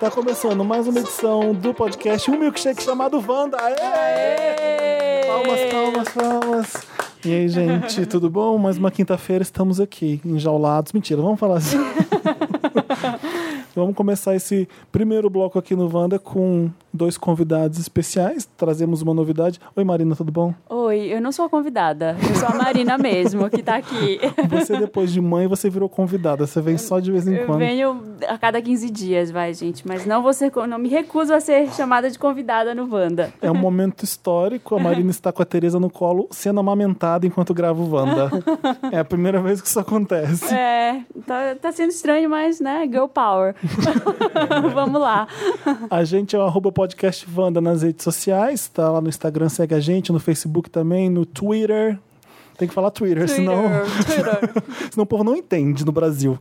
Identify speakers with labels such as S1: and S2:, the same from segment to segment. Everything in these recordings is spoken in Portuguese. S1: Tá começando mais uma edição do podcast Um Milkshake chamado Wanda. Aê! Palmas, palmas, palmas. E aí, gente, tudo bom? Mais uma quinta-feira estamos aqui, enjaulados. Mentira, vamos falar assim. Vamos começar esse primeiro bloco aqui no Wanda com dois convidados especiais. Trazemos uma novidade. Oi, Marina, tudo bom?
S2: Oi, eu não sou a convidada, eu sou a Marina mesmo, que tá aqui.
S1: Você, depois de mãe, você virou convidada. Você vem só de vez em
S2: Eu
S1: quando.
S2: venho a cada 15 dias, vai, gente, mas não vou ser, co- não me recuso a ser chamada de convidada no Wanda.
S1: É um momento histórico. A Marina está com a Tereza no colo, sendo amamentada enquanto grava o Wanda. É a primeira vez que isso acontece.
S2: É, tá, tá sendo estranho, mas, né, girl power. Vamos lá.
S1: A gente é o arroba podcast Wanda nas redes sociais. Tá lá no Instagram, segue a gente, no Facebook também, no Twitter. Tem que falar Twitter, senão,
S2: Twitter, Twitter.
S1: senão o povo não entende no Brasil.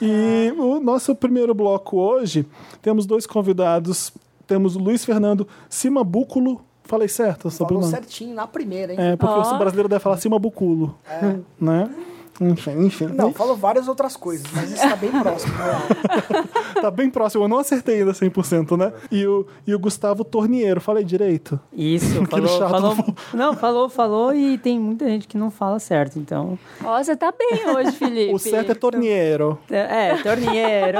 S1: e o nosso primeiro bloco hoje, temos dois convidados. Temos o Luiz Fernando Simabuculo. Falei certo? sobre o
S3: Falou
S1: nome?
S3: certinho na primeira, hein?
S1: É, porque
S2: Ó.
S1: o brasileiro deve falar Simabuculo. Né? Enfim, enfim.
S3: Não, falou várias outras coisas, mas isso tá bem próximo. né?
S1: Tá bem próximo. Eu não acertei ainda 100%, né? E o, e o Gustavo Tornieiro. Falei direito?
S4: Isso,
S1: Aquele
S4: falou,
S1: chato
S4: falou.
S1: do-
S4: Não, falou, falou e tem muita gente que não fala certo, então.
S2: Ó, você tá bem hoje, Felipe.
S1: O certo é torneiro,
S4: É, torneiro.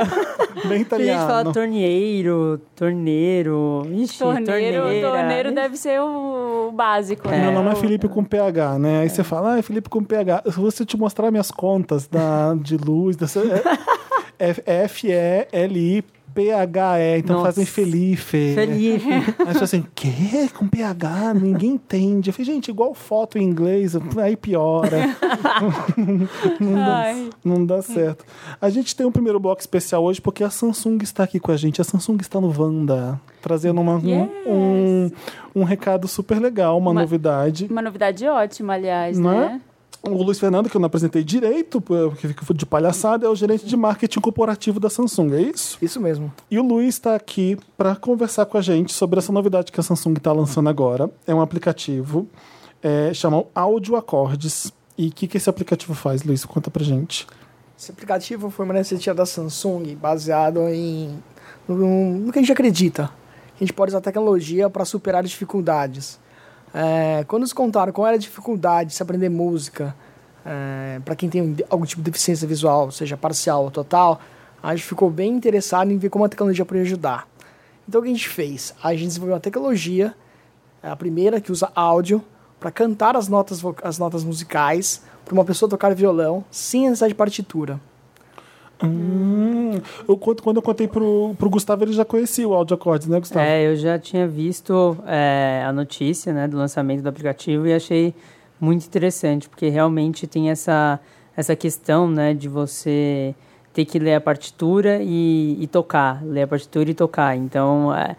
S1: bem
S4: Tem gente que
S1: italiano.
S4: fala torneiro, torneiro. Ixi,
S2: Torneiro,
S4: torneira.
S2: torneiro deve ser o básico, né?
S1: Meu nome é
S2: O-
S1: Felipe com PH, né? Aí você fala, ah, é Felipe com PH. Se você te mostrar minhas contas da, de luz, dessa, é, é F-E-L-I-P-H-E. Então
S4: Nossa.
S1: fazem Felipe.
S4: Felipe.
S1: Aí você fala assim, quê? Com PH? Ninguém entende. Eu falei, gente, igual foto em inglês, aí piora.
S2: Ai,
S1: Não dá certo. A gente tem um primeiro bloco especial hoje porque a Samsung está aqui com a gente. A Samsung está no Wanda, trazendo uma-
S2: Yes.
S1: um, um recado super legal, uma,
S2: Uma-
S1: novidade.
S2: uma novidade ótima, aliás,
S1: Não é?
S2: né?
S1: O Luiz Fernando, que eu não apresentei direito, porque ficou de palhaçada, é o gerente de marketing corporativo da Samsung, é isso?
S3: Isso mesmo.
S1: E o Luiz está aqui para conversar com a gente sobre essa novidade que a Samsung está lançando agora. É um aplicativo, é, chama Áudio Acordes. E o que, que esse aplicativo faz, Luiz? Conta pra gente.
S3: Esse aplicativo foi uma iniciativa da Samsung baseado em no, no que a gente acredita. A gente pode usar tecnologia para superar dificuldades. É, quando nos contaram qual era a dificuldade de se aprender música para quem tem algum tipo de deficiência visual, seja parcial ou total, a gente ficou bem interessado em ver como a tecnologia pode ajudar. Então o que a gente fez? A gente desenvolveu uma tecnologia, É a primeira que usa áudio, para cantar as notas, vo- as notas musicais para uma pessoa tocar violão sem a necessidade de partitura.
S1: Hum, eu conto, quando eu contei pro, pro Gustavo, ele já conhecia o áudio acordes, né,
S2: Tá.
S1: Gustavo?
S4: É, eu já tinha visto é, a notícia né, do lançamento do aplicativo e achei muito interessante, porque realmente tem essa, essa questão né, de você ter que ler a partitura e, e tocar, ler a partitura e tocar. Então, é,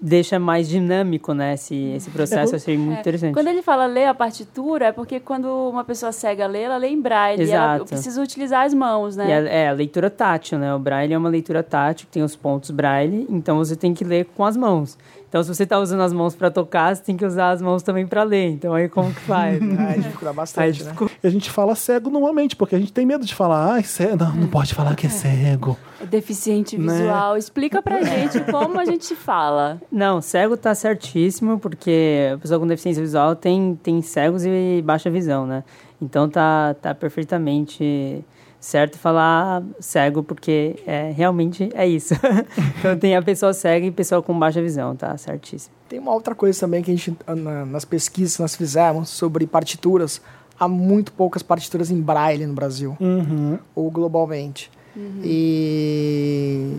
S4: deixa mais dinâmico né, esse, esse processo, achei muito
S2: É,
S4: interessante.
S2: Quando ele fala ler a partitura, é porque quando uma pessoa cega lê, ela lê em braille. Ela
S4: Exato.
S2: precisa utilizar as mãos, né?
S4: E a, é, a leitura tátil, né? O braille é uma leitura tátil, que tem os pontos braille, então você tem que ler com as mãos. Então, se você está usando as mãos para tocar, você tem que usar as mãos também para ler. Então, aí como que faz?
S1: Uhum.
S4: né?
S3: Aí dificulta
S4: Aí
S3: bastante, né?
S4: ficou-
S1: E a gente fala cego normalmente, porque a gente tem medo de falar, ai, cego, não, não pode falar que é cego.
S2: É Deficiente
S1: Né?
S2: visual. Explica pra gente como a gente fala.
S4: Não, cego tá certíssimo, porque a pessoa com deficiência visual tem, tem cegos e baixa visão, né? Então tá, tá perfeitamente certo falar cego, porque é, realmente é isso. então tem a pessoa cega e pessoa com baixa visão, tá certíssimo.
S3: Tem uma outra coisa também que a gente, ah, na- nas pesquisas que nós fizemos sobre partituras, há muito poucas partituras em braille no Brasil,
S1: Uhum.
S3: ou globalmente. E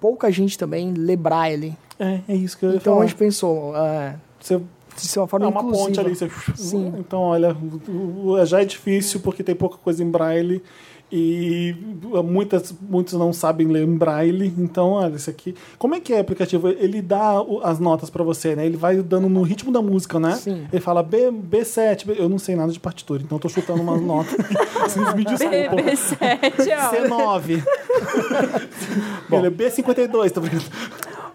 S3: pouca gente também lê braille.
S1: É, é isso que eu ia
S3: Então
S1: falar.
S3: a gente pensou, é,
S1: Você
S3: de ser uma
S1: É
S3: forma
S1: uma
S3: inclusiva.
S1: ponte ali. Você...
S3: Sim.
S1: Então, olha, o- o- já é difícil porque tem pouca coisa em braille e ah, muitas, muitos não sabem ler em braille. Então, olha, isso aqui. Como é que é o aplicativo? Ele dá o- as notas pra você, né? Ele vai dando no ritmo da música, né?
S3: Sim.
S1: Ele fala B, B7. B- Eu não sei nada de partitura, então eu tô chutando umas notas. Vocês me desculpam.
S2: BB7, ó.
S1: C9. Ele é B52, tá brincando?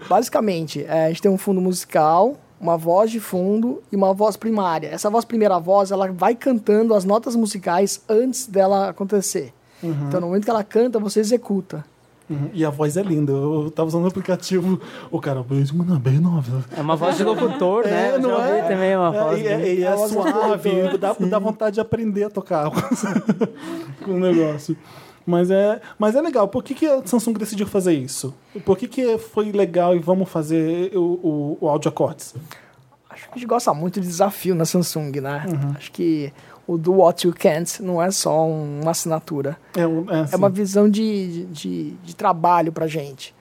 S3: Basicamente, é, a gente tem um fundo musical, uma voz de fundo e uma voz primária. Essa voz primeira voz, ela vai cantando as notas musicais antes dela acontecer. Então, no momento que ela canta, você executa.
S1: Uhum, E a voz é linda. Eu tava usando o aplicativo, o cara, beijo, mano, bem nova.
S4: É uma voz de locutor, né? Eu já ouvi também uma voz.
S1: É, e
S4: bem-
S1: é, e é
S3: A voz
S1: suave,
S3: do-
S1: dá, dá vontade de aprender a tocar com o negócio. Mas é, mas é legal. Por que, que a Samsung decidiu fazer isso? Por que, que foi legal e vamos fazer o, o, o áudio acordes?
S3: Acho que a gente gosta muito de desafio na Samsung, né? Acho que o do What You Can't não é só um- uma assinatura.
S1: É, um- é assim.
S3: É uma visão de, de, de- de trabalho pra gente.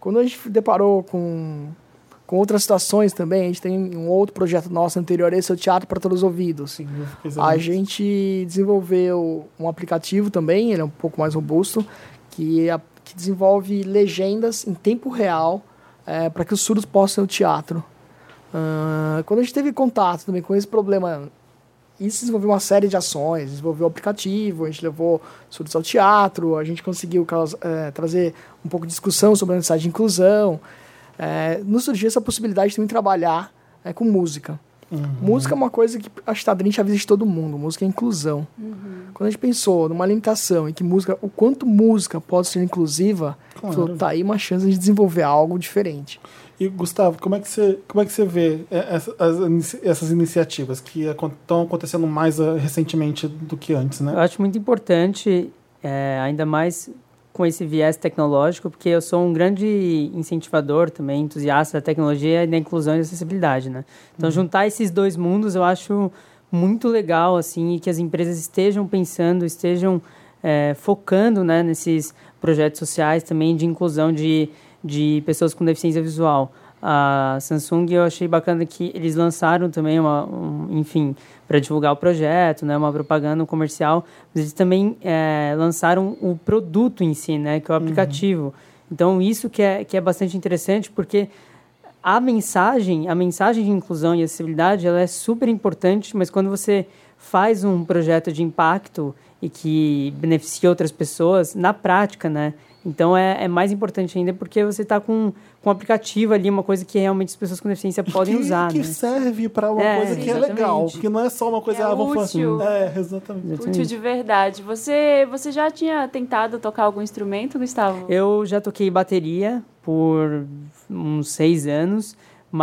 S3: Quando a gente deparou com, com outras situações também, a gente tem um outro projeto nosso anterior, esse é o Teatro para Todos os Ouvidos.
S1: Sim, eu fiquei sabendo.
S3: A gente desenvolveu um aplicativo também, ele é um pouco mais robusto, que, é a- que desenvolve legendas em tempo real é, para que os surdos possam ir ao teatro. Ah, quando a gente teve contato também com esse problema, isso desenvolveu uma série de ações, desenvolveu o aplicativo, a gente levou surdos ao teatro, a gente conseguiu caus- eh, trazer um pouco de discussão sobre a necessidade de inclusão. Eh, nos surgiu essa possibilidade de também trabalhar eh, com música. Música é uma coisa que acho que está aderente à vida de todo mundo. Música é inclusão. Quando a gente pensou numa limitação em que música, o quanto música pode ser inclusiva,
S1: Claro.
S3: falou, tá aí uma chance de desenvolver algo diferente.
S1: E, Gustavo, como é que você, como é que você vê é, essa- as inici- essas iniciativas que estão acontecendo mais ah, recentemente do que antes, né?
S4: Eu acho muito importante, é, ainda mais com esse viés tecnológico, porque eu sou um grande incentivador também, entusiasta da tecnologia e da inclusão e acessibilidade, né? Então, juntar esses dois mundos eu acho muito legal, assim, e que as empresas estejam pensando, estejam é, focando, né, nesses projetos sociais também de inclusão de, de pessoas com deficiência visual. A Samsung eu achei bacana que eles lançaram também uma, um, enfim, para divulgar o projeto, né, uma propaganda um comercial, mas eles também é, lançaram o produto em si, né,
S1: Uhum.
S4: que é o aplicativo. Então isso que é, que é bastante interessante porque a mensagem, a mensagem de inclusão e acessibilidade, ela é super importante, mas quando você faz um projeto de impacto e que beneficia outras pessoas, na prática, né? Então é, é mais importante ainda porque você está com, com um aplicativo ali, uma coisa que realmente as pessoas com deficiência podem
S1: que,
S4: usar,
S1: que
S4: né?
S1: serve para uma
S4: É,
S1: coisa que é
S4: exatamente.
S1: legal, que não é só uma coisa
S2: É
S1: ah, vou
S2: útil.
S1: fazer. É, exatamente.
S2: Útil de verdade. Você, você já tinha tentado tocar algum instrumento, Gustavo?
S4: Eu já toquei bateria por uns seis anos,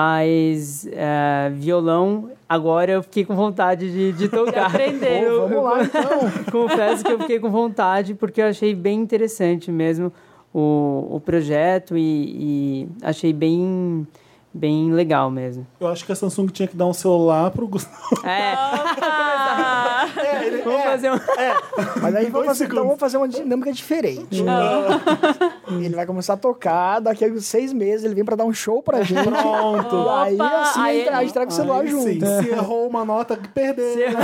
S4: mas é, violão agora eu fiquei com vontade de, de tocar.
S2: aprender.
S4: Eu-
S3: Vamos lá, então.
S4: Confesso que eu fiquei com vontade, porque eu achei bem interessante mesmo o, o projeto e, e achei bem, bem legal mesmo.
S1: Eu acho que a Samsung tinha que dar um celular pro Gustavo.
S4: É,
S2: Ah,
S1: É, ele,
S4: vamos fazer um...
S3: Mas aí vamos
S1: Dois
S3: fazer, então
S1: segundos.
S3: vamos fazer uma dinâmica diferente. ele vai começar a tocar, daqui a seis meses ele vem pra dar um show pra gente.
S1: Pronto.
S3: aí
S2: Opa,
S3: assim
S2: aí
S3: entra- a
S2: ele-
S3: gente traga o celular
S1: Aí
S3: junto.
S1: sim, se errou uma nota, perdeu. né?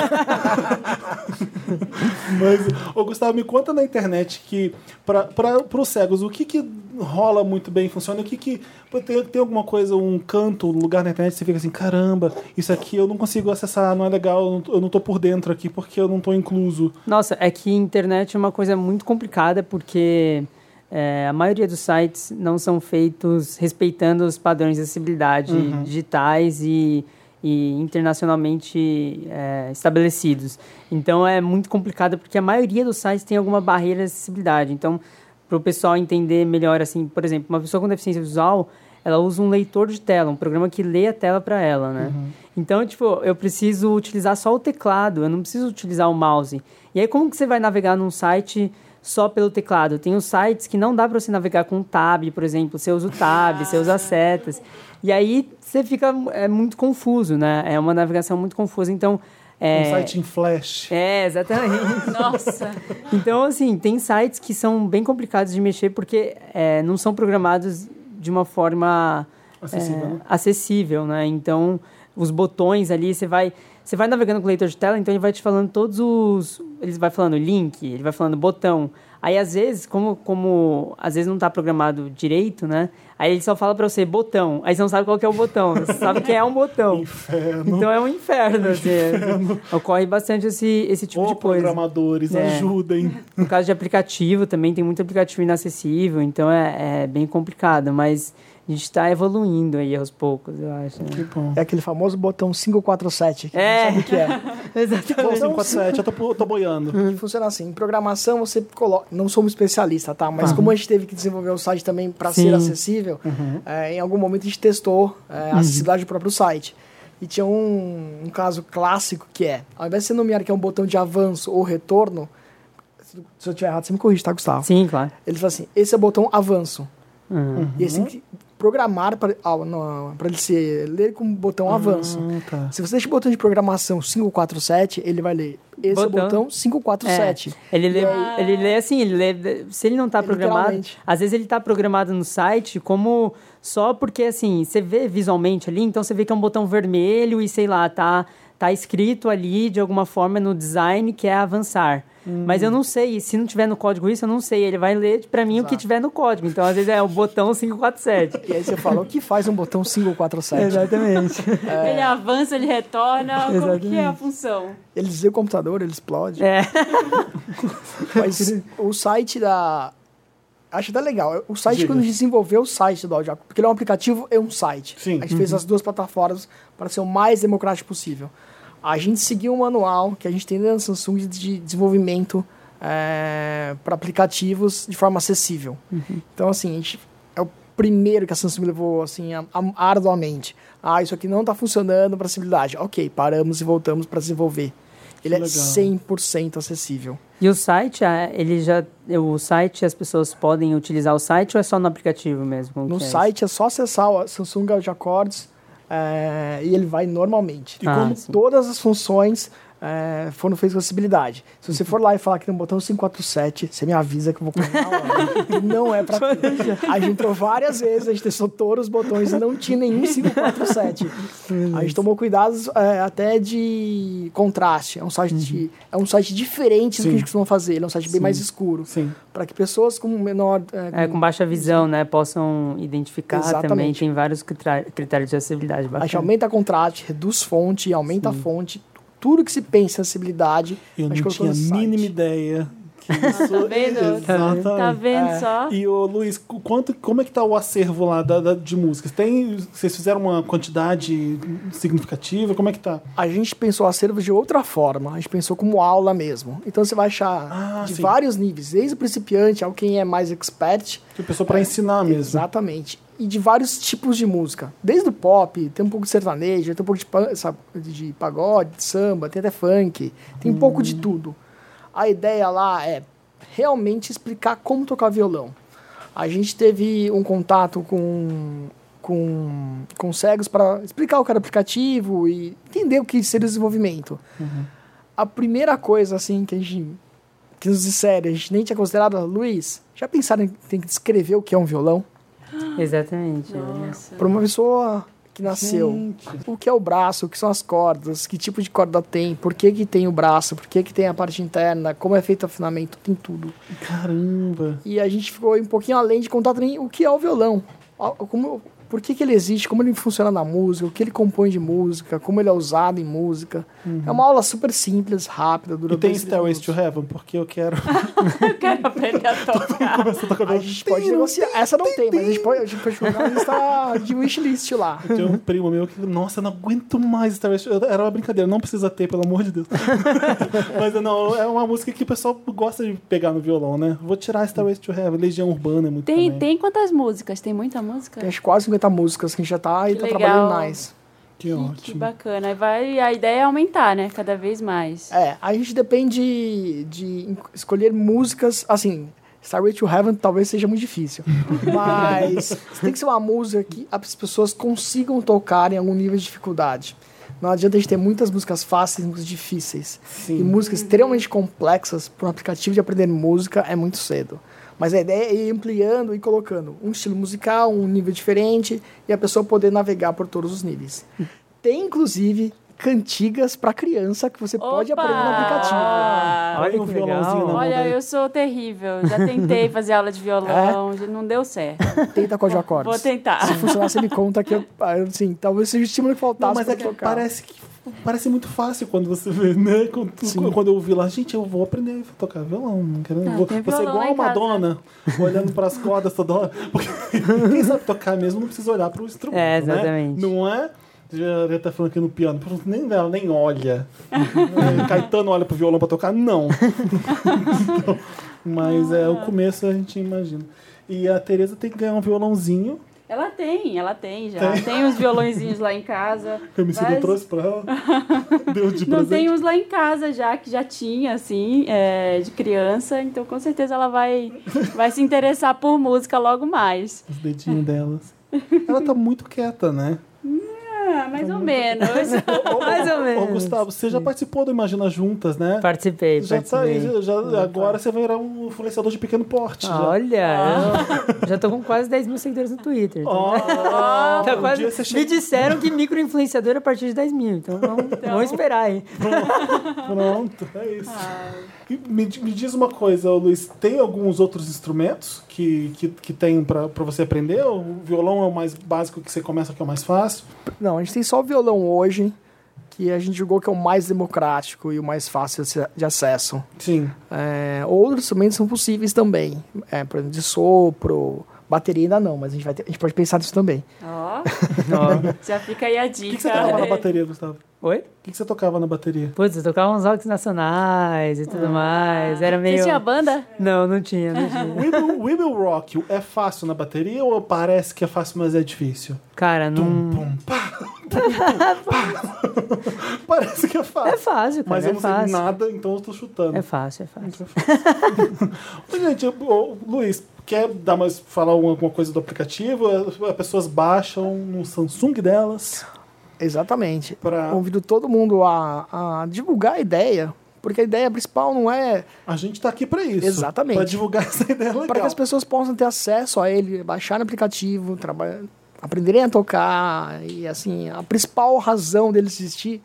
S1: Mas, ô Gustavo, me conta na internet que, para os cegos, o que que rola muito bem, funciona? O que que. pô, Tem, tem alguma coisa, um canto, um lugar na internet que você fica assim: caramba, isso aqui eu não consigo acessar, não é legal, eu não tô- eu não tô por dentro aqui porque eu não tô incluso.
S4: Nossa, é que internet é uma coisa muito complicada porque é, a maioria dos sites não são feitos respeitando os padrões de acessibilidade digitais e, e internacionalmente é, estabelecidos. Então é muito complicado porque a maioria dos sites tem alguma barreira de acessibilidade. Então, para o pessoal entender melhor, assim, por exemplo, uma pessoa com deficiência visual, ela usa um leitor de tela, um programa que lê a tela para ela, né?
S1: Uhum.
S4: Então, tipo, eu preciso utilizar só o teclado, eu não preciso utilizar o mouse. E aí, como que você vai navegar num site só pelo teclado? Tem os sites que não dá para você navegar com tab, por exemplo, você usa o tab, você usa as setas. E aí, você fica é, muito confuso, né? É uma navegação muito confusa, então... É,
S1: Um site em flash.
S4: É, exatamente.
S2: nossa.
S4: Então, assim, tem sites que são bem complicados de mexer porque é, não são programados de uma forma é,
S1: Acessível, né?
S4: acessível, né? Então, os botões ali, você vai, você vai navegando com o leitor de tela, então ele vai te falando todos os, ele vai falando link, ele vai falando botão. Aí às vezes, como como às vezes não está programado direito, né? Aí ele só fala para você botão. Aí você não sabe qual que é o botão, você sabe que é um botão.
S1: Inferno.
S4: Então é um inferno, assim. Ocorre bastante esse esse tipo
S1: Ô,
S4: de coisa.
S1: programadores,
S4: É.
S1: ajudem.
S4: No caso de aplicativo também, tem muito aplicativo inacessível, então é, é bem complicado. Mas a gente está evoluindo aí aos poucos, eu acho. né?
S1: Que bom.
S3: É aquele famoso botão 547, que
S4: É.
S3: não sabe o que é.
S1: Bom,
S4: Exatamente.
S1: 547, eu tô, tô boiando.
S3: Que Funciona assim, em programação você coloca... Não somos especialista, tá? Mas como a gente teve que desenvolver o site também para
S4: Sim.
S3: ser acessível, é, em algum momento a gente testou é, a acessibilidade do próprio site. E tinha um, um caso clássico que é, ao invés de você nomear que é um botão de avanço ou retorno, se se eu tiver errado, você me corrige, tá, Gustavo?
S4: Sim, claro.
S3: Ele fala assim, esse é o botão avanço.
S4: Uhum.
S3: E eles têm que programar para ele ser ler com o botão avanço.
S1: Ah, tá.
S3: Se você deixa o botão de programação 547, ele vai ler esse é o
S4: Botão.
S3: botão 547.
S4: Ele lê,
S3: aí-
S4: ele lê assim, ele lê, se ele não está
S3: Ele
S4: programado,
S3: literalmente.
S4: às vezes ele está programado no site como só porque assim, você vê visualmente ali, então você vê que é um botão vermelho e sei lá, tá tá escrito ali de alguma forma no design que é avançar.
S3: Hum.
S4: Mas eu não sei, se não tiver no código isso, eu não sei, ele vai ler para mim o que tiver no código. Então às vezes é o botão 547.
S3: E aí você fala, o que faz um botão 547?
S4: Exatamente.
S2: Ele avança, ele retorna. Como que é a função?
S3: Ele desliga o computador, ele explode.
S4: É.
S3: Mas o site da... Acho até legal. O site,
S1: Diga.
S3: quando a gente desenvolveu o site do Audio, porque ele é um aplicativo e um site.
S1: Sim. Uhum.
S3: A gente fez as duas plataformas para ser o mais democrático possível. A gente seguiu o manual que a gente tem dentro da Samsung de desenvolvimento para aplicativos de forma acessível.
S1: Uhum.
S3: Então, assim, a gente é o primeiro que a Samsung levou, assim, a- a- arduamente. Ah, isso aqui não está funcionando para acessibilidade. Ok, paramos e voltamos para desenvolver. Ele é
S1: legal.
S3: 100% acessível.
S4: E o site, ah, ele já o site as pessoas podem utilizar o site ou é só no aplicativo mesmo? O
S3: No
S4: que é isso?
S3: site é só acessar o Samsung Audio Accords é, e ele vai normalmente.
S1: E
S4: Ah,
S1: como-
S4: sim.
S3: Todas as funções é, foram feitas com acessibilidade. Se
S4: Uhum.
S3: você for lá e falar que tem um botão 547, você me avisa que eu vou correr na hora. não é pra ti. A gente entrou várias vezes, a gente testou todos os botões e não tinha nenhum 547. A gente tomou cuidados é, até de contraste. É um site, de-
S4: Uhum.
S3: é um site diferente do que a
S1: Sim.
S3: gente costuma fazer. Ele é um site bem mais escuro.
S1: Sim.
S3: Para que pessoas com menor...
S4: É, com baixa visão, né? Possam identificar também.
S3: Exatamente.
S4: Tem vários critri- critérios de acessibilidade.
S3: A gente
S4: Bacana.
S3: aumenta a contraste, reduz fonte, aumenta a fonte. Tudo que se pensa em acessibilidade.
S1: Eu
S3: a gente
S1: não
S3: colocou
S1: tinha a
S3: no site.
S1: mínima ideia que isso... é,
S2: Tá vendo?
S1: Exatamente.
S2: Tá vendo
S4: É.
S2: só?
S1: E o Luiz, o quanto, como é que tá o acervo lá da- da- de músicas? Tem, vocês fizeram uma quantidade significativa? Como é que tá?
S3: A gente pensou o acervo de outra forma. A gente pensou como aula mesmo. Então você vai achar
S1: Ah,
S3: de
S1: sim.
S3: vários níveis, desde o principiante ao quem é mais expert.
S1: Tipo, pessoa
S3: É,
S1: para ensinar mesmo.
S3: Exatamente. E de vários tipos de música. Desde o pop, tem um pouco de sertanejo, tem um pouco de, pan- sa- de pagode, de samba, tem até funk. Tem um pouco de tudo. A ideia lá é realmente explicar como tocar violão. A gente teve um contato com, com, com cegos para explicar o que era aplicativo e entender o que seria o desenvolvimento. A primeira coisa, assim, que a gente que nos disseram, a gente nem tinha considerado, Luiz, já pensaram em que tem que descrever o que é um violão?
S4: Exatamente.
S2: Nossa.
S3: Para uma pessoa que nasceu,
S1: Gente.
S3: o que é o braço, o que são as cordas, que tipo de corda tem, por que, que tem o braço, por que, que tem a parte interna, como é feito o afinamento, tem tudo.
S1: Caramba.
S3: E a gente ficou um pouquinho além de contar também o que é o violão. Ó, Como, por que, que ele existe, como ele funciona na música, o que ele compõe de música, como ele é usado em música. É uma aula super simples, rápida, dura
S1: E tem
S3: dois, três
S1: Stairways to
S3: minutos.
S1: Heaven? Porque eu quero...
S2: Eu quero aprender a tocar.
S3: A gente pode negociar. Essa não tem, mas a gente pode, a gente pode colocar na lista de wishlist lá.
S1: Tinha um primo meu que, nossa, eu não aguento mais Star Wars. Eu- Era uma brincadeira, não precisa ter, pelo amor de Deus. Mas não, é uma música que o pessoal gosta de pegar no violão, né? Vou tirar Star Wars to Heaven, Legião Urbana é muito
S2: Tem,
S1: também.
S2: tem quantas músicas? Tem muita música?
S3: Tem acho que quase 50 músicas que a gente já tá e
S2: Que
S3: tá
S2: legal.
S3: trabalhando nice.
S1: Que
S2: Que- Que
S1: ótimo.
S2: bacana. Aí Vai, a ideia é aumentar, né? Cada vez mais.
S3: É, a gente depende de en- escolher músicas, assim, Starway to Heaven talvez seja muito difícil, mas tem que ser uma música que as pessoas consigam tocar em algum nível de dificuldade. Não adianta a gente ter muitas músicas fáceis e músicas difíceis. E
S1: Sim.
S3: músicas extremamente complexas para um aplicativo de aprender música é muito cedo. Mas a ideia é ir ampliando e colocando um estilo musical, um nível diferente e a pessoa poder navegar por todos os níveis. Tem inclusive cantigas para criança que você pode
S2: Opa!
S3: aprender no aplicativo.
S1: Olha
S4: Olha
S1: o
S4: que
S1: violãozinho
S4: legal.
S1: na mão.
S2: Olha, eu sou terrível. Já tentei fazer aula de
S1: É?
S2: violão, já não deu certo.
S3: Tenta com os
S2: Vou
S3: acordes.
S2: tentar.
S3: Se funcionar, você me conta que eu, ah, assim, talvez seja o estímulo que
S1: Não,
S3: faltasse
S1: mas
S3: pra
S1: é que
S3: tocar.
S1: parece que Parece muito fácil quando você vê, né? Quando, quando eu vi lá, gente, eu vou aprender a tocar violão. Não quero,
S2: Ah,
S1: vou,
S2: tem
S1: vou ser igual
S2: violão lá
S1: a
S2: em casa.
S1: Madonna, olhando para as cordas toda hora. Porque quem sabe tocar mesmo não precisa olhar para o instrumento.
S4: É,
S1: né?
S4: exatamente.
S1: Não é? Já tá falando aqui no piano. Pronto, Nem ela nem olha. É, Caetano olha pro violão para tocar? Não. Então, mas é o
S2: Ah.
S1: começo, a gente imagina. E a Tereza tem que ganhar um violãozinho.
S2: Ela tem, ela tem já. Tem, uns violõezinhos lá em casa.
S1: Que a Emicida
S2: Mas-
S1: trouxe para ela. Deu de
S2: Não,
S1: presente.
S2: tem uns lá em casa já, que já tinha, assim, é, de criança. Então, com certeza, ela vai, vai se interessar por música logo mais.
S1: Os dedinhos delas. Ela tá muito quieta, né? é
S2: Ah, mais
S1: Tá
S2: ou menos.
S4: Mais ou
S1: Ô,
S4: menos.
S1: Gustavo, você já participou do Imagina Juntas, né?
S4: Participei,
S1: Já tá aí,
S4: participei.
S1: já, já- agora você vai virar um influenciador de pequeno porte.
S4: Ah,
S1: já.
S4: Olha, eu já tô com quase 10 mil seguidores no Twitter. então,
S1: Ó,
S4: né? Tá
S1: um
S4: quase-
S1: dia você
S4: Me
S1: chega-
S4: disseram que microinfluenciador é a partir de 10 mil, então vamos, vamos esperar aí.
S1: Pronto, é isso. E Me, di- me diz uma coisa, ô, Luiz, tem alguns outros instrumentos que, que, que tem pra, pra você aprender? O violão é o mais básico que você começa, que é o mais fácil?
S3: Não, a gente tem só o violão hoje, que a gente julgou que é o mais democrático e o mais fácil de ac- de acesso.
S1: Sim.
S3: É, outros instrumentos são possíveis também. É, por exemplo, de sopro, bateria ainda não, mas a gente, vai ter- a gente pode pensar nisso também.
S2: Ó,
S4: Ó,
S2: já fica aí a
S1: O
S2: dica.
S1: que, que você
S4: Então,
S1: tocava na
S2: né?
S4: é
S1: bateria, Gustavo?
S4: Oi?
S1: O que, que você tocava na bateria?
S4: Putz, eu tocava uns rock nacionais e
S1: Ah.
S4: tudo mais. Era meio.
S2: Você tinha banda?
S4: Não, não tinha, não tinha.
S1: We Will, We Will Rock You é fácil na bateria ou parece que é fácil, mas é difícil?
S4: Cara, não.
S1: Pum, pá, pum, pum, pá. Parece que é
S4: É
S1: fácil.
S4: fácil, cara.
S1: Mas eu
S4: é
S1: não sei
S4: fácil.
S1: nada, então eu tô chutando.
S4: É fácil, é fácil.
S1: Ô, Gente, eu- ô, Luiz, quer dar mais, falar alguma alguma coisa do aplicativo? As as pessoas baixam no Samsung delas
S3: Exatamente.
S1: pra...
S3: Convido todo mundo a, a divulgar a ideia, porque a ideia principal não é
S1: A gente tá aqui pra isso.
S3: Exatamente.
S1: Pra divulgar essa ideia Tá legal.
S3: para que as pessoas possam ter acesso a ele, baixar o aplicativo, traba- aprenderem a tocar e assim a principal razão dele existir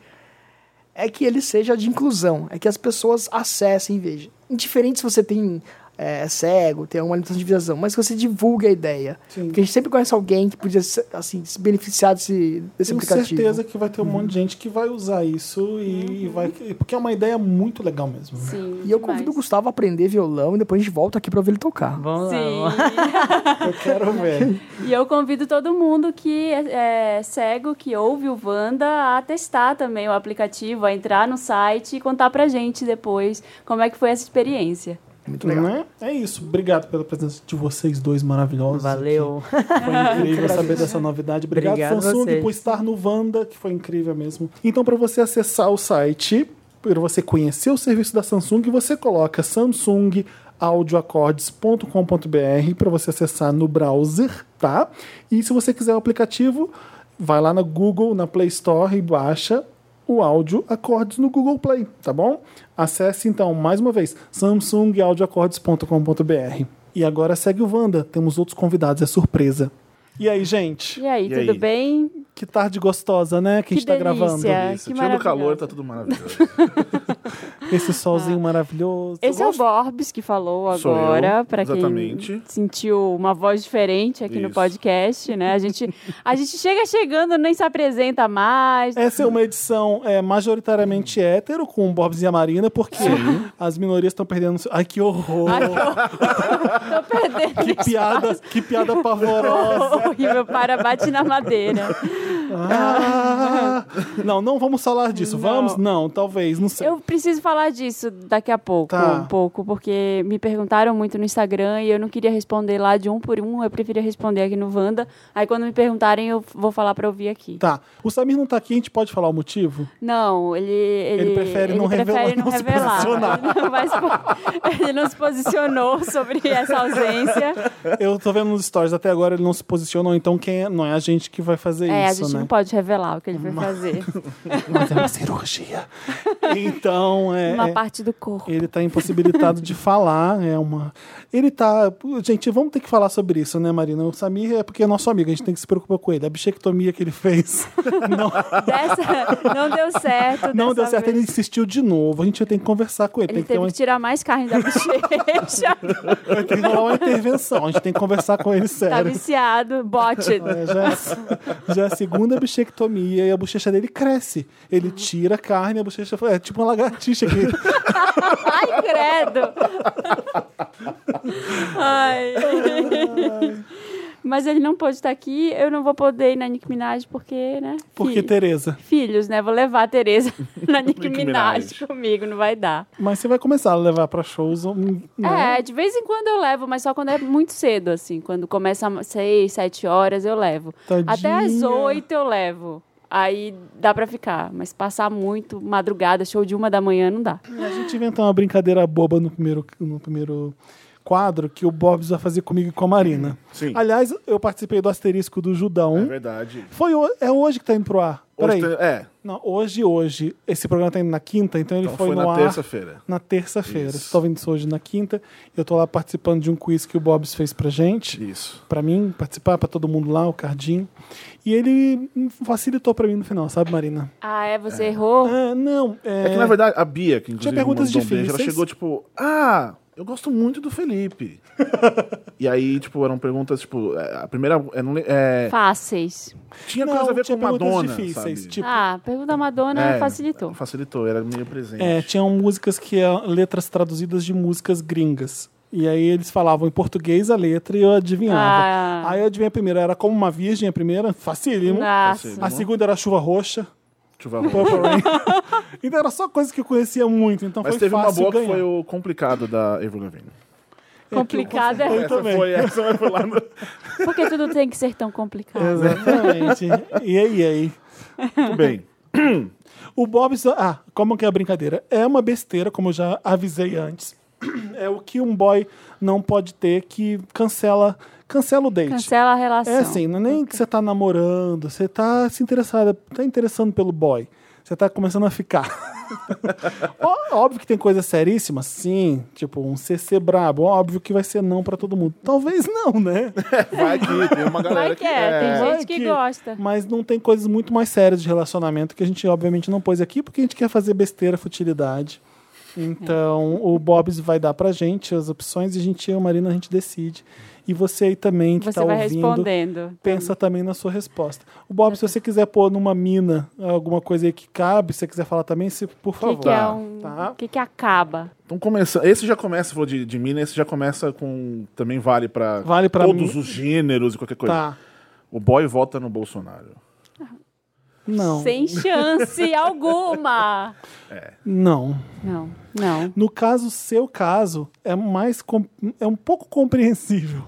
S3: é que ele seja de inclusão, é que as pessoas acessem e vejam. Indiferente se você tem é, é cego, tem alguma limitação de visão, mas que você divulgue a ideia,
S1: Sim.
S3: porque a gente sempre conhece alguém que podia se- assim se beneficiar desse, desse
S1: Tenho
S3: aplicativo.
S1: certeza que vai ter um monte de gente que vai usar isso e, e vai... Porque é uma ideia muito legal mesmo. né?
S2: Sim.
S3: E eu
S2: demais.
S3: convido o Gustavo a aprender violão e depois a gente volta aqui para ver ele tocar.
S4: Vamos lá. vamos lá.
S2: Sim.
S1: Eu quero ver.
S2: E eu convido todo mundo que é, é cego, que ouve o Wanda, a testar também o aplicativo, a entrar no site e contar pra gente depois como é que foi essa experiência.
S3: Muito legal.
S1: Né? É isso. Obrigado pela presença de vocês dois maravilhosos. aqui.
S4: Valeu.
S1: Foi incrível saber dessa novidade. Obrigado,
S4: Obrigado a
S1: Samsung,
S4: vocês.
S1: por estar no Wanda, que foi incrível mesmo. Então, para você acessar o site, para você conhecer o serviço da Samsung, você coloca Samsung audioacordes.com.br para você acessar no browser, tá? E se você quiser o aplicativo, vai lá na Google, na Play Store e baixa o áudio acordes no Google Play, tá bom? Acesse então mais uma vez samsungaudioacordes.com.br. E agora segue o Wanda, temos outros convidados, é surpresa. E aí, gente?
S2: E aí,
S5: E
S2: tudo
S5: aí?
S2: bem?
S1: Que tarde gostosa, né? Que, a gente tá
S2: delícia.
S1: gravando.
S5: Isso,
S2: É, Que
S5: tirando o calor,
S2: maravilhoso.
S5: tá tudo maravilhoso.
S1: Esse solzinho maravilhoso.
S2: Ah. Esse é o Borbs que falou
S5: Sou eu,
S2: agora, pra quem
S5: exatamente.
S2: sentiu uma voz diferente aqui no
S5: Isso.
S2: podcast, né? A gente, a gente chega chegando, nem se apresenta mais.
S1: Essa é uma edição é, majoritariamente hétero com o Bobs e a Marina, porque as minorias estão perdendo. Ai, que horror!
S2: Ai, Tô perdendo.
S1: que piada, que piada pavorosa!
S2: Horrível para bate na madeira.
S1: Ah! Não, não vamos falar disso. Vamos? Não, talvez, não sei.
S2: Eu preciso falar disso daqui a pouco,
S1: Tá.
S2: um pouco, porque me perguntaram muito no Instagram e eu não queria responder lá de um por um, eu preferia responder aqui no Wanda. Aí quando me perguntarem, eu vou falar pra ouvir aqui.
S1: Tá. O Samir não tá aqui, a gente pode falar o motivo?
S2: Não, ele. Ele,
S1: Ele prefere não
S2: prefere
S1: revelar,
S2: não
S1: não se
S2: revelar.
S1: posicionar.
S2: Ele, não vai se po- ele não se posicionou sobre essa ausência.
S1: Eu tô vendo nos stories até agora, ele não se posicionou, então quem é? não é a gente que vai fazer
S2: é, a
S1: isso,
S2: gente
S1: né?
S2: não pode revelar o que ele vai fazer.
S1: Mas é uma cirurgia. Então, é.
S2: Uma
S1: é-
S2: parte do corpo.
S1: Ele tá impossibilitado de falar, é uma. Ele tá. Gente, vamos ter que falar sobre isso, né, Marina? O Samir é porque é nosso amigo, a gente tem que se preocupar com ele. A bichectomia que ele fez
S2: Dessa, não deu certo.
S1: não
S2: dessa
S1: deu certo,
S2: vez.
S1: ele insistiu de novo. A gente vai ter que conversar com ele.
S2: Ele
S1: tem que ter um
S2: teve
S1: uma,
S2: que tirar mais carne da bochecha.
S1: vai ter que rolar uma intervenção. A gente tem que conversar com ele
S2: tá
S1: sério.
S2: viciado, bote.
S1: É, já, é a- já é a segunda bichectomia e a bochecha dele cresce.
S2: Uhum.
S1: Ele tira a carne, a bochecha é tipo uma lagartixa que
S2: Ai, credo! Ai. Mas ele não pôde estar aqui, eu não vou poder ir na Nick Minaj porque, né?
S1: Porque
S2: fi-
S1: Tereza.
S2: Filhos, né? Vou levar a Tereza na Nick
S5: Nicki
S2: Minaj
S5: Minaj.
S2: comigo, não vai dar.
S1: Mas você vai começar a levar pra shows. um- né?
S2: É, de vez em quando eu levo, mas só quando é muito cedo, assim. Quando começa às seis, sete horas, eu levo.
S1: Tadinha.
S2: Até às oito eu levo. Aí dá pra ficar. Mas passar muito, madrugada, show de uma da manhã, não dá.
S1: A gente inventou uma brincadeira boba no primeiro, no primeiro quadro que o Bobs vai fazer comigo e com a Marina.
S5: Sim.
S1: Aliás, eu participei do asterisco do
S5: É
S1: Judão.
S5: verdade.
S1: Foi ho- é hoje que tá indo pro ar. Peraí.
S5: Hoje tem- é,
S1: Não, hoje, hoje. Esse programa tá indo na quinta, então ele
S5: então
S1: foi,
S5: foi
S1: no
S5: na
S1: ar
S5: terça-feira.
S1: na terça-feira.
S5: Isso.
S1: Você tá ouvindo isso hoje na quinta. Eu tô lá participando de um quiz que o Bobs fez pra gente.
S5: Isso.
S1: Pra mim, participar, pra todo mundo lá, o Cardinho. E ele facilitou pra mim no final, sabe, Marina?
S2: Ah, é? Você errou?
S1: Ah, não.
S5: É, que, na verdade, a Bia, que inclusive
S1: perguntas
S5: mandou um beijo, ela
S1: difíceis.
S5: chegou, tipo, ah, eu gosto muito do Felipe. e aí, tipo, eram perguntas, tipo, é, a primeira, é, não le- é,
S2: Fáceis.
S5: tinha
S1: Não,
S5: coisa a ver
S1: tinha
S5: com
S1: perguntas
S5: Madonna,
S1: difíceis,
S5: sabe?
S1: tipo-
S2: Ah, pergunta da Madonna
S5: É,
S2: facilitou.
S5: Facilitou, era meio presente.
S1: É, tinham músicas que eram letras traduzidas de músicas gringas. E aí eles falavam em português a letra e eu adivinhava.
S2: Ah.
S1: Aí eu adivinhei a primeira, era como uma virgem a primeira, facílimo.
S2: Nossa.
S5: Facílimo.
S1: A segunda era chuva roxa,
S5: Chuva
S1: Purple Rain. então era só coisa que eu conhecia muito, então
S5: Mas
S1: foi
S5: teve uma
S1: fácil
S5: boa que
S1: ganhar.
S5: foi o complicado da Avril Lavigne.
S1: um.
S2: Complicado é
S1: Eu também.
S5: Foi essa, mas foi lá no...
S2: porque tudo tem que ser tão complicado.
S1: Exatamente. e aí, e aí?
S5: Muito bem.
S1: O Bob. Ah, como que é a brincadeira? É uma besteira, como eu já avisei antes. É o que um boy não pode ter que cancela, cancela o date.
S2: Cancela a relação.
S1: É assim, não é nem que você tá namorando, você tá se interessada, tá interessando pelo boy. Você tá começando a ficar. Ó- óbvio que tem coisas seríssimas, sim. Tipo, um CC brabo. Óbvio que vai ser não pra todo mundo. Talvez não, né?
S5: Vai que tem uma galera
S2: Vai que é, tem
S1: Vai
S2: gente que gosta.
S1: Mas não tem coisas muito mais sérias de relacionamento que a gente, obviamente, não pôs aqui porque a gente quer fazer besteira, futilidade. Então, o Bobs vai dar pra gente as opções e a gente, eu, Marina, a gente decide. E você aí também que
S2: Você
S1: tá
S2: vai
S1: ouvindo.
S2: respondendo.
S1: Pensa também na sua resposta. O Bob, se você quiser pôr numa mina alguma coisa aí que cabe, se você quiser falar também, se, por
S2: O que,
S1: favor.
S2: que é
S5: Tá.
S2: um. O
S1: Tá.
S2: que, que acaba?
S5: Então começa, esse já começa, falou de, de mina, esse já começa com também vale pra
S1: Vale pra
S5: todos
S1: mim.
S5: os gêneros e qualquer coisa.
S1: Tá.
S5: O boy vota no Bolsonaro.
S1: Não.
S2: Sem chance alguma.
S1: Não.
S2: Não, não.
S1: No caso, seu caso, é mais com- é um pouco compreensível.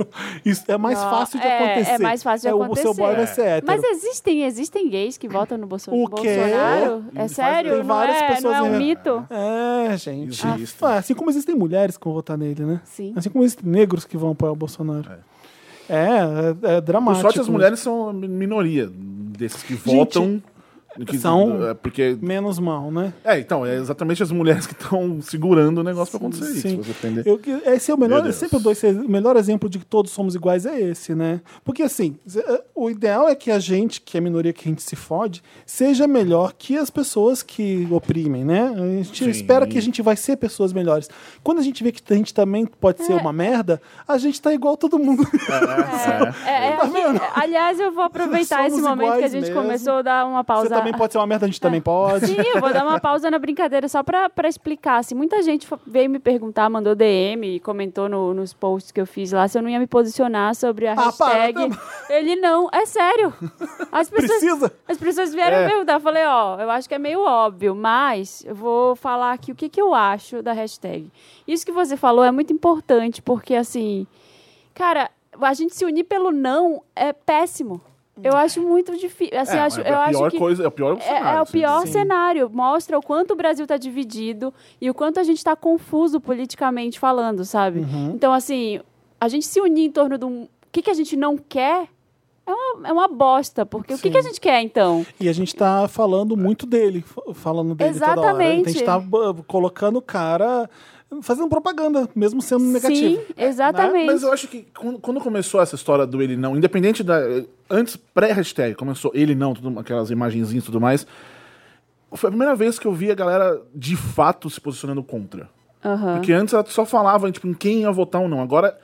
S1: Isso é mais
S2: Não,
S1: fácil de
S2: é-
S1: acontecer.
S2: é mais fácil de
S1: É, O seu
S2: acontecer.
S1: boy vai ser hétero.
S2: Mas é- existem, existem gays que votam no Bolso-
S1: O quê?
S2: Bolsonaro? É
S5: Faz-
S2: sério?
S1: tem
S2: Não
S1: várias
S2: é-
S1: pessoas
S2: Não é um
S1: em-
S2: mito?
S1: É, gente.
S5: Existem.
S1: Ah, assim como existem mulheres que vão votar nele, né?
S2: Sim.
S1: Assim como existem negros que vão apoiar o Bolsonaro. É, é, é
S5: Por
S1: dramático.
S5: sorte, as mulheres são a mi- minoria desses que votam. que-
S1: são-
S5: é, porque.
S1: Menos mal, né?
S5: É, então, é exatamente as mulheres que estão segurando o negócio pra acontecer
S1: Sim.
S5: isso. Você entender.
S1: Eu, que- esse é o melhor,
S5: Meu
S1: eu
S5: Deus.
S1: sempre dou esse o melhor exemplo de que todos somos iguais é esse, né? Porque assim, z- eh, o ideal é que a gente, que é a minoria que a gente se fode, seja melhor que as pessoas que oprimem, né? A gente
S5: Sim.
S1: espera que a gente vai ser pessoas melhores. Quando a gente vê que a gente também pode ser uma merda, a gente tá igual todo mundo.
S2: É, é, é, aqui- aliás, eu vou aproveitar
S1: Tá Somos
S2: esse momento que a
S1: iguais
S2: gente
S1: mesmo.
S2: começou a dar uma
S1: Você
S2: pausa.
S1: também pode ser uma merda, a gente também pode.
S2: Sim, eu vou dar uma pausa na brincadeira só pra, pra explicar. Assim, muita gente fa- veio me perguntar, mandou DM e comentou no- nos posts que eu fiz lá se eu não ia me posicionar sobre a
S1: Ah, para,
S2: hashtag.
S1: tá
S2: Ele não, é sério. As pessoas,
S1: Precisa?
S2: As pessoas vieram
S5: É.
S2: perguntar. Eu falei, ó, eu acho que é meio óbvio, mas eu vou falar aqui o que, que eu acho da hashtag. Isso que você falou é muito importante, porque assim, cara, a gente se unir pelo não é péssimo. Eu acho muito difícil. Assim,
S5: é,
S2: eu acho,
S5: é
S2: eu
S5: a pior
S2: acho que
S5: coisa, é o pior
S2: é,
S5: cenário,
S2: é o
S5: sim.
S2: pior
S1: Sim.
S2: cenário. Mostra o quanto o Brasil está dividido e o quanto a gente está confuso politicamente falando, sabe? Então, assim, a gente se unir em torno de um. O que, que a gente não quer é uma, é uma bosta, porque o que, que a gente quer então?
S1: E a gente tá falando muito dele, f- falando dele toda hora. A
S2: Exatamente.
S1: gente tá b- colocando o cara, fazendo propaganda, mesmo sendo negativo.
S2: Sim, exatamente.
S5: É, Mas eu acho que quando, quando começou essa história do ele não, independente da. eh, Antes, pré-hashtag, começou ele não, tudo- aquelas imagenzinhas e tudo mais. Foi a primeira vez que eu vi a galera de fato se posicionando contra.
S1: Ah.
S2: Aham.
S5: Porque antes ela só falava tipo, em quem ia votar ou não. Agora,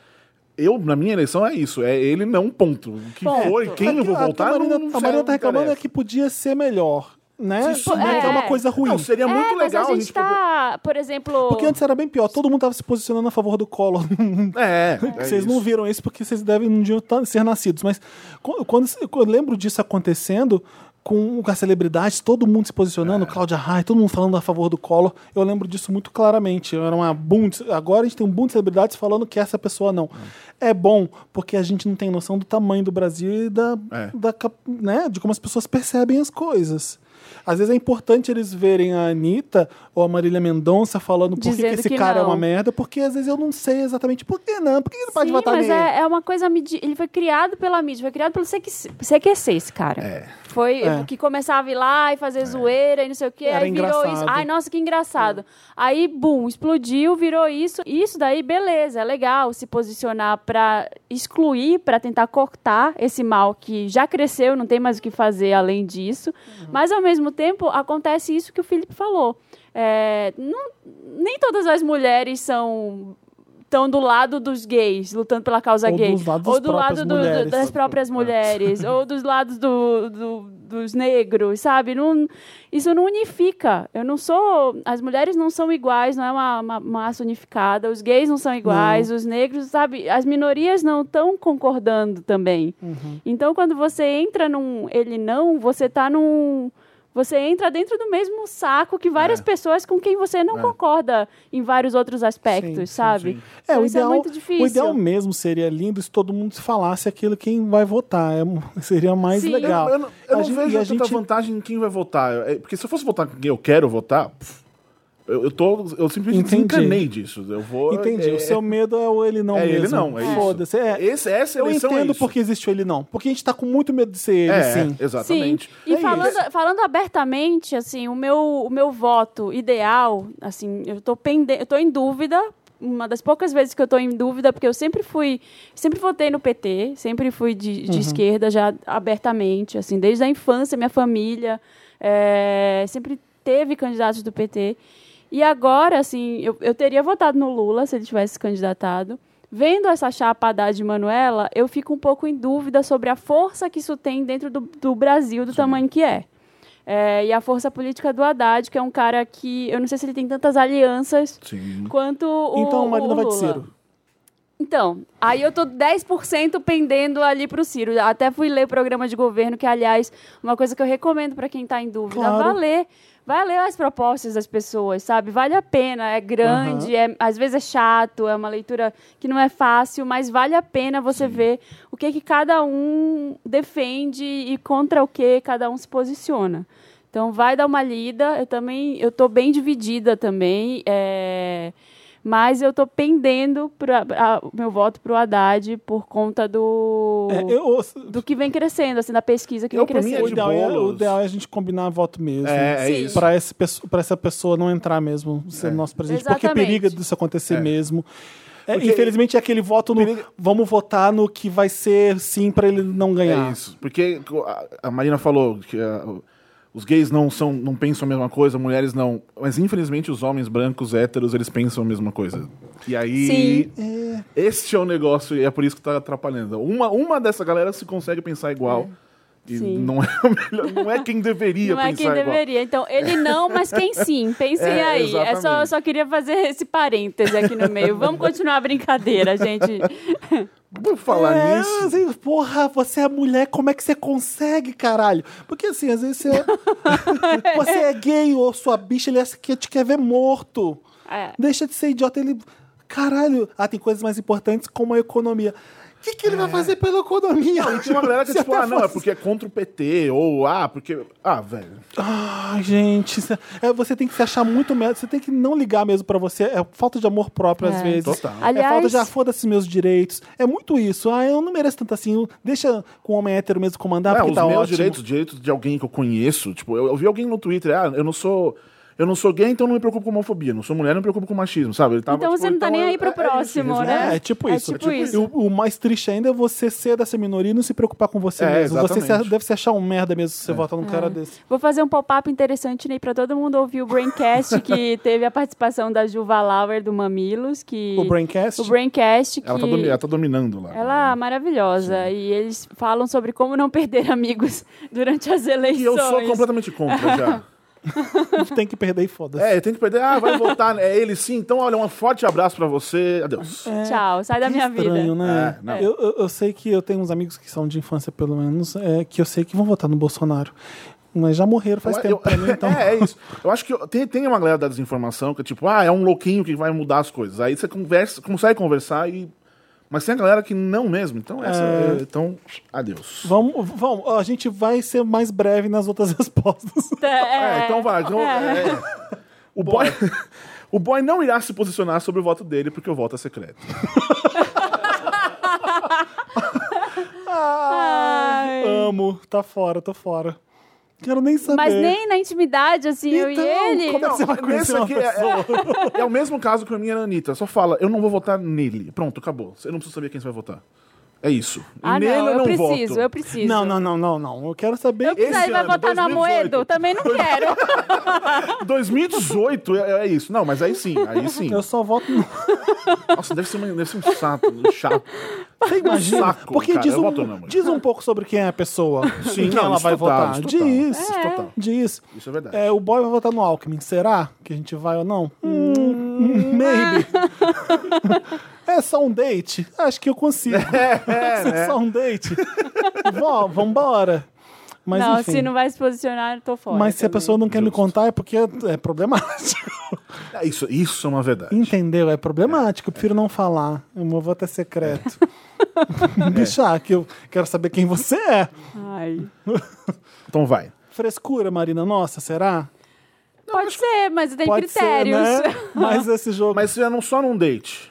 S5: eu, na minha eleição, é isso. É ele não, ponto. O que
S2: Ponto.
S5: foi, quem eu vou
S1: É A- a-
S5: votar,
S1: A
S5: não,
S1: Marina,
S5: não
S1: a Marina
S5: serve,
S1: tá reclamando é
S5: interessa.
S1: que podia ser melhor, né?
S5: Se
S1: Isso não é
S2: é.
S1: uma coisa ruim.
S5: Não, seria
S2: é,
S5: muito
S2: mas
S5: legal
S2: a gente tá, por exemplo.
S1: Porque antes era bem pior, todo mundo tava se posicionando a favor do Collor.
S5: É, é
S1: vocês não
S5: isso.
S1: viram isso porque vocês devem não deviam tá- ser nascidos. Mas qu- quando se- eu lembro disso acontecendo com, com as celebridades, todo mundo se
S5: É.
S1: posicionando, Cláudia Raia, todo mundo falando a favor do Collor. Eu lembro disso muito claramente. Era uma boom de- agora a gente tem um boom de celebridades falando que essa pessoa não. É bom porque a gente não tem noção do tamanho do Brasil e da,
S5: É.
S1: da cap- né, de como as pessoas percebem as coisas. Às vezes é importante eles verem a Anitta ou a Marília Mendonça falando por que que
S2: Dizendo
S1: esse
S2: que
S1: cara é
S2: não.
S1: uma merda, porque às vezes eu não sei exatamente por que não, por que ele não pode
S2: Sim,
S1: votar
S2: mas
S1: nele.
S2: é, é uma coisa. medi- Ele foi criado pela mídia, foi criado pelo CQC, CQC esse cara. Foi
S1: É.
S2: que começava a ir lá e fazer zoeira e não sei o quê.
S1: Era
S2: aí virou isso.
S1: engraçado.
S2: Ai, nossa, que engraçado. Aí, bum, explodiu, virou isso. Isso daí, beleza, é legal se posicionar pra excluir, pra tentar cortar esse mal que já cresceu, não tem mais o que fazer além disso.
S1: Uhum.
S2: Mas, ao mesmo tempo, acontece isso que o Felipe falou. É, não- nem todas as mulheres são estão do lado dos gays, lutando pela causa
S1: Ou
S2: é gay.
S1: dos lados
S2: ou
S1: das
S2: do lado
S1: próprias
S2: do- do-
S1: mulheres. É.
S2: das próprias mulheres, ou dos lados do- do- dos negros, sabe? Não- isso não unifica. Eu não sou. As mulheres não são iguais, não é uma, uma massa unificada, os gays não são iguais, os negros, sabe? As minorias não estão concordando também.
S1: Uhum.
S2: Então, quando você entra num ele não, você tá num. Você entra dentro do mesmo saco que várias
S1: É.
S2: pessoas com quem você não concorda em vários outros aspectos,
S1: Sim, sim,
S2: sabe?
S1: É,
S2: Então,
S1: o
S2: isso
S1: ideal,
S2: é muito difícil.
S1: o ideal mesmo seria lindo se todo mundo se falasse aquilo quem vai votar. É um- seria mais
S2: Sim.
S1: legal.
S5: Eu, não- eu
S1: A
S5: não
S1: gente-
S5: vejo
S1: e a
S5: tanta
S1: gente-
S5: vantagem em quem vai votar. É, Porque se eu fosse votar com quem eu quero votar, pff, eu, eu tô. Eu simplesmente
S1: Entendi.
S5: desencanei disso. Eu vou.
S1: Entendi.
S5: é-
S1: o seu medo é o ele não
S5: é
S1: mesmo.
S5: ele não, é isso.
S1: Foda-se. É,
S5: Esse, essa
S1: eu
S5: eleição
S1: entendo
S5: é isso.
S1: porque existe o ele não. Porque a gente tá com muito medo de ser ele,
S5: É,
S1: sim.
S5: exatamente.
S2: Sim. E
S1: É
S2: falando, falando abertamente, assim, o meu, o meu voto ideal, assim, eu tô, pende... eu tô em dúvida. Uma das poucas vezes que eu tô em dúvida, porque eu sempre fui, sempre votei no PT, sempre fui de, de esquerda já abertamente, assim, desde a infância, minha família é, sempre teve candidatos do PT. E agora, assim, eu, eu teria votado no Lula se ele tivesse se candidatado. Vendo essa chapa Haddad de Manuela, eu fico um pouco em dúvida sobre a força que isso tem dentro do, do Brasil, do tamanho que é. É, E a força política do Haddad, que é um cara que eu não sei se ele tem tantas alianças
S5: Sim.
S2: quanto o.
S1: Então a Marina
S2: o
S1: vai de
S2: Lula.
S1: Ciro.
S2: Então, aí eu tô 10% pendendo ali pro Ciro. Até fui ler programa de governo, que, aliás, uma coisa que eu recomendo para quem tá em dúvida.
S1: Claro.
S2: Vá ler. Vai ler as propostas das pessoas, sabe? Vale a pena, é grande, é, às vezes é chato, é uma leitura que não é fácil, mas vale a pena você ver o que, que cada um defende e contra o que cada um se posiciona. Então vai dar uma lida. Eu também, eu tô bem dividida também. é, mas eu tô pendendo pra, a- o meu voto pro Haddad por conta do,
S1: É, eu-
S2: do que vem crescendo, assim, da pesquisa que vem
S5: Eu, pra mim,
S1: o,
S5: é
S2: crescendo.
S5: de
S1: ideal é, o
S5: bolos.
S1: ideal é a gente combinar voto mesmo.
S5: É, é
S2: Sim.
S5: isso.
S1: Pra, esse pesso- pra essa pessoa não entrar mesmo, ser nosso presidente. Porque
S2: Exatamente.
S1: periga disso acontecer
S5: É.
S1: mesmo. É,
S5: Porque-
S1: infelizmente é aquele voto no vamos votar no que vai ser sim pra ele não ganhar.
S5: É isso. Porque a- a Marina falou que ah, os gays não são, não pensam a mesma coisa, mulheres não. Mas infelizmente os homens brancos héteros eles pensam a mesma coisa. E aí
S2: Sim.
S5: este é o negócio e é por isso que tá atrapalhando. Uma uma dessa galera se consegue pensar igual. E
S2: Sim.
S5: não é o melhor, não é quem deveria
S2: Não é
S5: pensar
S2: quem
S5: igual.
S2: deveria. Então, ele não, mas quem sim. Pensem
S5: É,
S2: aí. É só,
S5: exatamente.
S2: eu só queria fazer esse parêntese aqui no meio. Vamos continuar a brincadeira, gente.
S5: Por falar
S1: é,
S5: nisso,
S1: assim, porra, você é mulher, como é que você consegue, caralho? Porque assim, às vezes você, você é gay ou sua bicha, ele acha que te quer ver morto.
S2: É.
S1: Deixa de ser idiota, ele. Caralho, ah, tem coisas mais importantes como a economia. O que, que
S5: É.
S1: ele vai fazer pela economia? tá
S5: E tinha uma galera que
S1: Se
S5: tipo,
S1: até
S5: ah, não, é
S1: fosse-
S5: porque é contra o PT, ou ah, porque. Ah, velho.
S1: Ai, gente, isso é- é, você tem que se achar muito merda, você tem que não ligar mesmo pra você. É falta de amor próprio às
S2: É.
S1: vezes.
S5: Total.
S1: é
S2: Aliás-
S1: falta de ah, foda-se meus direitos. É muito isso. Ah, eu não mereço tanto assim. Deixa com o homem hétero mesmo comandar,
S5: é,
S1: porque
S5: os
S1: tá
S5: meus
S1: ótimo.
S5: direitos, direitos de alguém que eu conheço. Tipo, eu, eu vi alguém no Twitter, ah, eu não sou. Eu não sou gay, então não me preocupo com homofobia. Não sou mulher, não me preocupo com machismo, sabe? Ele tava,
S2: Então
S5: tipo,
S2: você não tá nem
S5: é-
S2: aí pro
S5: é isso,
S2: próximo,
S5: resumo.
S2: né?
S1: É, é tipo
S2: É
S1: isso.
S2: tipo isso.
S1: E o, o mais triste ainda é você ser dessa minoria e não se preocupar com você
S5: É,
S1: mesmo. Você se-
S5: exatamente. É.
S1: deve se achar um merda mesmo se você votar num cara desse.
S2: Vou fazer um pop-up interessante né, para todo mundo ouvir o Braincast, que teve a participação da Juva Lauer do Mamilos, que...
S1: O Braincast?
S2: O Braincast, que...
S5: Ela tá, domi- ela tá dominando lá.
S2: Ela é maravilhosa. E eles falam sobre como não perder amigos durante as eleições.
S5: E eu sou completamente contra já.
S1: tem que perder e foda-se.
S5: É, tem que perder. Ah, vai votar. É ele sim. Então, olha, um forte abraço pra você. Adeus.
S2: É. Tchau, sai da
S1: Que
S2: minha
S1: estranho,
S2: vida.
S1: né?
S5: É, não.
S1: eu, eu, eu sei que eu tenho uns amigos que são de infância, pelo menos, é, que eu sei que vão votar no Bolsonaro. Mas já morreram faz
S5: Eu-
S1: tempo
S5: eu-
S1: pra mim, então.
S5: É, é isso. Eu acho que eu- tem, tem uma galera da desinformação que é tipo, ah, é um louquinho que vai mudar as coisas. Aí você conversa, consegue conversar e. Mas tem a galera que não mesmo. Então, essa.
S1: É.
S5: é- Então, adeus.
S1: Vamos, vamos, a gente vai ser mais breve nas outras respostas.
S2: Tá,
S5: É, então vai. então,
S2: é.
S5: é. O boy. O boy não irá se posicionar sobre o voto dele, porque o voto é secreto.
S2: Ai.
S1: Amo, tá fora, tô fora. Quero nem saber.
S2: Mas nem na intimidade, assim, eu e
S1: Então,
S2: ele.
S1: como é que você vai
S5: Nesse
S1: conhecer uma
S5: aqui é, é- é o mesmo caso que a minha Anitta. Só fala, eu não vou votar nele. Pronto, acabou. Eu não preciso saber quem você vai votar. É isso.
S2: Ah,
S5: nele
S2: não,
S5: eu
S2: eu
S5: não
S2: preciso,
S5: voto.
S2: eu preciso.
S1: Não, não, não, não, não. Eu quero saber.
S2: Eu preciso,
S5: Esse
S2: ele vai
S5: ano,
S2: votar no
S5: 2018.
S2: Amoedo? Também não quero.
S5: 2018 é, é isso. Não, mas aí sim, aí sim.
S1: Eu só voto no.
S5: Nossa, deve ser, uma- deve ser um saco, um chato.
S1: Você imagina?
S5: um saco,
S1: Porque
S5: cara.
S1: diz,
S5: Eu
S1: um,
S5: voto não, mulher.
S1: diz um pouco sobre quem é a pessoa. em quem
S5: não,
S1: ela
S5: isso
S1: vai
S5: total,
S1: votar.
S2: É.
S5: isso total.
S1: diz.
S5: Isso total.
S1: Diz.
S5: Isso é verdade.
S1: É, o boy vai votar no Alckmin. Será que a gente vai ou não? Hum, maybe. é só um date? Acho que eu consigo. É,
S2: né?
S1: só um date. Vó, vambora. Mas
S2: não,
S1: enfim.
S2: se não vai se posicionar, eu tô fora.
S1: Mas se a
S2: também.
S1: pessoa não quer me
S5: Justo.
S1: contar é porque é problemático.
S5: É Isso, isso é uma verdade.
S1: Entendeu? É problemático. Eu prefiro não falar. O meu voto é secreto. Bichar, que eu quero saber quem você é.
S2: Ai.
S5: Então vai.
S1: Frescura, Marina. Nossa, será?
S2: Pode ser, mas tem critérios.
S1: ser, né? Mas esse jogo...
S5: Mas se é não, só num date.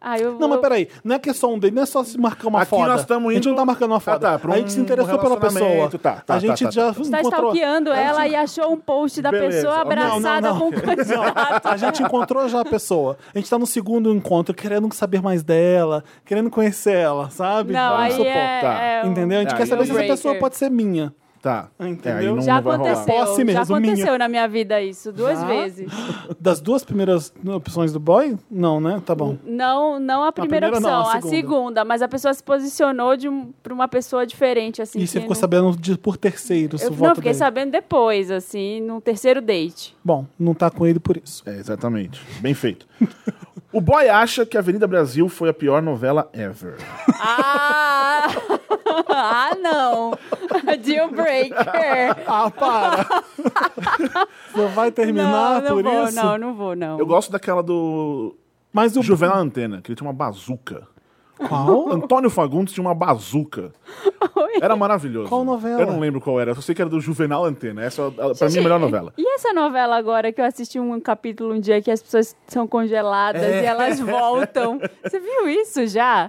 S2: Ah, eu,
S1: Não, mas
S2: eu-
S1: peraí, não é que é só um dele, não é só se marcar uma
S5: Aqui
S1: foda.
S5: nós estamos
S1: A gente
S5: indo-
S1: não tá marcando uma
S5: Ah,
S1: foda.
S5: tá, pra um
S1: a gente se interessou pela pessoa.
S5: relacionamento, tá, tá,
S1: a
S5: tá,
S1: gente
S5: tá,
S1: já
S5: tá, tá.
S2: Você tá
S1: encontrou.
S2: stalkeando ela e achou um post da
S5: Beleza.
S2: pessoa
S5: Não, não,
S2: abraçada
S1: não.
S2: com um candidato.
S1: A gente encontrou já a pessoa. A gente tá no segundo encontro, querendo saber mais dela, querendo conhecer ela, sabe?
S2: Não, aí
S5: Vai
S2: é,
S5: suportar.
S2: é um-
S1: Entendeu? A gente
S5: Aí
S1: quer saber
S5: é
S1: se
S5: um
S1: essa pessoa
S2: breaker.
S1: pode ser minha.
S5: Tá.
S1: Ah, Entendeu?
S5: É, aí não,
S2: Já
S5: não vai rolar.
S2: aconteceu,
S1: Posse mesmo,
S2: já aconteceu
S1: minha.
S2: na minha vida isso, duas vezes.
S1: Das duas primeiras opções do boy? Não, né? Tá bom.
S2: Não, não a primeira,
S1: primeira
S2: opção,
S1: não, a
S2: a,
S1: segunda.
S2: segunda. mas a pessoa se posicionou de um, pra uma pessoa diferente, assim.
S1: e você
S2: que
S1: ficou
S2: não-
S1: sabendo de- por terceiro se
S2: Eu,
S1: o voto
S2: não, fiquei
S1: dele.
S2: sabendo depois, assim, num terceiro date.
S1: Bom, não tá com ele por isso.
S5: É, exatamente. Bem feito. O boy acha que Avenida Brasil foi a pior novela ever.
S2: Ah! ah, não! Deal breaker!
S1: Ah, para! Você vai terminar
S2: não, não
S1: por
S2: vou,
S1: isso?
S2: não, não vou, não.
S5: Eu gosto daquela do
S1: Mas o
S5: Juvenal Antena, que ele tinha uma bazuca.
S1: Qual?
S5: Antônio Fagundes tinha uma bazuca. Era maravilhoso.
S1: Qual novela?
S5: Eu não lembro qual era. Eu só sei que era do Juvenal Antena. Essa, é a- pra mim, é a melhor novela.
S2: E essa novela agora que eu assisti um capítulo um dia que as pessoas são congeladas
S1: É.
S2: e elas voltam? Você viu isso já?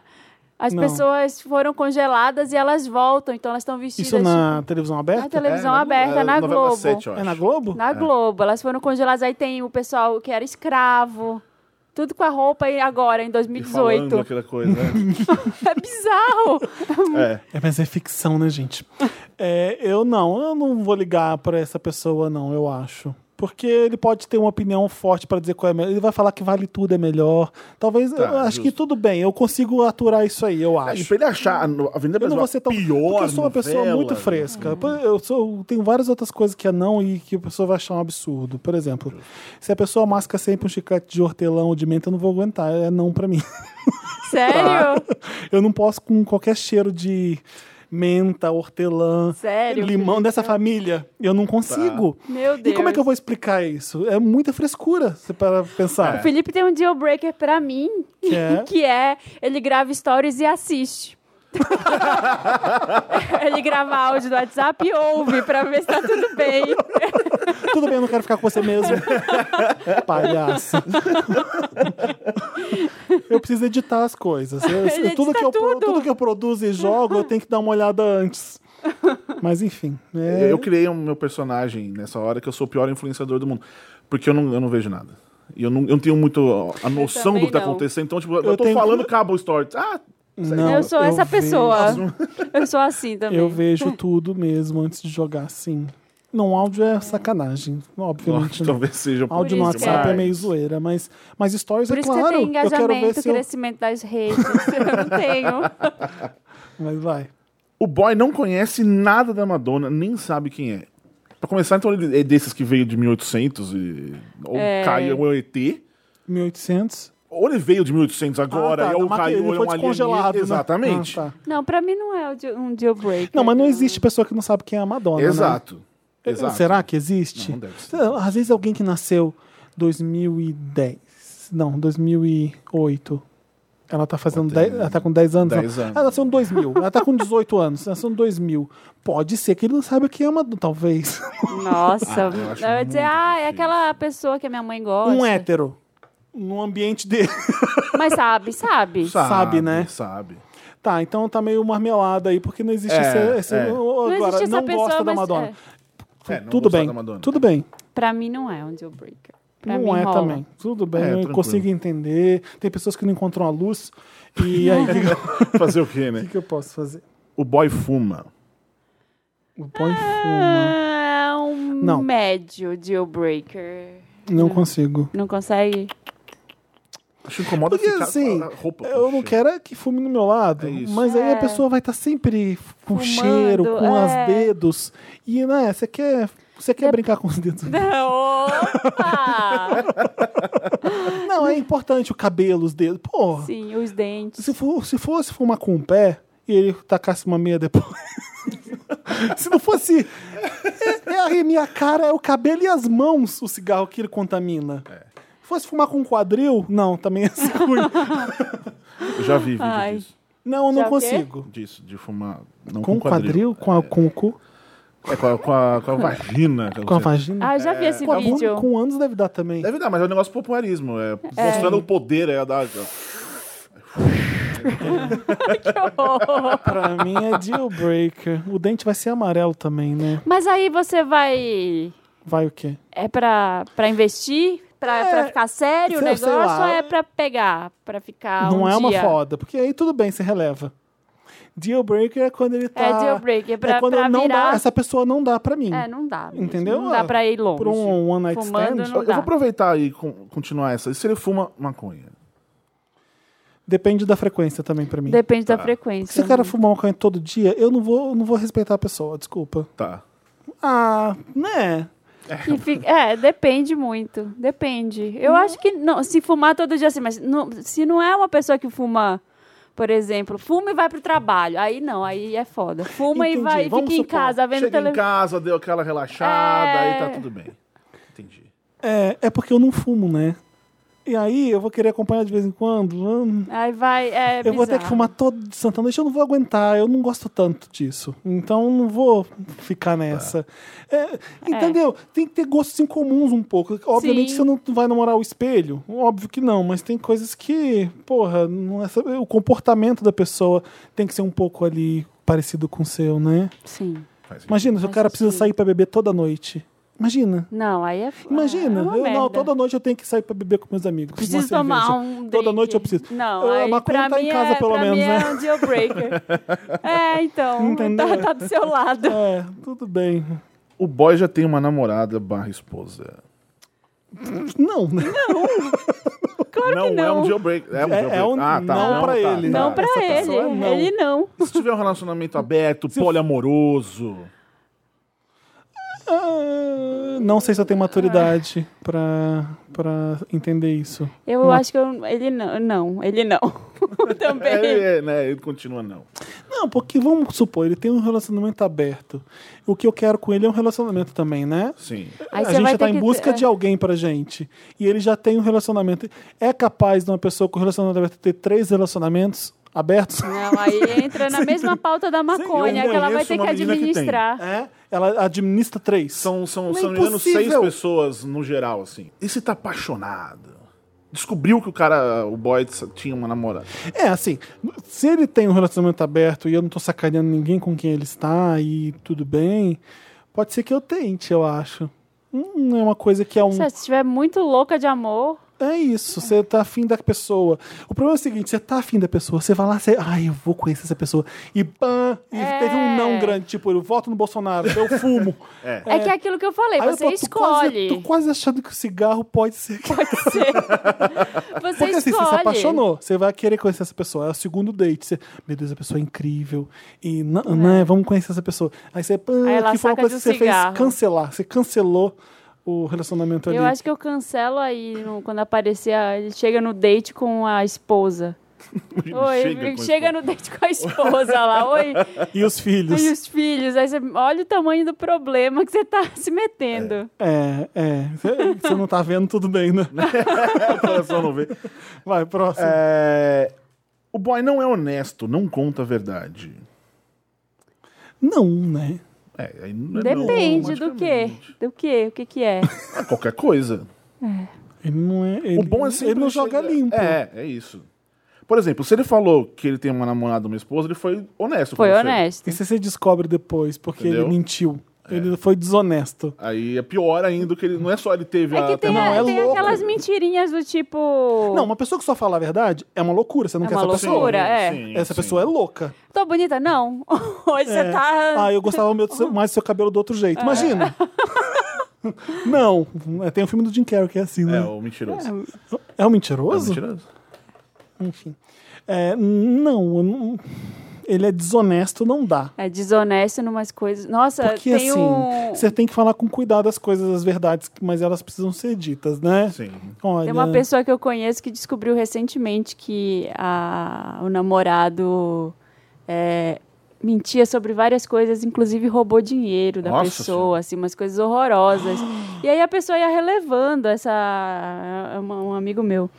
S2: As
S1: Não.
S2: pessoas foram congeladas e elas voltam, então elas estão vestidas
S1: Isso na televisão
S2: tipo, na
S1: aberta?
S2: televisão
S5: É, no-
S2: aberta,
S5: é,
S2: na
S5: novela
S2: Globo.
S5: sete, eu
S1: É
S5: acho.
S1: na Globo?
S2: Na Globo, elas foram congeladas. Aí tem o pessoal que era escravo, tudo com a roupa e agora, em
S5: E falando
S2: 2018.
S5: aquela coisa. né?
S2: É bizarro!
S5: é.
S1: É, mas é ficção, né, gente? É, eu não, eu não vou ligar pra essa pessoa, não, eu acho. Porque ele pode ter uma opinião forte pra dizer qual é melhor. Ele vai falar que vale tudo é melhor. Talvez, eu acho
S5: Tá, justo.
S1: que tudo bem, eu consigo aturar isso aí, eu
S5: E
S1: acho.
S5: pra ele achar a no- Avenida
S1: Eu não
S5: Brasil
S1: vou ser tão.
S5: a pior
S1: porque eu sou uma pessoa
S5: novela, né?
S1: muito
S2: Uhum.
S1: fresca. Eu sou, tenho várias outras coisas que é não e que a pessoa vai achar um absurdo. Por exemplo, se a pessoa masca sempre um chiclete de hortelã ou de menta, eu não vou aguentar. É não pra mim.
S2: Sério?
S1: Eu não posso com qualquer cheiro de menta, hortelã,
S2: Sério,
S1: limão
S2: Felipe?
S1: dessa família. Eu não consigo.
S2: Meu
S1: E
S2: Deus.
S1: como é que eu vou explicar isso? É muita frescura, se para
S2: O
S1: pensar.
S2: Felipe tem um deal breaker pra mim,
S1: Que é?
S2: que é ele grava stories e assiste. ele grava áudio do WhatsApp e ouve pra ver se tá tudo bem.
S1: Tudo bem, eu não quero ficar com você mesmo. Palhaço. eu preciso editar as coisas. Eu-
S2: Ele
S1: tudo, que
S2: edita
S1: eu, pro-
S2: tudo.
S1: tudo que eu produzo e jogo, eu tenho que dar uma olhada antes. Mas enfim.
S5: Eu,
S1: é-
S5: eu criei o meu personagem nessa hora que eu sou o pior influenciador do mundo. Porque eu não, eu não vejo nada. E eu não, eu não tenho muito a noção do
S2: também
S5: que tá
S2: não.
S5: acontecendo. Então, tipo, eu,
S1: Eu
S5: tô
S1: tenho-
S5: falando Cabo Stories. Ah,
S1: Não,
S2: eu sou essa
S1: vejo-
S2: pessoa. Eu sou assim também.
S1: Eu vejo tudo mesmo antes de jogar, sim. Não, áudio é sacanagem, obviamente. não.
S5: talvez seja um
S1: Áudio no
S2: Por isso que
S1: WhatsApp
S5: é-
S1: é meio zoeira, mas, mas stories
S2: Por
S1: é
S2: isso
S1: claro.
S2: que tem
S1: eu quero ver
S2: engajamento,
S1: se eu...
S2: crescimento das redes. Eu não tenho.
S1: Mas vai.
S5: O boy não conhece nada da Madonna, nem sabe quem é. Pra começar, então, ele é desses que veio de 1800 e... Ou
S2: É.
S5: caiu, ou é ET.
S1: 1800.
S5: Ou ele veio de 1800 agora,
S1: Ah, tá,
S5: ou
S1: mas
S5: caiu,
S1: ele
S5: ou é
S1: foi
S5: um
S1: descongelado,
S5: alienígena.
S1: né?
S5: Exatamente.
S1: Ah, tá.
S2: Não, pra mim não é o deal- um deal breaker.
S1: Não, mas não existe pessoa que não sabe quem é a Madonna. né?
S5: Exato. Exato.
S1: Será que existe? Então,
S5: Não, não deve ser.
S1: Às vezes alguém que nasceu 2010. Não, 2008. Ela tá fazendo
S5: Ela tem
S1: 10, ela tá com 10 anos.
S5: 10
S1: não.
S5: anos.
S1: Ela nasceu em 2000. Ela tá com 18 anos. Nasceu em 2000. Pode ser que ele não saiba quem é a Madonna, talvez.
S2: Nossa.
S5: Ah, eu acho
S2: eu ia dizer,
S5: muito
S2: ah, é
S5: difícil.
S2: aquela pessoa que a minha mãe gosta.
S1: Um hétero. No ambiente dele.
S2: Mas sabe, sabe.
S1: Sabe, né?
S5: Sabe.
S1: Tá, então tá meio marmelada aí, porque não existe
S5: É,
S1: esse. esse-
S5: é.
S1: Agora,
S2: Não
S1: não,
S2: existe essa pessoa,
S1: gosta da
S2: mas,
S1: Madonna.
S2: é.
S5: É, não
S1: Tudo
S5: gostar
S1: bem.
S5: da Madonna.
S1: Tudo bem.
S2: Pra mim não é um deal breaker. Pra
S1: não
S2: mim
S1: é
S2: rola.
S1: também. Tudo bem,
S5: É,
S1: eu
S5: tranquilo.
S1: consigo entender. Tem pessoas que não encontram a luz. E aí, o que, que-
S5: Fazer o quê,
S1: o que
S5: né?
S1: que eu posso fazer?
S5: O boy fuma.
S1: O põe fuma.
S2: É um
S1: Não.
S2: médio deal breaker.
S1: Não consigo.
S2: Não consegue?
S5: Acho que incomoda
S1: Porque
S5: ficar
S1: assim,
S5: com a roupa.
S1: eu não
S5: puxa.
S1: quero é que fume no meu lado,
S5: É isso.
S1: mas aí
S2: É.
S1: a pessoa vai estar sempre com
S2: Fumando,
S1: cheiro, com
S2: é.
S1: as dedos. E né, você quer, você quer brincar com os dedos.
S2: Não, opa!
S1: Não, é importante o cabelo, os dedos. Pô,
S2: Sim, os dentes.
S1: se, for, se fosse fumar com o pé e ele tacasse uma meia depois. se não fosse. É, é a minha cara, é o cabelo e as mãos o cigarro que ele contamina.
S5: É.
S1: Se fosse fumar com um quadril, não, também é ruim.
S5: Eu já vi vídeo
S2: Ai.
S5: disso.
S1: Não, eu
S2: Já
S1: não
S2: o quê?
S1: consigo.
S5: Disso, de fumar. Não
S1: Com
S5: com,
S1: o quadril? Com, a, com o cu?
S5: É, com, a, com, a, com a vagina.
S1: Com a vagina?
S2: Ah, eu já vi esse
S1: É, com, a
S2: vídeo.
S1: bunda, com anos deve dar também.
S5: Deve dar, mas é um negócio popularismo. É, Mostrando o poder é, da.
S1: Pra mim é deal breaker. O dente vai ser amarelo também, né?
S2: Mas aí você vai.
S1: Vai o quê?
S2: É pra, pra investir? Pra,
S1: É,
S2: pra ficar sério o
S1: sei- sei
S2: negócio?
S1: lá.
S2: Ou é pra pegar? Pra ficar.
S1: não
S2: um
S1: é uma
S2: dia?
S1: foda, porque aí tudo bem, você releva. Deal breaker é quando ele tá.
S2: É deal breaker, pra-
S1: quando
S2: pra
S1: não
S2: virar-
S1: dá, essa pessoa não dá pra mim.
S2: É, não dá. mesmo.
S1: Entendeu?
S2: Não dá pra ir longe.
S1: Por um one night
S2: Fumando,
S1: stand.
S2: não
S5: Eu
S2: dá.
S5: vou aproveitar e con- continuar essa. E se ele fuma maconha?
S1: Depende da frequência também pra mim.
S2: Depende da
S1: Tá. Se
S2: frequência.
S1: o cara
S2: né?
S1: fumar maconha todo dia, eu não vou, eu não vou respeitar a pessoa, desculpa.
S5: Tá.
S1: Ah, né?
S2: E fica- é, depende muito. Depende. Eu acho que não, se fumar todo dia assim, mas não- se não é uma pessoa que fuma, por exemplo, fuma e vai pro trabalho. Aí não, aí é foda. Fuma e
S1: Entendi.
S2: vai, fica
S1: Vamos
S2: em
S1: supor,
S2: casa Tá vendo
S5: Chega em
S2: televisão.
S5: casa, deu aquela relaxada,
S2: É.
S5: aí tá tudo bem. Entendi.
S1: É, é porque eu não fumo, né? E aí eu vou querer acompanhar de vez em quando. hum,
S2: Aí vai. É
S1: eu vou ter
S2: bizarro.
S1: que fumar todo de Santa Noite, eu não vou aguentar, eu não gosto tanto disso. Então não vou ficar nessa. É, entendeu? Tem que ter gostos incomuns um pouco. Obviamente
S2: Sim.
S1: você não vai namorar o espelho, óbvio que não, mas tem coisas que, porra, não é só- o comportamento da pessoa tem que ser um pouco ali parecido com o seu, né?
S2: Sim.
S5: Faz sentido.
S1: Imagina, se o
S2: Faz
S1: cara precisa
S2: sentido.
S1: sair pra beber toda noite. Imagina.
S2: Não, aí é.
S1: Imagina,
S2: é uma
S1: eu, não,
S2: merda.
S1: toda noite eu tenho que sair pra beber com meus amigos.
S2: Preciso
S1: uma
S2: tomar
S1: cerveja.
S2: um drink.
S1: Toda noite eu preciso.
S2: Não,
S1: Eu- a
S2: aí,
S1: maconha
S2: pra
S1: tá em
S2: mim
S1: casa,
S2: é,
S1: pelo
S2: pra
S1: menos,
S2: mim
S1: né?
S2: é um deal breaker. é, então, tá,
S1: Entendeu?
S2: tá do seu lado.
S1: É, tudo bem.
S5: O boy já tem uma namorada barra esposa.
S1: Não, né?
S5: Claro não,
S2: que
S5: é
S2: não.
S5: um jailbreak. É um
S1: É-
S5: jailbreak.
S1: é um
S5: ah, tá.
S1: não pra
S5: tá,
S1: ele.
S5: tá.
S2: Não pra
S1: essa
S2: ele.
S1: pessoa é não.
S2: Ele não.
S5: Se tiver um relacionamento aberto, poliamoroso.
S1: Ah, não sei se eu tenho maturidade pra, pra entender isso.
S2: Eu acho que eu- ele não. Não, ele não.
S5: É,
S2: Também.
S5: é, né? Ele continua não.
S1: Não, porque vamos supor, ele tem um relacionamento aberto. O que eu quero com ele é um relacionamento também, né?
S5: Sim.
S2: Aí
S1: a
S2: você
S1: gente
S2: vai
S1: tá
S2: ter
S1: em
S2: que-
S1: busca
S2: é.
S1: de alguém pra gente. E ele já tem um relacionamento. É capaz de uma pessoa com relacionamento aberto ter três relacionamentos abertos?
S2: Não, aí entra na mesma pauta da maconha,
S5: eu
S2: que ela vai
S5: conheço
S2: ter que
S5: uma menina que tem.
S2: administrar.
S1: É? Ela administra três.
S5: São, são,
S1: Não é
S5: são me engano, seis
S1: impossível.
S5: pessoas no geral, assim. E se tá apaixonado? Descobriu que o cara, o boy, tinha uma namorada.
S1: É, assim, se ele tem um relacionamento aberto e eu não tô sacaneando ninguém com quem ele está e tudo bem, pode ser que eu tente, eu acho. Hum, é uma coisa que é um.
S2: Se você estiver muito louca de amor,
S1: É isso, você tá afim da pessoa. O problema é o seguinte: você tá afim da pessoa, você vai lá, você. Ai, eu vou conhecer essa pessoa. E pã! E
S2: É.
S1: teve um não grande, tipo, eu voto no Bolsonaro, eu fumo.
S5: É.
S2: é, que é aquilo que eu falei,
S1: Aí eu
S2: você
S1: tô- tô quase-
S2: escolhe.
S1: Tô quase achando que o cigarro pode ser.
S2: Pode ser. Você
S1: Porque assim,
S2: escolhe.
S1: você se apaixonou, você vai querer conhecer essa pessoa. É o segundo date. Você, meu Deus, a pessoa é incrível. E não, né, vamos conhecer essa pessoa. Aí você, pã,
S2: Aí ela
S1: que foi uma
S2: saca
S1: coisa
S2: de um
S1: que você
S2: cigarro.
S1: fez cancelar. Você cancelou o relacionamento
S2: Eu
S1: ali.
S2: acho que eu cancelo aí no- quando aparecer. a- ele chega no date com a esposa. Oi, ele
S5: com
S2: chega
S5: isso.
S2: no date com a esposa lá. Oi,
S1: E os filhos.
S2: e os filhos. Aí você olha o tamanho do problema que você tá se metendo.
S1: É, é. Você- Você não tá vendo, tudo bem, né?
S5: Eu só não vejo.
S1: Vai, próximo.
S5: É, O boy não é honesto, não conta a verdade.
S1: Não, né?
S5: É, aí não é
S2: Depende
S5: não,
S2: do quê? Do quê? O que que é?
S5: É qualquer coisa.
S1: Ele não é. Ele,
S5: o bom é sempre
S1: ele não joga
S5: chegar-
S1: limpo.
S5: É, é isso. Por exemplo, se ele falou que ele tem uma namorada, uma esposa, ele foi honesto.
S2: Foi
S5: com você.
S2: honesto.
S1: E se você descobre depois, porque
S5: Entendeu? É.
S1: ele mentiu. Ele foi desonesto.
S5: Aí é pior ainda que ele não é só ele teve
S2: É
S5: a
S2: que tem,
S5: teve-
S2: a-
S1: é
S2: tem
S1: louco.
S2: aquelas mentirinhas do tipo.
S1: Não, uma pessoa que só fala a verdade é uma loucura. Você não
S2: É
S1: quer
S2: uma
S1: essa
S5: Sim,
S1: pessoa.
S2: loucura, é.
S5: sim,
S1: Essa
S5: sim.
S1: pessoa é louca.
S2: Tô bonita? Não. Hoje você tá. É.
S1: Ah, eu gostava meu- mais do seu cabelo do outro jeito. Imagina. Não, é, tem um filme do Jim Carrey que é assim, né?
S5: É o mentiroso.
S1: É
S5: É,
S1: um
S5: o
S1: mentiroso?
S5: mentiroso.
S1: Enfim. É, não, eu não- ele é desonesto, não dá.
S2: É desonesto numas coisas. Nossa,
S1: Porque
S2: É, tem
S1: assim,
S2: um.
S1: você tem que falar com cuidado as coisas, as verdades, mas elas precisam ser ditas, né?
S5: Sim.
S1: Olha,
S2: Tem uma pessoa que eu conheço que descobriu recentemente que a, o namorado é, mentia sobre várias coisas, inclusive roubou dinheiro da
S5: Nossa
S2: pessoa,
S5: Senhora.
S2: assim, umas coisas horrorosas. e aí a pessoa ia relevando essa. uma- um amigo meu,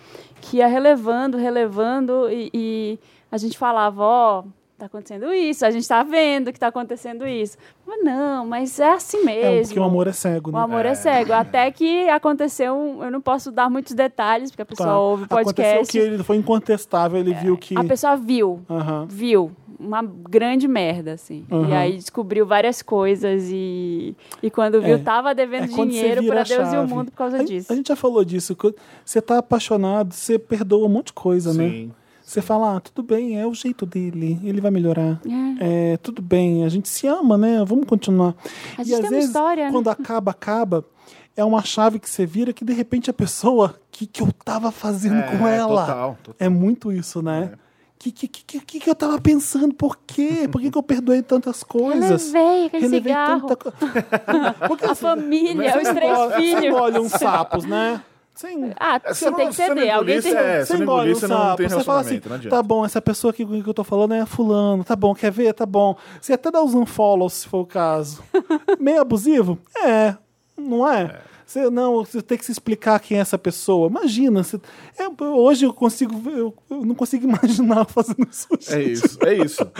S2: que ia relevando, relevando, e, e a gente falava, ó. Tá acontecendo isso, a gente tá vendo que tá acontecendo isso. Mas não, mas é assim mesmo.
S1: É, porque o amor é cego,
S2: O
S1: né?
S2: amor é, cego. Até que aconteceu. um- eu não posso dar muitos detalhes, porque a pessoa
S1: Tá.
S2: ouve
S1: Aconteceu
S2: podcast. É.
S1: que ele foi incontestável, ele viu que... Ah.
S2: A pessoa viu.
S1: Aham.
S2: Viu. Uma grande merda, assim. E
S1: Uhum.
S2: aí descobriu várias coisas e. E quando viu,
S1: É.
S2: tava devendo
S1: quando você
S2: dinheiro
S1: vira
S2: pra
S1: a
S2: Deus e o
S1: chave.
S2: mundo por causa
S1: A-
S2: disso.
S1: A gente já falou disso. quando Você tá apaixonado, você perdoa um monte de coisa, né?
S5: Sim.
S1: Você fala, ah, tudo bem, é o jeito dele, ele vai melhorar.
S2: É.
S1: É, tudo bem, a gente se ama, né? Vamos continuar.
S2: A gente
S1: e
S2: tem
S1: às
S2: uma
S1: vezes,
S2: história, né?
S1: quando acaba, acaba, é uma chave que você vira que de repente a pessoa, o que, que eu tava fazendo
S5: É,
S1: com ela?
S5: total, total. É.
S1: É muito isso, né? Que, que, que, que, que eu tava pensando? Por quê? Por que, que eu perdoei tantas coisas?
S2: Relevei aquele
S1: Relevei
S2: cigarro.
S1: tanta co- Porque
S2: A
S1: assim,
S2: família, é os três
S1: Você É,
S2: filhos.
S1: engole uns sapos, né? Você en-
S2: Ah,
S5: se
S2: você
S5: não-
S2: tem que
S5: se não
S2: ceder. Alguém
S5: engolisse,
S2: tem que.
S5: é. se
S1: você
S5: não
S1: engole
S5: engolir,
S1: um
S5: você não
S1: sapo.
S5: tem
S1: Você fala assim,
S5: relacionamento, não adianta.
S1: tá bom, essa pessoa aqui com que eu tô falando é fulano, tá bom, quer ver? Tá bom. Você até dá uns unfollows, se for o caso. Meio abusivo? É, não é? Você, não, você tem que se explicar quem é essa pessoa. Imagina, você- é, hoje eu consigo, ver- eu, eu não consigo imaginar eu fazendo isso.
S5: É isso, é isso.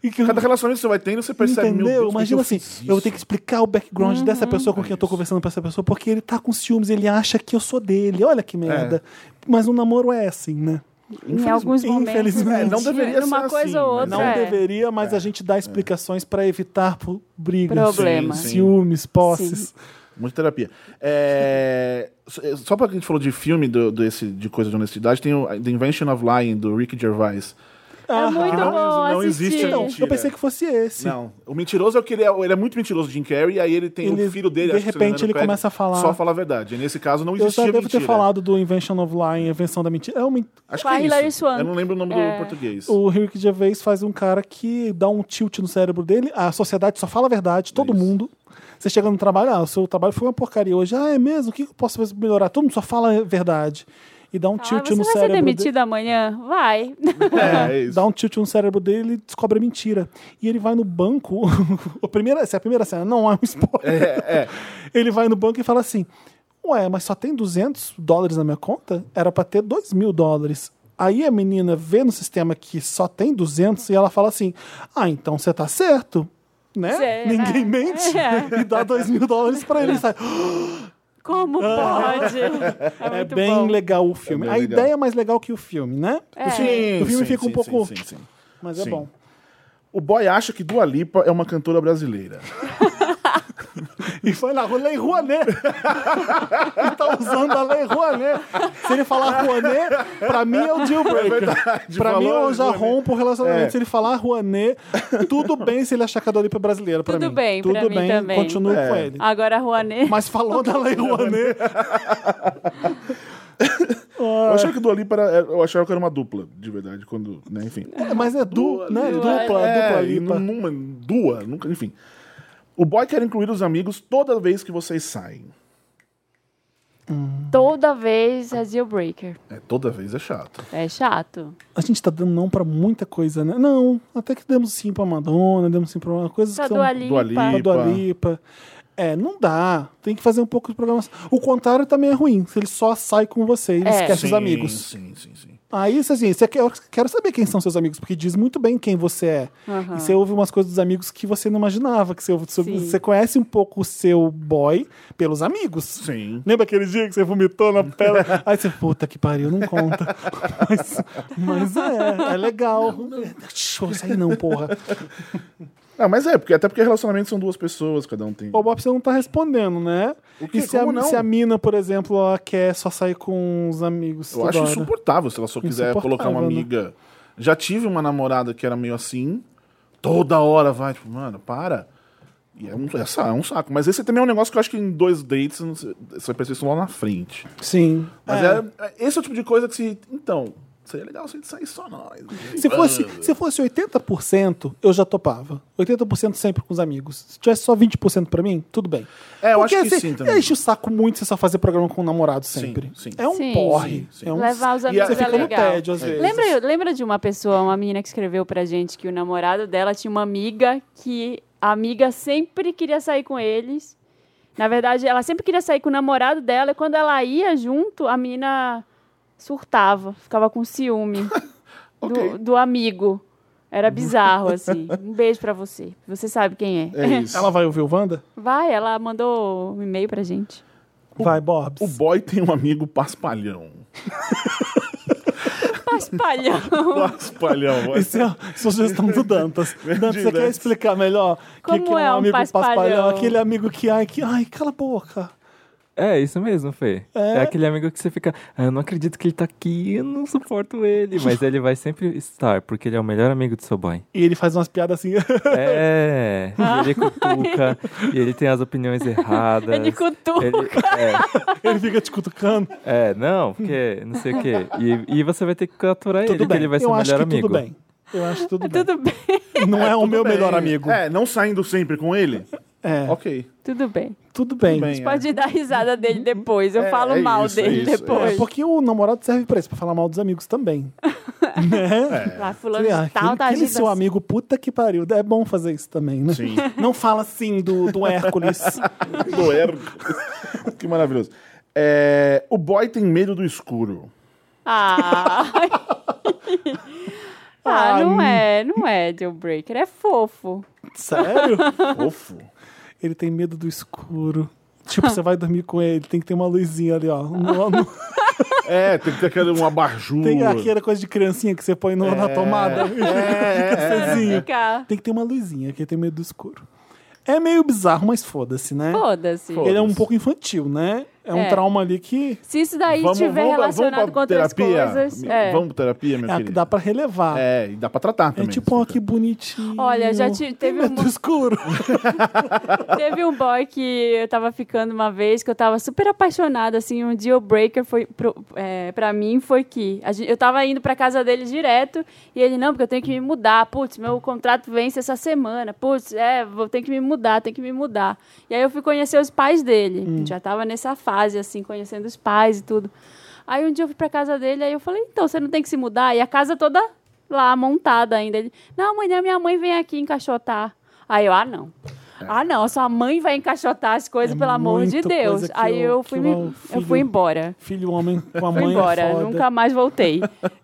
S1: E que eu-
S5: Cada relacionamento que você vai tendo, você percebe, meu
S1: Entendeu?
S5: Deus, por que
S1: Imagina
S5: que
S1: assim,
S5: eu, fiz
S1: eu vou
S5: isso?
S1: ter que explicar o background dessa
S2: Uhum.
S1: pessoa com
S5: É
S1: quem eu tô
S5: isso.
S1: conversando pra essa pessoa, porque ele tá com ciúmes, ele acha que eu sou dele, olha
S5: É.
S1: que merda. Mas um namoro é assim, né?
S2: Em alguns momentos. né?
S1: Infelizmente.
S5: É, não deveria
S2: numa
S5: ser
S2: coisa
S5: assim,
S2: ou
S5: mas
S2: outra.
S1: né? Não
S2: é.
S1: deveria, mas a gente dá explicações pra evitar po- brigas,
S2: Problema.
S5: Sim, sim.
S1: ciúmes, posses.
S5: Muita terapia. É, só- é, só pra que a gente falou de filme, do, desse, de coisa de honestidade, tem o The Invention of Lying, do Ricky Gervais.
S2: É muito
S5: não-
S2: bom
S5: não
S2: assistir.
S5: existe
S1: Ah, Então,
S5: Mentira.
S1: eu pensei que fosse esse.
S5: Não, o mentiroso é o que ele é, ele é muito mentiroso, Jim Carrey, aí ele tem o
S1: Ele-
S5: filho dele,
S1: de
S5: acho que, se não me
S1: repente,
S5: engano,
S1: ele
S5: pede
S1: começa a falar.
S5: Só falar a verdade. E nesse caso não
S1: Eu já
S5: existia
S1: devo
S5: mentira.
S1: ter falado do Invention of Lying, Invenção da Mentira. É uma,
S5: Acho
S2: Com a
S5: que é
S2: Hilary
S5: isso.
S2: Swank.
S5: Eu não lembro o nome
S2: É.
S5: do português.
S1: O Rick Gervais faz um cara que dá um tilt no cérebro dele, a sociedade só fala a verdade, todo
S5: Isso.
S1: mundo. Você chega no trabalho, ah, o seu trabalho foi uma porcaria hoje. Ah, é mesmo? O que eu posso fazer pra melhorar? Todo mundo só fala a verdade. e dá um
S2: Ah,
S1: tilt
S2: você
S1: no
S2: vai ser
S1: cérebro dele.
S2: demitido amanhã? Vai.
S5: É, é isso.
S1: Dá um tilt no cérebro dele, ele descobre a mentira. E ele vai no banco. a primeira, se a primeira cena não é um spoiler.
S5: É, é.
S1: Ele vai no banco e fala assim: Ué, mas só tem 200 dólares na minha conta? Era pra ter 2 mil dólares. Aí a menina vê no sistema que só tem 200 e ela fala assim: Ah, então você tá certo. Né?
S2: Será?
S1: Ninguém mente
S2: É.
S1: e dá 2 mil dólares pra ele. Sabe?
S2: Como pode? É,
S1: É
S2: muito
S1: bem
S2: bom.
S1: legal o filme.
S5: É
S1: a
S5: bem legal.
S1: ideia é mais legal que o filme, né?
S2: É.
S5: Sim,
S1: O filme
S5: sim,
S1: fica um
S5: sim,
S1: pouco-
S5: sim, sim, sim.
S1: Mas é
S5: Sim.
S1: bom.
S5: O boy acha que Dua Lipa é uma cantora brasileira.
S1: E foi na rua Lei Rouanet. Ele tá usando a Lei Rouanet. Se ele falar Rouanet, pra mim é o deal breaker.
S5: Tá,
S1: pra mim
S5: falou
S1: eu já
S5: Rouanet.
S1: rompo o relacionamento.
S5: É.
S1: Se ele falar Rouanet, tudo bem se ele achar que a Dolipa é brasileira pra
S2: Tudo
S1: mim.
S2: bem, pra
S1: Tudo
S2: mim
S1: bem,
S2: também.
S1: continuo
S5: É.
S1: com ele.
S2: Agora a Rouanet.
S1: Mas falou da Lei Rouanet,
S5: Eu achava que Dua Lipa era, eu achava que era uma dupla, de verdade, quando, né, enfim.
S1: é, mas é du, né?
S2: Dua-
S1: dupla,
S5: É,
S1: dupla
S5: e
S1: Lipa.
S5: numa, duas, nunca, enfim. O boy quer incluir os amigos toda vez que vocês saem.
S2: Toda vez é deal breaker.
S5: É, toda vez é chato.
S2: É chato.
S1: A gente tá dando não pra muita coisa, né? Não, até que demos sim pra Madonna, demos sim pra uma coisa
S2: Só
S1: que são...
S2: Dua Lipa.
S5: Dua Lipa.
S1: a Dua Lipa. É, não dá. Tem que fazer um pouco de programação. O contrário também é ruim. Se ele só sai com você e
S2: É.
S1: esquece os
S5: Sim,
S1: amigos.
S5: Sim, sim, sim.
S1: Aí, assim, você quer, eu quero saber quem são seus amigos, porque diz muito bem quem você é.
S2: Aham.
S1: E você ouve umas coisas dos amigos que você não imaginava. que Você, ouve sobre-
S2: Sim.
S1: você conhece um pouco o seu boy pelos amigos.
S5: Sim.
S1: Lembra aquele dia que você vomitou na pedra? Aí você, puta que pariu, não conta. Mas, mas é, é legal. Show, isso aí não, porra.
S5: Ah, mas é, porque, até porque relacionamentos são duas pessoas, cada um tem.
S1: O Bob você não tá respondendo, né?
S5: O quê?
S1: E se a,
S5: Como não?
S1: se a mina, por exemplo, ela quer só sair com os amigos?
S5: Eu acho um
S1: toda hora?
S5: insuportável se ela só quiser
S1: Insuportável,
S5: colocar uma
S1: né?
S5: amiga. Já tive uma namorada que era meio assim, toda hora vai, tipo, mano, para. E é um, é sa- é um saco. Mas esse também é um negócio que eu acho que em dois dates não sei, você pensa isso lá na frente.
S1: Sim.
S5: Mas
S1: É.
S5: é- é- esse é o tipo de coisa que se. Então, seria legal se a gente sair só nós. né? Ah.
S1: Se fosse, se fosse 80%, eu já topava. 80% sempre com os amigos. Se tivesse só 20% pra mim, tudo bem.
S5: É, eu
S1: Porque,
S5: acho que
S1: assim,
S5: sim também.
S1: Enche o saco muito você só fazer programa com o namorado sempre.
S5: sim.
S1: É um
S2: Sim.
S1: porre.
S5: Sim, sim.
S1: É um...
S2: Levar os
S5: E
S2: amigos
S5: a-
S1: Você
S2: é
S1: fica no
S2: legal.
S1: tédio às vezes.
S2: Lembra, lembra de uma pessoa, uma menina que escreveu pra gente que o namorado dela tinha uma amiga que a amiga sempre queria sair com eles. Na verdade, ela sempre queria sair com o namorado dela e quando ela ia junto, a menina surtava, ficava com ciúme do,
S5: Ok.
S2: do amigo. Era bizarro, assim. Um beijo pra você. Você sabe quem é.
S5: É isso.
S1: Ela vai ouvir o Wanda?
S2: Vai, ela mandou um e-mail pra gente.
S1: Vai, Bob.
S5: O boy tem um amigo paspalhão.
S2: Paspalhão.
S5: Paspalhão, vai.
S1: Isso é sugestão do Dantas. Dantas, você quer
S5: Dantas.
S1: explicar melhor o que,
S2: Como
S1: que é um
S2: é um
S1: amigo
S2: paspalhão?
S1: Aquele amigo que ai, que ai, cala a boca.
S6: É, isso mesmo, Fê. É. aquele amigo que você fica, ah, eu não acredito que ele tá aqui, eu não suporto ele. Mas ele vai sempre estar, porque ele é o melhor amigo do seu boy.
S1: E ele faz umas piadas assim.
S6: É, e ele cutuca, e ele tem as opiniões erradas.
S2: Ele cutuca.
S6: Ele- é,
S1: ele fica te cutucando.
S6: é, não, porque não sei o quê. E, e você vai ter que aturar ele,
S1: Tudo
S6: porque
S1: bem.
S6: ele vai ser
S1: Eu
S6: o
S1: acho
S6: melhor
S1: que
S6: amigo.
S1: tudo bem. Eu acho tudo bem.
S2: É Tudo bem,
S1: Não é, o meu
S5: Bem,
S1: melhor amigo.
S5: É, não saindo sempre com ele.
S1: É,
S5: Ok.
S2: tudo bem.
S1: tudo bem.
S5: Bem, é.
S2: Pode dar risada dele depois. Eu
S5: É,
S2: falo
S5: é
S2: mal
S5: isso, é
S2: dele
S5: isso, é
S2: depois.
S1: É porque o namorado serve pra isso, pra falar mal dos amigos também. né?
S2: Lá, fulano
S1: Aquele,
S2: de tal tá
S1: aquele
S2: agindo
S1: seu
S2: assim.
S1: amigo, puta que pariu. É bom fazer isso também, né?
S5: Sim.
S1: Não fala assim do, do Hércules.
S5: Do erro. que maravilhoso. É, o boy tem medo do escuro.
S2: Ah, ah não é, não é deal breaker. É fofo.
S1: Sério?
S5: Fofo.
S1: Ele tem medo do escuro. Tipo, você vai dormir com ele, tem que ter uma luzinha ali, ó. No- no-
S5: É, tem que ter aquela, uma barjura.
S1: tem aquela coisa de criancinha que você põe no- na tomada.
S5: É, é, é.
S1: Luzinha.
S2: Fica.
S1: Tem que ter uma luzinha, que ele tem medo do escuro. É meio bizarro, mas foda-se, né?
S2: Foda-se.
S5: Foda.
S1: Ele é um pouco infantil, né? É um
S2: É.
S1: trauma ali que
S2: Se isso daí tiver relacionado com outras coisas. é.
S5: Vamos pra terapia, meu
S1: é,
S5: querido.
S1: dá pra relevar. É,
S5: É, e dá pra tratar também.
S1: tipo, ó, que bonitinho.
S2: Olha, já te- teve um
S1: Tem medo
S2: uma-
S1: do escuro.
S2: Teve um boy que eu tava ficando uma vez, que eu tava super apaixonada, assim, um deal breaker foi pro, é, pra mim foi que a gen- eu tava indo pra casa dele direto e ele, não, porque eu tenho que me mudar, putz, meu contrato vence essa semana, putz, é, vou ter que me mudar, tenho que me mudar. E aí eu fui conhecer os pais dele, já tava nessa fase, assim, conhecendo os pais e tudo. Aí um dia eu fui pra casa dele, aí eu falei, então, você não tem que se mudar? E a casa toda lá, montada ainda. Ele, não, amanhã minha mãe vem aqui encaixotar. Aí eu, ah, não. Ah, não, a sua mãe vai encaixotar as coisas,
S1: É
S2: pelo amor de
S1: muita
S2: Deus.
S1: coisa que
S2: Aí
S1: o-
S2: eu
S1: que
S2: fui,
S1: o
S2: me- eu
S1: filho-
S2: fui embora.
S1: Filho homem com a
S2: Fui
S1: mãe
S2: embora,
S1: é foda.
S2: nunca mais voltei.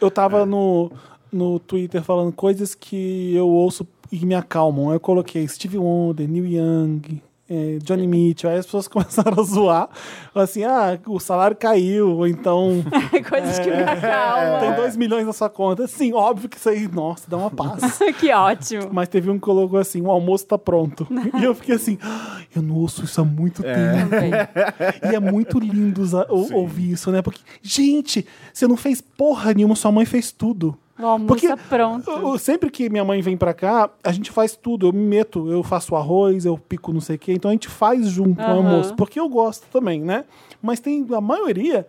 S1: Eu
S5: É.
S1: tava no, no Twitter falando coisas que eu ouço e me acalmam. Eu coloquei Steve Wonder, Neil Young, eh,
S2: É.
S1: Johnny Mitchell. Aí as pessoas começaram a zoar. Assim, ah, o salário caiu, ou então
S2: Coisas que me acalmam.
S1: tem
S5: É.
S1: 2 milhões na sua conta. Sim, óbvio que isso aí, nossa, dá uma paz.
S2: que ótimo.
S1: Mas teve um que colocou assim, o almoço tá pronto. E eu fiquei assim, "Ah, eu não ouço isso há muito
S5: É.
S1: tempo. E é muito lindo usar- ou- ouvir isso, né? Porque, gente, você não fez porra nenhuma, sua mãe fez tudo.
S2: O almoço
S1: Porque
S2: tá pronto.
S1: eu- eu- sempre que minha mãe vem pra cá, a gente faz tudo. Eu me meto, eu faço arroz, eu pico não sei o quê. Então a gente faz junto o
S2: Aham.
S1: almoço. Porque eu gosto também, né? Mas tem a maioria.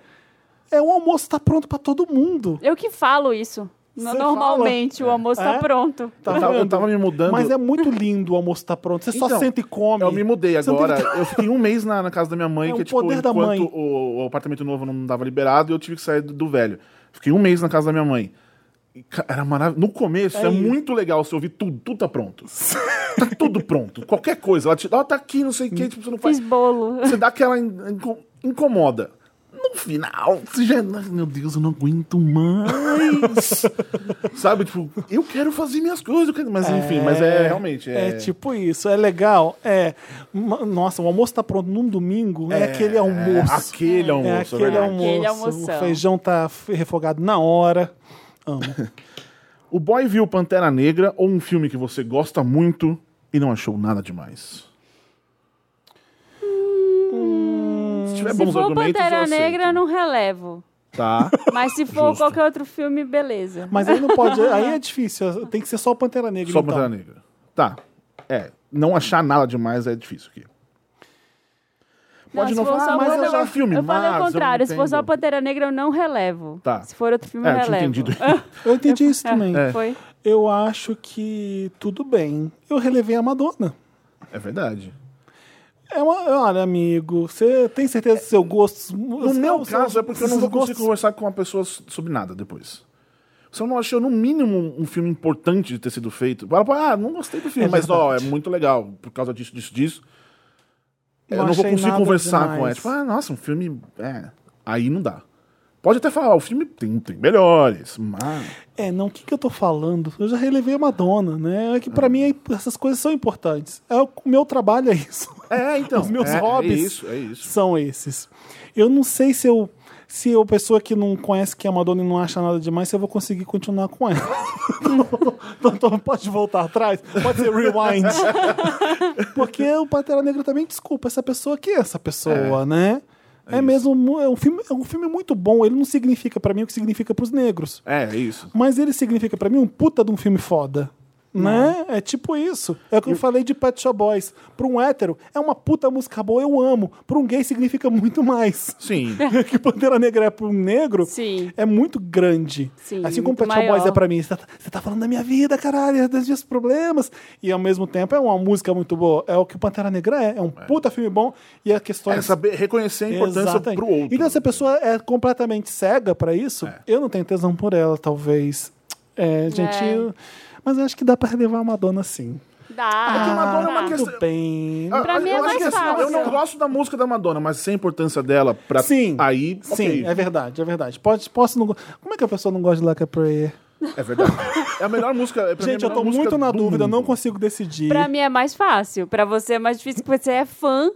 S1: É o almoço tá pronto pra todo mundo.
S2: Eu que falo isso. No-
S1: Você
S2: Normalmente o almoço tá
S1: É?
S2: pronto.
S1: Tá
S5: eu, tava, eu
S1: vendo?
S5: tava me mudando.
S1: Mas é muito lindo o almoço tá pronto. Você só
S5: Então,
S1: senta e come.
S5: Eu me mudei
S1: Você não tem
S5: agora.
S1: que-
S5: Eu fiquei um mês na, na casa da minha mãe,
S1: É
S5: que
S1: o
S5: tipo,
S1: poder da
S5: enquanto
S1: mãe.
S5: O, o apartamento novo não dava liberado, eu tive que sair do, do velho. Fiquei um mês na casa da minha mãe. E, ca- Era maravilhoso. No começo,
S1: É
S5: é,
S1: isso.
S5: muito legal você ouvir tudo. Tudo tá pronto. tá tudo pronto. Qualquer coisa. Ela, te, ela tá aqui, não sei o que, tipo, você não faz.
S2: Fiz bolo.
S5: Você dá aquela in- inco- incomoda. No final, você já. "Ai, Meu Deus, eu não aguento mais. Sabe, tipo, eu quero fazer minhas coisas, eu quero- mas enfim, mas é realmente.
S1: É tipo isso, é legal. É. Ma- Nossa, o almoço tá pronto num domingo. É, aquele almoço.
S5: Aquele almoço.
S1: é
S5: é
S1: aquele
S5: verdade.
S1: almoço.
S2: Aquele
S1: O
S2: almoção.
S1: feijão tá f- refogado na hora. Amo.
S5: O boy viu Pantera Negra ou um filme que você gosta muito e não achou nada demais? se tiver
S2: Se
S5: É bons
S2: for
S5: argumentos, eu
S2: Pantera
S5: aceito.
S2: Negra, não relevo.
S5: Tá.
S2: Mas se for
S5: Justo.
S2: qualquer outro filme, beleza.
S1: Mas aí não pode. Aí é difícil. Tem que ser só o Pantera Negra.
S5: Só
S1: então.
S5: Pantera Negra. Tá. É, não achar nada demais é difícil aqui. Pode
S2: se
S5: não
S2: for
S5: falar,
S2: só
S5: mas
S2: Pantera-
S5: eu já filme,
S2: Eu
S5: mas
S2: falei
S5: eu
S2: o
S5: não
S2: contrário. Se for só
S5: entendo.
S2: Pantera Negra, eu não relevo.
S5: Tá.
S2: Se for outro filme,
S5: É,
S2: eu
S5: eu tinha
S2: relevo.
S5: entendido.
S1: Eu entendi isso também.
S2: É, Foi.
S1: Eu acho que tudo bem. Eu relevei a Madonna.
S5: É verdade.
S1: É uma, olha, amigo, você tem certeza do seu gosto?
S5: No meu caso, é porque eu não vou conseguir conversar com uma pessoa s- sobre nada depois. Se eu não achei, no mínimo, um filme importante de ter sido feito. Fala, pô, ah, não gostei do filme,
S1: É
S5: mas ó, é
S1: verdade.
S5: muito legal, por causa disso, disso, disso.
S1: Não
S5: eu não vou
S1: achei
S5: conseguir
S1: nada
S5: conversar com ela.
S1: demais.
S5: Tipo, ah, nossa, um filme. É. Aí não dá. Pode até falar, o filme tem, tem melhores, mas.
S1: É, não, o que, que eu tô falando? Eu já relevei a Madonna, né? É que pra mim é- essas coisas são importantes. É, o meu trabalho é isso.
S5: É, então.
S1: Os meus
S5: é,
S1: hobbies
S5: É isso, é isso.
S1: são esses. Eu não sei se eu. Se eu, pessoa que não conhece que é a Madonna e não acha nada demais, se eu vou conseguir continuar com ela. então, então, pode voltar atrás? Pode ser rewind. Porque o Pantera Negra também, desculpa, essa pessoa que é essa pessoa, né? É, mesmo, mu- é um, filme, é um filme muito bom. Ele não significa pra mim o que significa pros negros.
S5: É, é isso.
S1: Mas ele significa pra mim um puta de um filme foda. Né? É tipo isso. É o que eu falei de Pet Shop Boys. Pra um hétero, é uma puta música boa, eu amo. Pra um gay, significa muito mais.
S5: Sim.
S1: que Bandeira Negra é pra um negro,
S2: Sim.
S1: é muito grande.
S2: Sim,
S1: assim como
S2: muito
S1: Pet Shop
S2: maior.
S1: Boys é pra mim. Você tá, você tá falando da minha vida, caralho, é dos meus problemas. E ao mesmo tempo, é uma música muito boa. É o que o Pantera Negra é. É um puta filme bom. E a questão
S5: É saber reconhecer a importância
S1: Exatamente.
S5: pro outro. É.
S1: Então, se a pessoa é completamente cega pra isso, eu não tenho tesão por ela, talvez. É, gente.
S2: É.
S1: eu- Mas eu acho que dá pra relevar a Madonna sim.
S2: Dá.
S5: que Madonna é uma
S2: dá.
S5: questão-
S1: Tudo bem.
S5: Ah,
S2: Pra mim é
S5: acho
S2: mais
S5: que assim,
S2: fácil.
S5: Eu não gosto da música da Madonna, mas sem a importância dela pra
S1: Sim.
S5: aí,
S1: Sim,
S5: ok.
S1: é verdade, é verdade. Pode, posso não. go- Como é que a pessoa não gosta de Like a Prayer?
S5: É verdade. É a melhor música. é pra mim,
S1: Gente,
S5: a
S1: eu
S5: melhor
S1: tô
S5: música
S1: muito na
S5: do
S1: dúvida, eu
S5: mundo.
S1: não consigo decidir.
S2: Pra mim é mais fácil. Pra você é mais difícil, porque você é fã.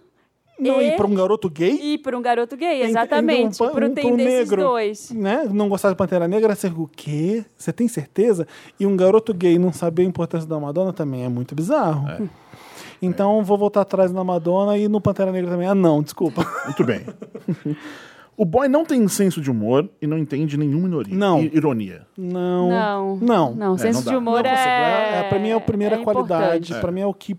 S1: não, e
S2: é-
S1: pra um garoto gay?
S2: E por um garoto gay,
S1: Ainda-
S2: exatamente.
S1: ainda um pa-
S2: Pro-
S1: um
S2: tem
S1: pro
S2: desses
S1: negro.
S2: dois.
S1: Né? Não gostar de Pantera Negra, você fica, o quê? Você tem certeza? E um garoto gay não saber a importância da Madonna também é muito bizarro. Então vou voltar atrás na Madonna e no Pantera Negra também. Ah, não, desculpa.
S5: Muito bem. O boy não tem senso de humor e não entende nenhuma minoria.
S1: Não.
S5: i- Ironia.
S1: Não.
S2: Não.
S1: Não.
S2: Não, senso
S5: não dá.
S2: de
S1: Não
S2: humor
S1: consigo.
S2: é...
S1: É, pra mim é a primeira
S2: é
S1: qualidade.
S2: importante.
S1: Pra mim é o que.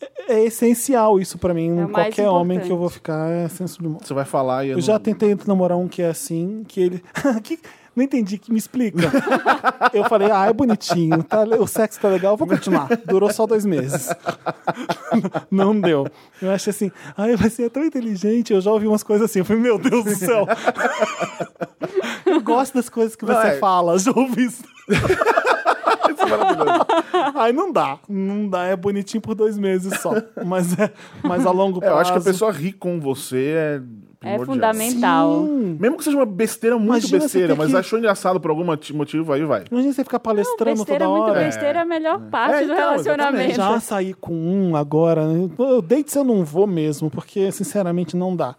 S1: é- É essencial isso pra mim.
S2: o mais
S1: Qualquer homem
S2: importante.
S1: que eu vou ficar é senso de humor.
S5: Você vai falar e.
S1: Eu já tentei namorar um que é assim, que ele. que- Não entendi, que me explica. eu falei, ah, é bonitinho, tá, le- o sexo tá legal, vou continuar. Durou só dois meses. Não deu. Eu achei assim, ai, você é tão inteligente, eu já ouvi umas coisas assim. Eu falei, meu Deus do céu. eu gosto das coisas que
S5: Não,
S1: você
S5: é-
S1: fala, já ouvi isso.
S5: Isso é maravilhoso.
S1: Aí não dá, não dá, é bonitinho por dois meses só. Mas, é, mas a longo
S5: É,
S1: prazo.
S5: eu acho que a pessoa rir com você é
S2: É
S5: primordial.
S2: fundamental.
S5: Mesmo que seja uma besteira muito
S1: Imagina você
S5: besteira,
S1: ter
S5: mas
S1: que-
S5: achou engraçado por algum moti- motivo, aí vai.
S1: Imagina você ficar
S2: Não,
S1: palestrando
S2: besteira,
S1: toda
S2: muito
S1: hora.
S2: besteira é a melhor parte
S5: É,
S2: do
S5: então,
S2: relacionamento.
S5: exatamente.
S1: Já saí com um agora. Eu- Eu deito se eu não vou mesmo, porque sinceramente não dá.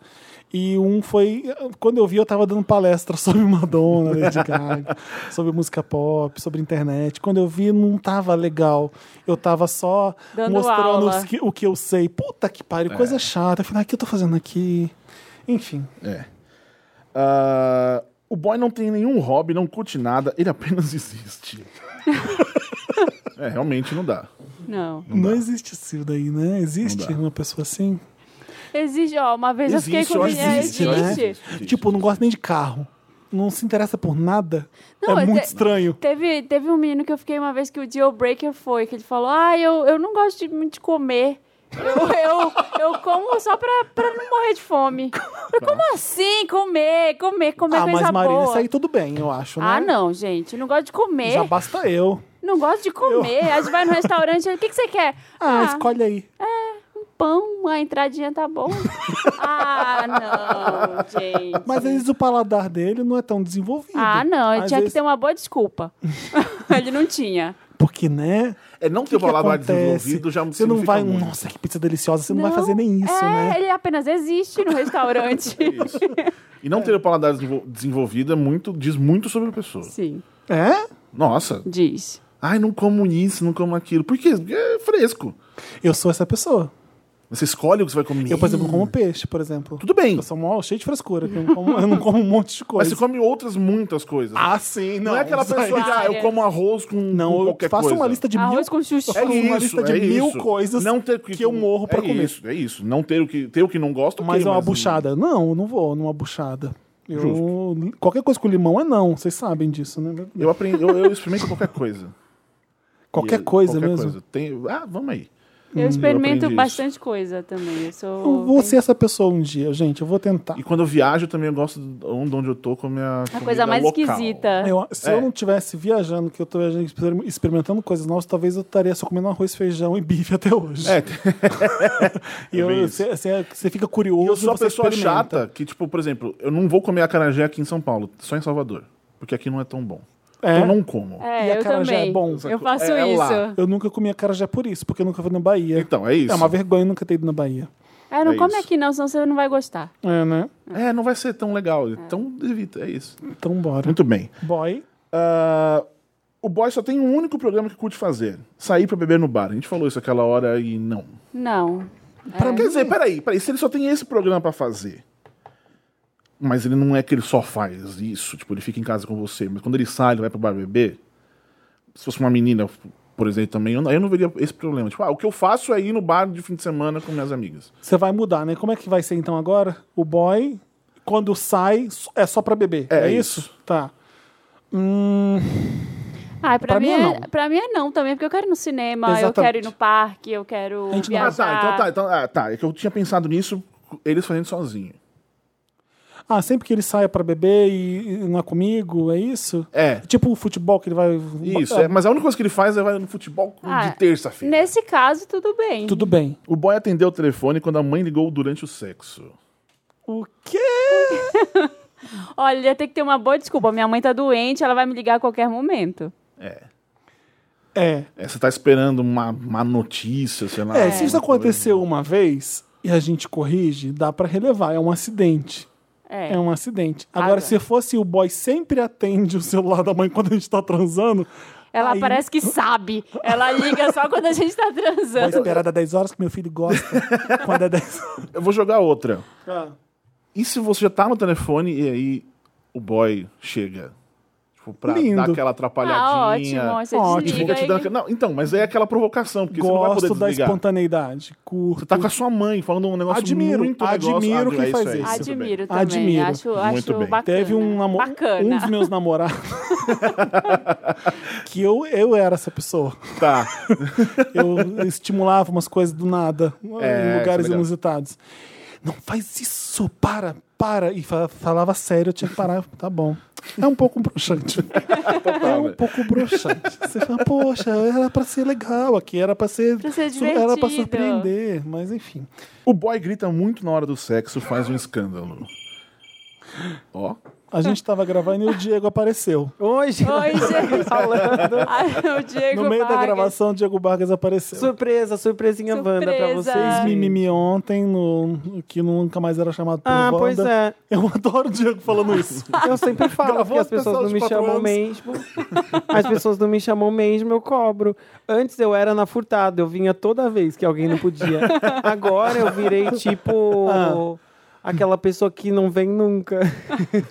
S1: E um foi. Quando eu vi, eu tava dando palestra sobre Madonna, Lady Gaga, sobre música pop, sobre internet. Quando eu vi, não tava legal. Eu tava só
S2: Dando
S1: mostrando
S2: aula.
S1: os que- o que eu sei. Puta que pariu, coisa chata. Eu falei, ah, o que eu tô fazendo aqui? Enfim.
S5: É. Ah, o boy não tem nenhum hobby, não curte nada, ele apenas existe. é, realmente não dá.
S2: Não.
S1: Não, existe isso daí, né? Existe
S5: dá.
S1: uma pessoa assim?
S2: Exige, ó, uma vez eu
S5: Existe,
S2: fiquei com
S5: eu
S1: acho que
S2: é,
S1: existe, né?
S2: existe.
S1: Tipo, não gosta nem de carro. Não se interessa por nada.
S2: Não,
S1: é
S2: mas
S1: muito
S2: é-
S1: estranho.
S2: Teve, teve um menino que eu fiquei uma vez que o deal breaker foi, que ele falou: Ah, eu, eu não gosto de, muito de comer. Eu, eu, eu como só pra, pra não morrer de fome. Eu, como assim? Comer, comer, comer
S1: Tá.
S2: é
S1: ah,
S2: coisa
S1: mas Marina,
S2: boa.
S1: isso aí tudo bem, eu acho, né?
S2: Ah, não, gente. Não gosto de comer.
S1: Já basta eu.
S2: Não gosto de comer. A gente vai no restaurante. O que, que você quer?
S1: Ah, escolhe aí.
S2: Tá pão, a entradinha tá bom. ah, não, gente.
S1: Mas às vezes o paladar dele não é tão desenvolvido.
S2: Ah, não. Ele
S1: Às
S2: tinha
S1: vezes-
S2: que ter um uma boa desculpa. ele não tinha.
S1: Porque, né?
S5: É não
S1: O que
S5: ter paladar
S1: acontece?
S5: desenvolvido já
S1: Você não
S5: significa
S1: vai. um
S5: muito.
S1: Nossa, que pizza deliciosa. Você não, vai fazer nem isso,
S2: é,
S1: né?
S2: Ele apenas existe no restaurante.
S5: É Isso. E não ter o paladar desenvol- desenvolvido é muito, diz muito sobre a pessoa.
S2: Sim,
S1: É?
S5: Nossa,
S2: diz.
S5: ai, não como isso, não como aquilo. Por quê? Porque é fresco.
S1: Eu sou essa pessoa.
S5: Você escolhe o que você vai comer.
S1: Eu, por exemplo, como peixe, por exemplo.
S5: Tudo bem,
S1: Eu sou mó cheio de frescura. que Eu não como, eu não como um monte de
S5: mas
S1: coisa.
S5: você come outras muitas coisas.
S1: Ah, sim,
S5: não, é aquela
S1: isso aí-
S5: pessoa que, ah, eu
S2: Várias.
S5: como arroz com,
S1: Não,
S5: com
S1: eu
S5: qualquer
S1: faço
S5: coisa.
S1: uma lista de mil
S2: Arroz com chuchu.
S1: É
S5: É
S1: uma
S5: isso,
S1: lista de
S5: é
S1: mil
S5: isso.
S1: coisas
S5: não ter
S1: que eu morro pra
S5: é
S1: comer.
S5: Isso, é isso. Não ter o que, ter o que não gosta, ok,
S1: Mas é uma
S5: mas-
S1: buchada. Não, não vou numa buchada. Eu, qualquer coisa com limão é não, vocês sabem disso, né?
S5: Eu aprendi, eu, eu experimento qualquer coisa.
S1: Qualquer
S5: E-
S1: coisa
S5: qualquer
S1: mesmo.
S5: coisa. Tem- ah, vamos aí.
S2: Eu experimento
S5: aprendi
S2: bastante coisa também. Eu sou.
S1: Eu vou ser essa pessoa um dia, gente. Eu vou tentar.
S5: E quando eu viajo também eu gosto de onde onde eu tô com a minha
S2: A coisa mais esquisita.
S1: Eu- se eu
S5: É.
S1: não tivesse viajando, que eu tô viajando, experim- experimentando coisas novas, talvez eu estaria só comendo arroz, feijão e bife até hoje.
S5: É.
S1: e eu-
S5: bem isso.
S1: você você- você fica curioso.
S5: E eu sou a
S1: você
S5: pessoa
S1: experimenta.
S5: chata que, tipo, por exemplo, eu não vou comer acarajé aqui em São Paulo, só em Salvador. Porque aqui não é tão bom.
S1: É.
S5: Então Eu não como.
S2: É,
S1: E a
S2: eu
S1: cara já é
S2: também.
S1: bom?
S2: Eu faço
S5: É lá.
S2: isso.
S1: Eu nunca comi acarajé por isso, porque eu nunca fui na Bahia.
S5: Então, é isso.
S1: É uma vergonha nunca ter ido na Bahia.
S2: É, não
S5: É
S2: come
S5: isso.
S2: aqui não, senão você não vai gostar.
S1: É, né?
S5: É, não vai ser tão legal. Então evita, é isso.
S1: Então bora.
S5: Muito bem.
S1: Boy.
S5: Ah, o boy só tem um único programa que curte fazer: sair pra beber no bar. A gente falou isso aquela hora e não.
S2: Não.
S5: Pra- Quer dizer, peraí, peraí, se ele só tem esse programa pra fazer, mas ele não é que ele só faz isso, tipo, ele fica em casa com você, mas quando ele sai, ele vai pro bar beber, se fosse uma menina, por exemplo, também, eu não, eu não veria esse problema. Tipo, ah, o que eu faço é ir no bar de fim de semana com minhas amigas.
S1: Você vai mudar, né? Como é que vai ser então agora? O boy, quando sai, é só pra beber. É,
S5: É
S1: isso?
S5: isso.
S1: Tá. Hum,
S2: Ah, pra,
S1: pra
S2: mim,
S1: mim é não.
S2: é, pra mim é não também, porque eu quero ir no cinema, eu
S1: Exatamente.
S2: quero ir no parque, eu quero
S1: A gente não-
S5: Ah,
S2: viajar.
S5: tá, então tá, então, ah, tá, é que eu tinha pensado nisso, eles fazendo sozinho.
S1: Ah, sempre que ele sai pra beber e, e não é comigo, é isso?
S5: É,
S1: Tipo o futebol que ele vai.
S5: isso, é, mas a única coisa que ele faz é vai no futebol
S2: Ah,
S5: de terça-feira.
S2: Nesse caso, tudo bem.
S1: Tudo bem.
S5: O boy atendeu o telefone quando a mãe ligou durante o sexo.
S1: O quê?
S2: Olha, ele ia ter que ter uma boa desculpa. Minha mãe tá doente, ela vai me ligar a qualquer momento.
S5: É.
S1: É.
S5: É, você tá esperando uma, uma notícia, sei lá.
S1: É, se isso
S5: alguma coisa.
S1: aconteceu uma vez e a gente corrige, dá pra relevar. É um acidente.
S2: É.
S1: É um acidente. Agora,
S2: Ah,
S1: se fosse o boy sempre atende o celular da mãe quando a gente tá transando.
S2: Ela
S1: aí-
S2: parece que sabe. Ela liga só quando a gente tá
S1: Vou
S2: transando.
S1: esperar dar 10 horas que meu filho gosta. quando é 10
S5: Eu vou jogar outra. E se você já tá no telefone e aí o boy chega? Tipo, pra
S1: Lindo.
S5: dar aquela
S2: Ah,
S5: atrapalhadinha.
S2: ótimo. aí Você
S1: Ótimo.
S5: E
S2: desliga
S5: fica te dando...
S2: aí.
S5: Não, então, mas é aquela provocação, porque você não vai
S1: Gosto
S5: poder
S1: da
S5: desligar.
S1: espontaneidade. Curto.
S5: Você tá com a sua mãe falando um negócio
S1: Admiro,
S5: muito negócio-
S1: admiro
S5: Ah,
S1: quem
S5: é isso
S1: faz
S5: aí,
S1: isso.
S5: tudo bem.
S2: Admiro também.
S1: Admiro.
S2: Acho,
S5: Muito
S2: acho
S5: bem.
S2: bacana.
S1: Teve um namo-
S2: Bacana.
S1: Um dos meus namorados. que eu, eu era essa pessoa.
S5: Tá.
S1: Eu estimulava umas coisas do nada,
S5: É,
S1: em lugares
S5: isso é legal.
S1: inusitados. Não faz isso, para, para. E fa- falava sério, eu tinha que parar. Tá bom. É um pouco broxante. é um
S5: né?
S1: pouco broxante. Você fala, poxa, era pra ser legal aqui, era pra ser.
S2: Pra ser
S1: su- era pra
S2: divertido.
S1: surpreender, mas enfim.
S5: O boy grita muito na hora do sexo, faz um escândalo. Ó.
S1: A gente tava gravando e o Diego apareceu.
S7: Hoje,
S2: Oi, gente.
S7: falando.
S2: Ai, o Diego
S1: No meio da
S2: Vargas.
S1: gravação, o Diego Vargas apareceu.
S7: Surpresa, surpresinha
S2: Surpresa.
S7: Wanda pra vocês.
S1: mimimi ontem, no, que nunca mais era chamado por
S7: Ah,
S1: Wanda.
S7: pois é.
S1: Eu adoro o Diego falando isso.
S7: Eu sempre falo
S1: Gravou
S7: que
S1: as
S7: as pessoas
S1: pessoas
S7: não
S1: de
S7: me
S1: quatro
S7: chamam
S1: anos.
S7: mesmo. As pessoas não me chamam mesmo, eu cobro. Antes eu era na furtada, eu vinha toda vez que alguém não podia. Agora eu virei tipo
S6: Ah.
S7: aquela pessoa que não vem nunca.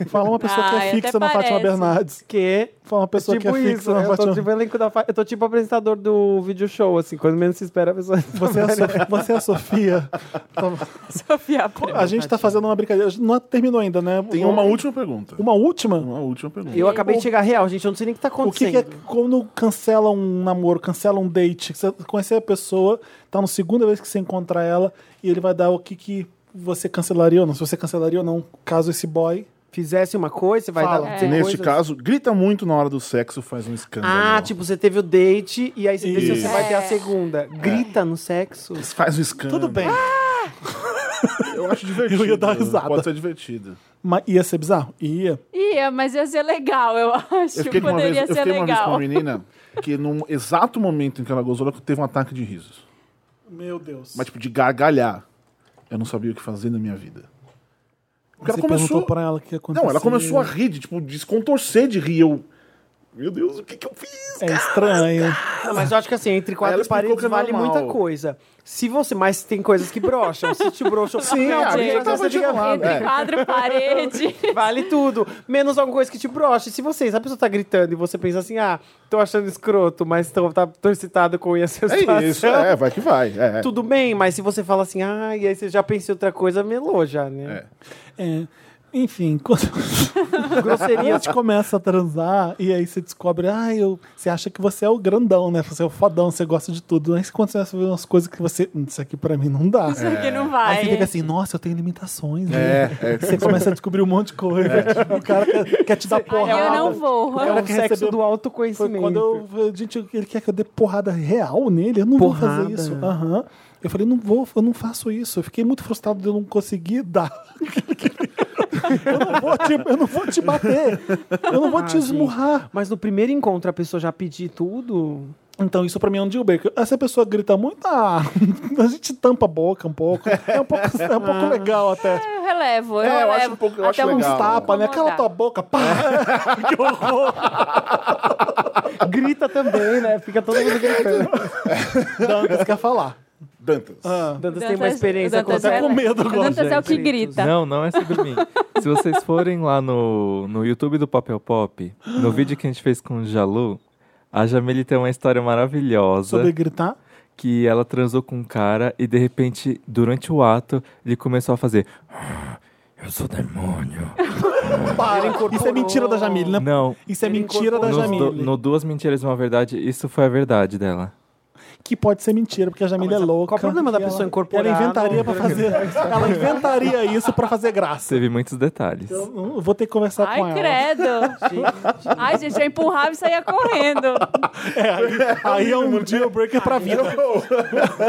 S1: Fala uma pessoa que é
S2: Ai,
S1: fixa
S2: Ah, até
S1: na Fátima
S2: parece.
S1: Bernardes.
S7: Que
S1: Fala uma pessoa
S7: tipo
S1: que é
S7: isso,
S1: fixa na
S7: eu tô
S1: Fátima
S7: tipo elenco da fa... eu tô tipo apresentador do vídeo show assim, quando menos se espera a pessoa.
S1: Você é, a Sofia, você é a Sofia. Tá-
S2: Sofia Abreu.
S1: A gente tá fazendo uma brincadeira. Não terminou ainda, né?
S5: Tem uma última pergunta.
S1: Uma última?
S5: Uma última pergunta.
S7: Eu acabei de chegar real, gente, eu não sei nem o que tá
S1: O que,
S7: acontecendo.
S1: que é quando cancela um namoro, cancela um date? Você conhecer a pessoa, tá na segunda vez que você encontrar ela e ele vai dar o que, que você cancelaria ou não. Se você cancelaria ou não, caso esse boy.
S7: Fizesse uma coisa, você vai
S1: Fala.
S7: dar
S2: É.
S7: dizer
S5: Neste
S7: coisas.
S5: caso, grita muito na hora do sexo, faz um escândalo.
S7: Ah, tipo, você teve o date e aí você decidiu que
S5: Isso.
S7: você vai ter a
S2: É.
S7: segunda. Grita no sexo.
S5: Faz um escândalo.
S1: Tudo bem.
S5: Eu acho divertido.
S1: Eu ia dar risada.
S5: Pode ser divertido.
S1: Mas ia ser bizarro? Ia.
S2: Ia, é, mas ia ser legal, eu acho.
S5: Eu fiquei, com uma vez,
S2: Tipo, Poderia
S5: eu
S2: ser
S5: fiquei uma vez com uma
S2: legal.
S5: menina que, no exato momento em que ela gozou, ela teve um ataque de risos.
S1: Meu Deus.
S5: Mas, tipo, de gargalhar. Eu não sabia o que fazer na minha vida. Porque
S1: você
S5: ela começou.
S1: perguntou pra ela o que aconteceu.
S5: Não, ela começou a rir, de, tipo, descontorcer de rir. Eu. Meu Deus, o que, que eu fiz?
S1: É estranho.
S7: Ah, Mas eu acho que assim, entre
S5: Ela
S7: quatro
S5: explicou
S7: paredes
S5: que é
S7: vale
S5: normal.
S7: muita coisa. Se você. Mas tem coisas que brocham. Se te brocham,
S5: Sim,
S1: Ah,
S7: não,
S5: a
S7: tem
S5: gente
S2: gente,
S5: tava
S7: coisa
S5: de
S7: que
S5: lado.
S1: né?
S2: Entre
S5: É.
S2: quadro e parede.
S7: Vale tudo. Menos alguma coisa que te broche. Se vocês, a pessoa tá gritando e você pensa assim, ah, tô achando escroto, mas tô, tá, tô excitado com essa situação.
S5: É isso, é, vai que vai. É,
S7: Tudo bem, mas se você fala assim, ah, e aí você já pensa em outra coisa, melou já, né?
S5: É.
S1: É, enfim, quando a
S7: Grosseria.
S1: gente começa a transar e aí você descobre, ah, eu, você acha que você é o grandão, né? Você é o fodão, você gosta de tudo. Aí quando você começa a ver umas coisas que você, "Hum, isso aqui pra mim não dá.
S2: Isso aqui não
S1: Aí
S2: vai.
S1: você fica assim, nossa, eu tenho limitações, né?
S5: É, é.
S1: Você começa a descobrir um monte de coisa. O cara quer, quer te dar
S2: Aí
S1: porrada.
S2: eu não vou.
S1: Ela
S7: É o
S1: que
S7: sexo
S1: recebeu-
S7: do
S1: Foi
S7: autoconhecimento.
S1: quando eu. eu- Gente, ele quer que eu dê porrada real nele. Eu não vou fazer
S7: Porrada.
S1: isso. Aham. Eu falei, não vou, eu não faço isso. Eu fiquei muito frustrado de eu não conseguir dar. eu, não vou te, eu não vou te bater. Eu não vou
S7: Ah,
S1: te
S7: gente.
S1: esmurrar.
S7: Mas no primeiro encontro a pessoa já pedir tudo.
S1: Então, isso pra mim é um deal breaker. Essa pessoa grita muito, ah, a gente tampa a boca um pouco. É um pouco, é um pouco legal até.
S2: Eu relevo, eu
S5: É, eu
S2: relevo.
S5: acho um pouco- eu
S2: Até
S5: acho
S2: um
S5: legal.
S1: Tapa, né? Cala tua boca, pá! que horror!
S7: Grita também, né? Fica todo mundo gritando.
S1: Dantas quer falar.
S5: Dantas.
S1: Ah.
S7: Dantas tem
S2: Dantas-
S7: uma experiência com
S2: Dantas
S1: Tá
S2: é-
S1: com medo agora.
S2: Dantas é o que
S7: gente.
S2: grita.
S6: Não, não é sobre mim. Se vocês forem lá no, no YouTube do Papel Pop, no vídeo que a gente fez com o Jalu, a Jamile tem uma história maravilhosa
S1: Sobre gritar?
S6: que ela transou com um cara e de repente, durante o ato, ele começou a fazer. "Ah, Eu sou demônio.
S1: Para. Isso é
S7: incorporou.
S1: mentira da Jamile, né?
S6: Não.
S1: Isso é
S7: Ele
S1: mentira da
S6: nos do-
S1: Jamile.
S6: no Duas Mentiras e uma Verdade, isso foi a verdade dela.
S1: Que pode ser mentira, porque a Jamile é
S7: mas
S1: louca.
S7: qual o problema da
S1: E
S7: pessoa
S1: ela-
S7: incorporar
S1: Ela inventaria
S7: no-
S1: pra fazer. ela inventaria isso pra fazer graça.
S6: Teve muitos detalhes.
S1: Eu eu vou ter que conversar com
S2: Ai,
S1: ela.
S2: credo. Ai, gente, eu empurrava e saía correndo.
S1: Aí é um deal breaker pra vida.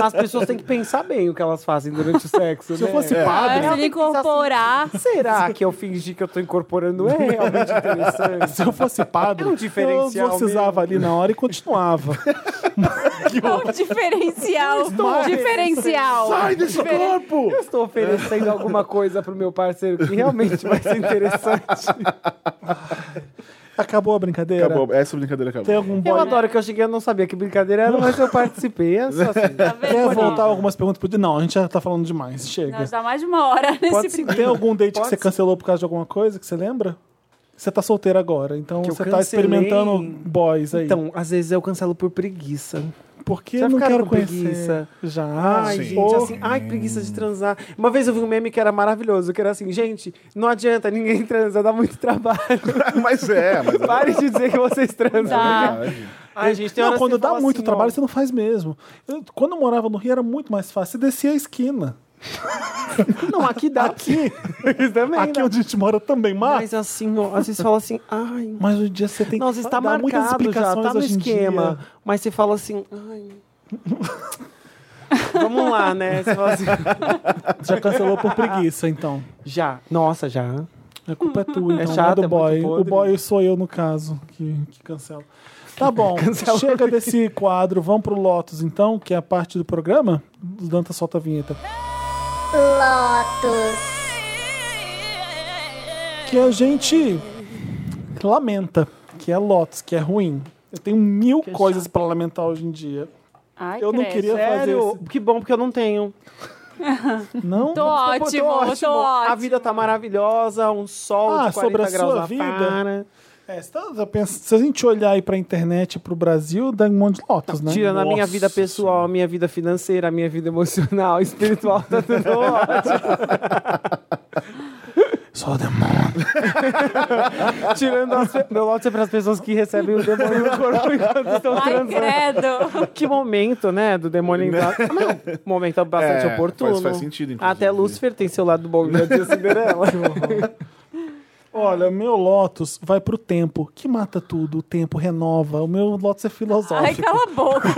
S7: As pessoas têm que pensar bem o que elas fazem durante o sexo,
S1: Se eu
S7: né?
S1: fosse padre,
S2: Ah, se ele incorporar.
S7: Será que eu fingir que eu tô incorporando é realmente interessante?
S1: se eu fosse padre,
S7: É um diferencial
S1: eu precisava ali na hora e continuava.
S2: É um diferencial. Diferencial.
S5: Sai desse corpo!
S7: Eu estou oferecendo alguma coisa pro meu parceiro que realmente vai ser interessante.
S1: Acabou a brincadeira?
S5: Acabou, essa brincadeira acabou.
S1: Tem algum
S7: Eu
S1: boy?
S7: adoro que eu cheguei, eu não sabia que brincadeira era, mas eu participei. É só assim.
S2: Tá vendo?
S1: Quer voltar algumas perguntas? pro dia? Não, a gente já tá falando demais. Chega.
S2: Nós dá mais de uma hora nesse
S1: Assim, Tem algum date que
S7: Pode
S1: você
S7: ser.
S1: cancelou por causa de alguma coisa que você lembra? Você tá solteiro agora, então
S7: Que eu
S1: você tá
S7: cancelei.
S1: experimentando boys aí.
S7: Então, às vezes eu cancelo por preguiça.
S1: Porque
S7: já
S1: eu não
S7: ficaram
S1: quero
S7: com
S1: conhecer.
S7: preguiça?
S1: Já.
S7: Ai,
S5: sim.
S7: gente,
S1: Pô,
S7: assim, ai, que preguiça de transar. Uma vez eu vi um meme que era maravilhoso, que era assim, gente, não adianta, ninguém transa, dá muito trabalho.
S5: mas
S1: Ah,
S5: é, mas é.
S7: Pare de dizer que vocês transam.
S2: Tá.
S5: verdade.
S7: Ai, gente, tem
S1: não,
S7: horas que
S1: quando
S7: eu
S1: dá
S7: falo
S1: muito
S7: assim,
S1: trabalho,
S7: ó,
S1: você não faz mesmo. Eu- quando eu morava no Rio, era muito mais fácil. Você descia a esquina.
S7: Não, aqui dá. Aqui, também
S1: Aqui é um
S7: dá.
S1: onde a gente mora também, mas...
S7: né? Mas assim, ó, às vezes fala assim, ai...
S1: Mas hoje em dia você tem
S7: Nossa, está
S1: dar muitas
S7: marcado já,
S1: explicações
S7: tá no
S1: hoje em
S7: esquema.
S1: dia.
S7: Mas você fala assim, ai... Vamos lá, né? Você fala assim,
S1: Já cancelou por preguiça, então.
S7: já. Nossa, já.
S1: A culpa é tua, então.
S7: É
S1: É
S7: chato, é
S1: do boy.
S7: muito
S1: o
S7: podre.
S1: boy sou eu, no caso, que, que cancela. Tá bom, chega desse quadro. Vamos pro Lotus, então, que é a parte do programa. O Danta solta a vinheta.
S8: Lotus.
S1: Que a gente lamenta, que é Lotus, que é ruim. Eu tenho mil coisas pra lamentar hoje em dia.
S2: Ai,
S1: Eu não
S2: credo.
S1: queria
S7: Sério?
S1: fazer
S7: Que bom, porque eu não tenho.
S1: esse... Não?
S2: Tô ótimo,
S7: Pô,
S2: tô ótimo.
S7: A vida tá maravilhosa, um sol
S1: Ah,
S7: de 40
S1: sobre a
S7: graus
S1: sua
S7: na
S1: vida?
S7: cara.
S1: É, se, tá- se a gente olhar aí pra internet e pro Brasil, dá um monte de Lotus, né?
S7: Tá Tirando a minha
S5: Nossa
S7: vida pessoal, a minha vida financeira, a minha vida emocional, espiritual, tá tudo ótimo.
S1: Só um demônio.
S7: Tirando as, meu lote é para as pessoas que recebem o demônio no corpo enquanto estão
S2: Ai,
S7: tá transando.
S2: credo.
S7: Que momento, né, do demônio entrar. Não, um momento bastante
S5: É,
S7: oportuno.
S5: faz- faz sentido, inclusive.
S7: Até Lúcifer tem seu lado bom, né, já dizia Cinderela.
S1: Olha, o meu Lotus vai pro tempo, que mata tudo, o tempo renova. O meu Lotus é
S2: Ai,
S1: filosófico.
S2: cala a boca,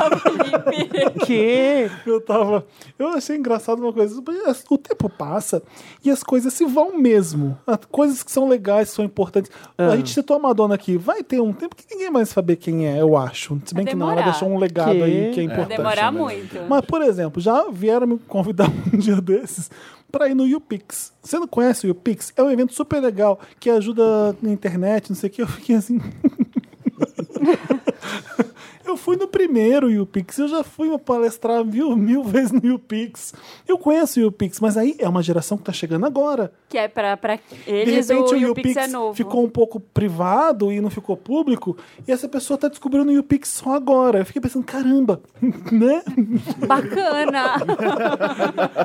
S2: Felipe.
S7: que?
S1: eu tava. Eu achei engraçado uma coisa. O tempo passa e as coisas se vão mesmo. As coisas que são legais, são importantes. A gente citou a Madonna aqui. Vai ter um tempo que ninguém mais vai saber quem é, eu acho. Se bem que não, ela
S2: demorar.
S1: deixou um legado
S7: Que-
S1: aí que é
S7: É.
S2: Vai
S1: importante.
S2: demorar
S5: né?
S2: muito.
S1: Mas, por exemplo, já vieram me convidar um dia desses pra ir no YouPix. Você não conhece o YouPix? É um evento super legal que ajuda na internet, não sei o que. Eu fiquei assim. Eu fui no primeiro YouPix, eu já fui palestrar mil, mil vezes no YouPix. Eu conheço o YouPix, mas aí é uma geração que tá chegando agora.
S2: Que é pra, pra
S1: De
S2: eles,
S1: repente o
S2: o, e o Pix
S1: YouPix
S2: é novo.
S1: ficou um pouco privado e não ficou público, e essa pessoa tá descobrindo o YouPix só agora. Eu fiquei pensando, caramba, né?
S2: Bacana.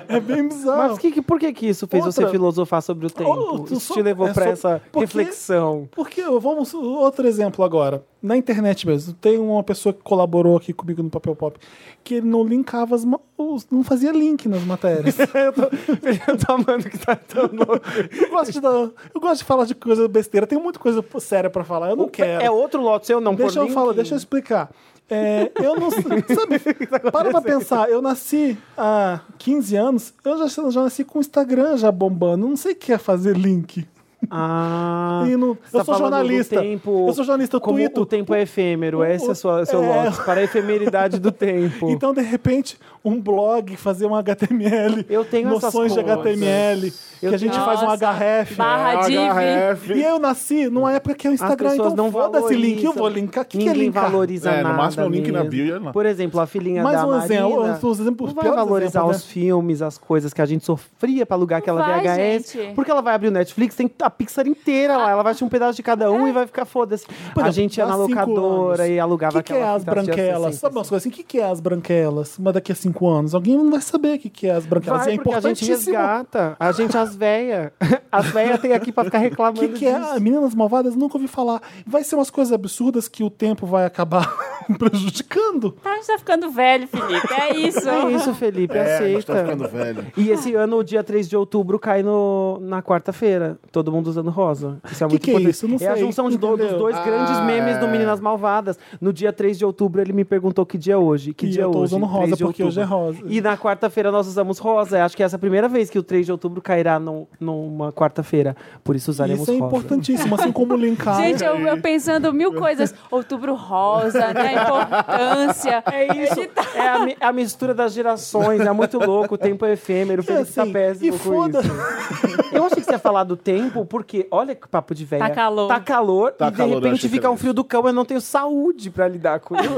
S1: É bem bizarro.
S7: Mas que, que- por que que isso fez você
S1: Outra-
S7: filosofar sobre o tempo?
S1: Oh, tu
S7: isso
S1: só-
S7: te levou
S1: é
S7: pra
S1: só-
S7: essa
S1: porque-
S7: reflexão.
S1: Porque, vamos, outro exemplo agora. Na internet mesmo, tem uma pessoa que colaborou aqui comigo no Papel Pop, que ele não linkava as ma- os- não fazia link nas matérias.
S7: eu, tô, eu tô amando que tá tão louco.
S1: eu, gosto de, dar- eu gosto de falar de coisa besteira, tem muita coisa séria pra falar, eu não quero.
S7: É outro lote seu, não
S1: Deixa
S7: por
S1: eu
S7: link?
S1: falar, deixa eu explicar. É, eu não sabe,
S7: é
S1: para pra pensar, eu nasci há 15 anos, eu já, já nasci com o Instagram já bombando, eu não sei o que é fazer link.
S7: Ah,
S1: E não-
S7: você
S1: eu sou
S7: falando do
S1: jornalista.
S7: tempo-
S1: Eu sou jornalista, eu
S7: como
S1: tuito.
S7: o tempo é efêmero, esse é sua, seu
S1: é.
S7: lote, para a efemeridade do tempo.
S1: Então, de repente, um blog, fazer um HTML,
S7: Eu tenho essas
S1: noções de
S7: coisas.
S1: HTML,
S7: Eu
S1: que a gente
S2: tenho-
S1: faz um
S2: Nossa,
S1: HRF.
S5: É,
S2: barra div.
S5: HRF.
S1: E eu nasci numa época que o Instagram,
S7: pessoas
S1: então
S7: não
S1: foda-se
S7: valorizam.
S1: link, eu vou linkar. O que, que é
S7: Ninguém
S1: linkar?
S7: valoriza
S5: É, no
S7: nada
S5: máximo é o link na
S7: mesmo.
S5: bio e olha lá.
S7: Por exemplo, a filhinha
S1: Mais
S7: da
S1: um
S7: Marina
S1: exemplo, os exemplos- né?
S7: não vai
S1: piores
S7: valorizar
S1: exemplos,
S7: os filmes, as coisas que a gente sofria pra alugar aquela
S2: vai,
S7: VHS.
S2: gente.
S7: Porque ela vai abrir o Netflix, tem a Pixar inteira lá. Ela vai assistir um pedaço de cada
S2: É.
S7: um e vai ficar foda-se.
S1: Por
S7: A
S1: exemplo,
S7: gente ia
S1: há
S7: na
S1: cinco
S7: locadora
S1: anos,
S7: e alugava
S1: O que, que é
S7: aquela
S1: as
S7: fita, assistia
S1: branquelas?
S7: 60.
S1: Sabe umas coisas assim? O que, que é as branquelas? Mas daqui a cinco anos. Alguém não vai saber o que, que é as branquelas.
S7: Vai,
S1: e é
S7: porque a gente
S1: importantíssimo.
S7: resgata. A gente, as véia. As véia tem aqui pra ficar
S1: O
S7: reclamando.
S1: que, que é?
S7: disso.
S1: Ah, Meninas Malvadas? Nunca ouvi falar. Vai ser umas coisas absurdas que o tempo vai acabar prejudicando.
S2: A gente tá ficando velho, Felipe. É isso.
S7: É isso, Felipe,
S5: É, a gente
S7: aceita.
S5: tá
S1: então.
S5: ficando velho.
S7: E esse ano, o dia 3 de outubro, cai no, na quarta-feira. Todo mundo usando rosa. Isso é muito
S1: que é
S7: importante.
S1: isso? Eu não
S7: a
S1: sei,
S7: junção de do- dos
S1: entendeu?
S7: dois
S5: Ah,
S7: grandes memes do
S5: é.
S7: Meninas Malvadas. No dia 3 de outubro, ele me perguntou que dia é hoje. Que
S1: E
S7: dia
S1: eu tô
S7: é hoje?
S1: usando
S7: 3
S1: rosa
S7: de
S1: porque hoje é
S7: outubro.
S1: rosa.
S7: E na quarta-feira nós usamos rosa. Acho que essa é a primeira vez que o 3 de outubro cairá num- numa quarta-feira. Por isso usaremos
S1: Isso é
S7: rosa.
S1: importantíssimo, assim como linkar.
S7: é
S2: Gente, eu, eu pensando mil coisas. Outubro rosa, né? Importância.
S7: É isso. É a, mi- a mistura das gerações. É muito louco. O tempo é efêmero. O
S1: É
S7: Felipe tá
S1: assim,
S7: péssimo
S1: e
S7: com
S1: foda-
S7: isso. Eu achei que você ia falar do tempo, porque olha que papo de velha.
S2: Tá calor.
S7: Tá calor
S5: Tá
S7: e de
S5: calor, eu
S7: repente
S5: achei
S7: fica um
S5: feliz.
S7: frio do cão. Eu não tenho saúde pra lidar com isso.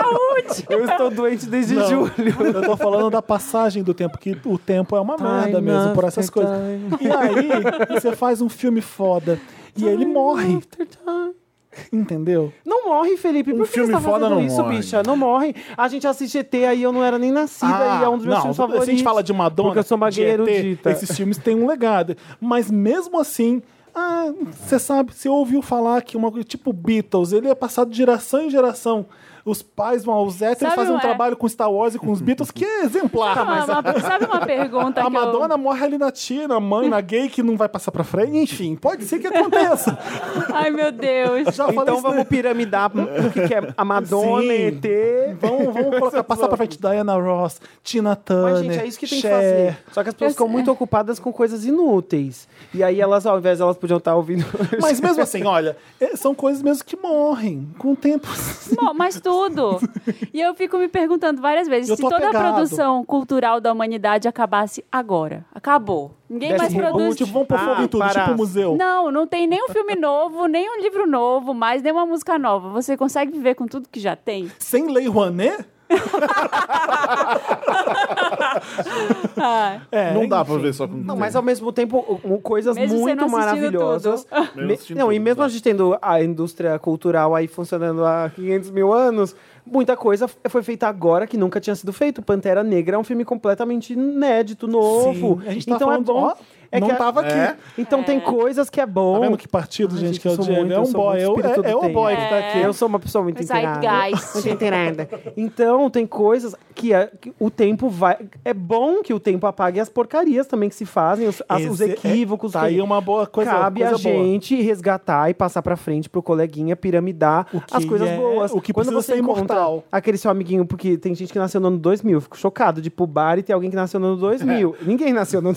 S2: Saúde.
S7: Eu estou doente desde
S1: Não,
S7: julho.
S1: Eu tô falando da passagem do tempo, que o tempo é uma merda
S7: Time
S1: mesmo por
S7: after
S1: essas coisas.
S7: time.
S1: E aí, você faz um filme foda. E ele morre. Entendeu?
S7: Não morre, Felipe.
S5: Um
S7: Por que
S5: filme
S7: você tá
S5: foda
S7: fazendo
S5: não
S7: isso,
S5: morre.
S7: bicha? Não morre. A gente assiste ET aí, eu não era nem nascida e é um dos meus
S1: Ah, não,
S7: filmes favoritos.
S1: Se a gente fala de Madonna,
S7: Porque eu sou uma
S1: de
S7: gay
S1: ET,
S7: erudita.
S1: esses filmes têm um legado. Mas mesmo assim, ah, você sabe, você ouviu falar que uma coisa tipo Beatles, ele é passado de geração em geração. Os pais vão aos héteros
S2: Sabe,
S1: fazem um
S7: é?
S2: ué?
S1: trabalho com Star Wars e com os Beatles que é exemplar.
S7: um
S2: Sabe uma- uma- sabe uma pergunta
S1: A
S2: que eu...
S1: Madonna morre ali na tia, na mãe, na gay que não vai passar pra frente. Enfim, pode ser que aconteça.
S2: Ai, meu Deus.
S1: Já falei
S7: Então
S1: isso, né?
S7: vamos piramidar o que, que é a Madonna,
S1: Sim.
S7: ET.
S1: Vamos, vamos colocar, passar pra frente Diana Ross, Tina Turner,
S7: Mas, gente, é isso que tem que
S1: Cher.
S7: fazer. Só que as pessoas
S2: Eu
S7: ficam
S2: sei.
S7: muito ocupadas com coisas inúteis. E aí elas, ao invés de elas podiam estar ouvindo.
S1: Mas mesmo assim, olha, é, são coisas mesmo que morrem com o tempo.
S2: Mo- Mas tudo. E eu fico me perguntando várias vezes:
S1: Eu
S2: se
S1: tô
S2: toda a
S1: apegado.
S2: produção cultural da humanidade acabasse agora, acabou. Ninguém mais
S7: Desse
S2: produz.
S1: Tipo, vamos pôr fogo em
S7: Ah,
S1: tudo, tipo
S7: paraço.
S1: museu.
S2: Não, não tem nem um filme novo, nem um livro novo, mais nem uma música nova. Você consegue viver com tudo que já tem?
S1: Sem Lei Rouanet?
S2: Ah,
S1: É,
S5: não dá pra ver só com.
S7: Não, mas ao mesmo tempo, o- o- coisas
S2: Mesmo você não
S7: muito
S2: assistindo
S7: maravilhosas.
S5: Mesmo
S7: Me-
S5: assistindo
S7: não, e
S5: tudo,
S7: mesmo
S5: tá.
S7: a gente tendo a indústria cultural aí funcionando há 500 mil anos, muita coisa f- foi feita agora que nunca tinha sido feito. Pantera Negra é um filme completamente inédito, novo.
S1: Sim, a gente tá
S7: então é
S1: falando,
S7: bom.
S1: ó,
S7: é
S1: não
S7: que a-
S1: tava aqui.
S5: É?
S7: Então tem coisas que é
S1: Tá
S7: bom.
S1: vendo que partido,
S7: Ai,
S1: gente,
S7: gente,
S1: que é o
S7: sou
S1: Diego?
S7: muito-
S1: é
S7: eu
S1: um
S7: sou
S1: boy,
S7: muito
S1: é, o-
S7: espírito
S1: é, é
S7: do
S1: o boy
S7: tempo.
S1: que tá aqui.
S7: Eu sou uma pessoa muito inteirada.
S2: Zeitgeist.
S7: Muito inteirada. Então, tem coisas que, é- que o tempo vai... É bom que o tempo apague as porcarias também que se fazem, os, as- os
S1: Esse é-
S7: equívocos.
S1: Tá
S7: que-
S1: aí uma boa coisa,
S7: Cabe
S1: coisa
S7: a gente resgatar e passar pra frente pro coleguinha piramidar
S1: O que
S7: as coisas
S1: é-
S7: boas.
S1: o que
S7: Quando
S1: precisa
S7: você
S1: ser
S7: encontra
S1: imortal.
S7: aquele seu amiguinho, porque tem gente que nasceu no ano 2000, eu fico chocado de ir pro bar e ter alguém que nasceu no ano 2000. Ninguém nasceu no ano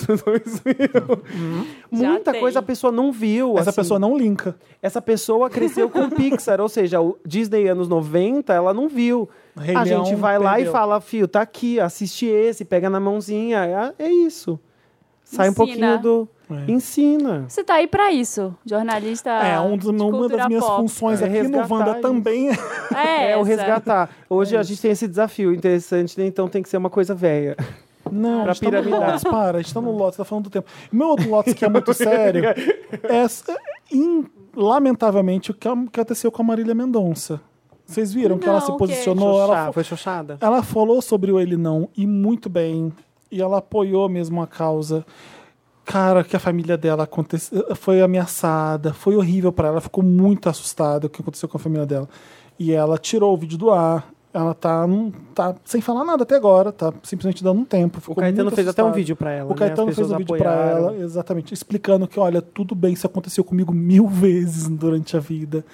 S7: 2000.
S2: Já
S7: Muita
S2: tem.
S7: coisa a pessoa não viu.
S1: boa. Uhum. Essa
S7: assim.
S1: pessoa não linka.
S7: Essa pessoa cresceu com Pixar, ou seja, o Disney anos 90, ela não viu.
S1: Rei
S7: a
S1: Leão
S7: gente vai lá e
S1: perdeu.
S7: fala, fio, tá aqui, assiste esse, pega na mãozinha. É, é isso. Sai um
S2: Ensina.
S7: pouquinho do. Ensina.
S2: Você tá aí pra isso, jornalista.
S1: é, um dos-
S2: Ah, de
S1: uma
S2: cultura
S1: das minhas
S2: pop.
S1: funções
S7: É
S1: aqui no
S7: resgatar
S1: Wanda
S7: isso.
S1: também é
S2: É,
S7: É, o
S2: essa.
S7: resgatar. Hoje a gente tem esse desafio interessante, né? Então tem que ser uma coisa velha.
S1: Não,
S7: Pra
S1: a gente tá no
S7: piramidar.
S1: Lotus, para, a gente tá no Lotus, tá falando do tempo. Meu outro Lotus, que é muito sério, é, s- in- lamentavelmente, o que a- que aconteceu com a Marília Mendonça. Vocês viram que ela
S2: Não,
S1: se
S2: o quê?
S1: posicionou, ela,
S7: Foi xoxada?
S1: ela falou sobre o Ele Não, e muito bem, e ela apoiou mesmo a causa. Cara, que a família dela aconteceu, foi ameaçada, foi horrível pra ela, ficou muito assustada o que aconteceu com a família dela. E ela tirou o vídeo do ar, ela tá, num- tá sem falar nada até agora, tá simplesmente dando um tempo.
S7: O
S1: ficou
S7: Caetano
S1: muito
S7: fez até um
S1: assustada.
S7: vídeo pra ela.
S1: O Caetano
S7: né? As
S1: fez um
S7: pessoas
S1: vídeo pra
S7: apoiaram.
S1: ela, exatamente, explicando que, olha, tudo bem, isso aconteceu comigo mil vezes durante a vida.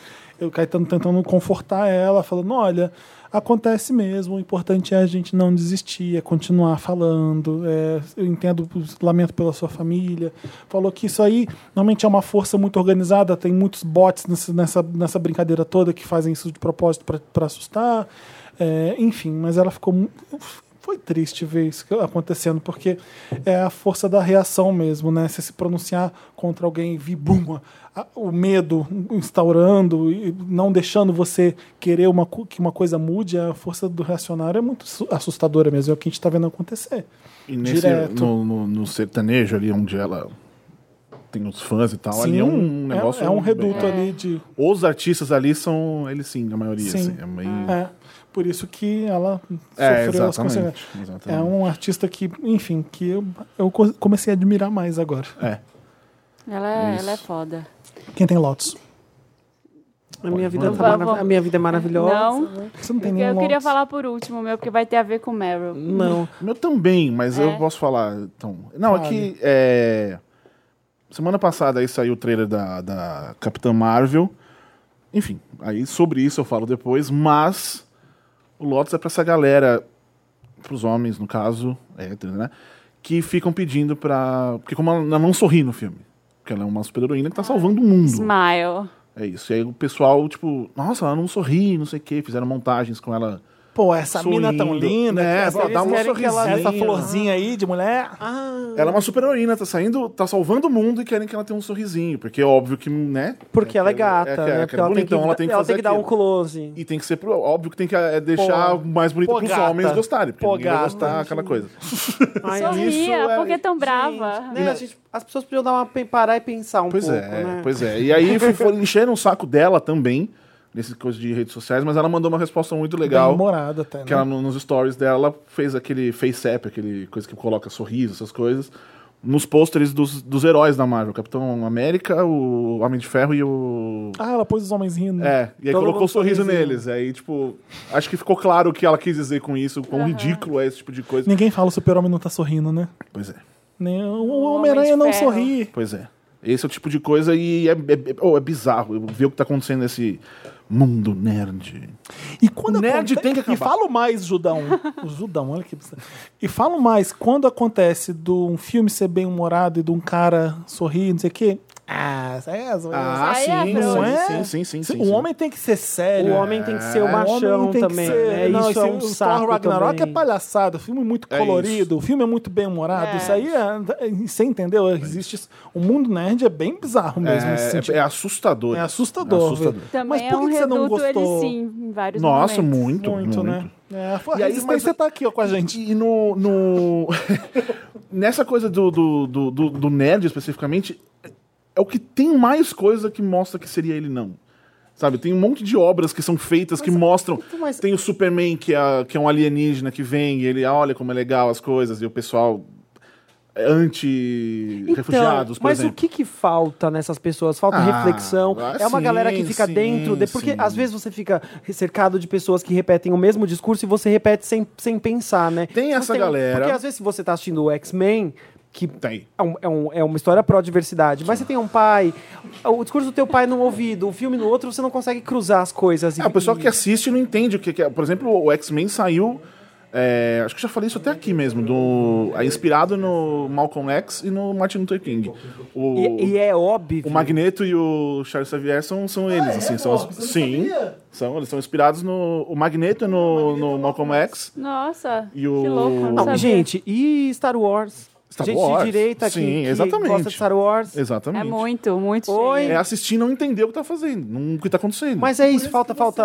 S1: E O Caetano tentando confortar ela, falando, olha, acontece mesmo, o importante é a gente não desistir, é continuar falando, é, eu entendo, lamento pela sua família. Falou que isso aí normalmente é uma força muito organizada, tem muitos bots nesse- nessa, nessa brincadeira toda que fazem isso de propósito para assustar. É, enfim, mas ela ficou. mu- Foi triste ver isso que- acontecendo, porque é a força da reação mesmo, né? Você se pronunciar contra alguém e vir, bum, a- o medo instaurando e não deixando você querer uma, co- que uma coisa mude, a força do reacionário é muito su- assustadora mesmo, é o que a gente está vendo acontecer.
S5: E nesse,
S1: Direto.
S5: no, no, no sertanejo ali, onde ela tem os fãs e tal, ali é um
S1: é-
S5: negócio.
S1: é, um reduto
S5: bem-
S1: ali de.
S5: Os artistas ali são, eles sim, a maioria.
S1: Sim.
S5: Assim, é, meio...
S1: É, por isso que ela
S5: é,
S1: sofreu as
S5: exatamente.
S1: consequências.
S5: exatamente.
S1: É um artista que, enfim, que eu, eu co- comecei a admirar mais agora.
S5: É.
S2: Ela é,
S5: Isso.
S2: ela é foda.
S1: Quem tem Lotus?
S7: A minha, vida
S5: Pode
S7: tá
S2: mandar.
S7: marav- a minha vida é maravilhosa.
S2: Não,
S1: Você não tem
S2: eu,
S1: nenhum
S2: eu queria
S1: Lotus?
S2: falar por último, meu, porque vai ter a ver com Meryl.
S1: É
S7: Não.
S5: O meu também, mas
S2: É.
S5: eu posso falar. Então. Não,
S1: Fale.
S5: é que. é, Semana passada aí saiu o trailer da, da Capitã Marvel. Enfim, aí sobre isso eu falo depois, mas o Lotus é pra essa galera, pros homens no caso, hétero, né? Que ficam pedindo pra. Porque como ela não sorri no filme. Porque ela é uma super heroína que tá salvando o mundo.
S2: Smile.
S5: É isso. E aí o pessoal, tipo, nossa, ela não sorri, não sei o quê. Fizeram montagens com ela
S1: Pô, essa mina tão linda.
S5: É,
S1: essa,
S5: pô, dá um
S1: essa- essa
S5: sorrisinho.
S1: florzinha aí de mulher.
S5: Ela é uma super heroína, tá saindo, tá salvando o mundo e querem que ela tenha um sorrisinho, porque é óbvio que, né?
S7: Porque ela é
S5: aquela-
S7: gata,
S5: aquela-
S7: né?
S5: aquela
S7: Porque ela tem que,
S5: bonitão, ela tem que
S7: ela
S5: fazer
S7: tem que dar um
S5: aquilo.
S7: close.
S5: E tem que ser pro, óbvio que tem que é, deixar mais bonito
S1: pô,
S5: pros
S1: gata.
S5: homens gostarem, porque
S1: Pô,
S5: ninguém vai
S1: gata. Um
S5: gostar aquela coisa.
S7: Ai,
S2: Sorria,
S5: isso é-
S2: porque é tão brava.
S7: Gente, né, a gente- as pessoas podiam dar uma, pe- parar e pensar um
S5: Pois
S7: pouco,
S5: é,
S7: né?
S5: pois é. E aí fo- foram encheram o saco dela também, nessas coisas de redes sociais, mas ela mandou uma resposta muito legal.
S1: Demorado até, né?
S5: Que ela, no- nos stories dela, ela fez aquele face app, aquele coisa que coloca sorriso, essas coisas, nos pôsteres dos, dos heróis da Marvel. Capitão América, o Homem de Ferro e o...
S1: Ah, ela pôs os homens rindo.
S5: É, e aí
S7: Todo
S5: colocou
S7: mundo
S5: um sorriso
S7: sorrisinho.
S5: neles. Aí, tipo, acho que ficou claro o que ela quis dizer com isso, o quão ridículo é esse tipo de coisa.
S1: Ninguém fala o super-homem não tá sorrindo, né?
S5: Pois é,
S1: Nem o Homem-Aranha não
S2: ferro.
S1: sorri.
S5: pois é. Esse é o tipo de coisa e é, é, é- oh, é bizarro ver o que tá acontecendo nesse mundo nerd.
S1: E quando
S5: Nerd
S1: aconte-
S5: tem que acabar.
S1: E falo mais, Judão. O Judão, olha que bizarro. E falo mais, quando acontece de um filme ser bem humorado e de um cara sorrir, não sei o quê. Ah, isso aí é zoeira.
S5: Ah,
S2: Aí é
S5: sim,
S2: a
S5: sim,
S1: frase.
S5: sim, sim, sim, sim,
S1: o
S5: sim.
S1: um homem tem que ser sério.
S7: O homem tem que ser
S5: É,
S7: o
S5: o
S7: machão
S1: homem tem que
S7: também.
S1: ser-
S7: né?
S1: Não,
S7: isso é
S1: esse-
S7: um
S1: o
S7: saco
S1: Thor Ragnarok
S7: também.
S1: é palhaçada. O filme é muito
S5: É
S1: colorido, o filme é muito bem humorado.
S2: É.
S1: Isso aí é, Você entendeu? Existe. isso. O mundo nerd é bem bizarro mesmo. nesse
S5: É,
S1: sentido.
S5: é, é assustador.
S1: É assustador, velho.
S2: Também
S1: Mas por
S2: é um
S1: que você não
S2: reduto ele
S1: gostou?
S2: sim, em vários
S5: Nossa,
S2: momentos.
S5: muito,
S1: Muito,
S5: muito,
S1: né? É, a
S5: E aí,
S1: resistência
S5: mas-
S1: tá aqui ó, com a gente.
S5: E no. no- Nessa coisa do, do, do, do- do nerd especificamente, é o que tem mais coisa que mostra que seria ele não. Sabe, tem um monte de obras que são feitas
S7: é
S5: que mostram. Tem o Superman, que é, que é um alienígena que vem e ele olha como é legal as coisas, e o pessoal é anti-refugiados, por
S7: então, mas
S5: exemplo.
S7: o que que falta nessas pessoas? Falta
S5: Ah,
S7: reflexão.
S5: ah,
S7: é uma
S5: sim,
S7: galera que fica
S5: sim,
S7: dentro, de, porque
S5: sim.
S7: às vezes você fica cercado de pessoas que repetem o mesmo discurso e você repete sem, sem pensar, né?
S5: Tem
S7: Você
S5: essa
S7: um-
S5: galera.
S7: Porque às vezes se você tá assistindo o X-Men, que
S5: Tem.
S7: é, um- é um- é uma história pró-diversidade, mas você tem um pai, o discurso do teu pai num ouvido, o filme no outro, você não consegue cruzar as coisas. e-
S5: É, o pessoal
S7: e-
S5: que assiste não entende o que, que é. Por exemplo, o X-Men saiu. é, acho que eu já falei isso até aqui mesmo. Do, é inspirado no Malcolm X e no Martin Luther King. O,
S7: E, e é óbvio.
S5: o Magneto e o Charles Xavier são, são eles, assim. São, os- sim, são, eles são inspirados no. O Magneto é no, no Malcolm X.
S2: Nossa,
S5: E o-
S2: que louco. Não,
S5: Não,
S7: Não,
S2: sabia.
S7: gente, e Star Wars?
S5: Star
S7: gente
S5: Wars?
S7: de direita
S5: Sim,
S7: que, que
S5: exatamente.
S7: gosta de Star Wars.
S2: É
S5: Exatamente.
S2: muito, muito
S7: Oi.
S5: É
S2: cheio.
S5: assistir e não entender o que tá fazendo, não- o que tá acontecendo.
S7: Mas é isso, falta, falta,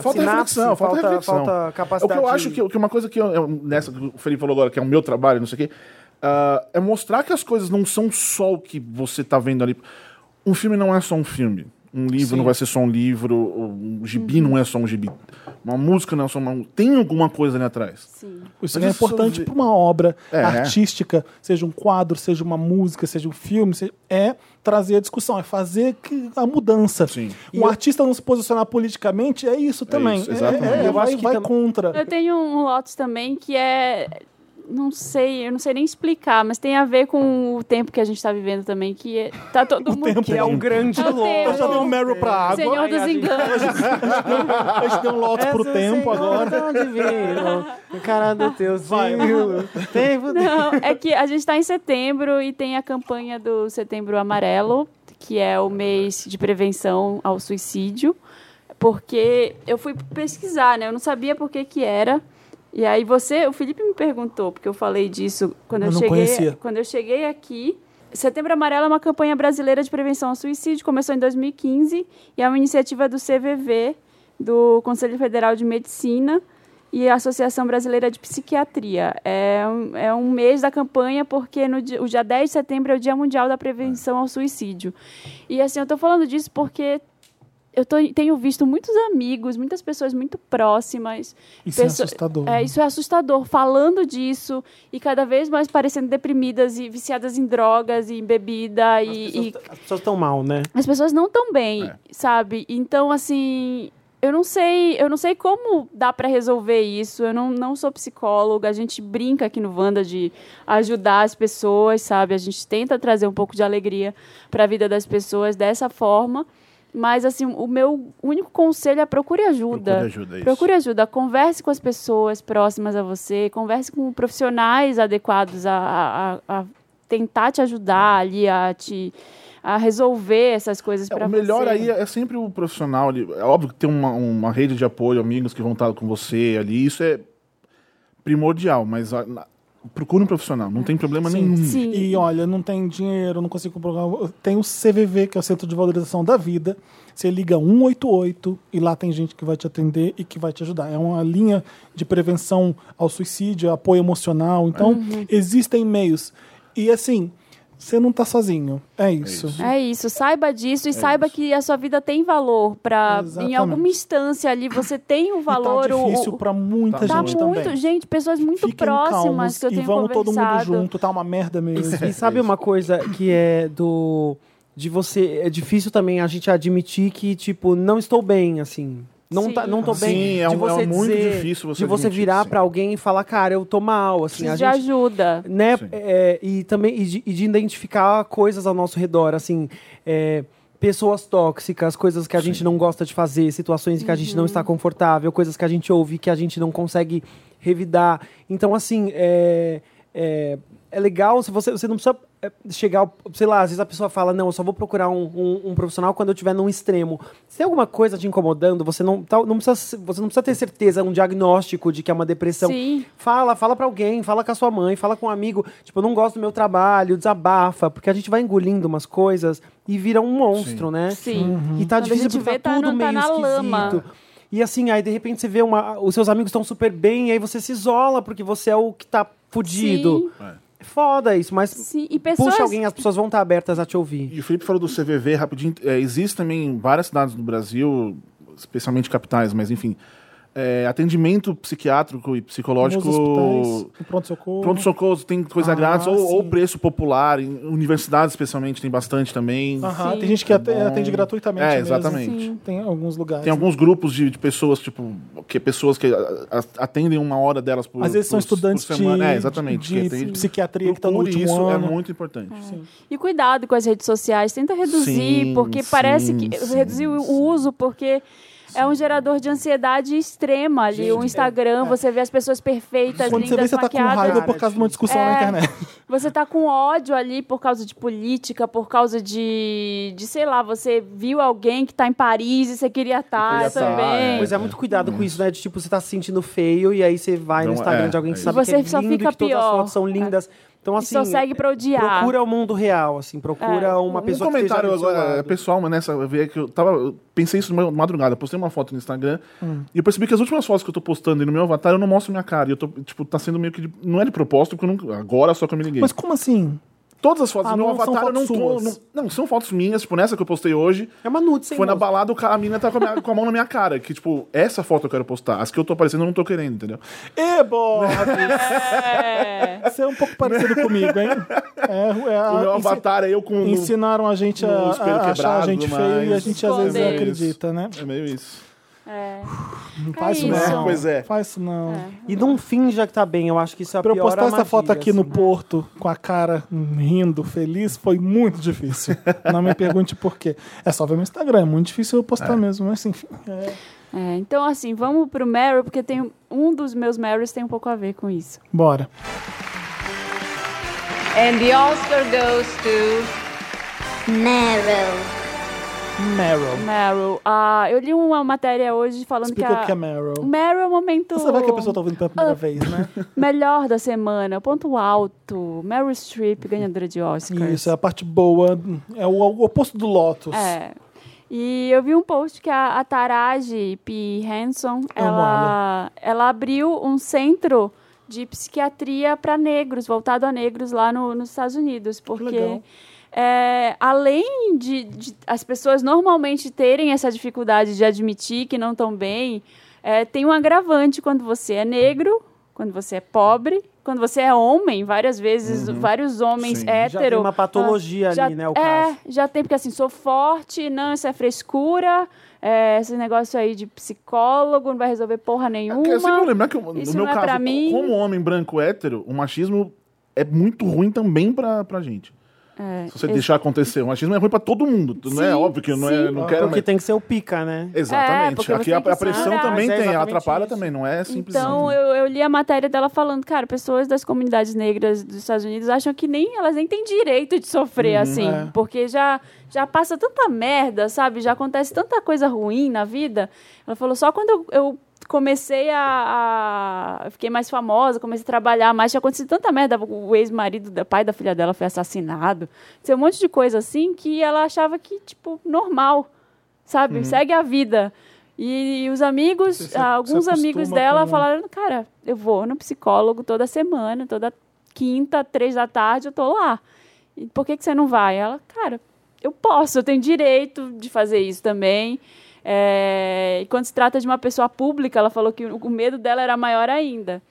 S5: Falta
S7: sinapse,
S5: reflexão, falta, reflexão. É
S7: falta capacidade.
S5: O que eu acho que, que uma coisa que eu- eu- nessa que o Felipe falou agora, que é o meu trabalho, não sei o quê, ah, é mostrar que as coisas não são só o que você tá vendo ali. Um filme não é só um filme. Um livro não vai ser só um livro, um gibi não é só um gibi. Uma música não é só uma. Tem alguma coisa ali atrás.
S2: Sim.
S1: Isso
S5: Mas
S1: é
S5: isso
S1: importante
S5: vi-
S1: para uma obra
S5: É.
S1: artística, seja um quadro, seja uma música, seja um filme, se- é trazer a discussão, é fazer que- a mudança.
S5: Sim.
S1: Um artista não se posicionar politicamente é isso também.
S5: isso, exatamente.
S1: É- é-
S7: Eu
S1: vai,
S7: acho que
S1: vai
S7: tam-
S1: contra.
S2: Eu tenho um Lotus também que é. Não sei, eu não sei nem explicar, mas tem a ver com o tempo que a gente tá vivendo também, que é, tá todo mundo.
S1: tempo.
S7: que é um grande é
S2: Eu tenho-
S1: Eu já dei um
S7: louco.
S1: Meryl pra água,
S2: Senhor dos
S7: Ai,
S2: Enganos.
S1: a gente deu um lote
S7: é
S1: pro tempo agora.
S7: O cara do teu
S1: Vai,
S7: filho. Tempo do-
S2: Não, é que a gente está em setembro e tem a campanha do Setembro Amarelo, que é o mês de prevenção ao suicídio, porque eu fui pesquisar, né? Eu não sabia por que que era. E aí você, o Felipe me perguntou, porque eu falei disso quando eu,
S1: Eu não
S2: cheguei,
S1: conhecia.
S2: quando eu cheguei aqui. Setembro Amarelo é uma campanha brasileira de prevenção ao suicídio, começou em 2015 e é uma iniciativa do CVV, do Conselho Federal de Medicina e a Associação Brasileira de Psiquiatria. É um, é um mês da campanha porque no dia, o dia 10 de setembro é o Dia Mundial da Prevenção ao Suicídio. E assim, eu estou falando disso porque eu tô- tenho visto muitos amigos, muitas pessoas muito próximas
S1: Isso é
S2: Pessoa-
S1: assustador.
S2: é, isso é assustador. Falando disso e cada vez mais parecendo deprimidas e viciadas em drogas e em bebida e, e
S7: As pessoas estão mal, né?
S2: as pessoas não estão bem, sabe? Então, assim, eu não sei, eu não sei como dá para resolver isso. Eu não, não sou psicóloga, a gente brinca aqui no Wanda de ajudar as pessoas, sabe? A gente tenta trazer um pouco de alegria para a vida das pessoas dessa forma. Mas, assim, o meu único conselho é procure ajuda.
S5: Procure ajuda, é isso.
S2: Procure ajuda, converse com as pessoas próximas a você, converse com
S1: Uhum.
S2: profissionais adequados a, a- a- a tentar te ajudar ali, a te a resolver essas coisas
S5: É,
S2: para
S5: o
S2: você.
S5: melhor aí
S1: né?
S5: é sempre o profissional. Ele, é óbvio que tem uma, uma rede de apoio, amigos que vão estar com você ali. Isso é primordial, mas ah, na- procure um profissional. Não tem problema nenhum.
S2: Sim.
S1: E olha, não tem dinheiro, não consigo comprar. Tem o CVV, que é o Centro de Valorização da Vida. Você liga 188 e lá tem gente que vai te atender e que vai te ajudar. É uma linha de prevenção ao suicídio, apoio emocional. Então,
S2: Uhum.
S1: existem meios. E assim, você não tá sozinho. É isso.
S2: É isso, saiba disso e saiba que a sua vida tem valor para em
S1: É Exatamente.
S2: alguma instância ali você tem um valor
S1: e tá
S2: o-
S1: difícil
S2: o,
S1: pra muita
S5: Tá
S2: tá
S1: gente
S2: muito,
S1: também.
S2: gente, pessoas muito
S1: Fiquem calmos
S2: próximas que eu
S1: e
S2: tenho
S1: vamos todo mundo
S2: conversado.
S1: junto. Tá uma merda mesmo.
S7: E sabe uma coisa que é do. De você. É difícil também a gente admitir que, tipo, não estou bem, assim. Não,
S2: Sim.
S7: tá, não tô
S5: Sim,
S7: bem.
S5: é
S7: de
S5: um-
S7: você
S5: é muito
S7: dizer-
S5: difícil você
S7: De você
S5: admitir,
S7: virar
S5: sim.
S7: pra alguém e falar, cara, eu tô mal, assim. A
S2: Preciso de
S7: gente,
S2: ajuda.
S7: né?
S5: Sim.
S7: é, e também e de, e de identificar coisas ao nosso redor, assim, é, pessoas tóxicas, coisas que a gente não gosta de fazer, situações em que a gente não está confortável, coisas que a gente ouve que a gente não consegue revidar. Então, assim, é, é, é legal se você, você não precisa é, chegar, ao- sei lá, às vezes a pessoa fala, não, eu só vou procurar um, um- um profissional quando eu estiver num extremo. Se tem alguma coisa te incomodando, você não, tá- não precisa, se- você não precisa ter certeza, um diagnóstico de que é uma
S1: um
S7: depressão.
S2: Sim.
S7: Fala, fala pra alguém, fala com a sua mãe, fala com um amigo. Tipo, eu não gosto do meu trabalho, desabafa, porque a gente vai engolindo umas coisas e vira um monstro, né?
S2: Sim.
S7: E tá
S2: Quando a
S7: difícil
S2: gente
S7: porque
S2: vê,
S7: tá
S2: tá
S7: tudo
S2: no-
S7: meio
S2: tá na
S7: esquisito.
S2: lama.
S7: E assim, aí de repente você vê uma. Os seus amigos estão super bem, e aí você se isola porque você é o que tá fudido. É foda isso, mas
S2: Sim, e pessoas-
S7: puxa alguém, as pessoas vão estar abertas a te ouvir.
S5: E o Felipe falou do CVV rapidinho. É, existe também em várias cidades do Brasil, especialmente capitais, mas enfim, é, atendimento psiquiátrico e
S1: Nos hospitais,
S5: psicológico.
S1: no pronto-socorro.
S5: Pronto-socorro tem coisa
S1: Ah,
S5: grátis, ou, ou
S1: sim.
S5: preço popular, em universidades especialmente tem bastante também.
S1: Aham,
S2: Sim.
S1: Tem gente que
S5: É
S1: ate-
S5: bom.
S1: atende gratuitamente.
S5: É,
S1: mesmo. assim,
S5: exatamente.
S2: Sim.
S1: Tem alguns lugares.
S5: Tem alguns grupos de, de pessoas, tipo, que pessoas que a- a- atendem uma hora delas por
S1: Às vezes são
S5: por- por
S1: estudantes
S5: semana.
S1: de,
S5: É, exatamente.
S1: de
S5: que atende.
S1: psiquiatria que estão no
S5: Procure
S1: último
S5: isso
S1: ano.
S5: é muito importante. Sim.
S2: E cuidado com as redes sociais, tenta reduzir,
S5: Sim,
S2: porque
S5: sim,
S2: parece que
S5: sim,
S2: reduzir o
S5: sim.
S2: uso, porque é um gerador de ansiedade extrema ali. o
S5: é,
S2: Instagram, você vê as pessoas perfeitas,
S1: Quando você vê
S2: lindas,
S1: você tá com
S2: maquiadas.
S1: raiva por causa de uma discussão na
S2: É.
S1: internet.
S2: Você tá com ódio ali por causa de política, por causa de, de sei lá, você viu alguém que tá em Paris e você queria estar
S5: Queria tá,
S2: também.
S7: Pois é, muito cuidado com isso, né? De, tipo, você tá se sentindo feio e aí você vai
S5: Não,
S7: no Instagram
S5: é,
S7: de alguém que
S5: é
S7: sabe
S2: isso.
S7: que é
S2: Você só
S7: lindo e
S2: fica
S7: que todas as
S2: pior. É.
S7: fotos são lindas. Então,
S2: E
S7: assim,
S2: só segue pra odiar.
S7: procura o mundo real, assim. Procura
S2: Tá. É.
S7: uma
S5: Um
S7: pessoa
S5: comentário
S7: que esteja do seu
S5: agora, é
S7: lado.
S5: pessoal, mas nessa vez que eu tava. eu pensei isso de madrugada, eu postei uma foto no Instagram
S1: Hum.
S5: e eu percebi que as últimas fotos que eu tô postando e no meu avatar eu não mostro minha cara. E eu tô, tipo, tá sendo meio que. de- não é de propósito, porque eu nunca- agora só que eu me liguei.
S1: Mas como assim?
S5: Todas as
S1: Ah,
S5: fotos do meu
S1: não são
S5: avatar eu não
S1: fotos
S5: tô. Não,
S1: suas.
S5: não, são fotos minhas, tipo, nessa que eu postei hoje.
S7: É uma nude sem
S5: Foi na
S7: rosto.
S5: balada, o cara, a mina tá com a, minha- com a mão na minha cara. Que, tipo, essa foto eu quero postar. As que eu tô aparecendo eu não tô querendo, entendeu?
S1: Ê, Bob!
S2: É.
S1: Você é um pouco parecido comigo, hein? É,
S2: Ah,
S1: é a-
S5: o meu
S1: ensi-
S5: avatar é eu com.
S1: Ensinaram a gente a,
S5: No espelho
S1: a achar
S5: quebrado,
S1: a gente feio e a
S5: mas-
S1: gente às vezes
S2: Esconder.
S1: acredita, né?
S5: É meio isso.
S2: É.
S1: Não
S2: É
S1: faz isso
S2: isso.
S1: não.
S5: Pois é.
S1: Faz isso não.
S7: E não finja que tá bem. Eu acho que isso é a
S1: Pra eu
S7: pior
S1: postar essa
S7: armadilha,
S1: foto aqui no
S7: assim.
S2: né?
S1: Porto com a cara hum, rindo, feliz, foi muito difícil. Não me pergunte por quê. É só ver meu Instagram, é muito difícil eu postar mesmo, mas enfim. É.
S2: É, então, assim, vamos pro Meryl, porque tem um dos meus Meryls tem um pouco a ver com isso.
S1: Bora.
S8: And the Oscar goes to
S9: Meryl.
S1: Meryl.
S2: Meryl, ah, eu li uma matéria hoje falando
S1: Explica o
S2: que
S1: que é
S2: a...
S1: Meryl.
S2: Meryl Ah. é o momento
S1: Você vai que a pessoa tá ouvindo pela primeira vez, né?
S2: melhor da semana, o ponto alto, Meryl Streep, ganhadora de Oscar.
S1: Isso, é a parte boa. É o, o oposto do Lotus.
S2: É. E eu vi um post que a, a Taraji P. Hanson,
S1: Amo
S2: ela, ela abriu um centro de psiquiatria para negros, voltado a negros lá no- nos Estados Unidos, porque
S1: legal.
S2: é, além de, de as pessoas normalmente terem essa dificuldade de admitir que não estão bem, é, tem um agravante quando você é negro, quando você é pobre, quando você é homem, várias vezes, vários homens
S5: Sim.
S2: héteros.
S7: Já tem uma patologia ali, né? O
S2: é,
S7: caso.
S2: já tem, porque assim, sou forte, não, isso é frescura, é, esse negócio aí de psicólogo não vai resolver
S7: É,
S2: porra
S5: Eu quero É, sempre
S2: nenhuma.
S5: lembrar que no
S2: isso
S5: meu
S2: não é
S5: caso, um
S2: pra mim.
S5: como homem branco hétero, o machismo é muito ruim também pra, pra gente.
S2: É,
S5: Se você
S2: ex-
S5: deixar acontecer, o machismo é ruim pra todo mundo. não é
S2: Sim,
S5: óbvio que eu não, é,
S2: sim.
S5: não quero.
S7: Porque
S5: Mas...
S7: tem que ser o pica, né?
S2: É,
S5: Exatamente.
S2: porque você
S5: Aqui a,
S2: tem que
S5: a pressão
S2: segurar.
S5: também
S7: Mas é
S5: tem, ela
S7: exatamente
S5: atrapalha
S7: isso.
S5: também, não é simples.
S2: Então,
S7: né?
S2: eu, eu li a matéria dela falando, cara, pessoas das comunidades negras dos Estados Unidos acham que nem elas nem têm direito de
S7: Uhum,
S2: sofrer assim,
S1: é.
S2: porque já já passa tanta merda, sabe? Já acontece tanta coisa ruim na vida. Ela falou só quando eu, eu comecei a, a- eu fiquei mais famosa, comecei a trabalhar mais, tinha acontecido tanta merda, o ex-marido, da- pai da filha dela foi assassinado, tem um monte de coisa assim que ela achava que tipo normal, sabe? Segue a vida. E os amigos,
S1: Uhum. Você se-
S2: alguns
S1: se acostuma
S2: amigos dela
S1: com-
S2: falaram, cara, eu vou no psicólogo toda semana, toda quinta, três da tarde, eu tô lá. E por que, que você não vai? Ela, cara, eu posso, eu tenho direito de fazer isso também. É, e quando se trata de uma pessoa pública, ela falou que o o medo dela era maior ainda.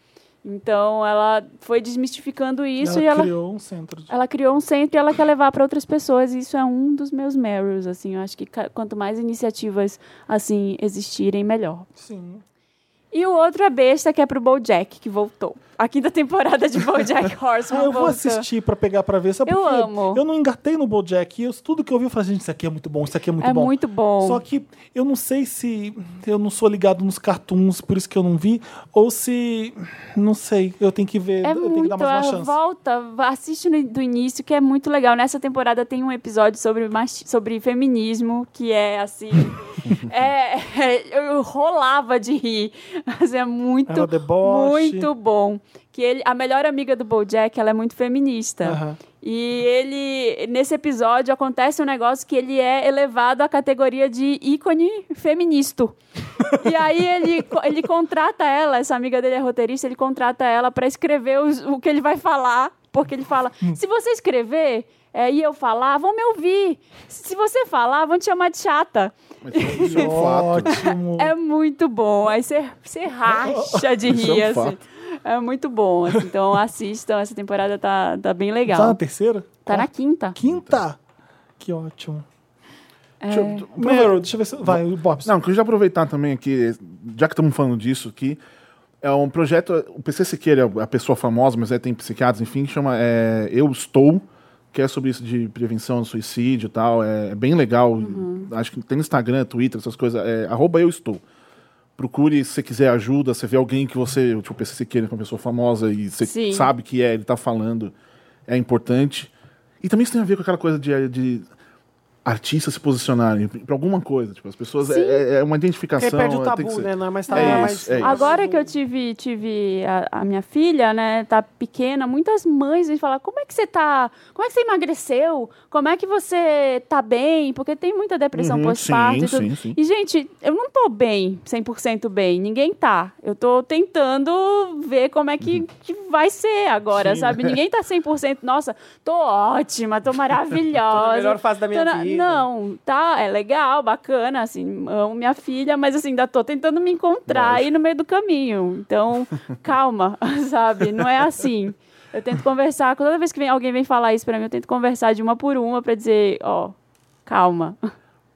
S2: Então, ela foi desmistificando isso e
S1: ela
S2: ela
S1: criou um centro de...
S2: ela criou um centro e ela quer levar para outras pessoas. E isso é um dos meus Merrills, assim. Eu acho que ca- quanto mais iniciativas, assim, existirem, melhor.
S1: Sim.
S2: E o outro é Besta, que é pro BoJack, que voltou. A quinta temporada de BoJack Horseman
S1: Ah, eu vou
S2: voltou.
S1: assistir pra pegar pra ver. Sabe
S2: Eu
S1: por quê?
S2: amo.
S1: Eu não engatei no BoJack. E eu, tudo que eu ouvi, eu falei, gente, isso aqui é muito bom, isso aqui é muito
S2: é
S1: bom.
S2: muito bom.
S1: Só que eu não sei se eu não sou ligado nos cartoons, por isso que eu não vi, ou se. Não sei, eu tenho que ver,
S2: É
S1: eu tenho que dar
S2: muito,
S1: mais
S2: é,
S1: uma chance.
S2: volta, vá- assiste no- do início, que é muito legal. Nessa temporada tem um episódio sobre, machi- sobre feminismo, que é assim. é, é- eu rolava de rir. Mas é muito,
S1: Ela deboche.
S2: muito bom. Que ele, a melhor amiga do Bojack, ela é muito feminista.
S1: Aham.
S2: E ele, nesse episódio, acontece um negócio que ele é elevado à categoria de ícone feministo. E aí ele, co- ele contrata ela, essa amiga dele é roteirista, ele contrata ela pra escrever os- o que ele vai falar, porque ele fala: se você escrever é, e eu falar, vão me ouvir. Se você falar, vão te chamar de chata.
S5: Mas isso é um fato.
S1: Ótimo.
S2: É muito bom. Aí você você racha de
S5: Isso é um
S2: rir, assim.
S5: fato.
S2: É muito bom. assim. Então assistam, essa temporada tá, tá bem
S1: Tá na
S2: legal.
S1: terceira?
S2: Tá na quinta.
S1: Quinta! Que ótimo.
S5: Deixa eu-
S1: Meryl, deixa eu ver se. Vai, o Bob.
S5: Não, queria já aproveitar também aqui, já que estamos falando disso, que é um projeto. O PC Siqueira é a pessoa famosa, mas é, tem psiquiatras, enfim, que chama é, Eu Estou, que é sobre isso de prevenção do suicídio e tal. É, é bem legal. Acho que tem no Instagram, Twitter, essas coisas. É, arroba Eu Estou. Procure, se você quiser ajuda, se vê alguém que você. Tipo, o PC Siqueira, que é uma pessoa famosa e você
S2: Sim.
S5: sabe que é, ele tá falando, é importante. E também isso tem a ver com aquela coisa de. de artistas se posicionarem pra alguma coisa. Tipo, as pessoas. É, é- é uma identificação.
S7: Porque perde o
S5: é, tem que
S7: tabu,
S5: ser.
S7: né? Não é mais
S5: É
S7: tabu, é, mais...
S5: isso, é isso.
S2: Agora que eu tive, tive a, a minha filha, né, tá pequena, muitas mães vêm falar, como é que você tá, como é que você emagreceu? Como é que você tá bem? Porque tem muita depressão
S5: Uhum,
S2: pós-parto
S5: sim,
S2: e tudo.
S5: sim, sim.
S2: E, gente, eu não tô bem, 100% bem, ninguém tá. Eu tô tentando ver como é
S7: Uhum.
S2: que, que vai ser agora,
S5: Sim,
S2: sabe? Ninguém tá 100%, nossa, tô ótima, tô maravilhosa.
S7: é melhor fase da minha
S2: Tô na-
S7: vida.
S2: Não, tá, é legal, bacana, assim, amo minha filha, mas assim, ainda tô tentando me encontrar aí no meio do caminho. Então, calma, sabe? Não é assim. Eu tento conversar, toda vez que vem, alguém vem falar isso pra mim, eu tento conversar de uma por uma pra dizer, ó, calma.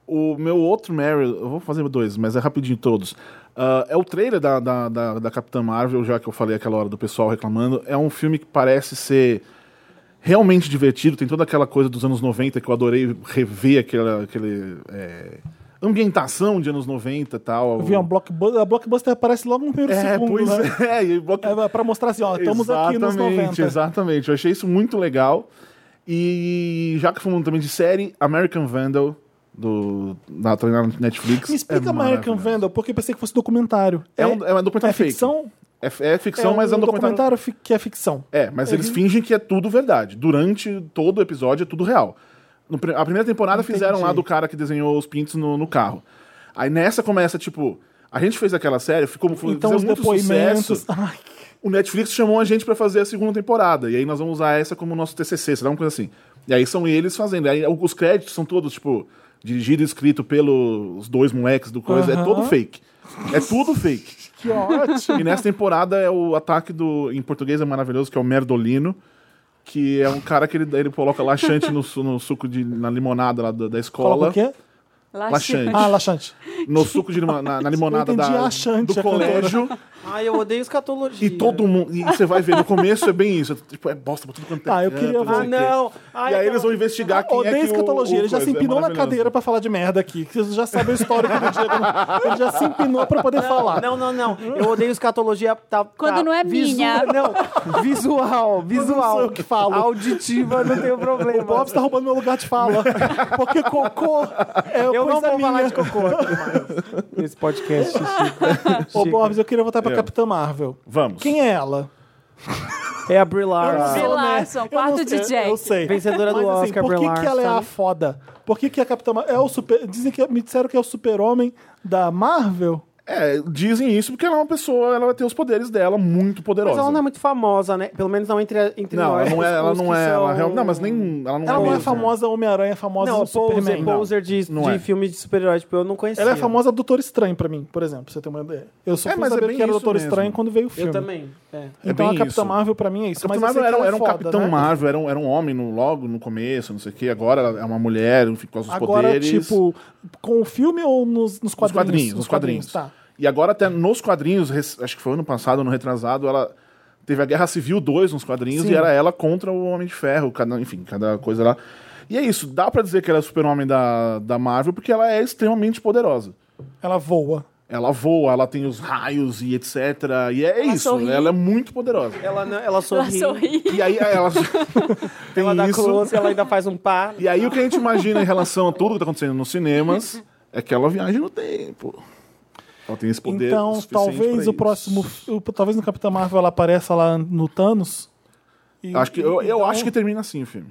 S5: O meu outro Meryl, eu vou fazer dois, mas é rapidinho todos. Ah, é o trailer da, da, da, da Capitã Marvel, já que eu falei aquela hora do pessoal reclamando. É um filme que parece ser realmente divertido. Tem toda aquela coisa dos anos 90 que eu adorei rever aquela aquele, é, ambientação de anos 90 e tal.
S1: Eu vi uma blockbuster. A blockbuster aparece logo no primeiro
S5: É,
S1: segundo.
S5: pois
S1: né?
S5: é. E block...
S1: É, pra mostrar assim, ó, estamos aqui nos 90.
S5: Exatamente, eu achei isso muito legal. E já que falando também de série, American Vandal, do, da tá na Netflix.
S1: Me explica
S5: é
S1: American
S5: maravilhoso.
S1: Vandal, porque eu pensei que fosse documentário.
S5: É, um, é um documentário
S1: é
S5: fake.
S1: ficção?
S5: É, f- é ficção,
S1: é um
S5: mas é um documentário.
S1: documentário fi- que é ficção.
S5: É, mas eles fingem que é tudo verdade. Durante todo o episódio é tudo real. No pri- a primeira temporada fizeram lá do cara que desenhou os pintos no, no carro. Aí nessa começa, tipo, a gente fez aquela série, ficou foi-
S1: Então os
S5: fizemos é muito sucesso.
S1: depoimentos. Ai,
S5: o Netflix chamou a gente pra fazer a segunda temporada. E aí nós vamos usar essa como nosso TCC, sei lá, uma coisa assim. E aí são eles fazendo. Aí os créditos são todos, tipo, dirigido e escrito pelos dois moleques do coisa. É todo fake. É tudo fake.
S1: que ótimo.
S5: E nessa temporada é o ataque do. Em português é maravilhoso, que é o Merdolino. Que é um cara que ele, ele coloca laxante no, su- no suco de. na limonada lá da, da
S1: Coloca
S5: escola.
S1: o quê?
S5: Laxante.
S1: Ah, laxante.
S5: No suco de lima- na, na limonada
S1: Eu entendi
S5: da,
S1: laxante,
S5: do
S1: a cantora.
S5: colégio.
S7: Ai, eu odeio escatologia.
S5: E todo mundo. E você vai ver, no começo é bem isso. Tipo, é bosta pra tudo quanto é.
S1: Ah, eu
S5: canto,
S1: queria
S5: não sei
S1: ver.
S5: o quê.
S7: Ai,
S5: E aí
S7: não.
S5: eles vão investigar quem
S1: Odeio
S5: é que o-
S1: escatologia.
S5: o
S1: ele já se
S5: coisa, é
S1: empinou na
S5: maravilhoso.
S1: cadeira pra falar de merda aqui. que Vocês já sabem o histórico do Diego. Ele já se empinou pra poder falar.
S7: Não, não, não. Eu odeio escatologia. Tá,
S2: Quando
S7: tá,
S2: não é
S7: visu-
S2: minha.
S7: Não, visual, visual.
S1: sou eu que falo.
S7: Auditiva, não tenho problema.
S1: O Bob está roubando meu lugar de fala. Porque cocô é
S7: eu não
S1: coisa
S7: vou
S1: minha.
S7: falar de cocô aqui mais nesse podcast.
S1: Ô, Bob, eu queria voltar pra
S5: Eu.
S1: Capitã Marvel.
S5: Vamos.
S1: Quem é ela?
S7: É a Brie Larson.
S2: Brie Larson, quarto
S1: não-
S2: de
S1: eu-
S2: Jack.
S1: Eu sei.
S7: Vencedora do
S1: Mas, assim,
S7: Oscar,
S1: Por que,
S7: Brie
S1: que ela é a
S7: Larson.
S1: foda? Por que, que a Capitã Marvel é o super... Dizem que... Me disseram que é o super-homem da Marvel?
S5: É, dizem isso porque ela é uma pessoa, ela vai ter os poderes dela muito poderosa.
S7: Mas ela não é muito famosa, né? Pelo menos não entre, entre
S5: Não,
S7: nós.
S5: ela não é, ela
S7: os que
S5: não é,
S7: são-
S5: ela real- não, mas nem ela não
S1: Ela não é
S5: mesmo.
S1: famosa Homem-Aranha, é famosa
S7: Não,
S1: do
S7: poser,
S1: Superman.
S7: poser de,
S5: Não
S7: de
S5: é.
S7: filme de super-herói. Tipo, eu não conhecia.
S1: Ela é famosa Doutor Estranho pra mim, por exemplo, pra você ter uma ideia. Eu só
S5: É,
S1: fui
S5: mas é
S1: saber
S5: bem
S1: que era
S5: isso
S1: Doutor
S5: mesmo.
S1: Estranho quando veio o filme.
S7: Eu também. é.
S5: É
S1: Então
S5: bem
S1: a Capitã
S5: isso.
S1: Marvel pra mim é isso.
S5: Capitão
S1: mas eu sei
S5: Marvel
S1: que
S5: era,
S1: ela é
S5: era um
S1: foda,
S5: Capitão
S1: né?
S5: Marvel, era um, era um homem no- logo no começo, não sei o quê. Agora ela é uma mulher, enfim, com os
S1: Agora,
S5: poderes.
S1: tipo, com o filme ou nos, nos tá.
S5: nos
S1: quadrinhos?
S5: quadrinhos, nos quadrinhos. E agora até nos quadrinhos, res- acho que foi ano passado, ano retrasado, ela teve a Guerra Civil 2 nos quadrinhos
S1: Sim.
S5: e era ela contra o Homem de Ferro, cada, enfim, cada coisa lá. E é isso, dá pra dizer que ela é o super-homem da, da Marvel porque ela é extremamente poderosa.
S1: Tá. Ela voa.
S5: Ela voa, ela tem os raios e etc. E é
S2: Ela
S5: isso,
S2: sorri.
S5: ela é muito poderosa.
S7: Ela, não- ela
S2: Ela
S7: sorri.
S2: sorri.
S5: E aí é, ela tem
S7: Ela dá
S5: isso.
S7: close, ela ainda faz um pá.
S5: E aí o que a gente imagina em relação a tudo que tá acontecendo nos cinemas é que ela viaja no tempo. Ela tem esse poder
S1: Então,
S5: suficiente pra
S1: talvez o
S5: isso.
S1: próximo. o- talvez no Capitã Marvel ela apareça lá no Thanos. E-
S5: Acho que, eu, eu
S1: então-
S5: acho que termina assim o filme.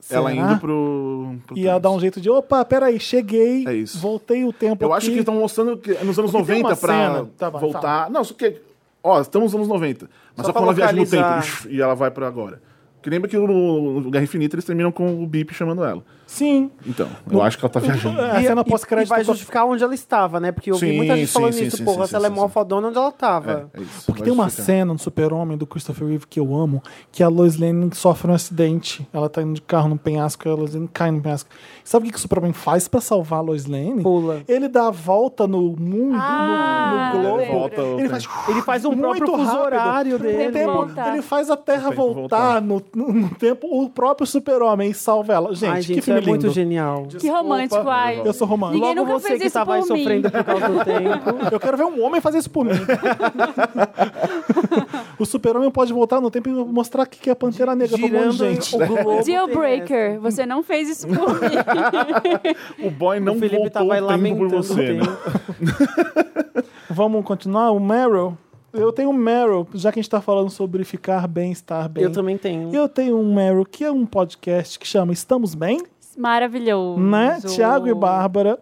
S1: Será?
S5: Ela indo pro. pro
S1: E ela
S5: Thanos.
S1: dá um jeito de, opa, peraí, cheguei,
S5: É isso.
S1: voltei o tempo
S5: Eu
S1: aqui.
S5: acho que estão mostrando que é nos anos
S1: Porque tem
S5: 90
S1: uma
S5: pra
S1: cena- tá bom,
S5: voltar. Não, só que. Ó, estamos nos anos 90. Mas só,
S7: Só pra
S5: quando ela viaja no
S7: localizar.
S5: tempo uf, e ela vai pra agora. Porque lembra que no no Guerra Infinita eles terminam com o Bip chamando ela.
S1: Sim.
S5: Então, eu acho que ela tá viajando.
S1: É, A cena pós-crédito
S7: e vai
S1: tá-
S7: justificar onde ela estava, né? Porque eu vi
S5: é Sim,
S7: muita gente
S5: sim,
S7: falando
S5: sim,
S7: isso.
S5: sim,
S7: Porra,
S5: sim,
S7: se ela é
S5: sim,
S7: mó
S5: sim.
S7: fodona, onde ela estava.
S5: É, é isso.
S1: Porque
S5: Vai
S1: tem uma
S5: justificar.
S1: cena no Super-Homem do Christopher Reeve que eu amo, que a Lois Lane sofre um acidente. Ela tá indo de carro no penhasco e a Lois Lane cai no penhasco. Sabe o que, que o Superman faz pra salvar a Lois Lane?
S7: Pula.
S1: Ele dá a volta no mundo,
S2: Ah,
S1: no, no globo.
S2: lembro.
S5: Volta o
S1: Ele
S5: tempo.
S1: faz,
S7: Ele faz um
S1: muito
S7: próprio fuso
S1: rápido.
S7: horário
S1: No
S7: dele.
S1: tempo-
S2: Voltar.
S1: ele faz a Terra
S5: No tempo
S1: voltar
S5: voltar.
S1: no, no- no tempo, o próprio Super-Homem e salva ela. Gente,
S7: Ai,
S1: que
S7: gente,
S1: filme
S7: é muito
S1: lindo.
S7: genial.
S2: Que romântico, ai.
S1: Eu sou romano.
S2: Ninguém
S7: Logo
S2: nunca
S7: você
S2: fez
S7: que
S2: isso
S7: tava
S2: por
S7: aí
S2: mim.
S7: sofrendo por causa do tempo.
S1: Eu quero ver um homem fazer isso por mim. o super-homem pode voltar no tempo e mostrar que que é a Pantera Negra pra um monte de
S7: Girando
S1: gente.
S7: o globo.
S2: Deal
S7: terrestre.
S2: Breaker, você não fez isso por mim.
S5: O boy não
S7: O Felipe
S5: voltou
S1: tá
S7: tava aí
S5: o tempo por
S7: lamentando o
S5: você, né?
S7: tempo.
S1: Vamos continuar? O Meryl. Eu tenho um Meryl, já que a gente tá falando sobre ficar bem, estar bem.
S7: Eu também tenho.
S1: Eu tenho um Meryl, que é um podcast que chama Estamos Bem,
S2: Maravilhoso.
S1: né? Tiago e Bárbara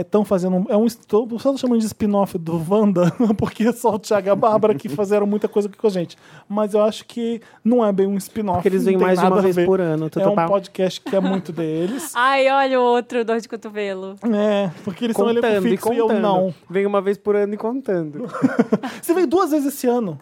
S1: estão fazendo. um- É um. Estou só chamando de spin-off do Wanda, porque é só o Tiago e a Bárbara que fizeram muita coisa aqui com a gente. Mas eu acho que não é bem um spin-off.
S7: Porque eles
S1: não
S7: vêm
S1: tem
S7: mais de
S1: nada
S7: uma
S1: a
S7: vez
S1: ver.
S7: por ano.
S1: É um
S7: Tutupá.
S1: podcast que é muito deles.
S2: Ai, olha o outro, dor de cotovelo.
S1: É, porque eles são elenco
S7: contando e
S1: fixo e eu
S7: contando.
S1: não.
S7: Vem uma vez por ano e contando.
S1: Você veio duas vezes esse ano.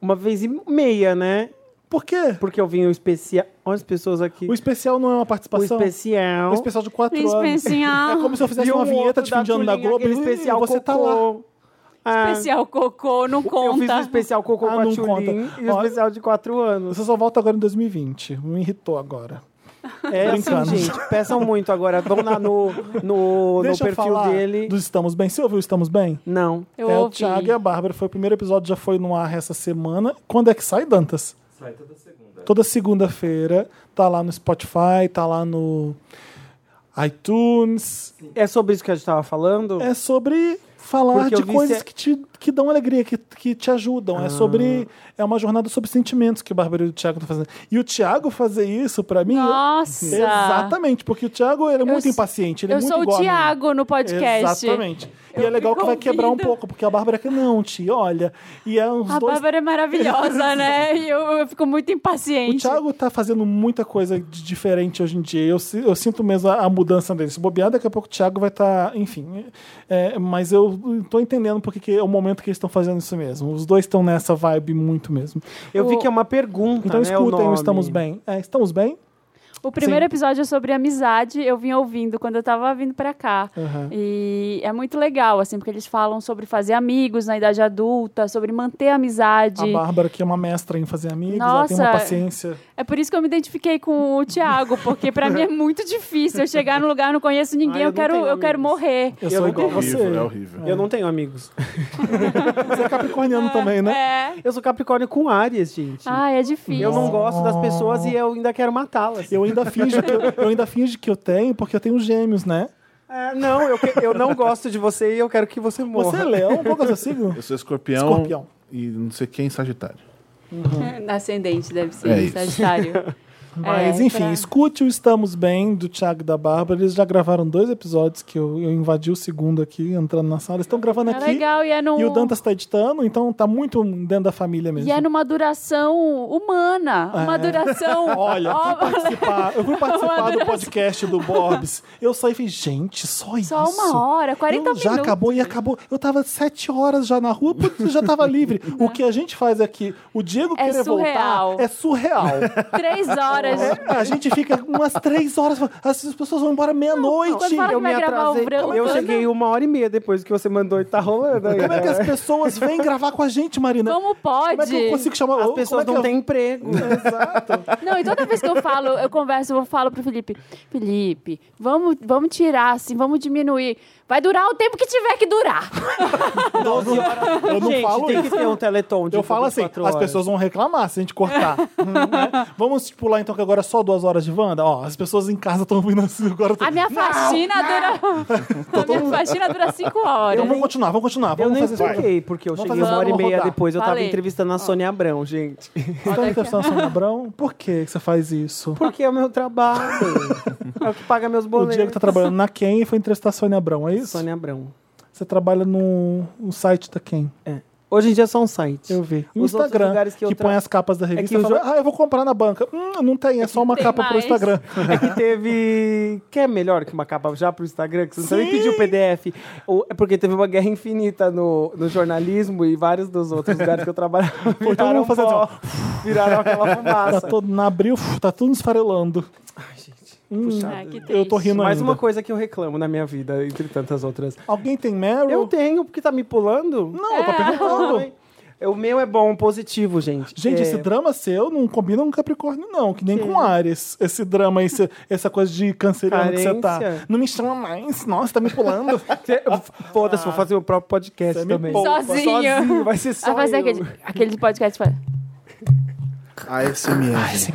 S7: Uma vez e meia, né?
S1: Por quê?
S7: Porque eu vim o especial. Olha as pessoas aqui.
S1: O especial não é uma
S7: O
S1: participação? É
S7: especial.
S1: um especial de quatro anos. É
S2: Especial,
S1: como se eu fizesse
S7: E
S1: uma
S7: um
S1: vinheta
S7: outro
S1: de fim de ano da
S7: Tulinha,
S1: Globo
S7: aquele
S1: e
S7: especial
S1: você tá lá.
S7: cocô.
S1: É.
S7: Ah,
S2: especial cocô, não
S7: Eu fiz o
S2: conta.
S7: especial cocô
S1: Ah,
S7: com a
S1: não
S7: Tulin
S1: conta.
S7: e o
S1: Ó,
S7: especial de quatro anos.
S1: Você só volta agora em 2020. Me irritou agora.
S7: É
S1: brincando.
S7: assim, gente. Peçam muito agora. Vão lá no, no, no
S1: Deixa eu
S7: perfil
S1: falar
S7: dele.
S1: do Estamos Bem. Você ouviu o Estamos Bem?
S7: Não.
S2: Eu
S1: é o
S2: ouvi.
S1: Thiago e a Bárbara. Foi o primeiro episódio, já foi no ar essa semana. Quando é que sai, Dantas?
S6: Sai toda segunda.
S1: Toda segunda-feira. Tá lá no Spotify, tá lá no iTunes.
S7: É sobre isso que a gente tava falando?
S1: É sobre falar
S7: Porque eu
S1: de
S7: vi
S1: coisas
S7: se-
S1: que te que dão alegria, que, que te ajudam.
S2: Ah.
S1: É sobre é uma jornada sobre sentimentos que o Bárbara e o Thiago estão fazendo. E o Thiago fazer isso pra mim
S2: Nossa!
S1: Exatamente, porque o Thiago ele é muito
S2: s-
S1: impaciente, ele é
S2: Eu
S1: muito
S2: sou o
S1: igual a mim.
S2: Thiago no podcast.
S1: Exatamente. e
S2: Eu
S1: é legal que vai
S2: fico
S1: quebrar um
S2: ouvindo.
S1: pouco, porque a Bárbara que não, Ti, olha. E é uns
S2: A
S1: dois
S2: Bárbara é maravilhosa, né? E eu, eu fico muito
S1: O
S2: impaciente.
S1: Thiago tá fazendo muita coisa de diferente hoje em dia. Eu, si- eu sinto mesmo a, a mudança dele. Se bobear, daqui a pouco o Thiago vai estar. enfim. É, mas eu tô entendendo porque que é o momento que eles estão fazendo isso mesmo. Os dois estão nessa vibe muito mesmo.
S7: Eu vi
S2: O-
S7: que é uma pergunta.
S1: Então
S7: né, o
S1: escutem o
S7: nome.
S1: Estamos Bem. É, estamos bem?
S2: O primeiro episódio é sobre amizade, eu vim ouvindo quando eu tava vindo pra cá. E é muito legal, assim, porque eles falam sobre fazer amigos na idade adulta, sobre manter a amizade.
S1: A Bárbara, que é uma mestra em fazer amigos, ela tem
S2: Nossa.
S1: uma paciência.
S2: É por isso que eu me identifiquei com o Thiago, porque pra mim é muito difícil eu chegar num lugar, eu não conheço ninguém, eu,
S7: Ah, eu não
S2: quero,
S7: tenho
S2: eu quero
S7: amigos.
S2: morrer.
S1: Eu,
S7: Eu
S1: sou
S7: não
S1: igual a
S7: tenho
S1: você.
S5: horrível, é horrível.
S7: Eu não tenho amigos.
S1: Você é capricorniano também, né?
S2: É.
S7: Eu sou Capricórnio com Áries, gente.
S2: Ah, é difícil.
S7: eu não gosto das pessoas e eu ainda quero matá-las.
S1: Eu ainda, finjo que eu, eu ainda finge que eu tenho, porque eu tenho gêmeos, né?
S7: É, não, eu, que- eu não gosto de você e eu quero que você morra.
S1: Você é leão? Qual que é o seu signo?
S5: Eu sou escorpião,
S1: Escorpião.
S5: e não sei quem é Sagitário.
S2: Ascendente É deve ser,
S5: É isso.
S2: Sagitário.
S1: Mas,
S2: É,
S1: enfim,
S2: pra-
S1: escute o Estamos Bem do Thiago e da Bárbara. Eles já gravaram dois episódios que eu, eu invadi o segundo aqui, entrando na sala. Eles estão gravando
S2: É
S1: aqui.
S2: legal e é num...
S1: E o Dantas tá editando, então tá muito dentro da família mesmo.
S2: E é numa duração humana, uma duração...
S1: Olha, eu fui
S2: Ó,
S1: participar, eu fui participar do
S2: Adoro.
S1: podcast do Bobs. Eu saí e falei, gente, só, isso.
S2: Só uma hora, 40
S1: Não, já
S2: minutos.
S1: acabou e acabou. Eu tava sete horas já na rua, putz, já tava livre. O que a gente faz aqui, o Diego
S2: É
S1: querer
S2: surreal.
S1: voltar é surreal.
S2: Três horas.
S1: É, a gente fica umas três horas, falando, as pessoas vão embora meia-noite.
S2: quando fala-
S7: Eu me
S2: Vai gravar o
S7: atrasei.
S2: Vrelo
S7: Eu
S2: todo?
S7: cheguei uma hora e meia depois que você mandou e tá rolando ainda.
S1: Como é que as pessoas vêm gravar com a gente, Marina?
S2: Como
S1: Como é que eu
S2: pode?
S1: consigo chamar
S7: As
S1: como
S7: pessoas
S1: é que
S7: não
S1: eu-
S7: têm emprego.
S2: Não, e toda vez que eu falo, eu converso, eu falo pro Felipe, Felipe, vamos, vamos tirar, assim, vamos diminuir. Vai durar o tempo que tiver que durar.
S1: Eu não
S7: Gente,
S1: falo
S7: tem
S1: isso.
S7: que ter um teleton de
S1: Eu falo assim,
S7: 24
S1: as
S7: horas.
S1: pessoas vão reclamar se a gente cortar. né? Vamos pular então que agora é só duas horas de Wanda? Ó, as pessoas em casa estão ouvindo assim agora.
S2: A minha faxina dura. A minha faxina dura cinco horas.
S1: Então vamos continuar, vamos continuar.
S7: Eu
S1: Vamos
S7: nem
S1: fazer isso.
S7: expliquei, porque eu
S1: Vamos fazer
S7: cheguei uma
S1: isso,
S7: hora e
S1: vamos
S7: meia
S1: rodar.
S7: depois. Eu tava
S2: Falei.
S7: entrevistando a Sônia Abrão, gente.
S1: Você está entrevistando a Sônia Abrão? Por que que você faz isso?
S7: Porque é o meu trabalho. é o que paga meus
S1: O
S7: boletos.
S1: Diego tá trabalhando na Quem e foi entrevistar a Sônia Abrão, é isso?
S7: Sônia Abrão.
S1: Você trabalha no, no site da Quem?
S7: Hoje em dia é só um site.
S1: Eu vi. E O
S7: Os outros
S1: Instagram,
S7: lugares
S1: que,
S7: que eu tra-
S1: põe as capas da revista
S7: que
S1: e
S7: o
S1: fala,
S7: jo-
S1: ah, eu vou comprar na banca. Hum, não tem, é só uma
S2: tem
S1: capa pro
S2: mais.
S1: Instagram.
S7: É que teve. Que é melhor que uma capa já pro Instagram, que você não precisa nem pedir o PDF. Ou, é porque teve uma guerra infinita no, no jornalismo e vários dos outros lugares que eu trabalhava viraram,
S1: mundo fazendo
S7: pó, viraram aquela
S1: assim, Tá
S7: fumaça.
S1: todo, na abril, tá tudo esfarelando.
S7: Ai, gente.
S2: Ai, né, que
S1: eu tô
S2: triste.
S1: rindo
S7: Mais
S1: ainda.
S7: uma coisa que eu reclamo na minha vida, entre tantas outras.
S1: Alguém tem Meryl?
S7: Eu tenho, É. porque tá me pulando? Não,
S1: eu tô perguntando.
S7: O meu é bom, positivo, gente.
S1: Gente,
S7: É,
S1: esse drama seu não combina com Capricórnio, não, que nem com Ares. Esse drama, esse, essa coisa de canceriano que você tá.
S7: Carência.
S1: Não me chama mais, nossa, tá me pulando.
S7: cê- Foda-se, vou fazer o próprio podcast
S1: Ah. Você me
S7: também.
S1: poupa.
S2: Sozinho.
S7: Sozinho, vai ser só
S2: Vai fazer
S7: eu.
S2: aquele, aquele podcast. fala,
S5: ASMR.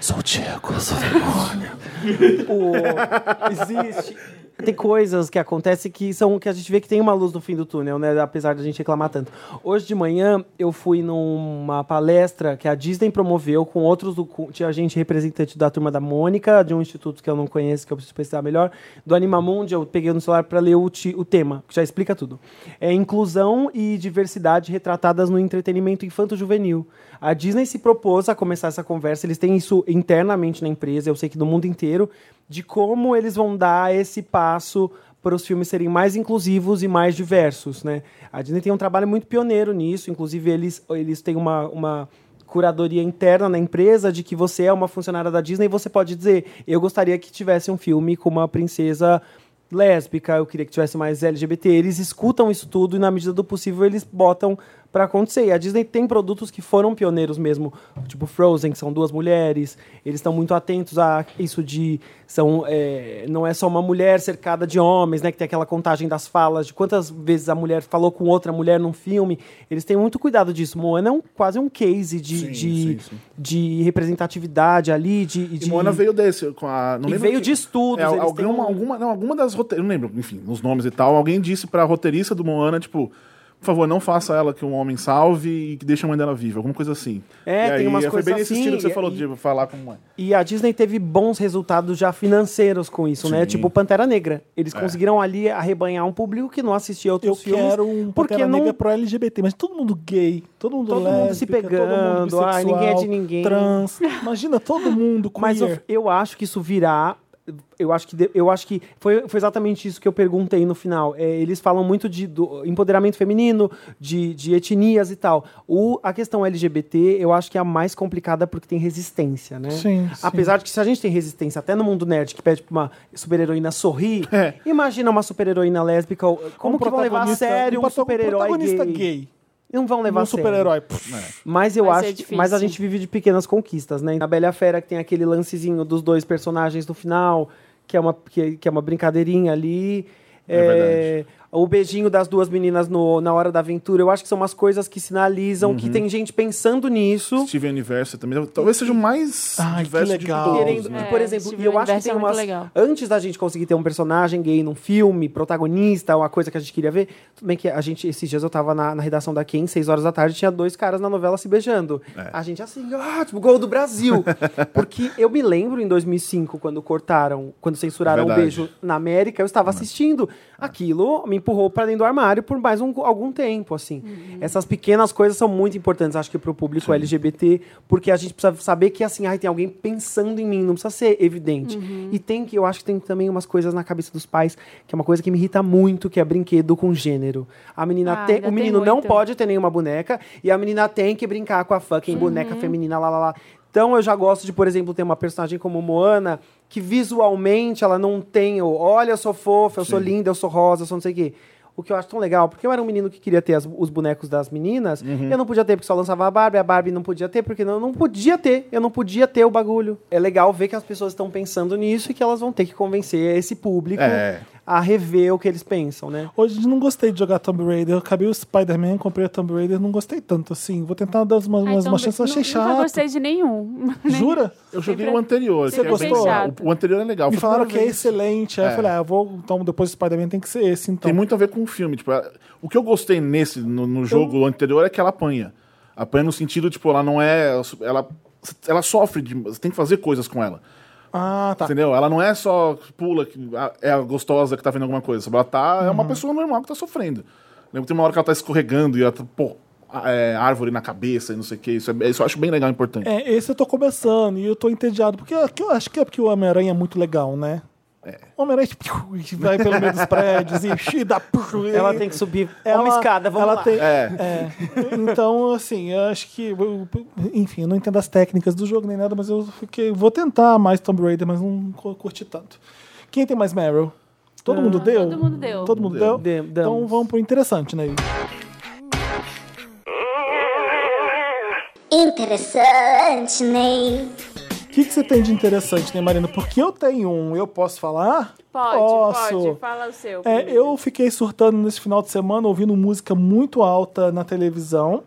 S1: Sou o Diego.
S7: O- Existe. Tem coisas que acontecem que são que a gente vê que tem uma luz no fim do túnel, né? Apesar da gente reclamar tanto. Hoje de manhã eu fui numa palestra que a Disney promoveu com outros. do- com- Tinha gente representante da turma da Mônica, de um instituto que eu não conheço, que eu preciso pesquisar melhor. Do Animamundi, eu peguei no celular para ler o, ti- o tema, que já explica tudo. É inclusão e diversidade retratadas no entretenimento infanto-juvenil. A Disney se propôs a começar essa conversa, eles têm isso internamente na empresa, eu sei que no mundo inteiro, de como eles vão dar esse passo para os filmes serem mais inclusivos e mais diversos, né? A Disney tem um trabalho muito pioneiro nisso, inclusive eles, eles têm uma, uma curadoria interna na empresa de que você é uma funcionária da Disney e você pode dizer, eu gostaria que tivesse um filme com uma princesa lésbica, eu queria que tivesse mais LGBT. Eles escutam isso tudo e, na medida do possível, eles botam pra acontecer. E a Disney tem produtos que foram pioneiros mesmo, tipo Frozen, que são duas mulheres. Eles estão muito atentos a isso de. São, é, não é só uma mulher cercada de homens, né? Que tem aquela contagem das falas, de quantas vezes a mulher falou com outra mulher num filme. Eles têm muito cuidado disso. Moana é um, quase um case de,
S5: Sim,
S7: de,
S5: sim, sim.
S7: de representatividade ali. De, e
S5: E
S7: de-
S5: Moana veio desse. Com a, não
S7: E
S5: lembro
S7: veio
S5: que-
S7: de estudos,
S5: É,
S7: eles
S5: alguém,
S7: têm um-
S5: uma- alguma, não, alguma das roteiristas. Não lembro, enfim, os nomes e tal. Alguém disse pra roteirista do Moana, tipo. Por favor, não faça ela que um homem salve e que deixe a mãe dela viva, alguma coisa assim.
S7: É,
S5: e
S7: tem
S5: aí,
S7: umas
S5: Foi
S7: coisas
S5: bem nesse
S7: assim,
S5: estilo que você
S7: e-
S5: falou, de falar com mãe.
S7: E a Disney teve bons resultados já financeiros com isso, né?
S5: Sim.
S7: Tipo Pantera Negra. Eles conseguiram ali arrebanhar um porque que não assistia
S1: É. Eu
S7: outros filmes.
S1: quero um
S7: porque
S1: Pantera
S7: não
S1: Negra pro LGBT, mas todo mundo gay, todo mundo
S7: Todo mundo se
S1: lésbica, todo mundo
S7: pegando, ah,
S1: bissexual,
S7: ninguém é de ninguém.
S1: Trans. Imagina todo mundo queer.
S7: Mas eu, eu acho que isso virá eu acho que de- eu acho que foi, foi exatamente isso que eu perguntei no final. É, eles falam muito de do empoderamento feminino, de, de etnias e tal. O, a questão LGBT eu acho que é a mais complicada porque tem resistência, né?
S1: Sim, sim.
S7: Apesar de que se a gente tem resistência até no mundo nerd que pede pra uma super-heroína sorrir,
S5: É.
S7: imagina uma super-heroína lésbica. ou- Como
S1: Um
S7: que vão levar a
S1: protagonista-
S7: sério um
S1: prota-
S7: super-herói
S1: protagonista
S7: gay?
S1: gay.
S7: Não vão levar
S1: um
S7: a sério. É.
S1: super-herói.
S7: Mas eu
S2: Vai ser
S7: acho que,
S2: difícil.
S7: mas a gente vive de pequenas conquistas, né? Na Bela e a Fera que tem aquele lancezinho dos dois personagens no final, que é uma que, que é uma brincadeirinha ali.
S5: É verdade.
S7: o beijinho das duas meninas no- na hora da aventura, eu acho que são umas coisas que sinalizam
S1: Uhum.
S7: que tem gente pensando nisso.
S5: Steven Universo também. Talvez seja o mais
S1: Ai, que
S5: diverso
S1: legal.
S5: de todos,
S7: Tipo, Querendo,
S5: né?
S2: É,
S7: por exemplo,
S2: Steven
S7: e eu acho que
S2: Universe
S7: tem
S2: é muito
S7: umas.
S2: legal.
S7: Antes da gente conseguir ter um personagem gay num filme, protagonista, uma coisa que a gente queria ver. Tudo bem que a gente, esses dias eu tava na, na redação da Quem, seis horas da tarde, tinha dois caras na novela se beijando. A gente assim, ah, tipo, gol do Brasil. Porque eu me lembro em 2005, quando cortaram, quando censuraram o
S5: Verdade.
S7: beijo na América, eu estava assistindo. Aquilo me empurrou para dentro do armário por mais um- algum tempo, assim.
S2: Uhum.
S7: Essas pequenas coisas são muito importantes, acho que pro público LGBT, porque a gente precisa saber que, assim, ai, tem alguém pensando em mim, não precisa ser evidente.
S2: Uhum.
S7: E tem que, eu acho que tem também umas coisas na cabeça dos pais, que é uma coisa que me irrita muito, que é brinquedo com gênero. A menina
S2: Ah,
S7: tem-
S2: ainda
S7: o
S2: tem
S7: menino não
S2: muito.
S7: pode ter nenhuma boneca, e a menina tem que brincar com a fucking boneca feminina, lá, lá, lá. Então eu já gosto de, por exemplo, ter uma personagem como Moana, que visualmente ela não tem o olha, eu sou fofa, eu sou linda, eu sou rosa, eu sou não sei o quê. O que eu acho tão legal, porque eu era um menino que queria ter as- os bonecos das meninas, eu não podia ter porque só lançava a Barbie, a Barbie não podia ter, porque não, não podia ter, eu não podia ter o bagulho. É legal ver que as pessoas estão pensando nisso e que elas vão ter que convencer esse público
S5: É.
S7: a rever o que eles pensam, né?
S1: Hoje eu não gostei de jogar Tomb Raider. Eu acabei o Spider-Man, comprei o Tomb Raider, não gostei tanto assim. Vou tentar dar umas,
S2: Ah,
S1: umas,
S2: então,
S1: umas chances, achei
S2: nu- Nunca
S1: chato.
S2: gostei de nenhum.
S1: Jura?
S5: Eu joguei
S2: Sempre-
S5: o anterior.
S2: Você
S5: que é bem
S1: gostou?
S5: legal. O, o anterior é legal.
S1: Me
S5: Foi a
S1: falaram que
S5: primeira
S1: é
S5: vez.
S1: excelente. Aí
S5: É.
S1: eu falei, ah, eu vou. Então, depois do Spider-Man tem que ser esse, então.
S5: Tem muito a ver com o filme. Tipo, a- o que eu gostei nesse, no, no jogo anterior, é que ela apanha. Apanha no sentido, tipo, ela não é. Ela, ela sofre de. Você tem que fazer coisas com ela.
S1: Ah, tá.
S5: Entendeu? Ela não é só pula, que a- é a gostosa que tá vendo alguma coisa. sabe? Ela tá. É uma pessoa normal que tá sofrendo. Lembro que tem uma hora que ela tá escorregando e ela tá, pô, a- é, árvore na cabeça e não sei o que. Isso, é- isso eu acho bem legal e importante.
S1: É, esse eu tô começando e eu tô entediado. Porque eu, que eu acho que é porque o Homem-Aranha é muito legal, né?
S7: É.
S1: O Homem-Aranha tipo, vai pelo meio dos prédios e, e dá.
S7: Ela tem que subir é uma escada, vamos
S1: ela
S7: lá.
S1: Tem,
S5: É.
S1: É. Então, assim, eu acho que. eu- Enfim, eu não entendo as técnicas do jogo nem nada, mas eu fiquei. Vou tentar mais Tomb Raider, mas não cu- curti tanto. Quem tem mais Meryl? Todo mundo deu?
S2: Ah, todo mundo deu.
S1: Todo mundo deu?
S7: Deu,
S1: Então
S7: damos.
S1: vamos pro interessante, né?
S9: Interessante, Ney.
S1: O que, que você tem de interessante, né, Marina? Porque eu tenho um, eu posso falar?
S2: Pode,
S1: posso.
S2: pode. Fala o seu.
S1: É,
S2: primeiro.
S1: eu fiquei surtando nesse final de semana ouvindo música muito alta na televisão,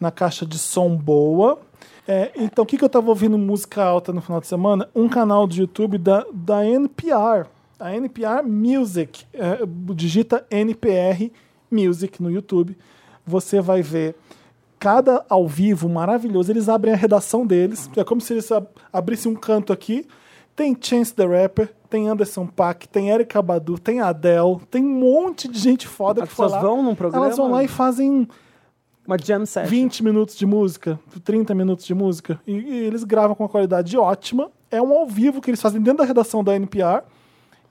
S1: na caixa de som boa. É, então, o que, que eu tava ouvindo música alta no final de semana? Um canal do YouTube da, da NPR, a NPR Music. É, digita NPR Music no YouTube. Você vai ver cada ao vivo maravilhoso. Eles abrem a redação deles. É como se eles ab- abrissem um canto aqui. Tem Chance the Rapper, tem Anderson Paak, tem Erika Badu, tem Adele, tem um monte de gente foda
S7: As
S1: que foi
S7: pessoas
S1: lá.
S7: vão num programa?
S1: Elas vão lá e fazem
S7: Uma jam session.
S1: 20 minutos de música, 30 minutos de música. E, e eles gravam com uma qualidade ótima. É um ao vivo que eles fazem dentro da redação da NPR.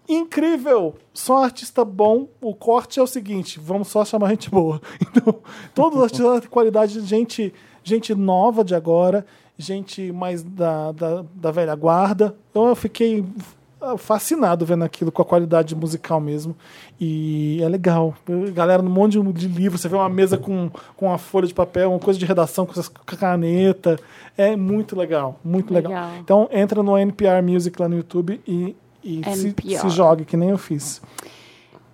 S1: Incrível! Só um artista bom. O corte é o seguinte: vamos só chamar gente boa. Então, todos os artistas de qualidade, gente, gente nova de agora, gente mais da, da, da velha guarda. Então eu fiquei ah, fascinado vendo aquilo com a qualidade musical mesmo. E é legal. Eu- Galera, num monte de- de livro, você vê uma mesa com, com uma folha de papel, uma coisa de redação com essas ca- caneta. É muito legal, muito legal.
S2: Legal.
S1: Então entra no NPR Music lá no YouTube e, e se,
S2: NPR.
S1: se jogue, que nem eu fiz.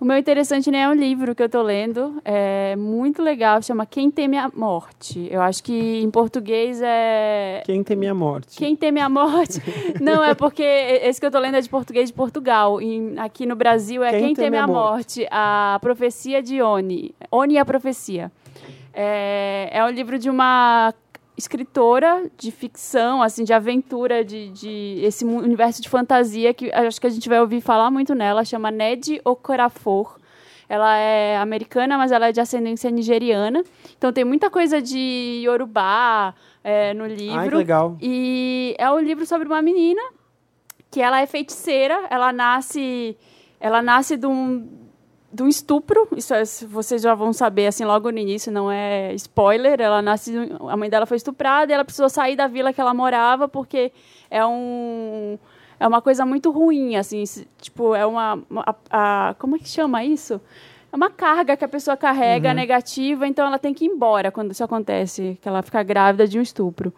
S2: O meu interessante né, é um livro que eu tô lendo, é muito legal, chama Quem Teme a Morte. Eu acho que em português é
S7: Quem teme a morte?
S2: Quem Teme a Morte. Não, é porque esse que eu tô lendo é de português de Portugal. Em- aqui no Brasil é Quem, Teme, a Morte, a Profecia de Oni. Oni e a Profecia. É, é um livro de uma escritora de ficção, assim, de aventura, de, de esse mu- universo de fantasia que acho que a gente vai ouvir falar muito nela, chama Ned Okorafor. Ela é americana, mas ela é de ascendência nigeriana. Então tem muita coisa de Yorubá é, no livro.
S7: Ai, que legal.
S2: E é um livro sobre uma menina que ela é feiticeira, ela nasce, ela nasce de um, de um estupro. Isso é- vocês já vão saber assim logo no início, não é spoiler. Ela nasce, de um- a mãe dela foi estuprada e ela precisou sair da vila que ela morava porque é um é uma coisa muito ruim, assim, se- tipo é uma, uma- a- a- como é que chama isso? É uma carga que a pessoa carrega negativa, então ela tem que ir embora quando isso acontece, que ela fica grávida de um estupro.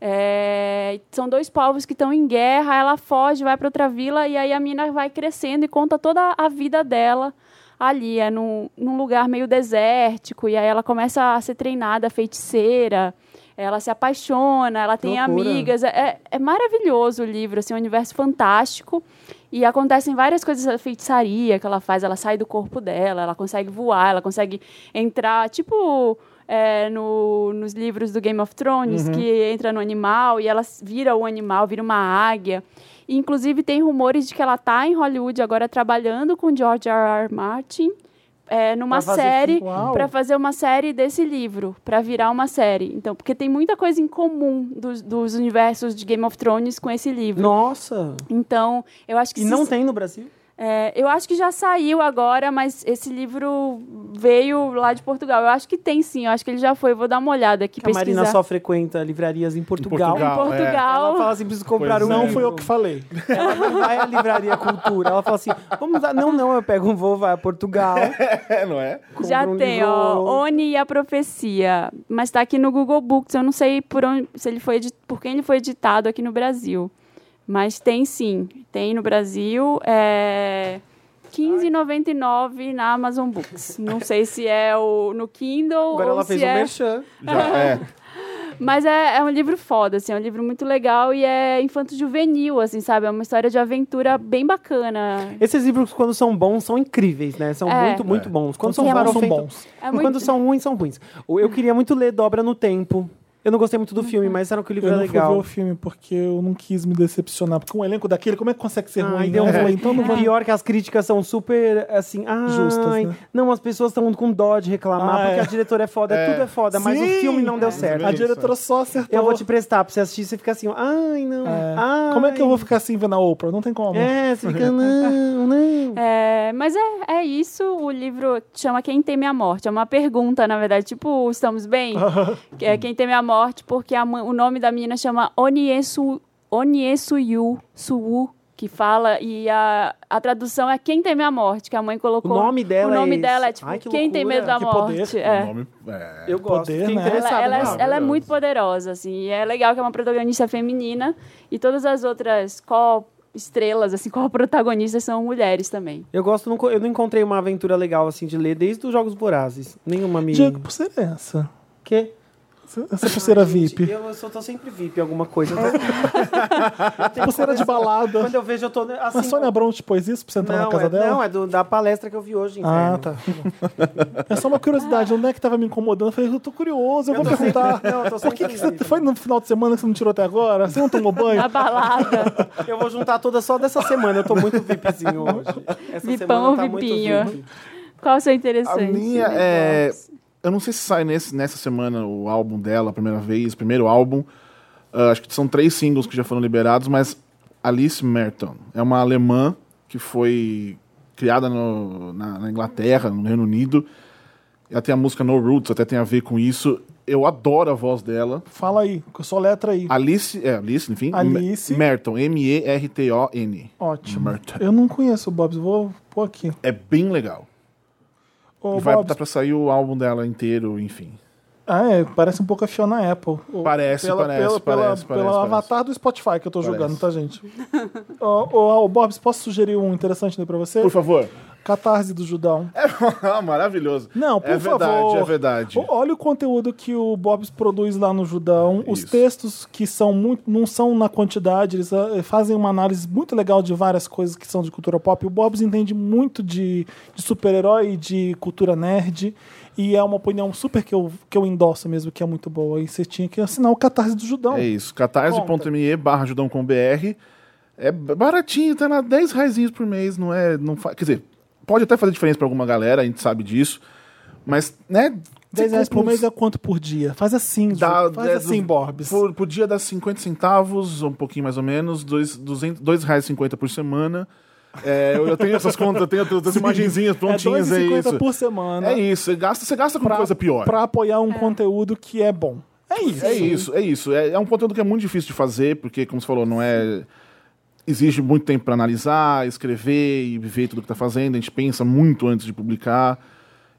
S2: É, são dois povos que estão em guerra, ela foge, vai para outra vila e aí a mina vai crescendo e conta toda a vida dela ali, é num, num lugar meio desértico, e aí ela começa a ser treinada feiticeira, ela se apaixona, ela tem
S7: loucura.
S2: amigas, é- é, é maravilhoso o livro, assim, um universo fantástico, e acontecem várias coisas da feitiçaria que ela faz, ela sai do corpo dela, ela consegue voar, ela consegue entrar, tipo é, no- nos livros do Game of Thrones, que entra no animal e ela s- vira o animal, vira uma águia. E, inclusive, tem rumores de que ela tá em Hollywood agora trabalhando com George R. R. Martin é, numa
S7: Pra fazer
S2: série
S7: filme. Uau.
S2: para fazer uma série desse livro, para virar uma série. Então, porque tem muita coisa em comum dos, dos universos de Game of Thrones com esse livro.
S7: Nossa!
S2: Então, eu acho que
S7: E
S2: se-
S7: não tem no Brasil?
S2: é, eu acho que já saiu agora, mas esse livro veio lá de Portugal. Eu acho que tem sim, eu acho que ele já foi. Vou dar uma olhada aqui,
S7: Que a Marina
S2: pesquisar.
S7: só frequenta livrarias em Portugal.
S5: Portugal.
S2: Em
S7: Ela
S2: Portugal.
S7: fala assim, preciso comprar
S5: Pois
S7: um
S5: é.
S1: Não
S7: livro.
S1: foi eu que falei.
S7: Ela não vai à livraria cultura. Ela fala assim, vamos lá. Não, não, eu pego um voo, vai a Portugal.
S5: É, não é?
S2: já
S7: compra um
S2: tem,
S7: livro-
S2: ó. Oni e a Profecia. Mas tá aqui no Google Books. Eu não sei por onde, se ele foi edi- por quem ele foi editado aqui no Brasil. Mas tem sim. Tem no Brasil. É. R$15,99 na Amazon Books. Não sei se é o, no Kindle
S7: Agora
S2: ou
S7: ela
S2: se
S7: fez um
S2: é...
S7: merchan.
S5: Já, é.
S2: Mas é, é um livro foda, assim, é um livro muito legal e é infanto-juvenil, assim, sabe? É uma história de aventura bem bacana.
S7: Esses livros, quando são bons, são incríveis, né? São
S2: É.
S7: muito, muito bons. Quando são
S2: Sim,
S7: bons,
S2: elas
S7: são
S1: são
S7: bons.
S1: bons.
S2: É
S7: E
S2: muito...
S7: Quando são ruins, são ruins. O- Eu queria muito ler Dobra no Tempo. Eu não gostei
S2: Uhum.
S7: muito do filme, mas disseram que o livro
S1: Eu
S7: é
S1: não fui ver
S7: legal.
S1: o filme porque eu não quis me decepcionar. Porque um elenco daquele, como é que consegue ser
S7: Ai,
S1: ruim?
S7: deu
S1: né? Eu
S7: um
S1: falei,
S7: ruim.
S1: então não vou
S7: Pior que as críticas são super, assim, ai,
S1: Justas, né?
S7: não, as pessoas estão com dó de reclamar,
S1: Ah,
S7: porque
S1: é.
S7: a diretora é foda,
S5: É.
S7: tudo é foda, mas o
S1: Sim! É,
S7: filme não deu certo.
S1: A diretora só acertou.
S7: Eu vou te prestar pra você assistir, você fica assim, ó, ai, não, ai.
S1: Como é que eu vou ficar assim vendo a Oprah? Não tem como.
S7: É, você fica, não, não.
S2: É, mas é, é isso, o livro chama Quem Teme a Morte. É uma pergunta, na verdade, tipo, estamos bem? Que é Quem Teme a Morte, porque a mãe- o nome da menina chama Oniesu, Oniesuyu Suwu, que fala, e a, a tradução é Quem Teme a Morte, que a mãe
S7: O
S2: colocou.
S7: nome
S2: O
S7: dela é
S2: nome
S7: esse.
S2: dela é, tipo,
S7: Ai, que
S2: Quem Tem
S7: loucura.
S2: Medo da
S1: que
S2: Morte.
S1: poder.
S2: É.
S5: O nome é.
S7: Eu gosto,
S1: Poder,
S7: fiquei
S1: né?
S2: Ela,
S7: interessado.
S2: ela
S7: não.
S2: é, ela é muito poderosa, assim. E é legal que é uma protagonista feminina. E todas as outras co-estrelas, assim, co-protagonistas são mulheres também.
S7: Eu gosto, não co- eu não encontrei uma aventura legal assim de ler desde os Jogos Vorazes. Nenhuma me.
S1: Diego, que pulseira é essa?
S7: Quê?
S1: Essa pulseira VIP.
S7: Eu, eu só tô sempre VIP em alguma coisa. Eu tô-
S1: Pulseira de balada.
S7: Quando eu vejo, eu tô. né, Assim,
S1: A Sônia Abrão te pôs isso pra você entrar
S7: não,
S1: na casa
S7: é,
S1: dela?
S7: não, é do- da palestra que eu vi hoje, inferno.
S1: Ah, tá. É só uma curiosidade, onde é que tava me incomodando? Eu falei, eu tô curioso, eu,
S7: Eu
S1: vou
S7: tô sempre-
S1: perguntar.
S7: não, eu tô
S1: Por que,
S7: sempre
S1: que você
S7: livre.
S1: foi no final de semana que você não tirou até agora? Você não tomou banho?
S2: A balada.
S7: Eu vou juntar todas só dessa semana. Eu tô muito VIPzinho hoje. Essa
S2: Vipão
S7: semana
S2: ou
S7: tá muito
S2: vipinho?
S7: VIP.
S2: Qual o seu
S5: A
S2: interessante?
S5: minha é. Eu não sei se sai nesse- nessa semana o álbum dela, a primeira vez, o primeiro álbum. Ah, acho que são três singles que já foram liberados, mas Alice Merton é uma alemã que foi criada no- na, na Inglaterra, no Reino Unido. Ela tem a música No Roots, até tem a ver com isso. Eu adoro a voz dela.
S1: Fala aí, com a sua letra aí.
S5: Alice, é, Alice, enfim.
S1: Alice.
S5: Merton, M-E-R-T-O-N.
S1: Ótimo.
S5: Merton.
S1: Eu não conheço o Bobs, vou pôr aqui.
S5: É bem legal.
S1: Ô,
S5: e vai
S1: Bobs,
S5: tá pra sair o álbum dela inteiro, enfim.
S1: Ah, é, parece um pouco a Fiona Apple. Ô,
S5: Parece, parece, parece,
S1: Pelo
S5: parece,
S1: avatar do Spotify que eu tô
S5: Parece.
S1: jogando, tá, gente? Ô, ô, ô, Bobs, posso sugerir um interessante aí pra você?
S5: Por favor.
S1: Catarse do Judão.
S5: É maravilhoso.
S1: Não, por
S5: é
S1: favor.
S5: É verdade, é
S1: O-
S5: verdade.
S1: Olha o conteúdo que o Bobs produz lá no Judão. Os
S5: É Isso.
S1: textos que são muito, não são na quantidade, eles ah, fazem uma análise muito legal de várias coisas que são de cultura pop. O Bobs entende muito de, de super-herói e de cultura nerd. E é uma opinião super que eu, que eu endosso mesmo, que é muito boa. E você tinha que assinar o Catarse do Judão.
S5: É isso, catarse.me barra Judão com BR. É baratinho, tá na 10 raizinhos por mês, não é... Não fa... Quer dizer, pode até fazer diferença pra alguma galera, a gente sabe disso. Mas, né,
S1: 10 reais por
S5: compra uns-
S1: mês é quanto por dia? Faz assim,
S5: Dá
S1: Ju, faz
S5: 10
S1: assim,
S5: do-
S1: Borbs.
S5: Por, por dia dá 50 centavos, um pouquinho mais ou menos, dois- duzentos- dois reais e R$2,50 por semana. É, eu, eu tenho essas contas, eu tenho essas imagenzinhas prontinhas, é, isso.
S1: por semana.
S5: É isso, você gasta, você gasta com
S1: pra-
S5: coisa pior.
S1: Pra apoiar um conteúdo que é bom. É isso.
S5: É isso, é isso. É, é um conteúdo que é muito difícil de fazer, porque, como você falou, não é. Exige muito tempo para analisar, escrever e ver tudo que tá fazendo. A gente pensa muito antes de publicar.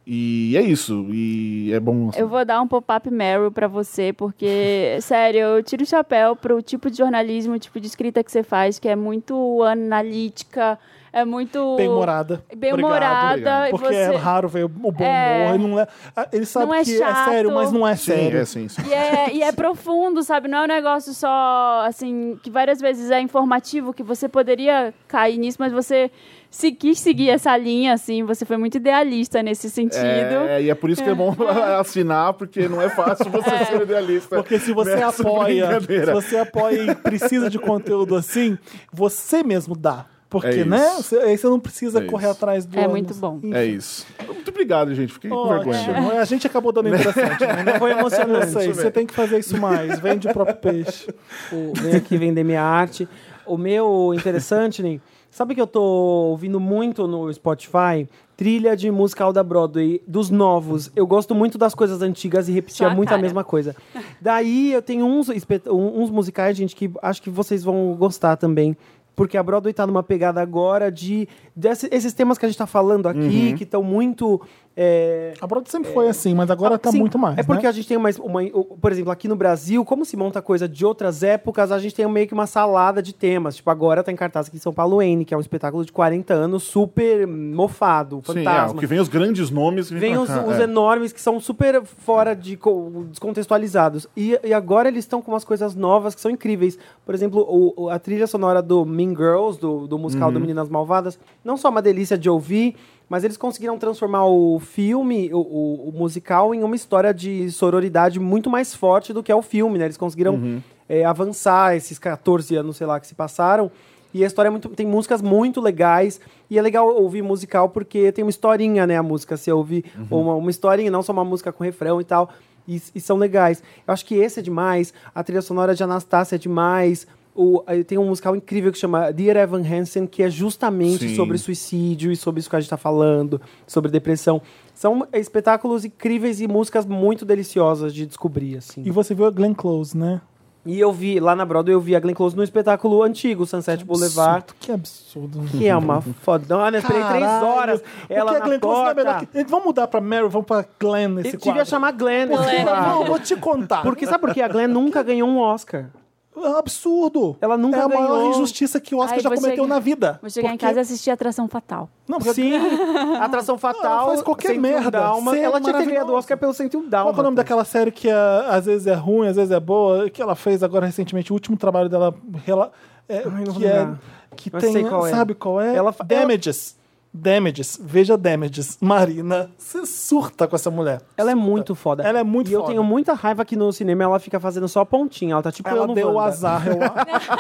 S5: E é isso. E é bom. assim.
S2: Eu vou dar um pop-up Meryl pra você, porque, sério, eu tiro o chapéu pro tipo de jornalismo, o tipo de escrita que você faz, que é muito analítica, é muito
S1: Bem morada.
S5: Obrigado,
S2: bem-humorada.
S5: obrigado.
S2: e
S1: Porque
S2: você-
S1: é raro ver o bom
S2: É.
S1: humor. Ele, não é... ah, ele sabe
S2: Não é
S1: que
S2: chato.
S1: é sério, mas não é
S5: Sim,
S1: sério.
S5: é sim, sim.
S2: E é, e é profundo, sabe? Não é um negócio só, assim, que várias vezes é informativo, que você poderia cair nisso, mas você se quis seguir essa linha, assim, você foi muito idealista nesse sentido.
S5: É, e é por isso que é bom assinar, porque não é fácil você ser idealista.
S1: Porque se você
S5: nessa
S1: apoia, se
S5: brincadeira.
S1: você apoia e precisa de conteúdo assim, você mesmo dá. Porque,
S5: É
S1: né?
S5: isso.
S1: Você, aí você não precisa
S5: É
S1: correr
S5: isso.
S1: atrás do
S2: É
S1: ânus.
S2: muito bom.
S5: É isso. Muito obrigado, gente. Fiquei com vergonha. é,
S1: Ótimo. A gente acabou dando interessante, né? Não foi emocionante. Eu sei,
S5: Isso
S1: Você
S5: mesmo.
S1: tem que fazer isso mais. Vende o próprio peixe.
S7: Tipo, venho aqui vender minha arte. O meu interessante, Nin, sabe que eu tô ouvindo muito no Spotify? Trilha de musical da Broadway, dos novos. Eu gosto muito das coisas antigas e repetia
S2: Sua
S7: muito a
S2: cara.
S7: mesma coisa. Daí eu tenho uns, espet- um- uns musicais, gente, que acho que vocês vão gostar também. Porque a Broadway tá numa pegada agora de. desse- esses temas que a gente tá falando aqui, que estão muito. é,
S1: A Broadway sempre foi assim, mas agora tá
S7: Sim,
S1: muito mais.
S7: É porque
S1: né?
S7: a gente tem uma, uma- o- Por exemplo, aqui no Brasil, como se monta coisa de outras épocas, a gente tem meio que uma salada de temas. Tipo, agora tá em cartaz aqui em São Paulo N, que é um espetáculo de 40 anos, super mofado,
S5: Sim, é, o
S7: fantasma.
S5: que vem os grandes nomes. que
S7: Vem
S5: pra
S7: os,
S5: cá,
S7: os
S5: é.
S7: enormes que são super fora de co- descontextualizados. E, e agora eles estão com umas coisas novas que são incríveis. Por exemplo, o- o- a trilha sonora do Mean Girls, do, do musical
S5: Uhum.
S7: do Meninas Malvadas, não só uma delícia de ouvir, mas eles conseguiram transformar o filme, o, o- o musical, em uma história de sororidade muito mais forte do que é o filme, né? Eles conseguiram
S5: Uhum.
S7: eh, avançar esses 14 anos, sei lá, que se passaram. E a história é muito, tem músicas muito legais. E é legal ouvir musical porque tem uma historinha, né? A música, você ouve uma, uma historinha, não só uma música com refrão e tal. E, e são legais. Eu acho que esse é demais. A trilha sonora de Anastácia é demais. O, aí tem um musical incrível que chama Dear Evan Hansen, que é justamente
S5: Sim.
S7: sobre suicídio e sobre isso que a gente tá falando, sobre depressão. São espetáculos incríveis e músicas muito deliciosas de descobrir, assim.
S1: E você viu a Glenn Close, né?
S7: E eu vi, lá na Broadway, eu vi a Glenn Close no espetáculo antigo, Sunset Boulevard.
S1: Absurdo, que absurdo.
S7: Que é uma fodona. Eu esperei três
S1: Caralho,
S7: horas. Ela
S1: Porque a
S7: na
S1: Glenn Close não é
S7: porta.
S1: melhor que... Vamos mudar pra Mary, vamos pra Glenn nesse
S7: Eu
S1: quadro.
S7: devia chamar Glenn. nesse
S2: é,
S1: Não, eu
S7: quadro.
S1: vou te contar.
S7: Porque sabe por quê? A Glenn nunca ganhou um Oscar.
S1: É um absurdo.
S7: Ela nunca
S1: É a maior
S7: ganhou.
S1: injustiça que o Oscar
S2: Ai,
S1: já
S2: vou
S1: cometeu
S2: chegar-
S1: na vida.
S2: Vou chegar em casa e assistir Atração Fatal.
S1: Não, porque
S7: Sim, Atração
S1: Não,
S7: Fatal.
S1: ela faz qualquer
S7: 101
S1: merda.
S7: Dálma-
S1: Ser
S7: Ela tinha que ter
S1: maravilhosa.
S7: ganhado o Oscar pelo 101 Dalma.
S1: Qual que é o nome daquela série que ah, às vezes é ruim, às vezes é boa, que ela fez agora recentemente, o último trabalho dela rela- é,
S7: Ai, não vou
S1: que, é,
S7: lembrar.
S1: que
S7: Mas
S1: tem,
S7: sei qual é.
S1: sabe qual é?
S7: Ela fa-
S1: Damages. Damages. Veja Damages. Marina, você surta com essa mulher.
S7: Ela é muito foda.
S1: Ela é muito
S7: E eu
S1: foda.
S7: tenho muita raiva que no cinema ela fica fazendo só pontinha. Ela tá tipo eu
S1: Ela
S7: no
S1: deu
S7: Wanda.
S1: azar, eu acho.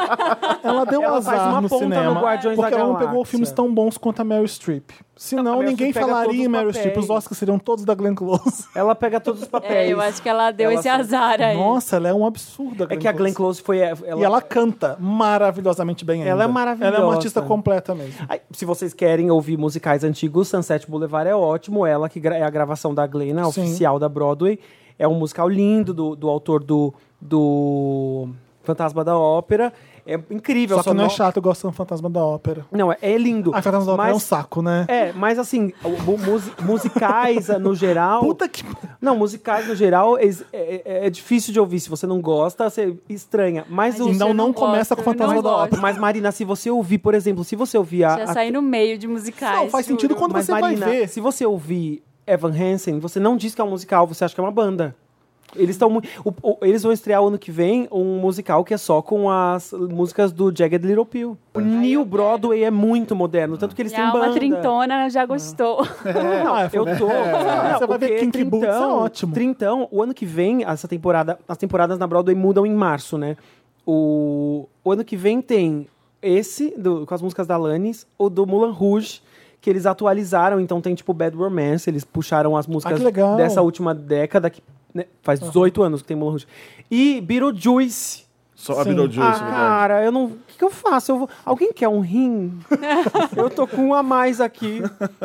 S1: Ela deu
S7: Ela faz
S1: azar
S7: uma
S1: no
S7: ponta no
S1: cinema.
S7: Guardiões da
S1: porque ela não pegou
S7: Galáxia.
S1: filmes tão bons quanto a Meryl Streep.
S7: Não, a
S1: Senão
S7: Meryl
S1: ninguém
S7: Streep pega
S1: falaria
S7: todos
S1: em
S7: os
S1: Meryl
S7: papéis.
S1: Streep. Os Oscars seriam todos da Glenn Close.
S7: Ela pega todos os
S2: É,
S7: papéis.
S2: eu acho que ela deu
S7: Ela
S2: esse
S7: sabe.
S2: azar aí.
S1: Nossa, ela é um absurdo.
S7: É que a Glenn Close foi. Ela,
S1: E ela canta maravilhosamente bem ainda.
S7: Ela é maravilhosa.
S1: Ela é uma artista completa mesmo.
S7: Ai, Se vocês querem ouvir musicais antigos, Sunset Boulevard é ótimo. Ela que gra- é a gravação da Glenn, a
S1: Sim.
S7: oficial da Broadway. É um musical lindo do, do autor do, do Fantasma da Ópera. É incrível.
S1: Só que não é
S7: sonor-
S1: chato, eu gosto do Fantasma da Ópera.
S7: Não, é- é lindo.
S1: A Fantasma da Ópera é um
S7: mas,
S1: saco, né?
S7: é, mas assim, o- mu- musi- musicais ah, no geral.
S1: Puta que...
S7: Não, musicais no geral eles- é, é- é difícil de ouvir. Se você não gosta, você estranha. Mas, o.
S2: gente,
S1: Então
S2: eu
S1: não
S2: não
S1: começa
S2: gosto,
S1: com o
S2: eu não
S1: Fantasma da
S2: gosto.
S1: Ópera.
S7: Mas, Marina, se você ouvir, por exemplo, se você ouvir a.
S2: Já
S7: a-
S2: saí no meio de musicais.
S1: Não, faz sentido
S2: juro.
S1: quando
S7: Mas
S1: você
S7: Marina,
S1: vai ver.
S7: se você ouvir Evan Hansen, você não diz que é um musical, você acha que é uma banda. Eles estão muito. o- o- Eles vão estrear o ano que vem um musical que é só com as músicas do Jagged Little Pill. O New Broadway é muito moderno, tanto que eles
S2: Minha
S7: têm
S2: alma
S7: banda.
S2: trintona já gostou.
S7: Não,
S1: Ah, é,
S7: eu tô.
S1: é,
S7: Não,
S1: você vai ver
S7: porque
S1: Kinky Boots, é ótimo.
S7: Trintão, o ano que vem, essa temporada, as temporadas na Broadway mudam em março, né? O, o ano que vem tem esse, do- com as músicas da Alanis, o do Mulan Rouge, que eles atualizaram. Então tem tipo Bad Romance, eles puxaram as músicas
S1: Ah, que legal.
S7: dessa última década, que né, faz 18 anos que tem Moulin Rouge. E Beetlejuice.
S5: Só a Beetlejuice,
S7: ah,
S5: verdade.
S7: cara, eu não. O que, que eu faço? Eu vou- Alguém quer um rim? eu tô com um a mais aqui,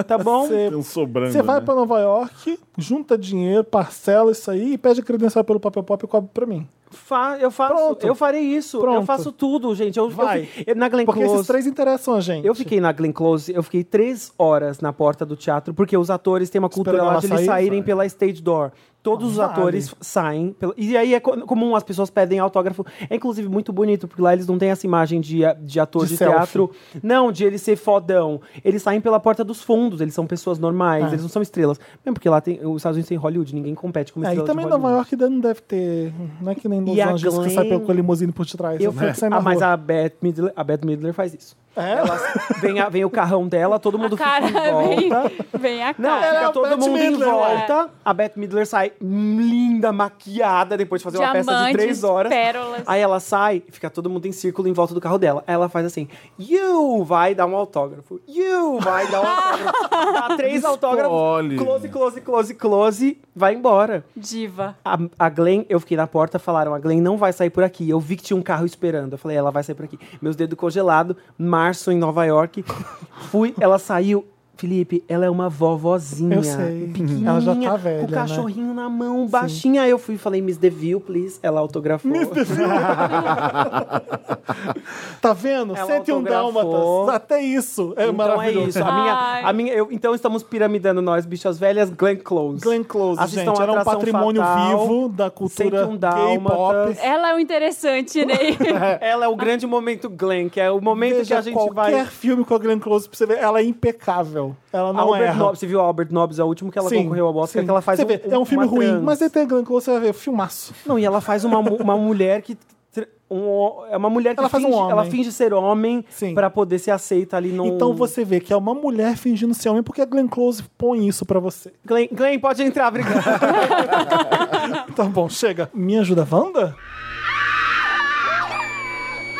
S7: tá bom?
S1: Você-
S5: Tem um sobrando.
S1: Você vai
S5: né?
S1: pra Nova York, junta dinheiro, parcela isso aí e pede credencial pelo Papel Pop e cobre pra mim.
S7: Fa- eu faço,
S1: Pronto.
S7: eu farei isso. Eu
S1: Pronto.
S7: faço tudo, gente. Eu, eu
S1: Vai.
S7: fi- eu- na Glenn
S1: Porque
S7: Close.
S1: esses três interessam a gente.
S7: Eu fiquei na Glenn Close, eu fiquei três horas na porta do teatro, porque os atores têm uma cultura
S1: Esperando
S7: lá
S1: ela
S7: de eles
S1: sair,
S7: saírem
S1: sai.
S7: pela stage door. Todos os
S1: Vale.
S7: atores saem. pela- E aí é co- comum, as pessoas pedem autógrafo. É inclusive muito bonito, porque lá eles não têm essa imagem de, a- de ator
S1: De
S7: de,
S1: selfie.
S7: teatro. Não, de ele ser fodão. Eles saem pela porta dos fundos, eles são pessoas normais,
S1: É.
S7: eles não são estrelas. Mesmo porque lá tem. Os Estados Unidos tem Hollywood, ninguém compete com uma
S1: É, e
S7: estrela de
S1: também
S7: Hollywood.
S1: Nova York não deve ter. Não é que nem Los
S7: E a
S1: Angeles que
S7: Glenn-
S1: sai pelo- com a limusine por trás.
S7: Eu
S1: né?
S7: fui,
S1: Sai na
S7: ah, mas
S1: rua.
S7: a Beth Midler, a Beth Midler faz isso.
S1: É?
S7: Ela vem, a- vem o carrão dela, todo mundo
S2: a cara
S7: fica em volta.
S2: vem, vem a
S7: Não,
S2: cara.
S1: é
S7: fica
S1: a
S7: todo
S1: Bette
S7: mundo em
S1: Midler,
S7: volta. A Beth Midler sai linda, maquiada, depois de fazer uma peça de três
S2: Diamantes,
S7: horas.
S2: pérolas.
S7: Aí ela sai e fica todo mundo em círculo em volta do carro dela. Aí ela faz assim: You vai dar um autógrafo. You vai dar um autógrafo. Dá três
S5: Escolhe.
S7: autógrafos. Close, close, close, close. Vai embora.
S2: Diva.
S7: A, a Glenn, eu fiquei na porta, falaram, a Glenn não vai sair por aqui. Eu vi que tinha um carro esperando. Eu falei, ela vai sair por aqui. Meus dedos congelados, março em Nova York. Fui, ela saiu. Felipe, ela é uma vovozinha.
S1: Eu sei.
S7: pequenininha,
S1: Ela já tá velha,
S7: Com o
S1: né?
S7: cachorrinho na mão, baixinha. Aí eu fui e falei, Miss DeVille, please. Ela autografou.
S1: Tá vendo?
S7: Ela
S1: 101
S7: autografou.
S1: dálmatas. Até isso. É
S7: então é
S1: maravilhoso.
S7: isso. A minha,
S2: Ai.
S7: a minha, eu- então estamos piramidando nós, bichas velhas, Glenn Close.
S1: Glenn Close,
S7: Assistam
S1: gente, era um
S7: Atração
S1: patrimônio
S7: Fatal,
S1: vivo da cultura
S7: 101
S1: gay-pop.
S7: Dálmatas.
S2: Ela é o interessante, Ney.
S7: Ela é o grande momento Glenn, que é o momento
S1: Veja
S7: que a gente
S1: qualquer
S7: vai...
S1: filme com a Glenn Close pra você ver, ela é impecável. Ela não
S7: Albert
S1: erra.
S7: Nobbs, você viu a Albert Nobbs, é o último que ela
S1: Sim,
S7: concorreu ao Oscar,
S1: sim.
S7: que ela faz
S1: Você
S7: um,
S1: vê, é um
S7: uma
S1: filme ruim,
S7: trans.
S1: mas aí tem a Glenn Close, você vai ver, filmaço.
S7: Não, e ela faz uma, mu- uma mulher que... tr- Um, é uma mulher que
S1: Ela faz um
S7: finge,
S1: homem.
S7: ela finge ser homem
S1: Sim.
S7: pra poder ser aceita ali no...
S1: Então você vê que é uma mulher fingindo ser homem, porque a Glenn Close põe isso pra você.
S7: Glenn, Glenn, pode entrar, obrigado.
S1: Tá bom, chega. Me ajuda, Wanda?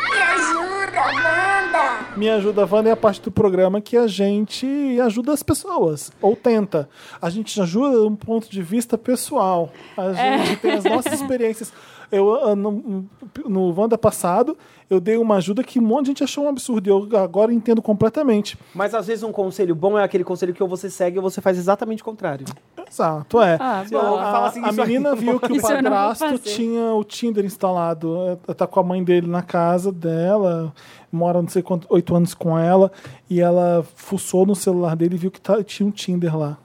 S9: Me ajuda, Wanda!
S1: Me ajuda, Wanda é a parte do programa que a gente ajuda as pessoas, ou tenta. A gente ajuda de um ponto de vista pessoal. A gente tem as nossas experiências. Eu, ah, no, no Wanda passado, eu dei uma ajuda que um monte de gente achou um absurdo. E eu agora entendo completamente.
S7: mas às vezes um conselho bom é aquele conselho que ou você segue ou você faz exatamente o contrário.
S1: Exato, é.
S2: Ah,
S1: a,
S2: bom.
S1: a-
S7: Fala assim,
S1: a
S7: isso aí
S1: menina
S7: não
S1: viu que o
S2: Isso eu não vou
S1: padrasto
S2: fazer.
S1: tinha o Tinder instalado. É, Tá com a mãe dele na casa dela, mora não sei quanto, oito anos com ela, e ela fuçou no celular dele e viu que tá- tinha um Tinder lá.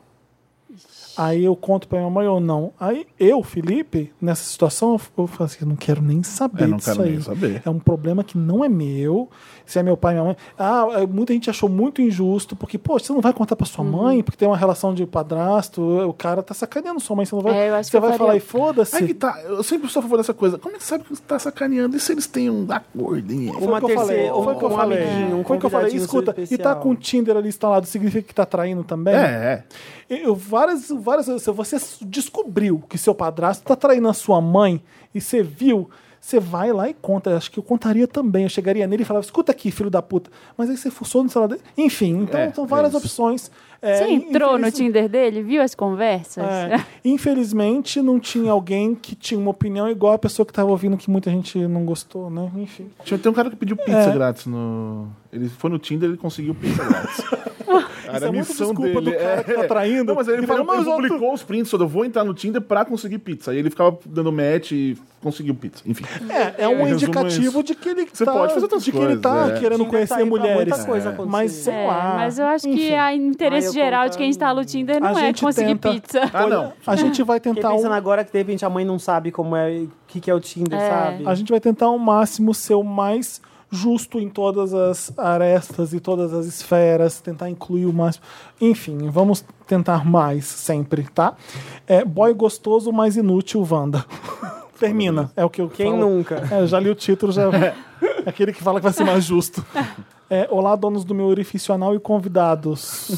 S1: Aí eu conto pra minha mãe ou não. Aí eu, Felipe, nessa situação, eu- eu falo assim, eu não quero nem saber
S5: Eu não
S1: disso
S5: quero
S1: aí.
S5: nem saber.
S1: É um problema que não é meu. Se é meu pai, minha mãe. Ah, é, muita gente achou muito injusto, porque, poxa, você não vai contar pra sua mãe,
S2: Uhum.
S1: porque tem uma relação de padrasto, o cara tá sacaneando sua mãe, você não vai.
S2: É, eu acho
S1: você
S2: que eu
S1: vai
S2: faria.
S1: falar e
S5: Aí que
S1: foda-se.
S5: tá, eu sempre sou a favor dessa coisa. Como é que sabe que você tá sacaneando? E se eles têm um acordo? hein?
S7: Uma
S1: Foi o que eu falei,
S7: terceira-
S1: Foi o que eu
S7: um
S1: falei.
S7: amiguinho, um
S1: Foi o que eu falei.
S7: convidadinho
S1: Escuta, e tá
S7: especial.
S1: com o Tinder ali instalado, significa que tá traindo também?
S5: É, é.
S1: Eu, várias, várias vezes, se você descobriu que seu padrasto tá traindo a sua mãe e você viu, você vai lá e conta. Eu Acho que eu contaria também. Eu chegaria nele e falava, escuta aqui, filho da puta. Mas aí você fuçou no celular dele. Enfim, então
S5: É,
S1: são várias
S5: é isso.
S1: opções. É,
S2: Você entrou no
S1: infeliz-
S2: Tinder dele, viu as conversas?
S1: é, infelizmente, não tinha alguém que tinha uma opinião igual a pessoa que tava ouvindo que muita gente não gostou, né? Enfim.
S5: Tinha, tem um cara que pediu pizza
S1: É.
S5: grátis no. Ele foi no Tinder e ele conseguiu pizza grátis. Era
S1: Isso é muito desculpa do cara que tá traindo.
S5: é. Não, mas aí ele,
S1: Ele fala,
S5: falou,
S1: "Mas
S5: ele
S1: eu tô-"
S5: publicou os prints, falou, eu vou entrar no Tinder pra conseguir pizza. Aí ele ficava dando match e conseguiu pizza. Enfim.
S1: É, é um
S5: Resumo
S1: indicativo
S5: isso.
S1: de que ele
S5: Você
S1: tá,
S5: pode fazer outras
S1: de que ele tá
S5: coisas, é.
S1: querendo conhecer mulheres.
S7: Muita coisa acontecer.
S1: Mas sei
S2: É,
S1: lá.
S2: mas eu acho
S1: Enfim.
S2: que o interesse
S7: Ah, eu
S2: geral de
S7: contar-
S2: quem instala o Tinder
S1: A
S2: não é
S1: gente
S2: conseguir
S1: tenta.
S2: pizza.
S5: Ah, não.
S1: A gente vai
S7: Fiquei
S1: tentar um,
S7: pensando agora que de repente a mãe não sabe como é, o que, que é o Tinder,
S2: É.
S7: sabe?
S1: a gente vai tentar ao máximo ser o mais justo em todas as arestas e todas as esferas, tentar incluir o máximo. Enfim, vamos tentar mais sempre, tá? É, boy gostoso, mas inútil, Wanda. Termina, é o que eu
S7: Quem
S1: falo.
S7: nunca?
S1: É, eu já li o título, já. é Aquele que fala que vai ser mais justo. É, olá, donos do meu orifício anal e convidados.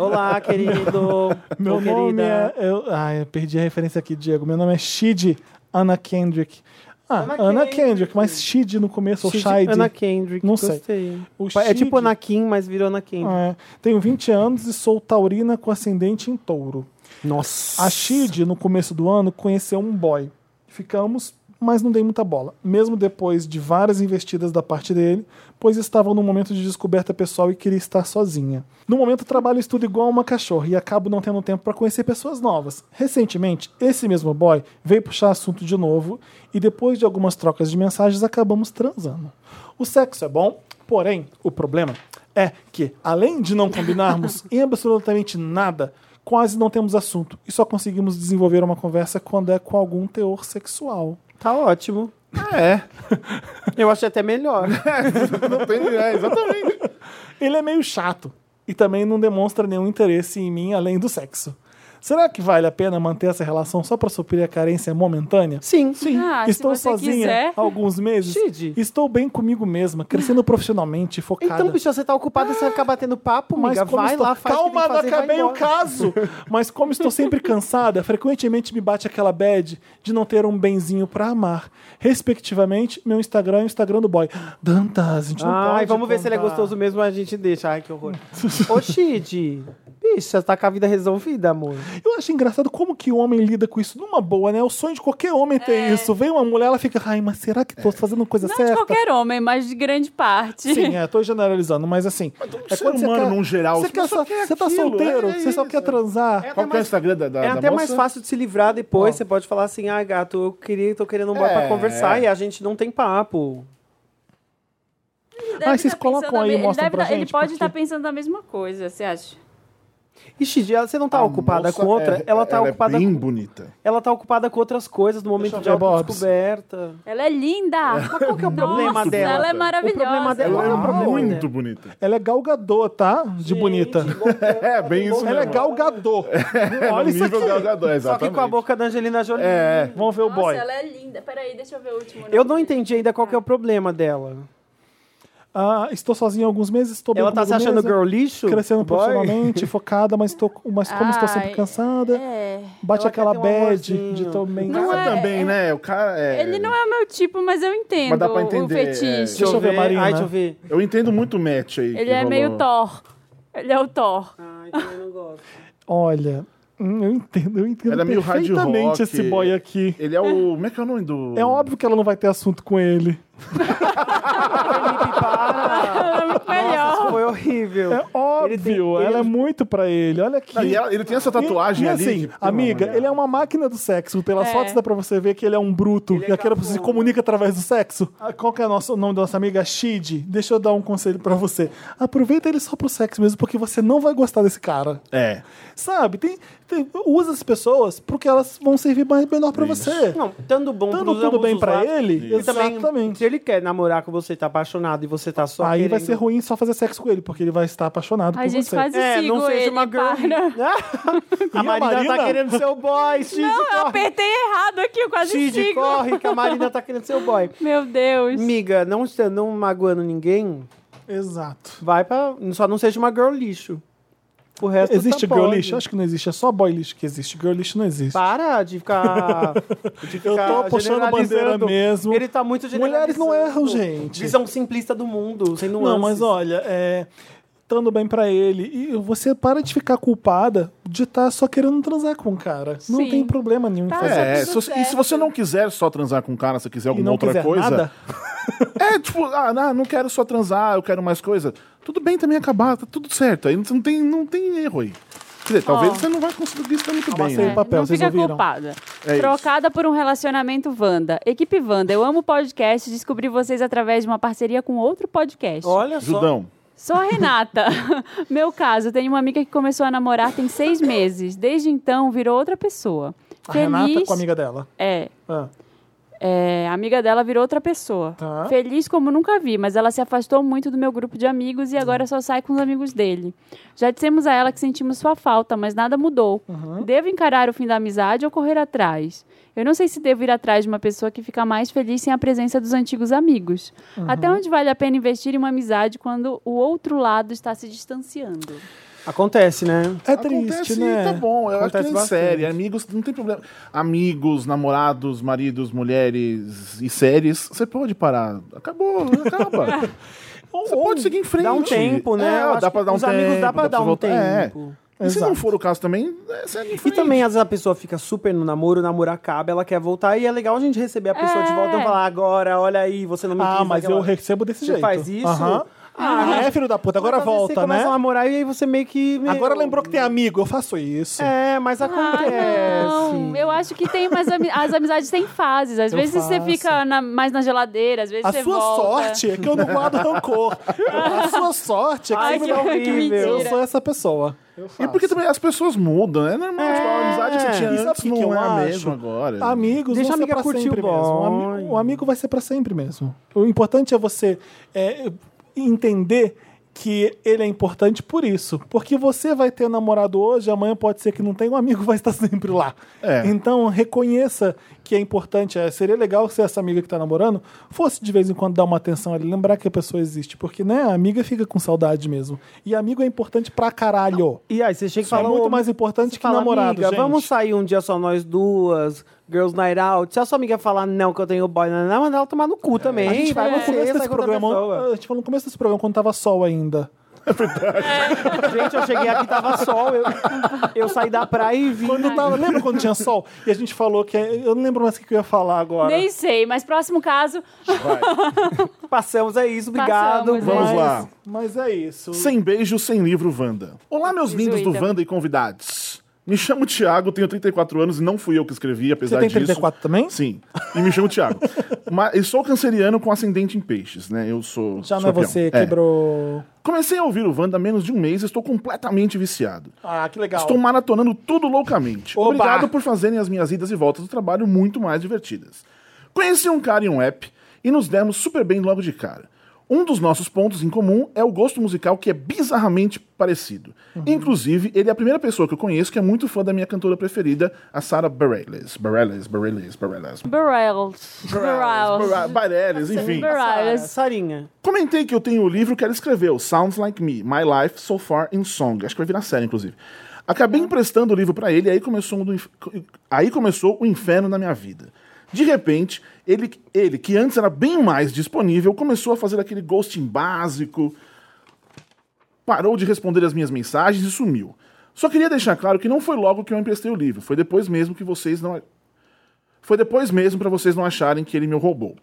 S7: Olá, querido.
S1: Meu
S7: Ô,
S1: nome
S7: querida.
S1: é. Eu, ai, eu perdi a referência aqui, Diego. Meu nome é Shid Anna é Kendrick. Ah,
S7: Anna
S1: Ana,
S7: Kendrick.
S1: Kendrick. mas Shid no começo, ou
S7: Shid-
S1: Shide.
S7: Anna Kendrick,
S1: Não sei.
S7: gostei.
S1: O
S7: É tipo
S1: Shid-
S7: Anakin, mas virou Anakin.
S1: É, tenho 20 anos e sou taurina com ascendente em touro.
S7: Nossa.
S1: A Shid, no começo do ano, conheceu um boy. Ficamos, mas não dei muita bola. Mesmo depois de várias investidas da parte dele, pois estavam num momento de descoberta pessoal e queria estar sozinha. No momento, trabalho e estudo igual uma cachorra e acabo não tendo tempo para conhecer pessoas novas. Recentemente, esse mesmo boy veio puxar assunto de novo e depois de algumas trocas de mensagens, acabamos transando. O sexo é bom, porém, o problema é que, além de não combinarmos em absolutamente nada, quase não temos assunto e só conseguimos desenvolver uma conversa quando é com algum teor sexual.
S7: Tá ótimo.
S5: É,
S7: Eu achei até melhor.
S5: não tem, é, exatamente.
S1: Ele é meio chato e também não demonstra nenhum interesse em mim além do sexo. Será que vale a pena manter essa relação só para suprir a carência momentânea?
S7: Sim. Sim.
S2: Ah, se
S1: Estou
S2: você
S1: sozinha
S2: quiser.
S1: há alguns meses.
S7: Shid.
S1: Estou bem comigo mesma, crescendo profissionalmente, focada.
S7: Então, bicho, você tá ocupado, você ficar batendo papo,
S1: mas
S7: amiga.
S1: como
S7: Vai
S1: estou...
S7: lá, faz o que tem
S1: Calma,
S7: que
S1: não
S7: fazer, vai
S1: acabei o
S7: embora.
S1: caso. Mas como estou sempre cansada, frequentemente me bate aquela bad de não ter um benzinho pra amar. Respectivamente, meu Instagram e o Instagram do boy. Dantas, a gente não pode
S7: Ai, vamos ver se ele é
S1: contar.
S7: gostoso mesmo, a gente deixa. Ai, que horror. Ô, Shid. Bicha, tá com a vida resolvida, amor.
S1: Eu acho engraçado como que o homem lida com isso numa boa, né? O sonho de qualquer homem tem isso. Vem uma mulher, ela fica, ai, mas será que tô fazendo coisa
S2: É. Não de
S1: certa?
S2: qualquer homem, mas de grande parte.
S1: Sim, é, tô generalizando, mas assim. é
S5: ser
S1: quando você
S5: humano,
S1: quer-
S5: num geral,
S1: Você,
S5: você
S1: quer
S5: só
S1: só-
S5: quer
S1: você tá
S5: aquilo,
S1: solteiro,
S5: é
S1: você só
S5: isso.
S1: quer transar.
S7: É
S5: Qual
S7: até
S5: que é o
S7: mais-
S5: Instagram da, da,
S7: É
S5: da
S7: até mais
S5: moça?
S7: fácil de se livrar depois. Você pode falar assim, ah, gato, eu queria, tô querendo um boy pra
S5: É.
S7: conversar e a gente não tem papo.
S2: Ele deve
S1: Ah, vocês
S2: tá
S1: colocam
S2: pensando a
S1: aí e
S2: me- ele
S1: mostram
S2: deve
S1: pra
S2: tá- Ele
S1: gente,
S2: pode
S1: porque-
S2: estar pensando a mesma coisa, você acha?
S7: E Shid, ela- você não tá
S5: A
S7: ocupada
S5: moça
S7: com outra,
S5: é-
S7: ela tá
S5: ela
S7: ocupada
S5: É bem
S7: com,
S5: bonita.
S7: ela tá ocupada com outras coisas no momento
S1: eu
S7: de
S1: ver, Bobs.
S7: autodescoberta.
S2: Ela é linda!
S7: Qual que é o problema
S2: Nossa,
S7: dela?
S2: ela é maravilhosa.
S7: O problema dela é o problema
S5: Muito
S7: dela.
S5: bonita.
S1: Ela é galgador, tá? De bonita.
S5: É, bem isso
S1: Ela é
S5: mesmo. É,
S1: galgador. Olha
S5: no
S1: isso
S5: nível
S1: aqui.
S5: galgador,
S7: Só
S5: exatamente.
S7: que com a boca da Angelina Jolie.
S5: É,
S1: Vamos ver o
S2: Nossa,
S1: boy.
S2: ela é linda. Peraí, deixa eu ver o último.
S7: Eu
S2: nome
S7: não
S2: dele.
S7: entendi ainda qual que é o problema dela.
S1: Ah, estou sozinha há alguns meses, estou bem
S7: Ela tá se
S1: comigo
S7: achando
S1: mesma,
S7: girl lixo?
S1: Crescendo
S7: Boy?
S1: profissionalmente, focada, mas, tô, mas como estou sempre
S2: Ai,
S1: cansada,
S2: É.
S1: bate
S7: Ela quer
S1: aquela
S7: ter um
S1: bad
S7: amorzinho.
S1: de também.
S2: Não
S5: ela
S2: é-
S5: também, né? O cara é...
S2: Ele não é o meu tipo, mas eu entendo
S5: Mas dá pra
S2: o
S5: entender,
S2: fetiche.
S5: é.
S1: Deixa eu ver, Marina.
S7: Ai, deixa eu ver.
S5: Eu entendo muito o match aí.
S2: Ele
S5: que
S2: é
S5: rolou.
S2: meio Thor. Ele é o Thor.
S7: Ai, também não gosto.
S1: Olha, hum, eu entendo, eu entendo
S5: Ela é meio hard
S1: perfeitamente
S5: rock.
S1: esse boy aqui.
S5: Ele é o... Como é que é o nome do...
S1: É óbvio que ela não vai ter assunto com ele.
S2: É muito melhor.
S7: Foi horrível.
S1: É óbvio,
S7: tem- ele-
S1: ela é muito pra ele. Olha aqui.
S5: Não, e ela- ele tem essa tatuagem
S1: E- e
S5: ali.
S1: assim,
S5: que-
S1: amiga, ele é uma máquina do sexo. Pelas
S2: É.
S1: fotos dá pra você ver que ele é um bruto. e aquela pessoa se comunica através do sexo. Ah, Qual que é o nosso- o nome da nossa amiga? Shid. Deixa eu dar um conselho pra você. Aproveita ele só pro sexo mesmo, porque você não vai gostar desse cara.
S5: É.
S1: Sabe? Tem, tem- usa as pessoas porque elas vão servir mais, melhor pra você.
S7: Não, estando bom
S1: Dando
S7: pros
S1: tudo
S7: ambos
S1: bem
S7: os
S1: pra
S7: lados.
S1: ele,
S7: E também,
S1: exatamente.
S7: Se ele quer namorar com você, tá apaixonado e você tá só
S1: Aí vai
S7: querendo-
S1: ser ruim só fazer sexo com ele, porque ele vai estar apaixonado
S2: A
S1: por
S2: gente
S1: você.
S2: quase
S7: É,
S2: sigo
S7: não seja
S2: ele,
S7: uma girl.
S2: para.
S7: A
S1: a
S7: Marina, tá
S1: Marina?
S7: querendo seu boy, Xid,
S2: Não, é eu
S7: corre.
S2: apertei errado aqui, eu quase
S7: Xid,
S2: sigo.
S7: corre, que a Marina tá querendo seu boy.
S2: Meu Deus.
S7: Miga, não, está- não magoando ninguém,
S1: Exato.
S7: vai pra... Só não seja uma girl lixo. O resto
S1: Existe
S7: tá
S1: girl
S7: pode.
S1: lixo? Acho que não existe. É só boy lixo que existe. Girl lixo não existe.
S7: Para de ficar. De
S1: Eu
S7: ficar
S1: tô puxando bandeira
S7: generalizando.
S1: mesmo.
S7: Ele tá muito
S1: Mulheres não
S7: generalizando.
S1: erram, gente.
S7: Visão simplista do mundo, sem
S5: um
S7: nuances.
S1: Não, mas olha, é. Tando bem pra ele. E você para de ficar culpada de estar só querendo transar com o cara. Não
S2: Sim.
S1: tem problema nenhum. em
S2: Tá
S1: fazer
S2: certo.
S5: É,
S2: tudo
S5: se você- e se
S2: certo.
S5: você não quiser só transar com um cara, se
S1: E
S5: quiser alguma
S1: não
S5: outra
S1: quiser
S5: coisa.
S1: nada.
S5: É, tipo, ah, não, não quero só transar, eu quero mais coisa. Tudo bem também acabar, tá tudo certo. Aí não tem, não tem erro aí. Quer dizer, talvez você não vai conseguir isso muito bem,
S1: Amassei
S5: né?
S1: o papel,
S2: É, não
S1: vocês
S2: fica
S1: ouviram?
S2: culpada.
S5: É isso.
S2: Trocada por um relacionamento Wanda. Equipe Wanda, eu amo podcast. Descobri vocês através de uma parceria com outro podcast.
S7: Olha só.
S5: Judão.
S2: Sou a Renata. Meu caso, tenho uma amiga que começou a namorar tem seis meses. Desde então, virou outra pessoa.
S1: A
S2: Feliz...
S1: Renata com a amiga dela.
S2: É,
S1: Ah,
S2: é, a amiga dela virou outra pessoa.
S1: Tá.
S2: Feliz como nunca vi, mas ela se afastou muito do meu grupo de amigos e
S1: Hum.
S2: agora só sai com os amigos dele. Já dissemos a ela que sentimos sua falta, mas nada mudou.
S1: Uhum.
S2: Devo encarar o fim da amizade ou correr atrás? Eu não sei se devo ir atrás de uma pessoa que fica mais feliz sem a presença dos antigos amigos.
S1: Uhum.
S2: Até onde vale a pena investir em uma amizade quando o outro lado está se distanciando?
S7: Acontece, né?
S1: É triste,
S5: Acontece,
S1: né?
S5: tá bom. Eu
S7: Acontece
S5: acho que nem
S7: bastante.
S5: série. Amigos, não tem problema. Amigos, namorados, maridos, mulheres e séries, você pode parar. Acabou, acaba. Você pode seguir em frente.
S7: Dá um tempo, né?
S5: É,
S7: Eu acho
S5: dá
S7: que
S5: pra dar um
S7: os
S5: tempo.
S7: amigos dá pra dar um
S5: voltar. É.
S7: tempo.
S5: E se
S1: Exato.
S5: não for o caso também, é, segue em
S7: E
S5: frente.
S7: também, às vezes, a pessoa fica super no namoro, o namoro acaba, ela quer voltar, e é legal a gente receber a pessoa de volta e
S2: É.
S7: falar, agora, olha aí, você não me
S1: Ah,
S7: quis
S1: mas
S7: naquela-
S1: eu recebo desse
S7: Você
S1: jeito.
S7: faz isso?
S1: Aham. Ah, é, filho da puta, agora
S7: Às vezes
S1: volta,
S7: você
S1: né?
S7: começa a namorar e aí você meio que... meu,
S1: Agora lembrou que tem amigo, eu faço isso.
S7: É, mas acontece.
S2: Ah, não. Eu acho que tem mais ami- as amizades têm fases. Às vezes você fica na- mais na geladeira, às vezes
S1: A
S2: você
S1: sua
S2: volta.
S1: sorte é que eu não guardo rancor. A sua sorte é que
S2: Ai,
S1: você
S2: que,
S1: me dá um
S2: que
S7: horrível.
S1: Eu sou
S2: mentira.
S1: essa pessoa.
S5: E É porque também as pessoas mudam, né? É normal. tipo, a amizade que você tinha
S1: E sabe
S5: antes
S1: o que que
S5: não
S1: eu
S5: é a
S1: acho?
S5: mesma agora. né?
S1: Amigos
S7: Deixa
S1: vão
S7: a
S1: ser
S7: amiga
S1: pra
S7: curtir o
S1: sempre mesmo. O ami-
S7: bonde.
S1: o amigo vai ser pra sempre mesmo. O importante é você é, entender que ele é importante por isso. Porque você vai ter um namorado hoje, amanhã pode ser que não tenha, um amigo vai estar sempre lá.
S5: É.
S1: Então reconheça que é importante. É, seria legal se essa amiga que está namorando fosse de vez em quando dar uma atenção ali, lembrar que a pessoa existe. Porque, né, a amiga fica com saudade mesmo. E amigo é importante pra caralho.
S7: E aí você chega e
S1: É
S7: fala...
S1: muito
S7: "Ô,
S1: mais importante que
S7: fala,
S1: namorado,
S7: amiga,
S1: gente.
S7: vamos sair um dia só nós duas, girls night out. Se a sua amiga falar não, que eu tenho boy, não, não, manda ela tomar no cu também.
S1: É, A gente
S7: vai
S1: falou no
S7: você,
S1: começo
S7: sai
S1: desse
S7: com outra pessoa.
S1: programa. A gente falou no começo desse programa quando tava sol ainda.
S7: Gente, eu cheguei aqui, tava sol. Eu, eu saí da praia e vi.
S1: Quando tava, lembra quando tinha sol? E a gente falou que. é, Eu não lembro mais o que que eu ia falar agora.
S2: Nem sei, mas próximo caso.
S7: Passamos, é isso, obrigado.
S2: Passamos,
S5: Vamos
S2: mas-
S5: lá.
S1: Mas é isso.
S5: Sem beijo, sem livro, Wanda. Olá, meus lindos do
S2: Jesuíta.
S5: Wanda e convidados. Me chamo Thiago, tenho 34 anos e não fui eu que escrevi, apesar
S1: Você tem
S5: disso.
S1: 34 também?
S5: Sim. E me chamo Thiago. Mas eu sou canceriano com ascendente em peixes, né? Eu sou.
S1: Já não é
S5: escorpião.
S1: você, quebrou.
S5: Comecei a ouvir o Wanda há menos de um mês e estou completamente viciado.
S1: Ah, que legal.
S5: Estou maratonando tudo loucamente.
S1: Oba!
S5: Obrigado por fazerem as minhas idas e voltas do trabalho muito mais divertidas. Conheci um cara em um app e nos demos super bem logo de cara. Um dos nossos pontos em comum é o gosto musical que é bizarramente parecido.
S1: Uhum.
S5: Inclusive, ele é a primeira pessoa que eu conheço que é muito fã da minha cantora preferida, a Sarah Bareilles. Bareilles, Bareilles, Bareilles.
S2: Burrells.
S5: Bareilles,
S2: Burrells.
S5: Bareilles, enfim.
S7: Sara,
S2: Burrells.
S7: Sarinha.
S5: Comentei que eu tenho o livro que ela escreveu, Sounds Like Me, My Life So Far in Song. Acho que vai virar série, inclusive. Acabei emprestando o livro pra ele, aí começou, um do inf- aí começou o inferno na minha vida. De repente, ele, ele, que antes era bem mais disponível, começou a fazer aquele ghosting básico, parou de responder as minhas mensagens e sumiu. Só queria deixar claro que não foi logo que eu emprestei o livro, foi depois mesmo que vocês não. Foi depois mesmo pra vocês não acharem que ele me roubou.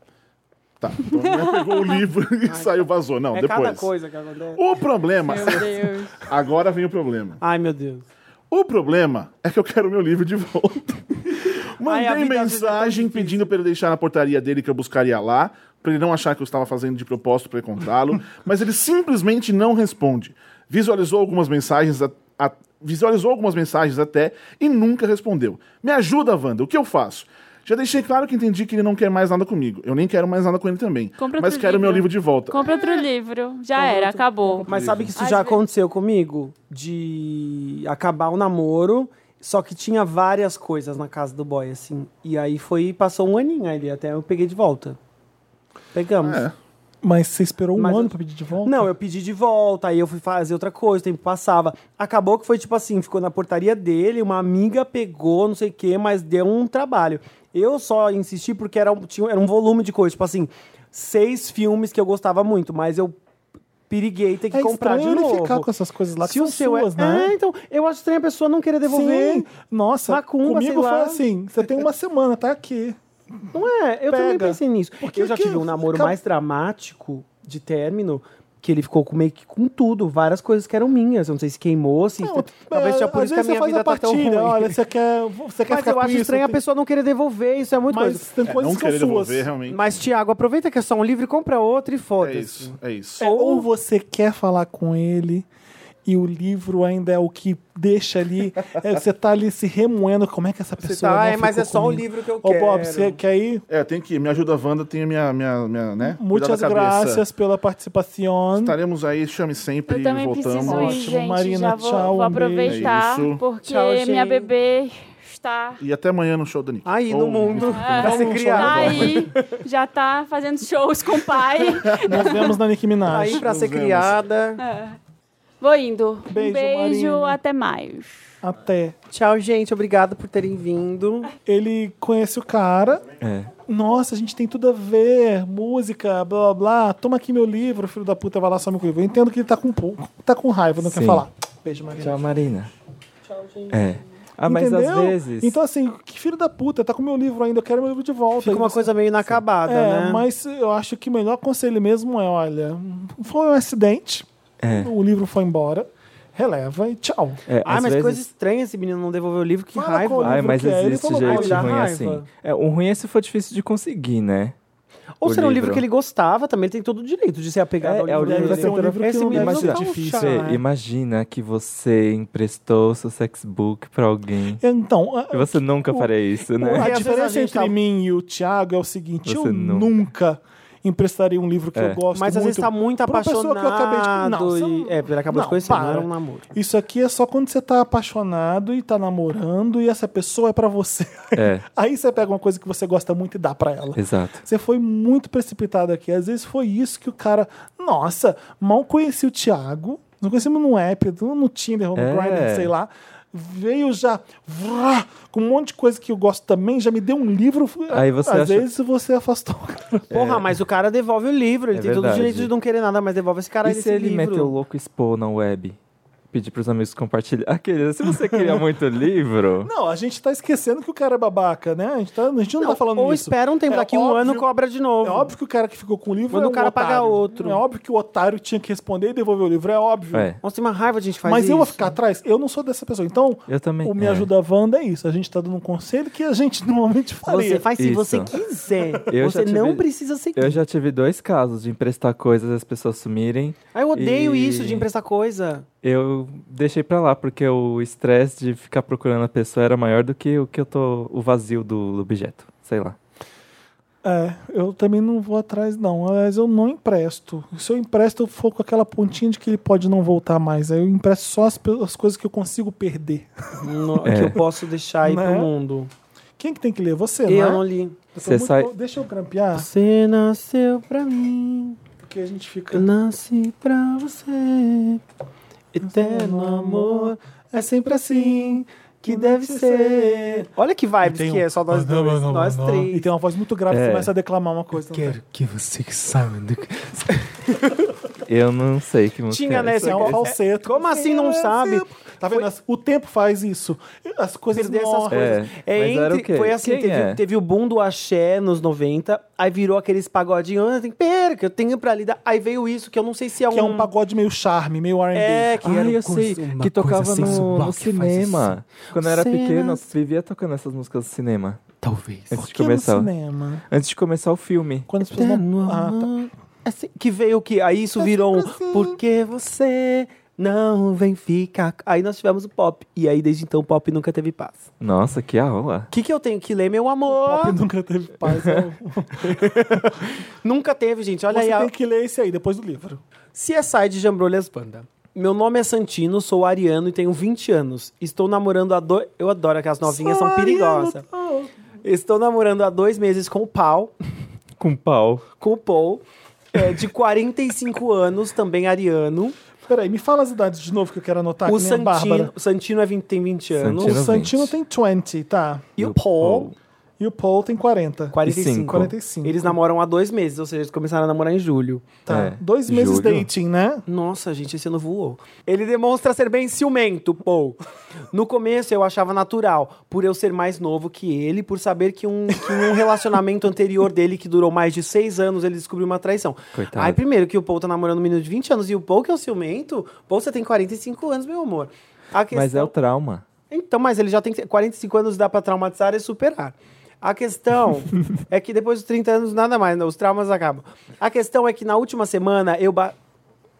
S5: Tá, então não pegou o livro e saiu, vazou. Não,
S7: é
S5: depois.
S7: cada coisa que acontece.
S5: O problema.
S2: Meu Deus.
S5: Agora vem o problema.
S7: Ai, meu Deus.
S5: O problema é que eu quero meu livro de volta. Mandei
S7: Ai, a vida às vezes é tão
S5: mensagem
S7: difícil.
S5: pedindo para ele deixar na portaria dele que eu buscaria lá, para ele não achar que eu estava fazendo de propósito para encontrá-lo, mas ele simplesmente não responde. Visualizou algumas mensagens a- a- visualizou algumas mensagens até e nunca respondeu. Me ajuda, Wanda, o que eu faço? Já deixei claro que entendi que ele não quer mais nada comigo. Eu nem quero mais nada com ele também.
S2: Compra
S5: mas
S2: outro
S5: quero meu livro
S2: livro
S5: de volta.
S2: Compre outro livro. Já era, acabou.
S7: Mas sabe que isso
S2: Às
S7: já
S2: vezes-
S7: aconteceu comigo? De acabar o namoro, só que tinha várias coisas na casa do boy, assim. E aí foi, passou um aninho ali, até eu peguei de volta. Pegamos.
S5: É.
S1: Mas você esperou um
S7: Mas-
S1: ano pra pedir de volta?
S7: Não, eu pedi de volta, aí eu fui fazer outra coisa, o tempo passava. Acabou que foi tipo assim, ficou na portaria dele, uma amiga pegou, não sei o quê, mas deu um trabalho. Eu só insisti porque era, um- tinha, era um volume de coisa, tipo assim, seis filmes que eu gostava muito, mas eu periguei ter que
S1: É
S7: comprar de
S1: estranho ele
S7: novo.
S1: ficar com essas coisas lá que
S7: Se
S1: são
S7: o seu
S1: suas,
S7: é...
S1: né?
S7: É, então, eu acho estranho a pessoa não querer devolver.
S1: Sim. Nossa,
S7: Macumba, sei
S1: comigo foi
S7: lá.
S1: assim. Você tem uma semana, tá aqui.
S7: Não é, eu também
S1: Pega.
S7: pensei nisso.
S1: Porque
S7: eu já
S1: que-
S7: tive um namoro
S1: Cal-
S7: mais dramático de término. Que ele ficou com meio que com tudo, várias coisas que eram minhas. Eu não sei se queimou, se.
S1: Não,
S7: talvez
S1: é,
S7: seja por
S1: às
S7: isso que a
S1: vezes
S7: minha
S1: você faz
S7: vida
S1: a
S7: tá tão ruim.
S1: partilha, olha, você quer, você quer
S7: Mas
S1: ficar
S7: eu
S1: com
S7: acho
S1: isso,
S7: estranho a
S1: tem-
S7: pessoa não querer devolver, isso é muito
S1: Mas tem
S5: É,
S1: coisas
S5: não
S1: que são
S5: querer
S1: suas.
S5: devolver, realmente.
S7: coisa. Mas, Tiago, aproveita que é só um livro e compra outro e
S5: é
S7: foda-se.
S5: isso, é isso.
S1: É, ou você quer falar com ele e o livro ainda é o que deixa ali. é, você tá ali se remoendo. Como é que essa pessoa.
S7: tá,
S1: não
S7: é, mas
S1: ficou
S7: é só o
S1: comigo?
S7: livro que eu
S1: Ô, Bob,
S7: quero.
S1: você quer ir?
S5: É, tem que ir. Me ajuda a Wanda, tem a minha, minha, minha né?
S1: Muitas
S5: Cuidar da cabeça. tá
S1: graças pela participação.
S5: Estaremos aí, chame sempre
S2: Eu também
S5: e voltamos.
S2: preciso ir,
S1: Ótimo.
S2: gente.
S1: Marina,
S2: já vou,
S1: tchau,
S2: vou
S1: um beijo.
S2: aproveitar,
S5: É isso.
S2: porque
S7: Tchau,
S2: minha
S7: gente.
S2: bebê está
S5: E até amanhã no show da Nick.
S7: Aí,
S1: um
S7: no mundo, pra
S2: É,
S7: se
S2: tá
S7: criar.
S2: aí, já tá fazendo shows com o pai.
S1: Tá
S7: Tá
S1: Nos vemos na Nicki Minaj.
S7: Aí, pra ser criada.
S2: Vou indo.
S1: Beijo,
S2: um beijo,
S1: Marina.
S2: até mais.
S1: Até.
S7: Tchau, gente. Obrigado por terem vindo.
S1: Ele conhece o cara.
S6: É.
S1: Nossa, a gente tem tudo a ver, música, blá blá blá. Toma aqui meu livro, filho da puta, vai lá só me com o livro. Eu entendo que ele tá com pouco, tá com raiva, não quer
S6: Sim.
S1: falar. Beijo, Maria.
S6: Tchau, Marina. Tchau, gente. É. Ah, mas às
S1: Entendeu?
S6: vezes.
S1: Então, assim, que filho da puta, tá com meu livro ainda, eu quero meu livro de volta.
S7: Fica uma
S1: Aí você-
S7: coisa meio inacabada,
S1: É,
S7: né?
S1: mas eu acho que o melhor conselho mesmo é: olha, foi um acidente,
S6: É.
S1: o livro foi embora, releva e tchau.
S6: É,
S7: Ah,
S6: às
S7: mas
S6: vezes...
S7: coisa estranha esse menino não devolveu o livro, que
S1: Fala
S7: raiva.
S1: com o
S6: Ai,
S1: livro
S6: mas
S1: que é, ele
S6: existe
S1: falou,
S7: "Ai,
S6: gente
S7: dá
S6: ruim
S7: raiva."
S6: assim. É, o ruim é se for difícil de conseguir, né?
S7: Ou
S6: o
S7: será um livro
S6: livro.
S7: que ele gostava também, tem todo o direito de ser apegado
S6: É,
S7: ao
S6: é o
S7: livro.
S6: livro
S7: dele.
S6: da Vai ser um literatura-
S1: livro que
S7: Esse
S1: não
S7: menino
S1: deve
S7: não
S1: ser
S7: tá um
S1: difícil,
S7: chato.
S1: né?
S6: Fê, imagina que você emprestou seu sexbook pra alguém.
S1: Então, a-
S6: E você nunca faria isso,
S1: a
S6: né?
S7: às vezes a
S1: diferença
S7: gente
S1: entre
S7: tá-
S1: mim e o Thiago é o seguinte:
S6: Você
S1: eu
S6: nunca-
S1: nunca emprestaria um livro que
S6: É.
S1: eu gosto
S7: Mas às vezes
S1: muito
S7: tá muito
S1: pra uma pessoa
S7: apaixonado.
S1: que eu acabei de- Não, você
S7: e...
S1: não-
S7: É, porque ele acabou de
S1: Não,
S7: conhecer, não era
S1: para.
S7: um namoro.
S1: Isso aqui é só quando você tá apaixonado e tá namorando e essa pessoa é pra você.
S6: É.
S1: Aí você pega uma coisa que você gosta muito e dá pra ela.
S6: Exato.
S1: Você foi muito precipitado aqui. Às vezes foi isso que o cara. Nossa, mal conheci o Thiago. Não conhecemos no app, no Tinder, no
S6: É.
S1: Grindr, sei lá. Veio já vrá, com um monte de coisa que eu gosto também, já me deu um livro.
S6: Aí você
S1: Às
S6: acha-
S1: vezes você afastou. o cara.
S7: Porra, mas o cara devolve o livro, ele
S6: É
S7: tem todo o
S6: verdade.
S7: direito de não querer nada, mas devolve esse cara
S6: e
S7: esse
S6: se ele
S7: livro.
S6: meter o louco expor na web? Pedir pros amigos compartilhar. Aquele, se você queria muito livro.
S1: Não, a gente tá esquecendo que o cara é babaca, né? A gente, tá- a gente não, tá falando
S7: Ou
S1: isso.
S7: espera um tempo,
S1: É
S7: daqui um
S1: óbvio-
S7: ano cobra de novo.
S1: É óbvio que o cara que ficou com o livro
S7: Manda
S1: é
S7: o cara
S1: um otário.
S7: pagar outro.
S1: É óbvio que o otário tinha que responder e devolver o livro, é óbvio.
S6: É.
S7: Nossa, tem uma raiva de gente faz
S1: Mas eu vou
S7: isso.
S1: ficar atrás? Eu não sou dessa pessoa. Então,
S6: Eu também.
S1: o Me
S6: é.
S1: Ajuda Wanda é isso. A gente tá dando um conselho que a gente normalmente faria.
S7: Você faz se
S6: Isso.
S7: você quiser.
S6: Eu
S7: você
S6: já
S7: não
S6: tive-
S7: precisa seguir.
S6: Eu já tive dois casos de emprestar coisas e as pessoas sumirem.
S7: Ah, eu odeio
S6: E-
S7: isso de emprestar coisa.
S6: Eu deixei pra lá, porque o estresse de ficar procurando a pessoa era maior do que o que eu tô. o vazio do objeto. Sei lá.
S1: É, eu também não vou atrás, não. Mas eu não empresto. Se eu empresto, eu for com aquela pontinha de que ele pode não voltar mais. Aí eu empresto só as, pe- as coisas que eu consigo perder.
S7: No-
S6: É.
S7: Que eu posso deixar aí
S1: Né?
S7: pro mundo.
S1: Quem que tem que ler? Você,
S6: Né?
S7: eu
S1: não
S7: não
S1: é?
S7: li.
S1: Eu tô
S6: Você
S1: muito
S6: sai-
S1: bom- Deixa eu grampear,
S7: Você nasceu pra mim,
S1: porque a gente fica...
S7: eu nasci pra você. Eterno amor
S1: É sempre assim
S7: que deve ser. Olha que vibes
S1: Tem um-
S7: que é, só nós dois, nós
S1: E
S7: três.
S1: tem uma voz muito grave que
S6: É.
S1: começa a declamar uma coisa. não tem?
S7: que você saiba do que...
S6: Eu não sei que música
S7: Tinha,
S6: é
S7: né,
S6: essa.
S1: Isso é um
S7: É,
S1: falseto.
S7: como assim não
S1: É,
S7: sabe?
S1: Tá vendo? As- O tempo faz isso. As coisas
S7: perder essas
S1: morrem.
S6: É,
S7: coisas. É,
S6: mas
S7: entre,
S6: era o quê?
S7: Foi assim,
S6: Quem
S7: teve,
S6: é?
S7: teve o boom do axé nos 90, aí virou aqueles pagodinhos, assim, pera, que eu tenho pra lidar. Aí veio isso, que eu não sei se é um...
S1: Que é um pagode meio charme, meio R&B.
S7: É, que
S6: ah,
S7: era
S6: eu
S7: coisa-
S6: sei,
S7: uma
S6: que tocava
S7: coisa
S6: no, no
S7: sensual que faz assim.
S6: cinema. Quando eu era
S7: Cenas-
S6: pequeno, eu vivia tocando essas músicas do cinema.
S7: Talvez.
S6: Antes de
S1: que é no
S6: começar.
S1: cinema.
S6: Antes de começar o filme.
S1: Quando as
S7: É,
S1: pessoas não... Ah, tá.
S7: Assim, que veio o que? Aí isso virou um... Porque você não vem ficar... Aí nós tivemos o pop. E aí, desde então, o pop nunca teve paz.
S6: Nossa, que aula.
S7: O que, que eu tenho que ler, meu amor?
S1: Pop nunca teve paz. é o-
S7: Nunca teve, gente. né? Olha aí.
S1: Você
S7: a-
S1: tem que ler esse aí, depois do livro.
S7: CSI de Jambrolhas Banda. Meu nome é Santino, sou ariano e tenho 20 anos. Estou namorando há dois... Eu adoro aquelas novinhas, são perigosas. Estou namorando há dois meses com o Pau,
S6: Com pau.
S7: com o Paul, é, de 45 anos, também ariano.
S1: Peraí, me fala as idades de novo que eu quero anotar. Tá
S7: o
S1: que nem a
S7: Santino,
S1: Bárbara.
S7: o Santino é 20 tem 20 anos.
S1: O
S6: Santino.
S1: Santino
S6: 20.
S1: tem 20, tá.
S7: E o Paul,
S1: E o Paul tem 40.
S7: 45.
S1: 45.
S7: Eles namoram há dois meses, ou seja, eles começaram a namorar em julho.
S1: Tá.
S6: É.
S1: Dois meses
S6: Júlio.
S1: dating, né?
S7: Nossa, gente, esse ano voou. Ele demonstra ser bem ciumento, Paul. No começo eu achava natural, por eu ser mais novo que ele, por saber que um, que um relacionamento anterior dele, que durou mais de seis anos, ele descobriu uma traição.
S6: Coitado.
S7: Aí, primeiro, que o Paul tá namorando um menino de 20 anos e o Paul, que é o ciumento, Paul, você tem 45 anos, meu amor. A
S6: Mas é o trauma.
S7: então, mas ele já tem que- 45 anos, dá pra traumatizar e superar. A questão é que depois dos 30 anos, nada mais, não, os traumas acabam. A questão é que na última semana eu. Ba...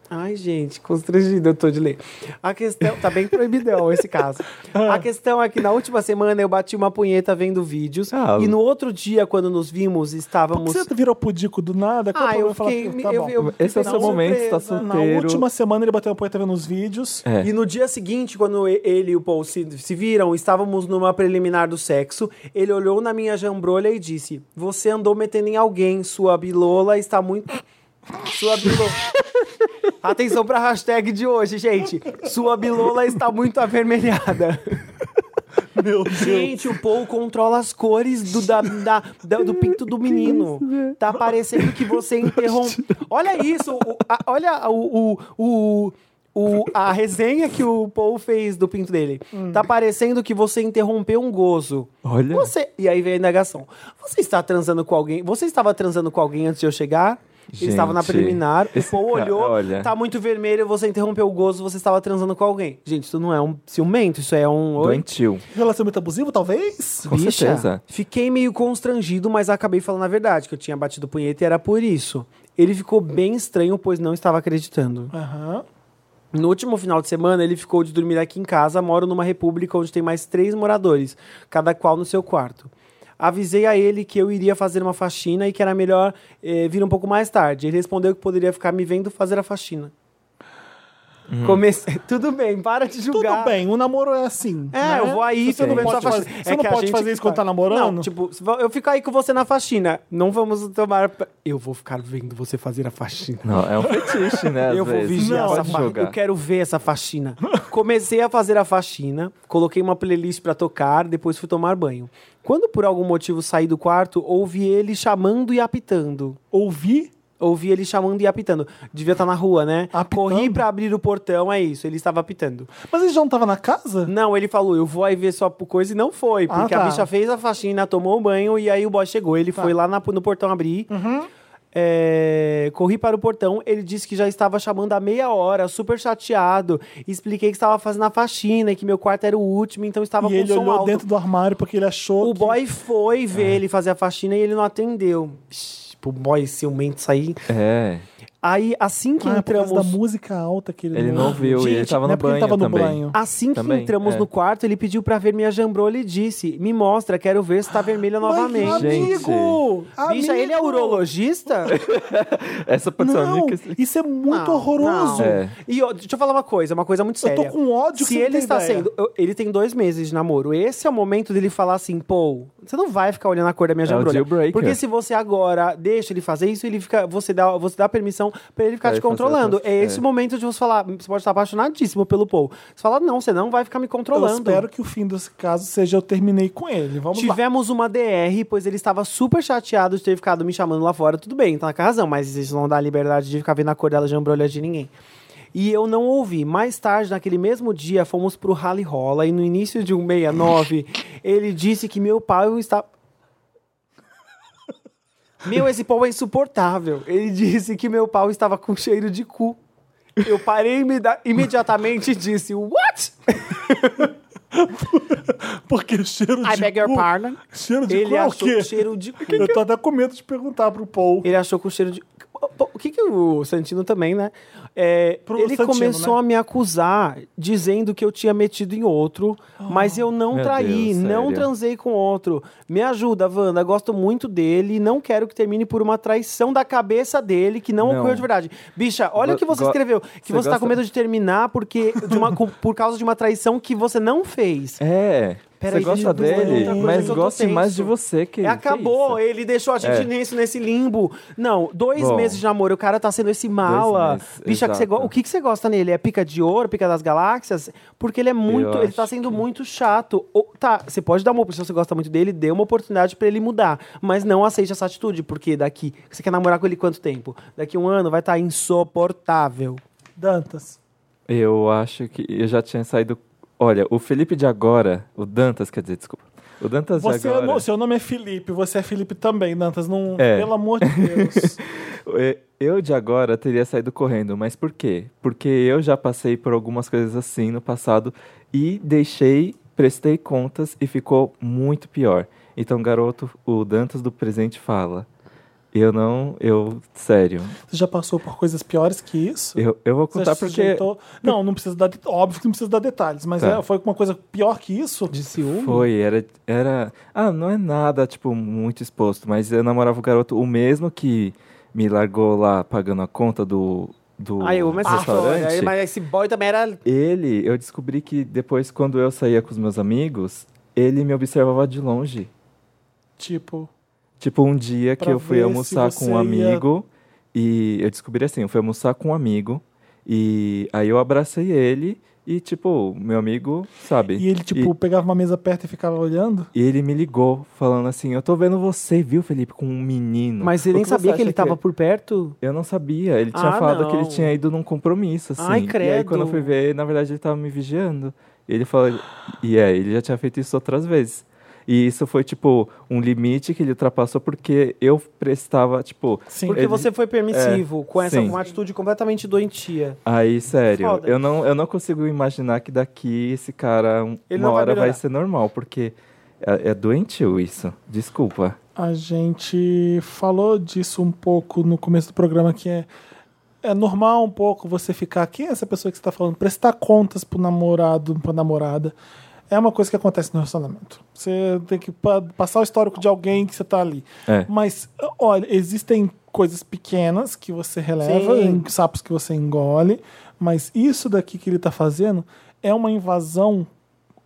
S7: Ai, gente, constrangido, eu tô de ler. A questão. Tá bem proibidão esse caso.
S6: Ah.
S7: A questão é que na última semana eu bati uma punheta vendo vídeos.
S6: Ah,
S7: e no outro dia, quando nos vimos,
S1: Por que
S7: estávamos.
S6: tá
S1: você virou pudico do nada? Qual o
S7: Ah,
S1: problema?
S7: eu
S1: Fala,
S7: fiquei.
S1: tá
S7: eu-
S1: bom.
S7: eu
S6: assim? Esse é o seu
S7: fiquei na
S6: momento, você tá
S7: surpresa.
S1: Na
S6: inteiro.
S1: última semana ele bateu a poeta vendo os vídeos.
S6: É.
S7: E no dia seguinte, quando e- ele e o Paul se, se viram, estávamos numa preliminar do sexo, ele olhou na minha jambrolha e disse: Você andou metendo em alguém, sua bilola está muito. Sua bilola. Atenção pra hashtag de hoje, gente. Sua bilola está muito avermelhada.
S5: Meu Deus.
S7: Gente, o Paul controla as cores do, da- da- da- do pinto do menino. Tá parecendo que você interrompeu. Olha isso! o- a- olha o, o- o- o- a resenha que o Paul fez do pinto dele. Tá parecendo que você interrompeu um gozo.
S6: Hum. Olha.
S7: Você- e aí veio a negação. Você está transando com alguém? Você estava transando com alguém antes de eu chegar? Ele
S6: Gente,
S7: estava na preliminar, o
S6: esse
S7: Paul
S6: cara,
S7: olhou,
S6: olha.
S7: tá muito vermelho, você interrompeu o gozo, você estava transando com alguém. Gente, isso não é um ciumento, isso é um... Oi?
S6: Doentio.
S1: Relacionamento abusivo, talvez?
S6: Com
S7: Bicha,
S6: certeza.
S7: Fiquei meio constrangido, mas acabei falando a verdade, que eu tinha batido punheta e era por isso. Ele ficou bem estranho, pois não estava acreditando.
S1: Aham.
S7: No último final de semana, ele ficou de dormir aqui em casa. Moro numa república onde tem mais três moradores, cada qual no seu quarto. Avisei a ele que eu iria fazer uma faxina e que era melhor eh, vir um pouco mais tarde. Ele respondeu que poderia ficar me vendo fazer a faxina.
S6: Hum.
S7: Comecei. Tudo bem, para de
S1: Tudo
S7: julgar.
S1: bem, o namoro é assim.
S7: É,
S1: né?
S7: eu vou aí,
S1: você não
S7: tudo bem,
S1: pode
S7: só faxina.
S1: fazer, você
S7: É
S1: não
S7: que a
S1: pode
S7: gente
S1: fazer isso quando tá namorando?
S7: Não, tipo, se va- eu fico aí com você na faxina. Não vamos tomar. pra- Eu vou ficar vendo você fazer a faxina.
S6: Não, é um fetiche, né? às
S7: Eu vou
S6: vezes.
S7: vigiar
S6: Não,
S7: essa
S6: pode
S7: faxina.
S6: jogar.
S7: Eu quero ver essa faxina. Comecei a fazer a faxina, coloquei uma playlist pra tocar, depois fui tomar banho. Quando por algum motivo saí do quarto, ouvi ele chamando e apitando.
S1: Ouvi
S7: Ouvi ele chamando e apitando. Devia estar na rua, né?
S1: Apitando?
S7: Corri pra abrir o portão, é isso. Ele estava apitando.
S1: Mas ele já não tava na casa?
S7: Não, ele falou, eu vou aí ver sua coisa e não foi.
S1: Ah,
S7: Porque
S1: tá.
S7: a bicha fez a faxina, tomou um banho e aí o boy chegou. Ele foi lá na- no portão abrir.
S1: Uhum.
S7: É, corri para o portão, ele disse que já estava chamando há meia hora, super chateado. Expliquei que estava fazendo a faxina e que meu quarto era o último, então estava
S1: e
S7: com
S1: ele
S7: som
S1: olhou
S7: alto.
S1: dentro É. do armário porque ele achou.
S7: O
S1: que-
S7: boy foi ver ele fazer a faxina e ele não atendeu. Ixi, Tipo, o boy ciumento sair.
S6: É.
S7: Aí, assim que
S1: Ah, por causa
S7: entramos.
S1: da música alta que ele
S6: Ele não ouviu e ele
S1: Gente,
S6: tava
S1: não é
S6: no
S1: porque ele
S6: banho
S1: tava no
S6: também.
S1: banho.
S7: Assim que
S6: Também,
S7: entramos
S6: é.
S7: no quarto, ele pediu pra ver minha jambrolha e disse: Me mostra, quero ver se tá vermelha
S1: Mas,
S7: novamente.
S6: gente.
S1: amigo!
S7: Bicha, ele é urologista?
S6: Essa pode ser assim. a
S1: Não,
S6: única.
S1: isso é muito
S7: Não,
S1: horroroso.
S7: não.
S6: É.
S7: E ó, deixa eu falar uma coisa, uma coisa muito
S1: Eu
S7: séria.
S1: tô com ódio que
S7: Se
S1: você não
S7: ele
S1: tem
S7: está
S1: ideia.
S7: sendo. eu- Ele tem dois meses de namoro. Esse é o momento dele falar assim, pô, você não vai ficar olhando a cor da minha
S6: É o
S7: jambrolha.
S6: deal breaker.
S7: Porque se você agora deixa ele fazer isso, ele fica. Você dá, você dá permissão pra ele ficar
S6: Pra
S7: te
S6: ele fazer
S7: controlando.
S6: outras-
S7: É esse
S6: é.
S7: momento de você falar. Você pode estar apaixonadíssimo pelo Paul. Você fala, não, você não vai ficar me
S1: Eu
S7: controlando.
S1: espero que o fim desse caso seja eu terminei com ele. Vamos lá.
S7: Tivemos uma DR, pois ele estava super chateado de ter ficado me chamando lá fora. Tudo bem, tá com razão, mas isso não dá liberdade de ficar vendo a cor dela jambrolha de ninguém. E eu não ouvi. Mais tarde, naquele mesmo dia, fomos pro Rally Rola e no início de um 69, ele disse que meu pai está. Meu, esse pau é insuportável. Ele disse que meu pau estava com cheiro de cu. Eu parei imeda- imediatamente e disse, What?
S1: Porque cheiro de
S7: I beg your
S1: cu-
S7: pardon.
S1: Cheiro de cu
S7: Ele
S1: é o
S7: achou
S1: quê?
S7: cheiro de cu.
S1: Eu tô até com medo de perguntar pro Paul.
S7: Ele achou com o cheiro de. O que que o Santino também, né? É,
S1: Pro
S7: ele
S1: Santino,
S7: começou
S1: né?
S7: a me acusar, dizendo que eu tinha metido em outro,
S1: Oh.
S7: mas eu não
S6: Meu
S7: traí,
S6: Deus,
S7: não
S6: sério?
S7: transei com outro. Me ajuda, Wanda, gosto muito dele e não quero que termine por uma traição da cabeça dele que não,
S6: Não.
S7: ocorreu de verdade. Bicha, olha
S6: Go-
S7: o que você
S6: go-
S7: escreveu, que
S6: Você
S7: você tá com
S6: gosta-
S7: medo de terminar porque de uma- com- por causa de uma traição que você não fez.
S6: É.
S7: Peraí,
S6: você gosta
S7: deixa eu-
S6: dele,
S7: outra coisa
S6: mas
S7: que eu tô
S6: goste mais de
S7: tenso.
S6: você, que que
S7: Acabou,
S6: isso?
S7: ele deixou a gente
S6: É.
S7: nesse, nesse limbo. Não, dois
S6: Bom.
S7: meses de namoro, o cara tá sendo esse mala.
S6: meses,
S7: Bicha, que você go-
S6: exato.
S7: o que, que você gosta nele? É pica de ouro, pica das galáxias? Porque ele é muito, ele
S6: acho
S7: tá sendo muito chato. Ou- tá, você pode dar uma oportunidade, se você gosta muito dele, dê uma oportunidade pra ele mudar. Mas não aceite essa atitude, porque daqui, você quer namorar com ele quanto tempo? Daqui um ano vai estar insuportável.
S1: Dantas.
S6: Eu acho que eu já tinha saído. Olha, o Felipe de agora, o Dantas, quer dizer, desculpa. O Dantas de
S1: Você,
S6: agora.
S1: o seu nome é Felipe, você é Felipe também, Dantas. Não,
S6: É.
S1: Pelo amor de Deus.
S6: É, Eu de agora teria saído correndo, mas por quê? Porque eu já passei por algumas coisas assim no passado e deixei, prestei contas e ficou muito pior. Então, garoto, o Dantas do presente fala. Eu não, eu, sério.
S1: você já passou por coisas piores que isso?
S6: Eu, eu vou
S1: Você
S6: contar
S1: se
S6: porque
S1: sujeitou- Não, não precisa dar. de- Óbvio que não precisa dar detalhes, mas
S6: Tá.
S1: é, foi uma coisa pior que isso.
S7: De ciúme?
S6: foi, era era, ah, não é nada, tipo, muito exposto, mas eu namorava o garoto o mesmo que me largou lá pagando a conta do do
S7: Aí eu mas, essa história,
S6: restaurante.
S7: mas esse boy também era.
S6: Ele, eu descobri que depois, quando eu saía com os meus amigos, ele me observava de longe.
S1: Tipo,
S6: Tipo, um dia
S1: Pra
S6: que eu fui
S1: ver se
S6: almoçar
S1: você
S6: com um
S1: ia-
S6: amigo e eu descobri assim, eu fui almoçar com um amigo E aí eu abracei ele e, tipo, meu amigo, sabe?
S1: E ele, tipo, pegava uma mesa perto e ficava olhando.
S6: E ele me ligou, falando assim: Eu tô vendo você, viu, Felipe, com um menino.
S7: Mas você
S6: O
S7: nem
S6: você
S7: sabia que é?
S6: acha
S7: ele tava por perto?
S6: Eu não sabia. Ele tinha
S7: Ah,
S6: falado que ele
S7: não.
S6: tinha ido num compromisso, assim.
S7: Ai,
S6: E aí,
S7: credo.
S6: quando eu fui ver, na verdade, ele tava me vigiando. E ele falou. E é, ele já tinha feito isso outras vezes. E isso foi, tipo, um limite que ele ultrapassou porque eu prestava, tipo.
S1: Sim. É,
S7: Porque
S6: Ele-
S7: você foi permissivo, com essa
S6: sim.
S7: com uma atitude completamente doentia.
S6: Aí, sério,
S7: Foda.
S6: eu não, eu não consigo imaginar que daqui esse cara, um-
S7: Ele
S6: uma
S7: não vai
S6: hora vai
S7: melhorar.
S6: ser normal, porque é, é doentio isso. Desculpa.
S1: A gente falou disso um pouco no começo do programa, que é, é normal um pouco você ficar. Quem é essa pessoa que você está falando? Prestar contas pro namorado, pra namorada. É uma coisa que acontece no relacionamento. Você tem que pa- passar o histórico de alguém que você tá ali.
S6: É.
S1: Mas, olha, existem coisas pequenas que você releva,
S7: Sim.
S1: em- sapos que você engole, mas isso daqui que ele tá fazendo é uma invasão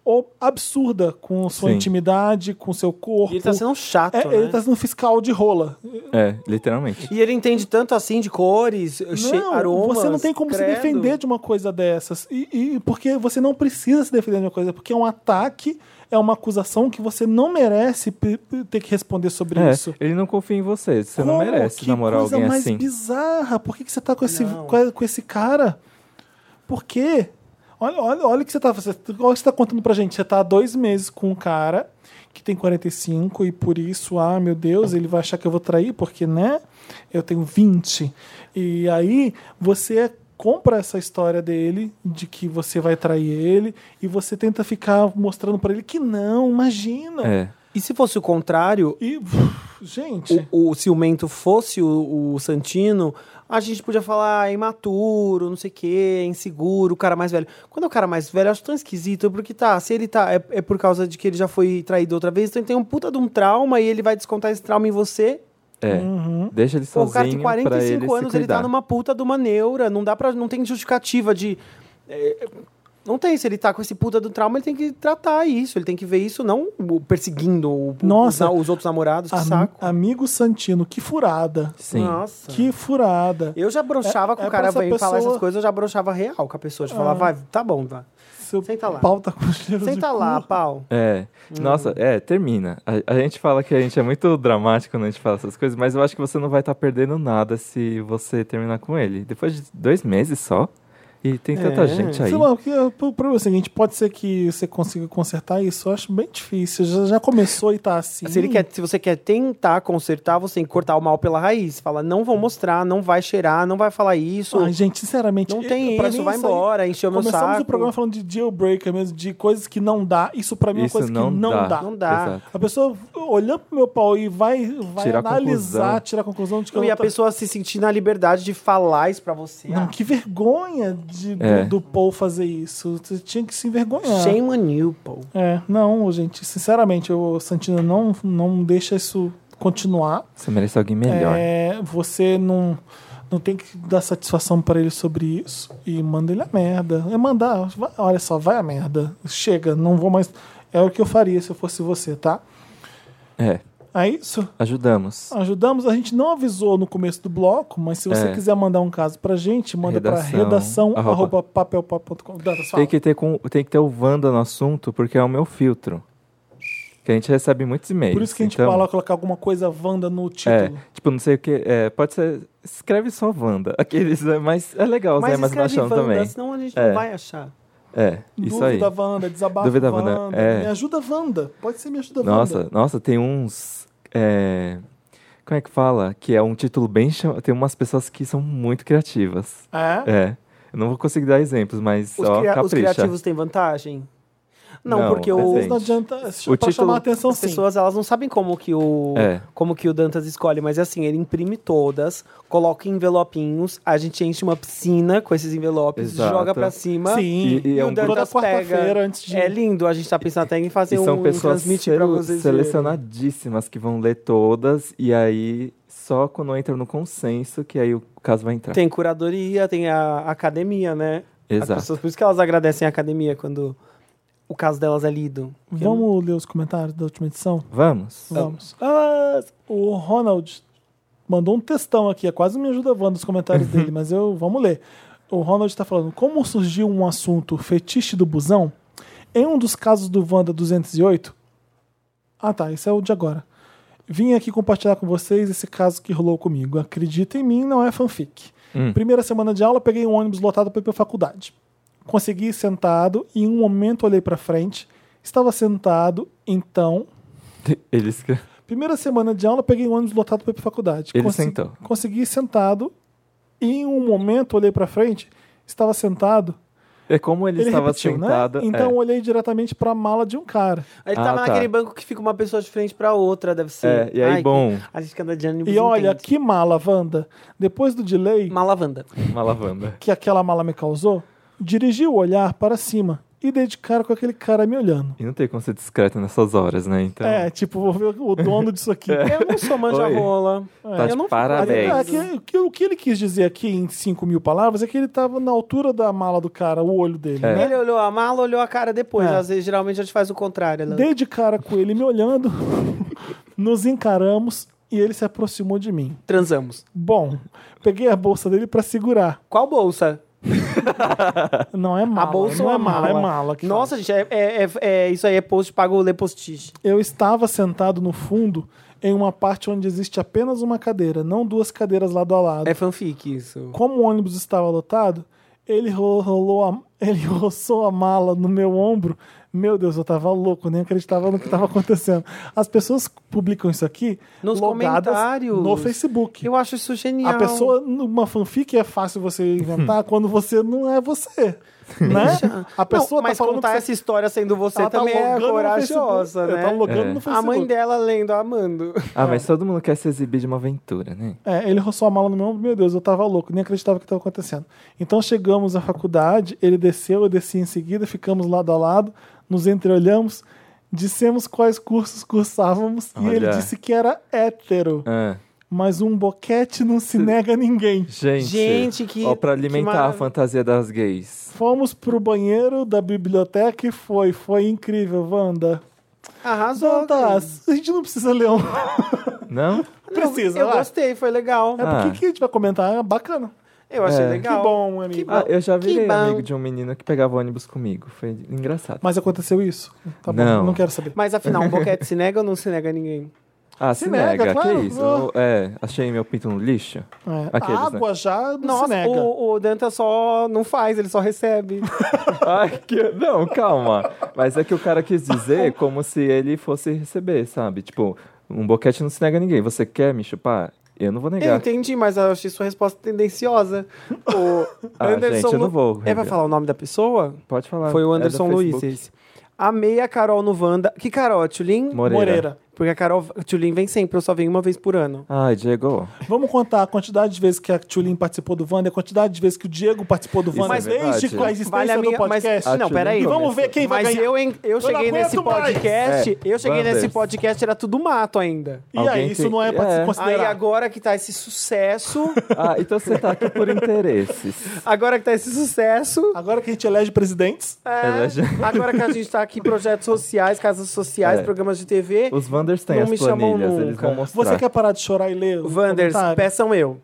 S1: o- absurda com sua
S6: Sim.
S1: intimidade, com seu corpo.
S7: E ele tá sendo um chato,
S1: É,
S7: né?
S1: ele tá sendo fiscal de rola.
S6: É, literalmente.
S7: E ele entende tanto assim de cores, che...
S1: Não,
S7: aromas.
S1: você não tem como se
S7: credo.
S1: defender de uma coisa dessas. E, e- porque você não precisa se defender de uma coisa, porque é um ataque, é uma acusação que você não merece p- p- ter que responder sobre
S6: É,
S1: isso.
S6: ele não confia em você. Você não
S1: Como?
S6: merece
S1: Oh, que
S6: namorar
S1: coisa
S6: alguém
S1: mais
S6: assim.
S1: bizarra. Por que, que você tá com esse,
S7: Não.
S1: com com esse cara? Por quê? Olha, olha, olha o que você tá fazendo. Olha o que você tá contando pra gente. Você tá há dois meses com um cara que tem 45 e por isso, ah, meu Deus, ele vai achar que eu vou trair, porque, né? Eu tenho 20. E aí você compra essa história dele, de que você vai trair ele, e você tenta ficar mostrando pra ele que não, imagina.
S6: É.
S7: E se fosse o contrário,
S1: E, pff, gente.
S7: o, o ciumento fosse o, o Santino, a gente podia falar "Ah, imaturo, não sei o quê, é inseguro, o cara mais velho. Quando é o cara mais velho, eu acho tão esquisito, porque tá, se ele tá, é, é por causa de que ele já foi traído outra vez, então ele tem um puta de um trauma e ele vai descontar esse trauma em você.
S6: É.
S7: Hum.
S1: Uhum.
S6: Deixa ele
S7: Pô,
S6: sozinho
S7: o cara tem
S6: pra ele
S7: 45
S6: se
S7: anos, ele
S6: cuidar.
S7: tá numa puta de uma neura, não dá pra, não tem justificativa de... é, não tem, se ele tá com esse puta do trauma, ele tem que tratar isso, ele tem que ver isso, não o- perseguindo o-
S1: Nossa. Ah,
S7: os, os outros namorados, que
S1: Am-
S7: saco. Tá.
S1: Amigo Santino, que furada.
S6: Sim.
S7: Nossa.
S1: Que furada.
S7: Eu já broxava
S1: É-
S7: com
S1: é
S7: o cara
S1: pra essa
S7: veio falar
S1: pessoa- Ah.
S7: essas coisas, eu já broxava real com a pessoa. De falar, vai, tá bom, vai.
S1: Seu
S7: Senta lá.
S1: pau tá com cheiro de
S7: Senta
S1: cu.
S7: lá, pau.
S6: É. Nossa, é, termina. A, a gente fala que a gente é muito dramático quando a gente fala essas coisas, mas eu acho que você não vai estar perdendo nada se você terminar com ele. Depois de dois meses só. E tem tanta
S7: É.
S6: gente Tá aí.
S1: Sei lá, porque o problema é o seguinte, pode ser que você consiga consertar isso, eu acho bem difícil. Já, já começou e tá assim.
S7: Se, ele quer, se você quer tentar consertar, você tem que cortar o mal pela raiz. Fala, não vou mostrar, não vai cheirar, não vai falar isso.
S1: Ai, gente, sinceramente,
S7: não
S1: eu-
S7: tem
S1: pra
S7: isso,
S1: mim
S7: vai
S1: aí-
S7: embora, encheu meu
S1: Começamos
S7: saco.
S1: o programa falando de jailbreaker mesmo, de coisas que não dá. Isso pra mim é uma
S6: Isso
S1: coisa
S6: não,
S1: que não dá.
S6: dá.
S7: Não dá.
S6: Exato.
S1: A pessoa olhando pro meu pau e vai, vai
S6: Tirar
S1: analisar,
S6: conclusão.
S1: tirar a conclusão de que eu
S7: Tipo, E a
S1: tô-
S7: pessoa se sentir na liberdade de falar isso pra você.
S1: Não,
S7: Ah,
S1: que vergonha de, do-
S6: É.
S1: do, Paul fazer isso. Você tinha que se envergonhar.
S7: Shame on you, pô.
S1: É, não, gente, sinceramente, o Santino não, não deixa isso continuar.
S6: Você merece alguém melhor.
S1: É, você não, não tem que dar satisfação pra ele sobre isso e manda ele a merda. É mandar, vai- olha só, vai a merda. Chega, não vou mais. É o que eu faria se eu fosse você, tá?
S6: É,
S1: É isso?
S6: Ajudamos.
S1: Ajudamos. A gente não avisou no começo do bloco, mas se você
S6: É.
S1: quiser mandar um caso pra gente, manda pra
S6: Redação,
S1: redação
S6: arroba-
S1: arroba papelpop.com. Dantas, fala.
S6: Tem que, ter com, tem que ter o Wanda no assunto, porque é o meu filtro. Que a gente recebe muitos e-mails.
S1: Por isso que a gente
S6: então,
S1: fala colocar alguma coisa Wanda no
S6: É,
S1: título.
S6: tipo, não sei o que. É, pode ser. Escreve só Wanda. Aqueles, né, mas é legal os
S7: Mas
S6: emas
S7: escreve
S6: baixando
S7: Wanda,
S6: também.
S7: senão a gente
S6: É.
S7: não vai achar.
S6: É, isso aí.
S1: Dúvida Wanda, desabafo
S6: Dúvida Wanda,
S1: Wanda.
S6: é.
S1: Me ajuda Wanda. Pode ser me ajuda
S6: Nossa,
S1: Wanda.
S6: nossa, tem uns. é, como é que fala? Que é um título bem. cham- Tem umas pessoas que são muito criativas.
S1: É?
S6: É. Eu não vou conseguir dar exemplos, mas
S7: Os,
S6: ó,
S7: cria- os
S6: capricha.
S7: criativos têm vantagem? Não,
S6: Não,
S7: porque
S6: mas
S7: o,
S6: é
S1: Não adianta. Pra
S6: título-
S1: chamar a atenção,
S7: as
S1: sim.
S7: pessoas elas não sabem como que o
S6: É.
S7: como que o Dantas escolhe, mas é assim, ele imprime todas, coloca em envelopinhos, a gente enche uma piscina com esses envelopes,
S6: Exato.
S7: joga pra cima.
S1: Sim.
S6: E- e é
S7: o
S6: um
S7: Dantas
S1: Toda
S7: pega.
S1: quarta-feira antes de.
S7: É lindo, a gente tá pensando até em fazer
S6: E são
S7: um
S6: pessoas
S7: transmitir pra
S6: sele-
S7: vocês. verem.
S6: selecionadíssimas que vão ler todas e aí só quando entra no consenso que aí o caso vai entrar.
S7: Tem curadoria, tem a academia, né? As
S6: Exato.
S7: pessoas- por isso que elas agradecem a academia quando o caso delas é lido. Porque
S1: Vamos ler os comentários da última edição?
S6: Vamos.
S1: Vamos. Ah, o Ronald mandou um textão aqui, é quase me ajuda Wanda nos comentários dele, mas eu vamos ler. O Ronald está falando, como surgiu um assunto fetiche do busão? Em um dos casos do Wanda 208... Ah tá, esse é o de agora. Vim aqui compartilhar com vocês esse caso que rolou comigo. Acredita em mim, não é fanfic. Primeira semana de aula, peguei um ônibus lotado para ir para faculdade. Consegui ir sentado e em um momento olhei para frente. Estava sentado, então...
S6: Ele, escre-
S1: Primeira semana de aula, peguei um ônibus lotado para ir para faculdade.
S6: Ele sentou.
S1: Consegui ir sentado e em um momento olhei para frente, estava sentado.
S6: é como ele,
S1: Ele,
S6: estava
S1: repetiu,
S6: sentado.
S1: né? Então
S6: é.
S1: olhei diretamente para a mala de um cara.
S7: Ele
S6: Ah,
S7: tava
S6: tá.
S7: naquele banco que fica uma pessoa de frente pra outra, deve ser.
S6: É, e aí,
S7: que-
S6: bom.
S7: A gente que anda de ônibus
S1: E olha
S7: entende.
S1: que mala, Wanda. Depois do delay
S7: Uma lavanda.
S6: Uma lavanda.
S1: que aquela mala me causou, dirigi o olhar para cima e dei de cara com aquele cara me olhando.
S6: E não tem como ser discreto nessas horas, né? Então.
S1: É, tipo, vou ver o dono disso aqui.
S7: Eu não sou manja
S6: Oi.
S7: rola.
S1: É.
S6: Tá de
S7: eu não-
S6: parabéns.
S1: Ah, que- que- o que ele quis dizer aqui em 5 mil palavras é que ele estava na altura da mala do cara, o olho dele.
S6: É.
S1: Né?
S7: Ele olhou a mala, olhou a cara depois.
S1: É.
S7: Às vezes, geralmente, a gente faz o contrário. Ela...
S1: Dei de cara com ele me olhando, nos encaramos e ele se aproximou de mim.
S7: Transamos.
S1: Bom, peguei a bolsa dele para segurar.
S7: Qual bolsa?
S1: Não é
S7: A
S1: mala,
S7: bolsa
S1: não
S7: ou
S1: é
S7: a mala?
S1: mala, é mala. que
S7: Nossa, gente, é, é- é- é- isso aí é post, pago lê postiche.
S1: Eu estava sentado no fundo em uma parte onde existe apenas uma cadeira, não duas cadeiras lado a lado.
S7: É fanfic isso.
S1: Como o ônibus estava lotado, ele ro- rolou a, ele roçou a mala no meu ombro. Meu Deus, eu tava louco, nem acreditava no que estava acontecendo. As pessoas publicam isso aqui
S7: Nos
S1: logadas
S7: comentários.
S1: no Facebook.
S7: Eu acho isso genial.
S1: A pessoa, numa fanfic, é fácil você inventar quando você não é você. Né? A pessoa
S7: não, mas
S1: tá falando
S7: contar
S1: que
S7: essa história sendo você
S1: ela tá
S7: também é
S1: logando no
S7: corajosa,
S1: Facebook,
S7: né?
S1: Tá logando
S6: É.
S1: no
S7: a
S1: Facebook.
S7: mãe dela lendo, amando.
S6: Ah, mas todo mundo quer se exibir de uma aventura, né?
S1: É, ele roçou a mala no meu ombro, meu Deus, eu tava louco, nem acreditava que estava acontecendo. Então chegamos à faculdade, ele desceu, eu desci em seguida, ficamos lado a lado, nos entreolhamos, dissemos quais cursos cursávamos e
S6: Olha.
S1: ele disse que era hétero.
S6: Ah,
S1: Mas um boquete não se nega a ninguém.
S6: gente.
S7: Gente, que-
S6: Ó, pra
S7: que
S6: alimentar a
S7: maravilha.
S6: fantasia das gays.
S1: Fomos pro banheiro da biblioteca e foi. Foi incrível, Wanda.
S7: Arrasou. cara.
S1: Zondas, a gente não precisa ler um.
S6: Não?
S1: Precisa,
S7: Eu
S1: vai.
S7: gostei, foi legal.
S1: É porque
S6: Ah.
S1: que a gente vai comentar, é bacana.
S7: Eu achei
S6: É.
S7: legal.
S1: Que bom, amigo.
S6: Ah, eu já
S7: Que
S6: virei
S7: bom.
S6: amigo de um menino que pegava ônibus comigo. Foi engraçado.
S1: Mas aconteceu isso? Tá bom,
S6: Não.
S1: não quero saber.
S7: Mas afinal, um boquete se nega ou não se nega a ninguém?
S6: Ah,
S1: se
S6: se,
S1: nega,
S6: nega,
S1: claro.
S6: que isso? Eu- é, achei meu pinto no lixo.
S1: É,
S6: Aqueles,
S1: a água já não se
S7: Nossa,
S1: nega.
S7: o, o Danta só não faz, ele só recebe.
S6: Ai, que... Não, calma. Mas é que o cara quis dizer como se ele fosse receber, sabe? Tipo, um boquete não se nega a ninguém. Você quer me chupar? Eu não vou
S7: Eu
S6: negar.
S7: entendi, mas eu achei sua resposta tendenciosa. O
S6: Ah, gente, eu não vou
S7: É pra
S6: negar.
S7: falar o nome da pessoa?
S6: Pode falar.
S7: Foi o
S6: É do
S7: Anderson Luiz
S6: Facebook.
S7: esse. Amei a Carol no Wanda. Que Carol, Tulin?
S6: Moreira.
S1: Moreira.
S7: Porque a Carol Tulin vem sempre, eu só venho uma vez por ano.
S6: Ai, Diego.
S1: Vamos contar a quantidade de vezes que a Tulin participou do Wanda, a quantidade de vezes que o Diego participou do Wanda
S6: é verdade.
S1: desde a existência
S7: Vale a minha,
S1: do podcast.
S7: mas
S6: A
S7: não, peraí.
S1: e vamos ver quem vai
S7: mas
S1: ganhar.
S7: eu, en-
S1: não
S7: eu cheguei nesse
S1: aguento mais.
S7: podcast,
S6: É,
S7: eu cheguei nesse
S6: Wanders.
S7: podcast era tudo mato ainda.
S1: E aí,
S6: Alguém
S1: isso
S6: tem-
S1: não é pra
S6: é.
S1: se
S7: Aí
S1: considerar.
S7: agora que tá esse sucesso,
S6: Ah, então você tá aqui por interesses.
S7: agora que tá esse sucesso,
S1: Agora que a gente elege presidentes,
S7: é,
S6: Ela já-
S7: agora que a gente tá aqui em projetos sociais, casas sociais,
S6: É.
S7: programas de TV,
S6: Os Wanders têm
S7: Não me
S6: as
S7: chamam
S6: planilhas, eles
S7: nunca.
S6: vão mostrar.
S1: você quer parar de chorar e ler o
S7: Wanders,
S1: comentário?
S7: peçam eu.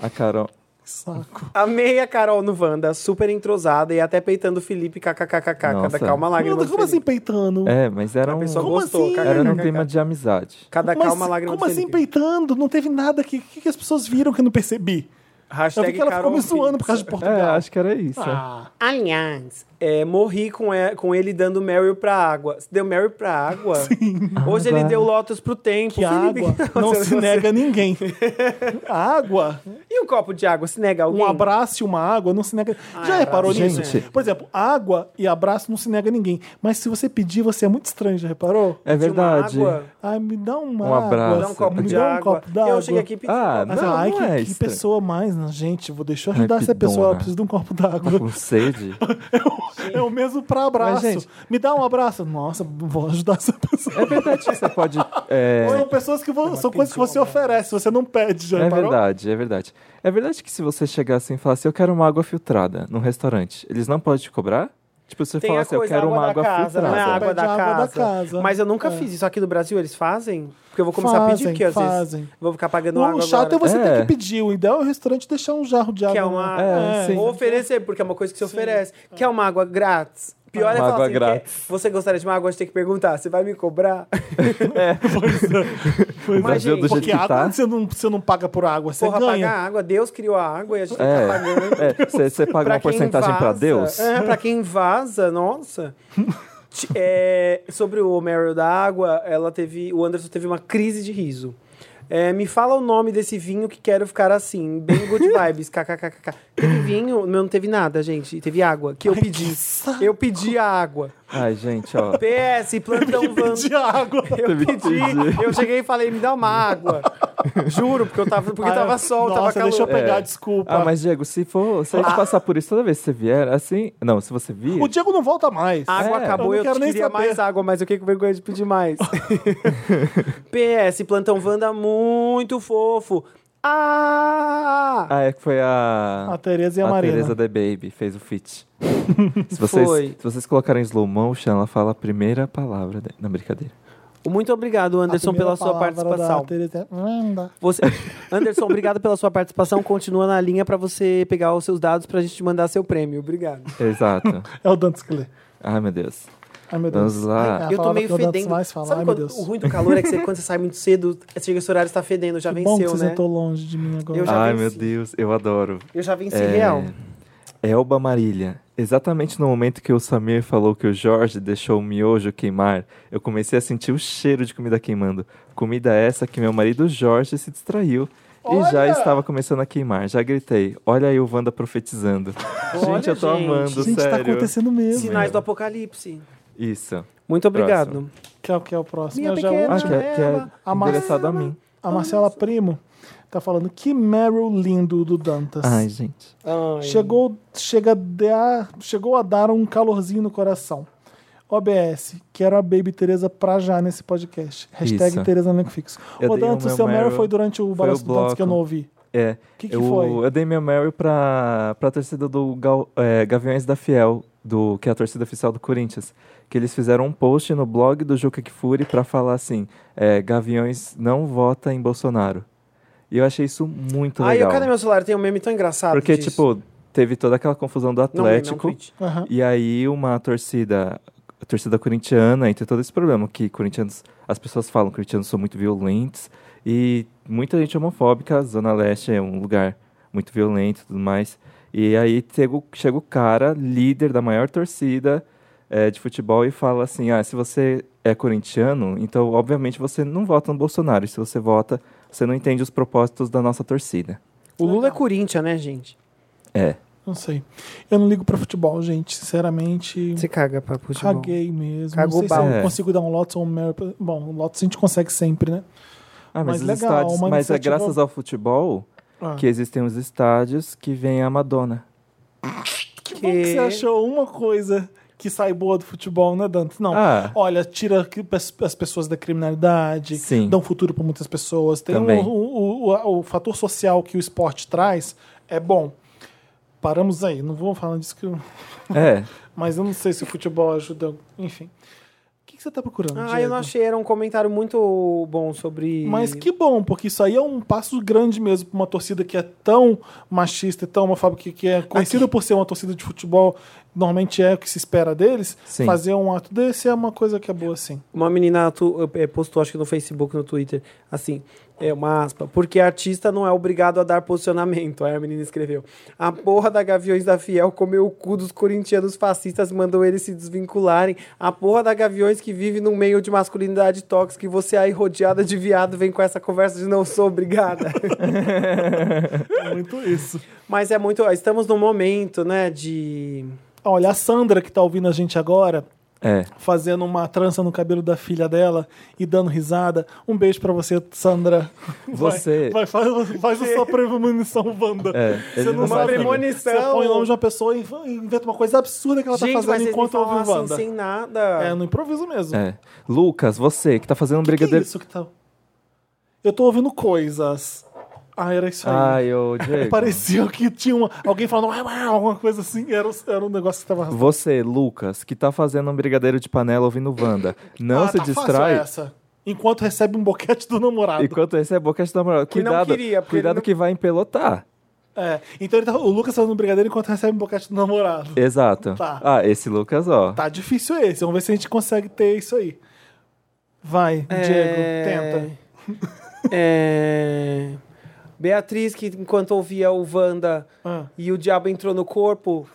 S6: A Carol...
S1: Saco.
S7: Amei a Carol no Wanda, super entrosada e até peitando o Felipe kkkk, cada
S6: Nossa.
S7: calma lágrima.
S1: Manda,
S7: do
S1: como assim
S7: Felipe.
S1: peitando?
S6: É, mas era
S7: A
S6: um...
S7: pessoa
S1: Como
S7: gostou,
S1: assim?
S6: Era num
S7: kkkk.
S6: clima de amizade.
S7: Cada
S1: Mas
S7: calma lágrima do
S1: como assim
S7: Felipe.
S1: peitando? Não teve nada aqui. O que, que as pessoas viram que eu não percebi? Eu
S7: Hashtag
S1: vi que ela ficou
S7: Carol
S1: me zoando por causa de
S6: É,
S1: Portugal.
S6: acho que era isso.
S1: Ah,
S7: Aliás, é, morri com, e- com ele dando Mary pra água. Você deu Mary pra água? Sim. Hoje ele
S6: Água.
S7: deu Lotus pro tempo.
S1: que
S7: Felipe,
S1: água não
S7: você-
S1: se
S7: você-
S1: nega a ninguém. A água
S7: E um copo de água? Se nega alguém?
S1: Um abraço e uma água não se nega. Já
S7: é,
S1: reparou
S6: abraço,
S1: nisso?
S6: gente.
S1: Por exemplo, água e abraço não se nega a ninguém. Mas se você pedir, você é muito estranho, já reparou?
S6: É
S7: De uma
S6: verdade.
S7: água?
S1: Ai, me dá uma
S6: Um abraço.
S1: água.
S7: Dá um copo
S1: me
S7: de
S1: dá um
S7: água.
S1: copo d'água.
S7: eu cheguei aqui e pedi.
S6: Ah,
S7: um copo
S1: Mas,
S6: Não,
S1: ai,
S6: não
S1: que,
S6: é
S1: que
S6: estranho.
S1: pessoa mais, né, gente. Vou deixar eu ajudar
S6: Ai, que
S1: essa pessoa.
S6: dona.
S1: Ela precisa de um copo d'água.
S6: Com sede.
S1: É o mesmo pra abraço.
S6: Mas, gente-
S1: Me dá um abraço. Nossa, vou ajudar essa pessoa.
S6: É verdade que você pode... é, né?
S1: São pessoas que vão, são coisas que você oferece, você não pede, já
S6: É
S1: reparou?
S6: verdade, é verdade. É verdade que se você chegar assim e falar assim, eu quero uma água filtrada num restaurante, eles não podem te cobrar? Tipo, se você
S7: Tem a
S6: falar assim, eu
S7: coisa,
S6: quero uma
S7: da
S6: água
S7: casa, não é
S6: filtrada.
S7: a água
S1: Pede
S7: da
S1: a água da
S7: casa.
S1: casa.
S7: Mas eu nunca
S1: É.
S7: fiz isso aqui no Brasil, eles fazem? Porque eu vou começar a pedir,
S1: Fazem,
S7: porque às
S1: fazem.
S7: vezes vou ficar pagando
S1: O
S7: água
S1: chato é
S7: agora.
S1: você
S7: né?
S6: É.
S1: ter que pedir. O ideal é o restaurante deixar um jarro de água.
S7: Que é
S1: na-
S7: uma...
S6: É, sim.
S7: Ou oferecer, porque é uma coisa que se oferece. Que é uma água grátis. Pior é
S6: Uma
S7: falar
S6: água
S7: assim,
S6: grátis.
S7: quer- você gostaria de uma água, a gente tem que perguntar, você vai me cobrar?
S6: O Brasil do jeito
S1: Porque
S6: que
S1: água
S6: tá.
S1: você, não, você não paga por água, você
S7: Porra,
S1: ganha.
S7: pagar água, Deus criou a água e a gente
S6: É,
S7: tá pagando.
S6: é, você- você paga uma
S7: quem
S6: porcentagem pra
S7: vaza-
S6: Deus?
S7: É, pra quem vaza, nossa. Ti- é, sobre o Meryl da água, ela teve, o Anderson teve uma crise de riso. É, me fala o nome desse vinho que quero ficar assim, bem good vibes, kkkk. Teve vinho, meu não teve nada, gente. Teve água, que eu pedi. eu pedi a água.
S6: Ai, gente, ó.
S7: PS, plantão van.
S1: De água.
S7: Eu
S6: Teve que
S7: pedi, eu cheguei e falei, me dá uma água. Juro, porque eu tava, porque
S1: Ah,
S7: tava sol,
S1: nossa,
S7: tava calor.
S1: deixa eu pegar,
S6: É.
S1: desculpa.
S6: Ah, mas Diego, se for, se a gente
S7: Ah.
S6: passar por isso toda vez que você vier, assim, não, se você vir,
S1: O Diego não volta mais.
S7: A água
S6: É.
S7: acabou,
S1: Eu não
S7: eu,
S1: quero nem
S7: queria
S1: saber.
S7: mais água, mas eu fiquei com vergonha de pedir mais. PS, Plantão Wanda muito fofo. Ah!
S6: ah, é que foi a
S1: A Tereza e a, Marina.
S6: Teresa The Baby fez o feat. se vocês,
S7: Foi.
S6: se vocês colocarem slow motion, ela fala a primeira palavra de- na brincadeira.
S7: Muito obrigado,
S1: A
S7: Anderson,
S1: primeira
S7: pela sua
S1: palavra
S7: participação.
S1: da Tereza é Wanda.
S7: Você... Anderson, obrigado pela sua participação. Continua na linha pra você pegar os seus dados pra gente te mandar seu prêmio. Obrigado.
S6: Exato.
S1: É o Dantes Clay.
S6: Ai, meu Deus.
S1: Ai, meu Deus.
S6: Vamos lá.
S1: Ai, É a
S7: eu tô
S1: palavra
S7: meio
S1: que o Dantes
S7: fedendo.
S1: Mais fala.
S7: Sabe
S1: Ai, meu
S7: quando
S1: Deus.
S7: o ruim do calor é que você- quando você sai muito cedo, chega esse horário, você tá fedendo, já
S1: Bom que
S7: venceu,
S1: você
S7: né?
S1: sentou longe de mim agora.
S7: Eu já
S6: Ai,
S7: venci.
S6: meu Deus, eu adoro.
S7: Eu já venci real.
S6: Elba Marília. Exatamente no momento que o Samir falou que o Jorge deixou o miojo queimar, eu comecei a sentir o cheiro de comida queimando. Comida essa que meu marido Jorge se distraiu e já estava começando a queimar. Já gritei: Olha aí o Wanda profetizando. É. gente, eu tô
S7: gente.
S6: amando,
S1: Gente, tá
S6: sério.
S1: acontecendo mesmo.
S7: Sinais do apocalipse.
S6: Isso.
S7: Muito obrigado.
S6: Próximo.
S1: Que é o que é o próximo?
S7: Minha
S1: Eu já
S7: pequena-
S6: Ah, que é, que é
S1: A Mar-
S6: endereçado a mim.
S1: A Marcela Primo tá falando que Meryl lindo do Dantas.
S6: Ai, gente.
S1: Chegou, chega a dar- chegou a dar um calorzinho no coração. OBS, quero a Baby Tereza pra já nesse podcast. Hashtag
S6: Isso.
S1: Tereza no Elenco Fixo.
S6: Eu
S1: Ô
S6: dei o
S1: Dantas,
S6: meu
S1: seu Meryl
S6: Meryl,
S1: foi durante o
S6: foi
S1: Balanço
S6: o
S1: do Dantas que eu
S6: bloco.
S1: não ouvi.
S6: É.
S1: Que que
S6: eu,
S1: foi?
S6: eu dei meu Meryl pra, pra torcida do Gal- é, Gaviões da Fiel, do, que é a torcida oficial do Corinthians. Que eles fizeram um post no blog do Juca Kfouri pra falar assim: é, Gaviões não vota em Bolsonaro. E eu achei isso muito
S7: Ai, eu
S6: legal.
S7: cadê meu celular? Tem um meme tão engraçado.
S6: porque,
S7: disso.
S6: tipo, teve toda aquela confusão do
S7: Não, meme, não,
S6: Atlético.
S7: tweet.
S1: Aham.
S6: E aí uma torcida, a torcida corintiana, entre todo esse problema que corintianos, as pessoas falam que corintianos são muito violentos e muita gente é homofóbica, a Zona Leste é um lugar muito violento e tudo mais. E aí chega o, chega o cara, líder da maior torcida eh, de futebol e fala assim: "Ah, se você é corintiano, então obviamente você não vota no Bolsonaro. E se você vota, você não entende os propósitos da nossa torcida."
S7: O Lula é Corinthians, né, gente?
S6: É.
S1: Não sei. Eu não ligo pra futebol, gente. Sinceramente,
S7: Você caga pra futebol.
S1: caguei mesmo.
S7: Cagou
S1: não sei se
S6: bal.
S1: eu
S6: É.
S1: consigo dar um Lotus ou um Meryl. pra- Bom, um Lotus a gente consegue sempre, né?
S6: Ah,
S1: Mas
S6: mas, os
S1: legal,
S6: estádios,
S1: uma
S6: mas é
S1: iniciativa-
S6: graças ao futebol
S1: Ah.
S6: que existem os estádios que vem a Madonna.
S1: Que bom que você achou uma coisa que sai boa do futebol, né, Dantas? Não.
S6: Ah.
S1: Olha, tira que as as pessoas da criminalidade,
S6: Sim.
S1: dá um futuro para muitas pessoas. Tem
S6: Também.
S1: um- o, o- o fator social que o esporte traz é bom. Paramos aí, não vou falar disso que eu...
S6: É,
S1: Mas eu não sei se o futebol ajuda. Enfim. O que, que você tá procurando?
S7: Ah, eu
S1: Diego?
S7: não achei. Era um comentário muito bom sobre.
S1: Mas que bom, porque isso aí é um passo grande mesmo para uma torcida que é tão machista e tão homofóbica, que- que é conhecida por ser uma torcida de futebol, normalmente é o que se espera deles.
S6: Sim.
S1: Fazer um ato desse é uma coisa que é boa, sim.
S7: Uma menina tu- eh, postou, acho que no Facebook, no Twitter, assim, é uma aspa. Porque artista não é obrigado a dar posicionamento. Aí a menina escreveu. A porra da Gaviões da Fiel comeu o cu dos corintianos fascistas, mandou eles se desvincularem. A porra da Gaviões que vive num meio de masculinidade tóxica e você aí rodeada de viado vem com essa conversa de não sou obrigada.
S1: É Muito isso.
S7: Mas é muito. Estamos num momento, né, de.
S1: Olha, a Sandra que tá ouvindo a gente agora,
S6: é.
S1: fazendo uma trança no cabelo da filha dela e dando risada. Um beijo para você, Sandra.
S6: Você-
S1: Vai, vai, faz, faz a sua premonição, Wanda.
S6: É, ele não
S1: sabe.
S6: sabe. Uma
S7: premonição.
S1: Você põe o nome de uma pessoa e e inventa uma coisa absurda que ela
S7: Gente,
S1: tá
S7: mas
S1: fazendo
S7: eles
S1: enquanto
S7: me
S1: ouve
S7: falam
S1: o
S7: assim,
S1: Wanda.
S7: sem nada.
S1: É, no improviso mesmo.
S6: é. Lucas, você que tá fazendo um
S1: Que é
S6: brigadeiro.
S1: isso que tá... Eu tô ouvindo coisas. Ah, era isso aí. É
S6: Ai, ô, Diego.
S1: Parecia que tinha uma- alguém falando "Uau, uau", alguma coisa assim. Era, o- era um negócio que tava.
S6: Você, Lucas, que tá fazendo um brigadeiro de panela ouvindo Wanda, não
S1: Ah,
S6: se
S1: tá fácil
S6: distrai
S1: essa. Enquanto recebe um boquete do namorado.
S6: enquanto esse é boca de namorado.
S7: Que não
S6: Cuidado,
S7: queria, porque
S6: cuidado
S7: ele não-
S6: que vai empelotar.
S1: É. Então ele tá- o Lucas fazendo brigadeiro enquanto recebe um boquete do namorado.
S6: Exato.
S1: Tá.
S6: Ah, esse Lucas, ó.
S1: Tá difícil esse. Vamos ver se a gente consegue ter isso aí. Vai, Diego, tenta.
S7: É... Beatriz, que enquanto ouvia o Wanda
S1: Ah.
S7: e o diabo entrou no corpo,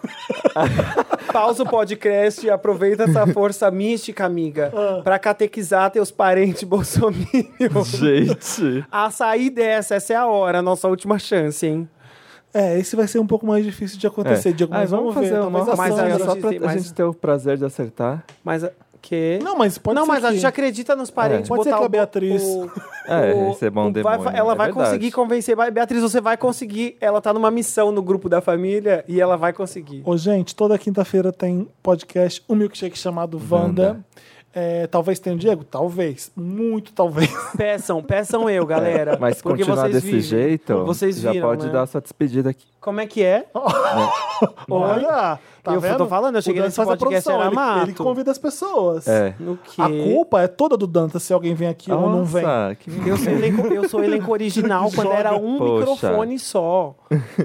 S7: pausa o podcast e aproveita essa força mística, amiga,
S1: Ah.
S7: pra catequizar teus parentes bolsominions.
S6: Gente.
S7: A sair dessa, essa é a hora, a nossa última chance, hein?
S1: É, esse vai ser um pouco mais difícil de acontecer, Diego.
S6: É. Ai,
S1: Mas
S6: vamos, fazer
S1: ver.
S6: uma
S1: Talvez a
S7: mais
S1: Sandra-
S7: aliança.
S6: só pra
S7: Mas-
S6: a gente ter o prazer de acertar.
S7: Mas a- que
S1: Não, mas pode
S7: não,
S1: ser
S7: mas a
S1: que- É.
S7: gente acredita nos parentes.
S1: Pode ser
S7: botar
S1: que a
S7: o-
S1: Beatriz-
S7: o-
S6: É,
S7: o-
S6: esse é bom
S7: o- vai-
S6: demônio,
S7: ela
S6: é
S7: vai
S6: verdade.
S7: conseguir convencer. vai- Beatriz, você vai conseguir. Ela tá numa missão no grupo da família e ela vai conseguir.
S1: Ô, gente, toda quinta-feira tem podcast, um milkshake chamado Wanda.
S6: Wanda.
S1: É, talvez tenha o Diego? Talvez. Muito talvez.
S7: Peçam, peçam eu, galera.
S6: Mas se
S7: porque
S6: continuar
S7: vocês
S6: desse
S7: vivem.
S6: jeito,
S7: Vocês
S6: já
S7: viram,
S6: pode
S7: né?
S6: dar sua despedida aqui.
S7: Como é que é?
S1: Olha, tá
S7: Eu
S1: vendo?
S7: tô falando, eu cheguei
S1: O Dan
S7: nesse
S1: faz a
S7: podcast,
S1: produção,
S7: era
S1: ele,
S7: mato.
S1: ele convida as pessoas.
S6: É.
S7: No que?
S1: A culpa é toda do Dantas se alguém vem aqui ou não vem.
S6: Nossa, que
S7: Eu sou elenco, eu sou elenco original quando era um
S6: Poxa.
S7: microfone só.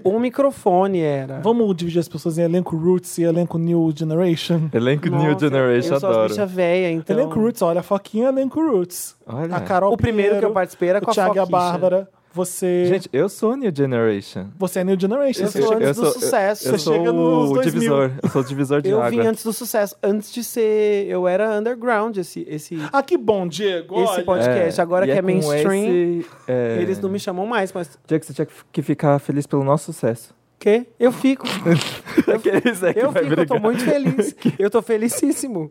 S7: Um microfone era.
S1: Vamos dividir as pessoas em elenco Roots e elenco New Generation?
S6: Elenco New
S7: Nossa,
S6: Generation,
S7: eu sou as
S6: adoro.
S7: bicha véia, então.
S1: Elenco Roots, olha, a Foquinha é elenco Roots.
S6: Olha.
S1: A Carol
S7: O primeiro que eu participei era
S1: o
S7: com a
S1: Thiago e a
S7: Foquicha.
S1: Bárbara. Você,
S6: Gente, eu sou New Generation.
S1: você é New Generation.
S7: Eu
S1: você
S7: sou
S1: chega-
S7: antes
S6: eu
S7: do
S6: sou,
S7: sucesso.
S6: Eu,
S1: Você
S6: eu sou
S1: chega nos
S6: o
S1: 2000.
S6: divisor. Eu sou o divisor de
S7: Eu
S6: água.
S7: vim antes do sucesso, antes de ser. Eu era underground esse, esse,
S1: Ah, que bom, Diego.
S7: esse
S1: olha.
S7: podcast. Agora
S6: e
S7: que é,
S6: com
S7: mainstream,
S6: esse, é,
S7: eles não me chamam mais, mas.
S6: Tinha que, você tinha que ficar feliz pelo nosso sucesso.
S7: Quê? Eu fico.
S6: Aqueles é que
S7: Eu
S6: vai
S7: fico, eu tô
S6: brigar.
S7: muito feliz. Eu tô felicíssimo.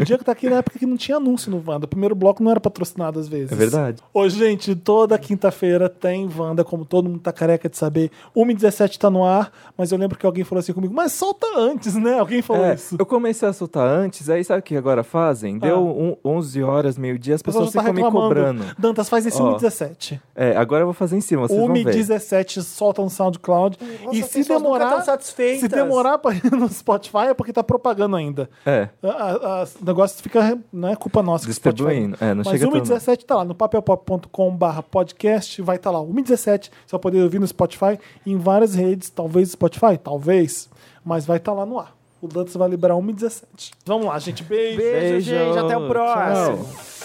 S1: O Diego tá aqui na época que não tinha anúncio no Wanda. O primeiro bloco não era patrocinado às vezes.
S6: É verdade.
S1: Ô, gente, toda quinta-feira tem Wanda, como todo mundo tá careca de saber. 1h17 tá no ar, mas eu lembro que alguém falou assim comigo, mas solta antes, né? Alguém falou
S6: É,
S1: isso.
S6: eu comecei a soltar antes, aí sabe o que agora fazem?
S7: Ah.
S6: Deu um- 11 horas, meio-dia, as
S1: O pessoal
S6: pessoas
S7: tá
S6: ficam me cobrando.
S1: tá Dantas, faz esse
S6: Ó.
S1: 1h17.
S6: É, agora eu vou fazer em cima, vocês vão ver.
S1: 1h17 solta no SoundCloud. e
S7: Hum, as
S1: se
S7: pessoas nunca
S1: demorar.
S7: tão satisfeitas.
S1: Se demorar pra ir no Spotify é porque tá propagando ainda.
S6: É.
S1: A- a- a- O negócio fica, não é culpa nossa. que o Spotify-
S6: Distribuindo. É, não
S1: Mas
S6: chega
S1: 1 e
S6: tanto.
S1: 17 tá lá no papelpop.com podcast, vai estar tá lá 1 e 17, você vai poder ouvir no Spotify e em várias redes, talvez Spotify, talvez, mas vai estar tá lá no ar. O Dantas vai liberar 1 e 17. Vamos lá, gente, beijo.
S7: Beijo, gente. Até o próximo.
S6: Tchau.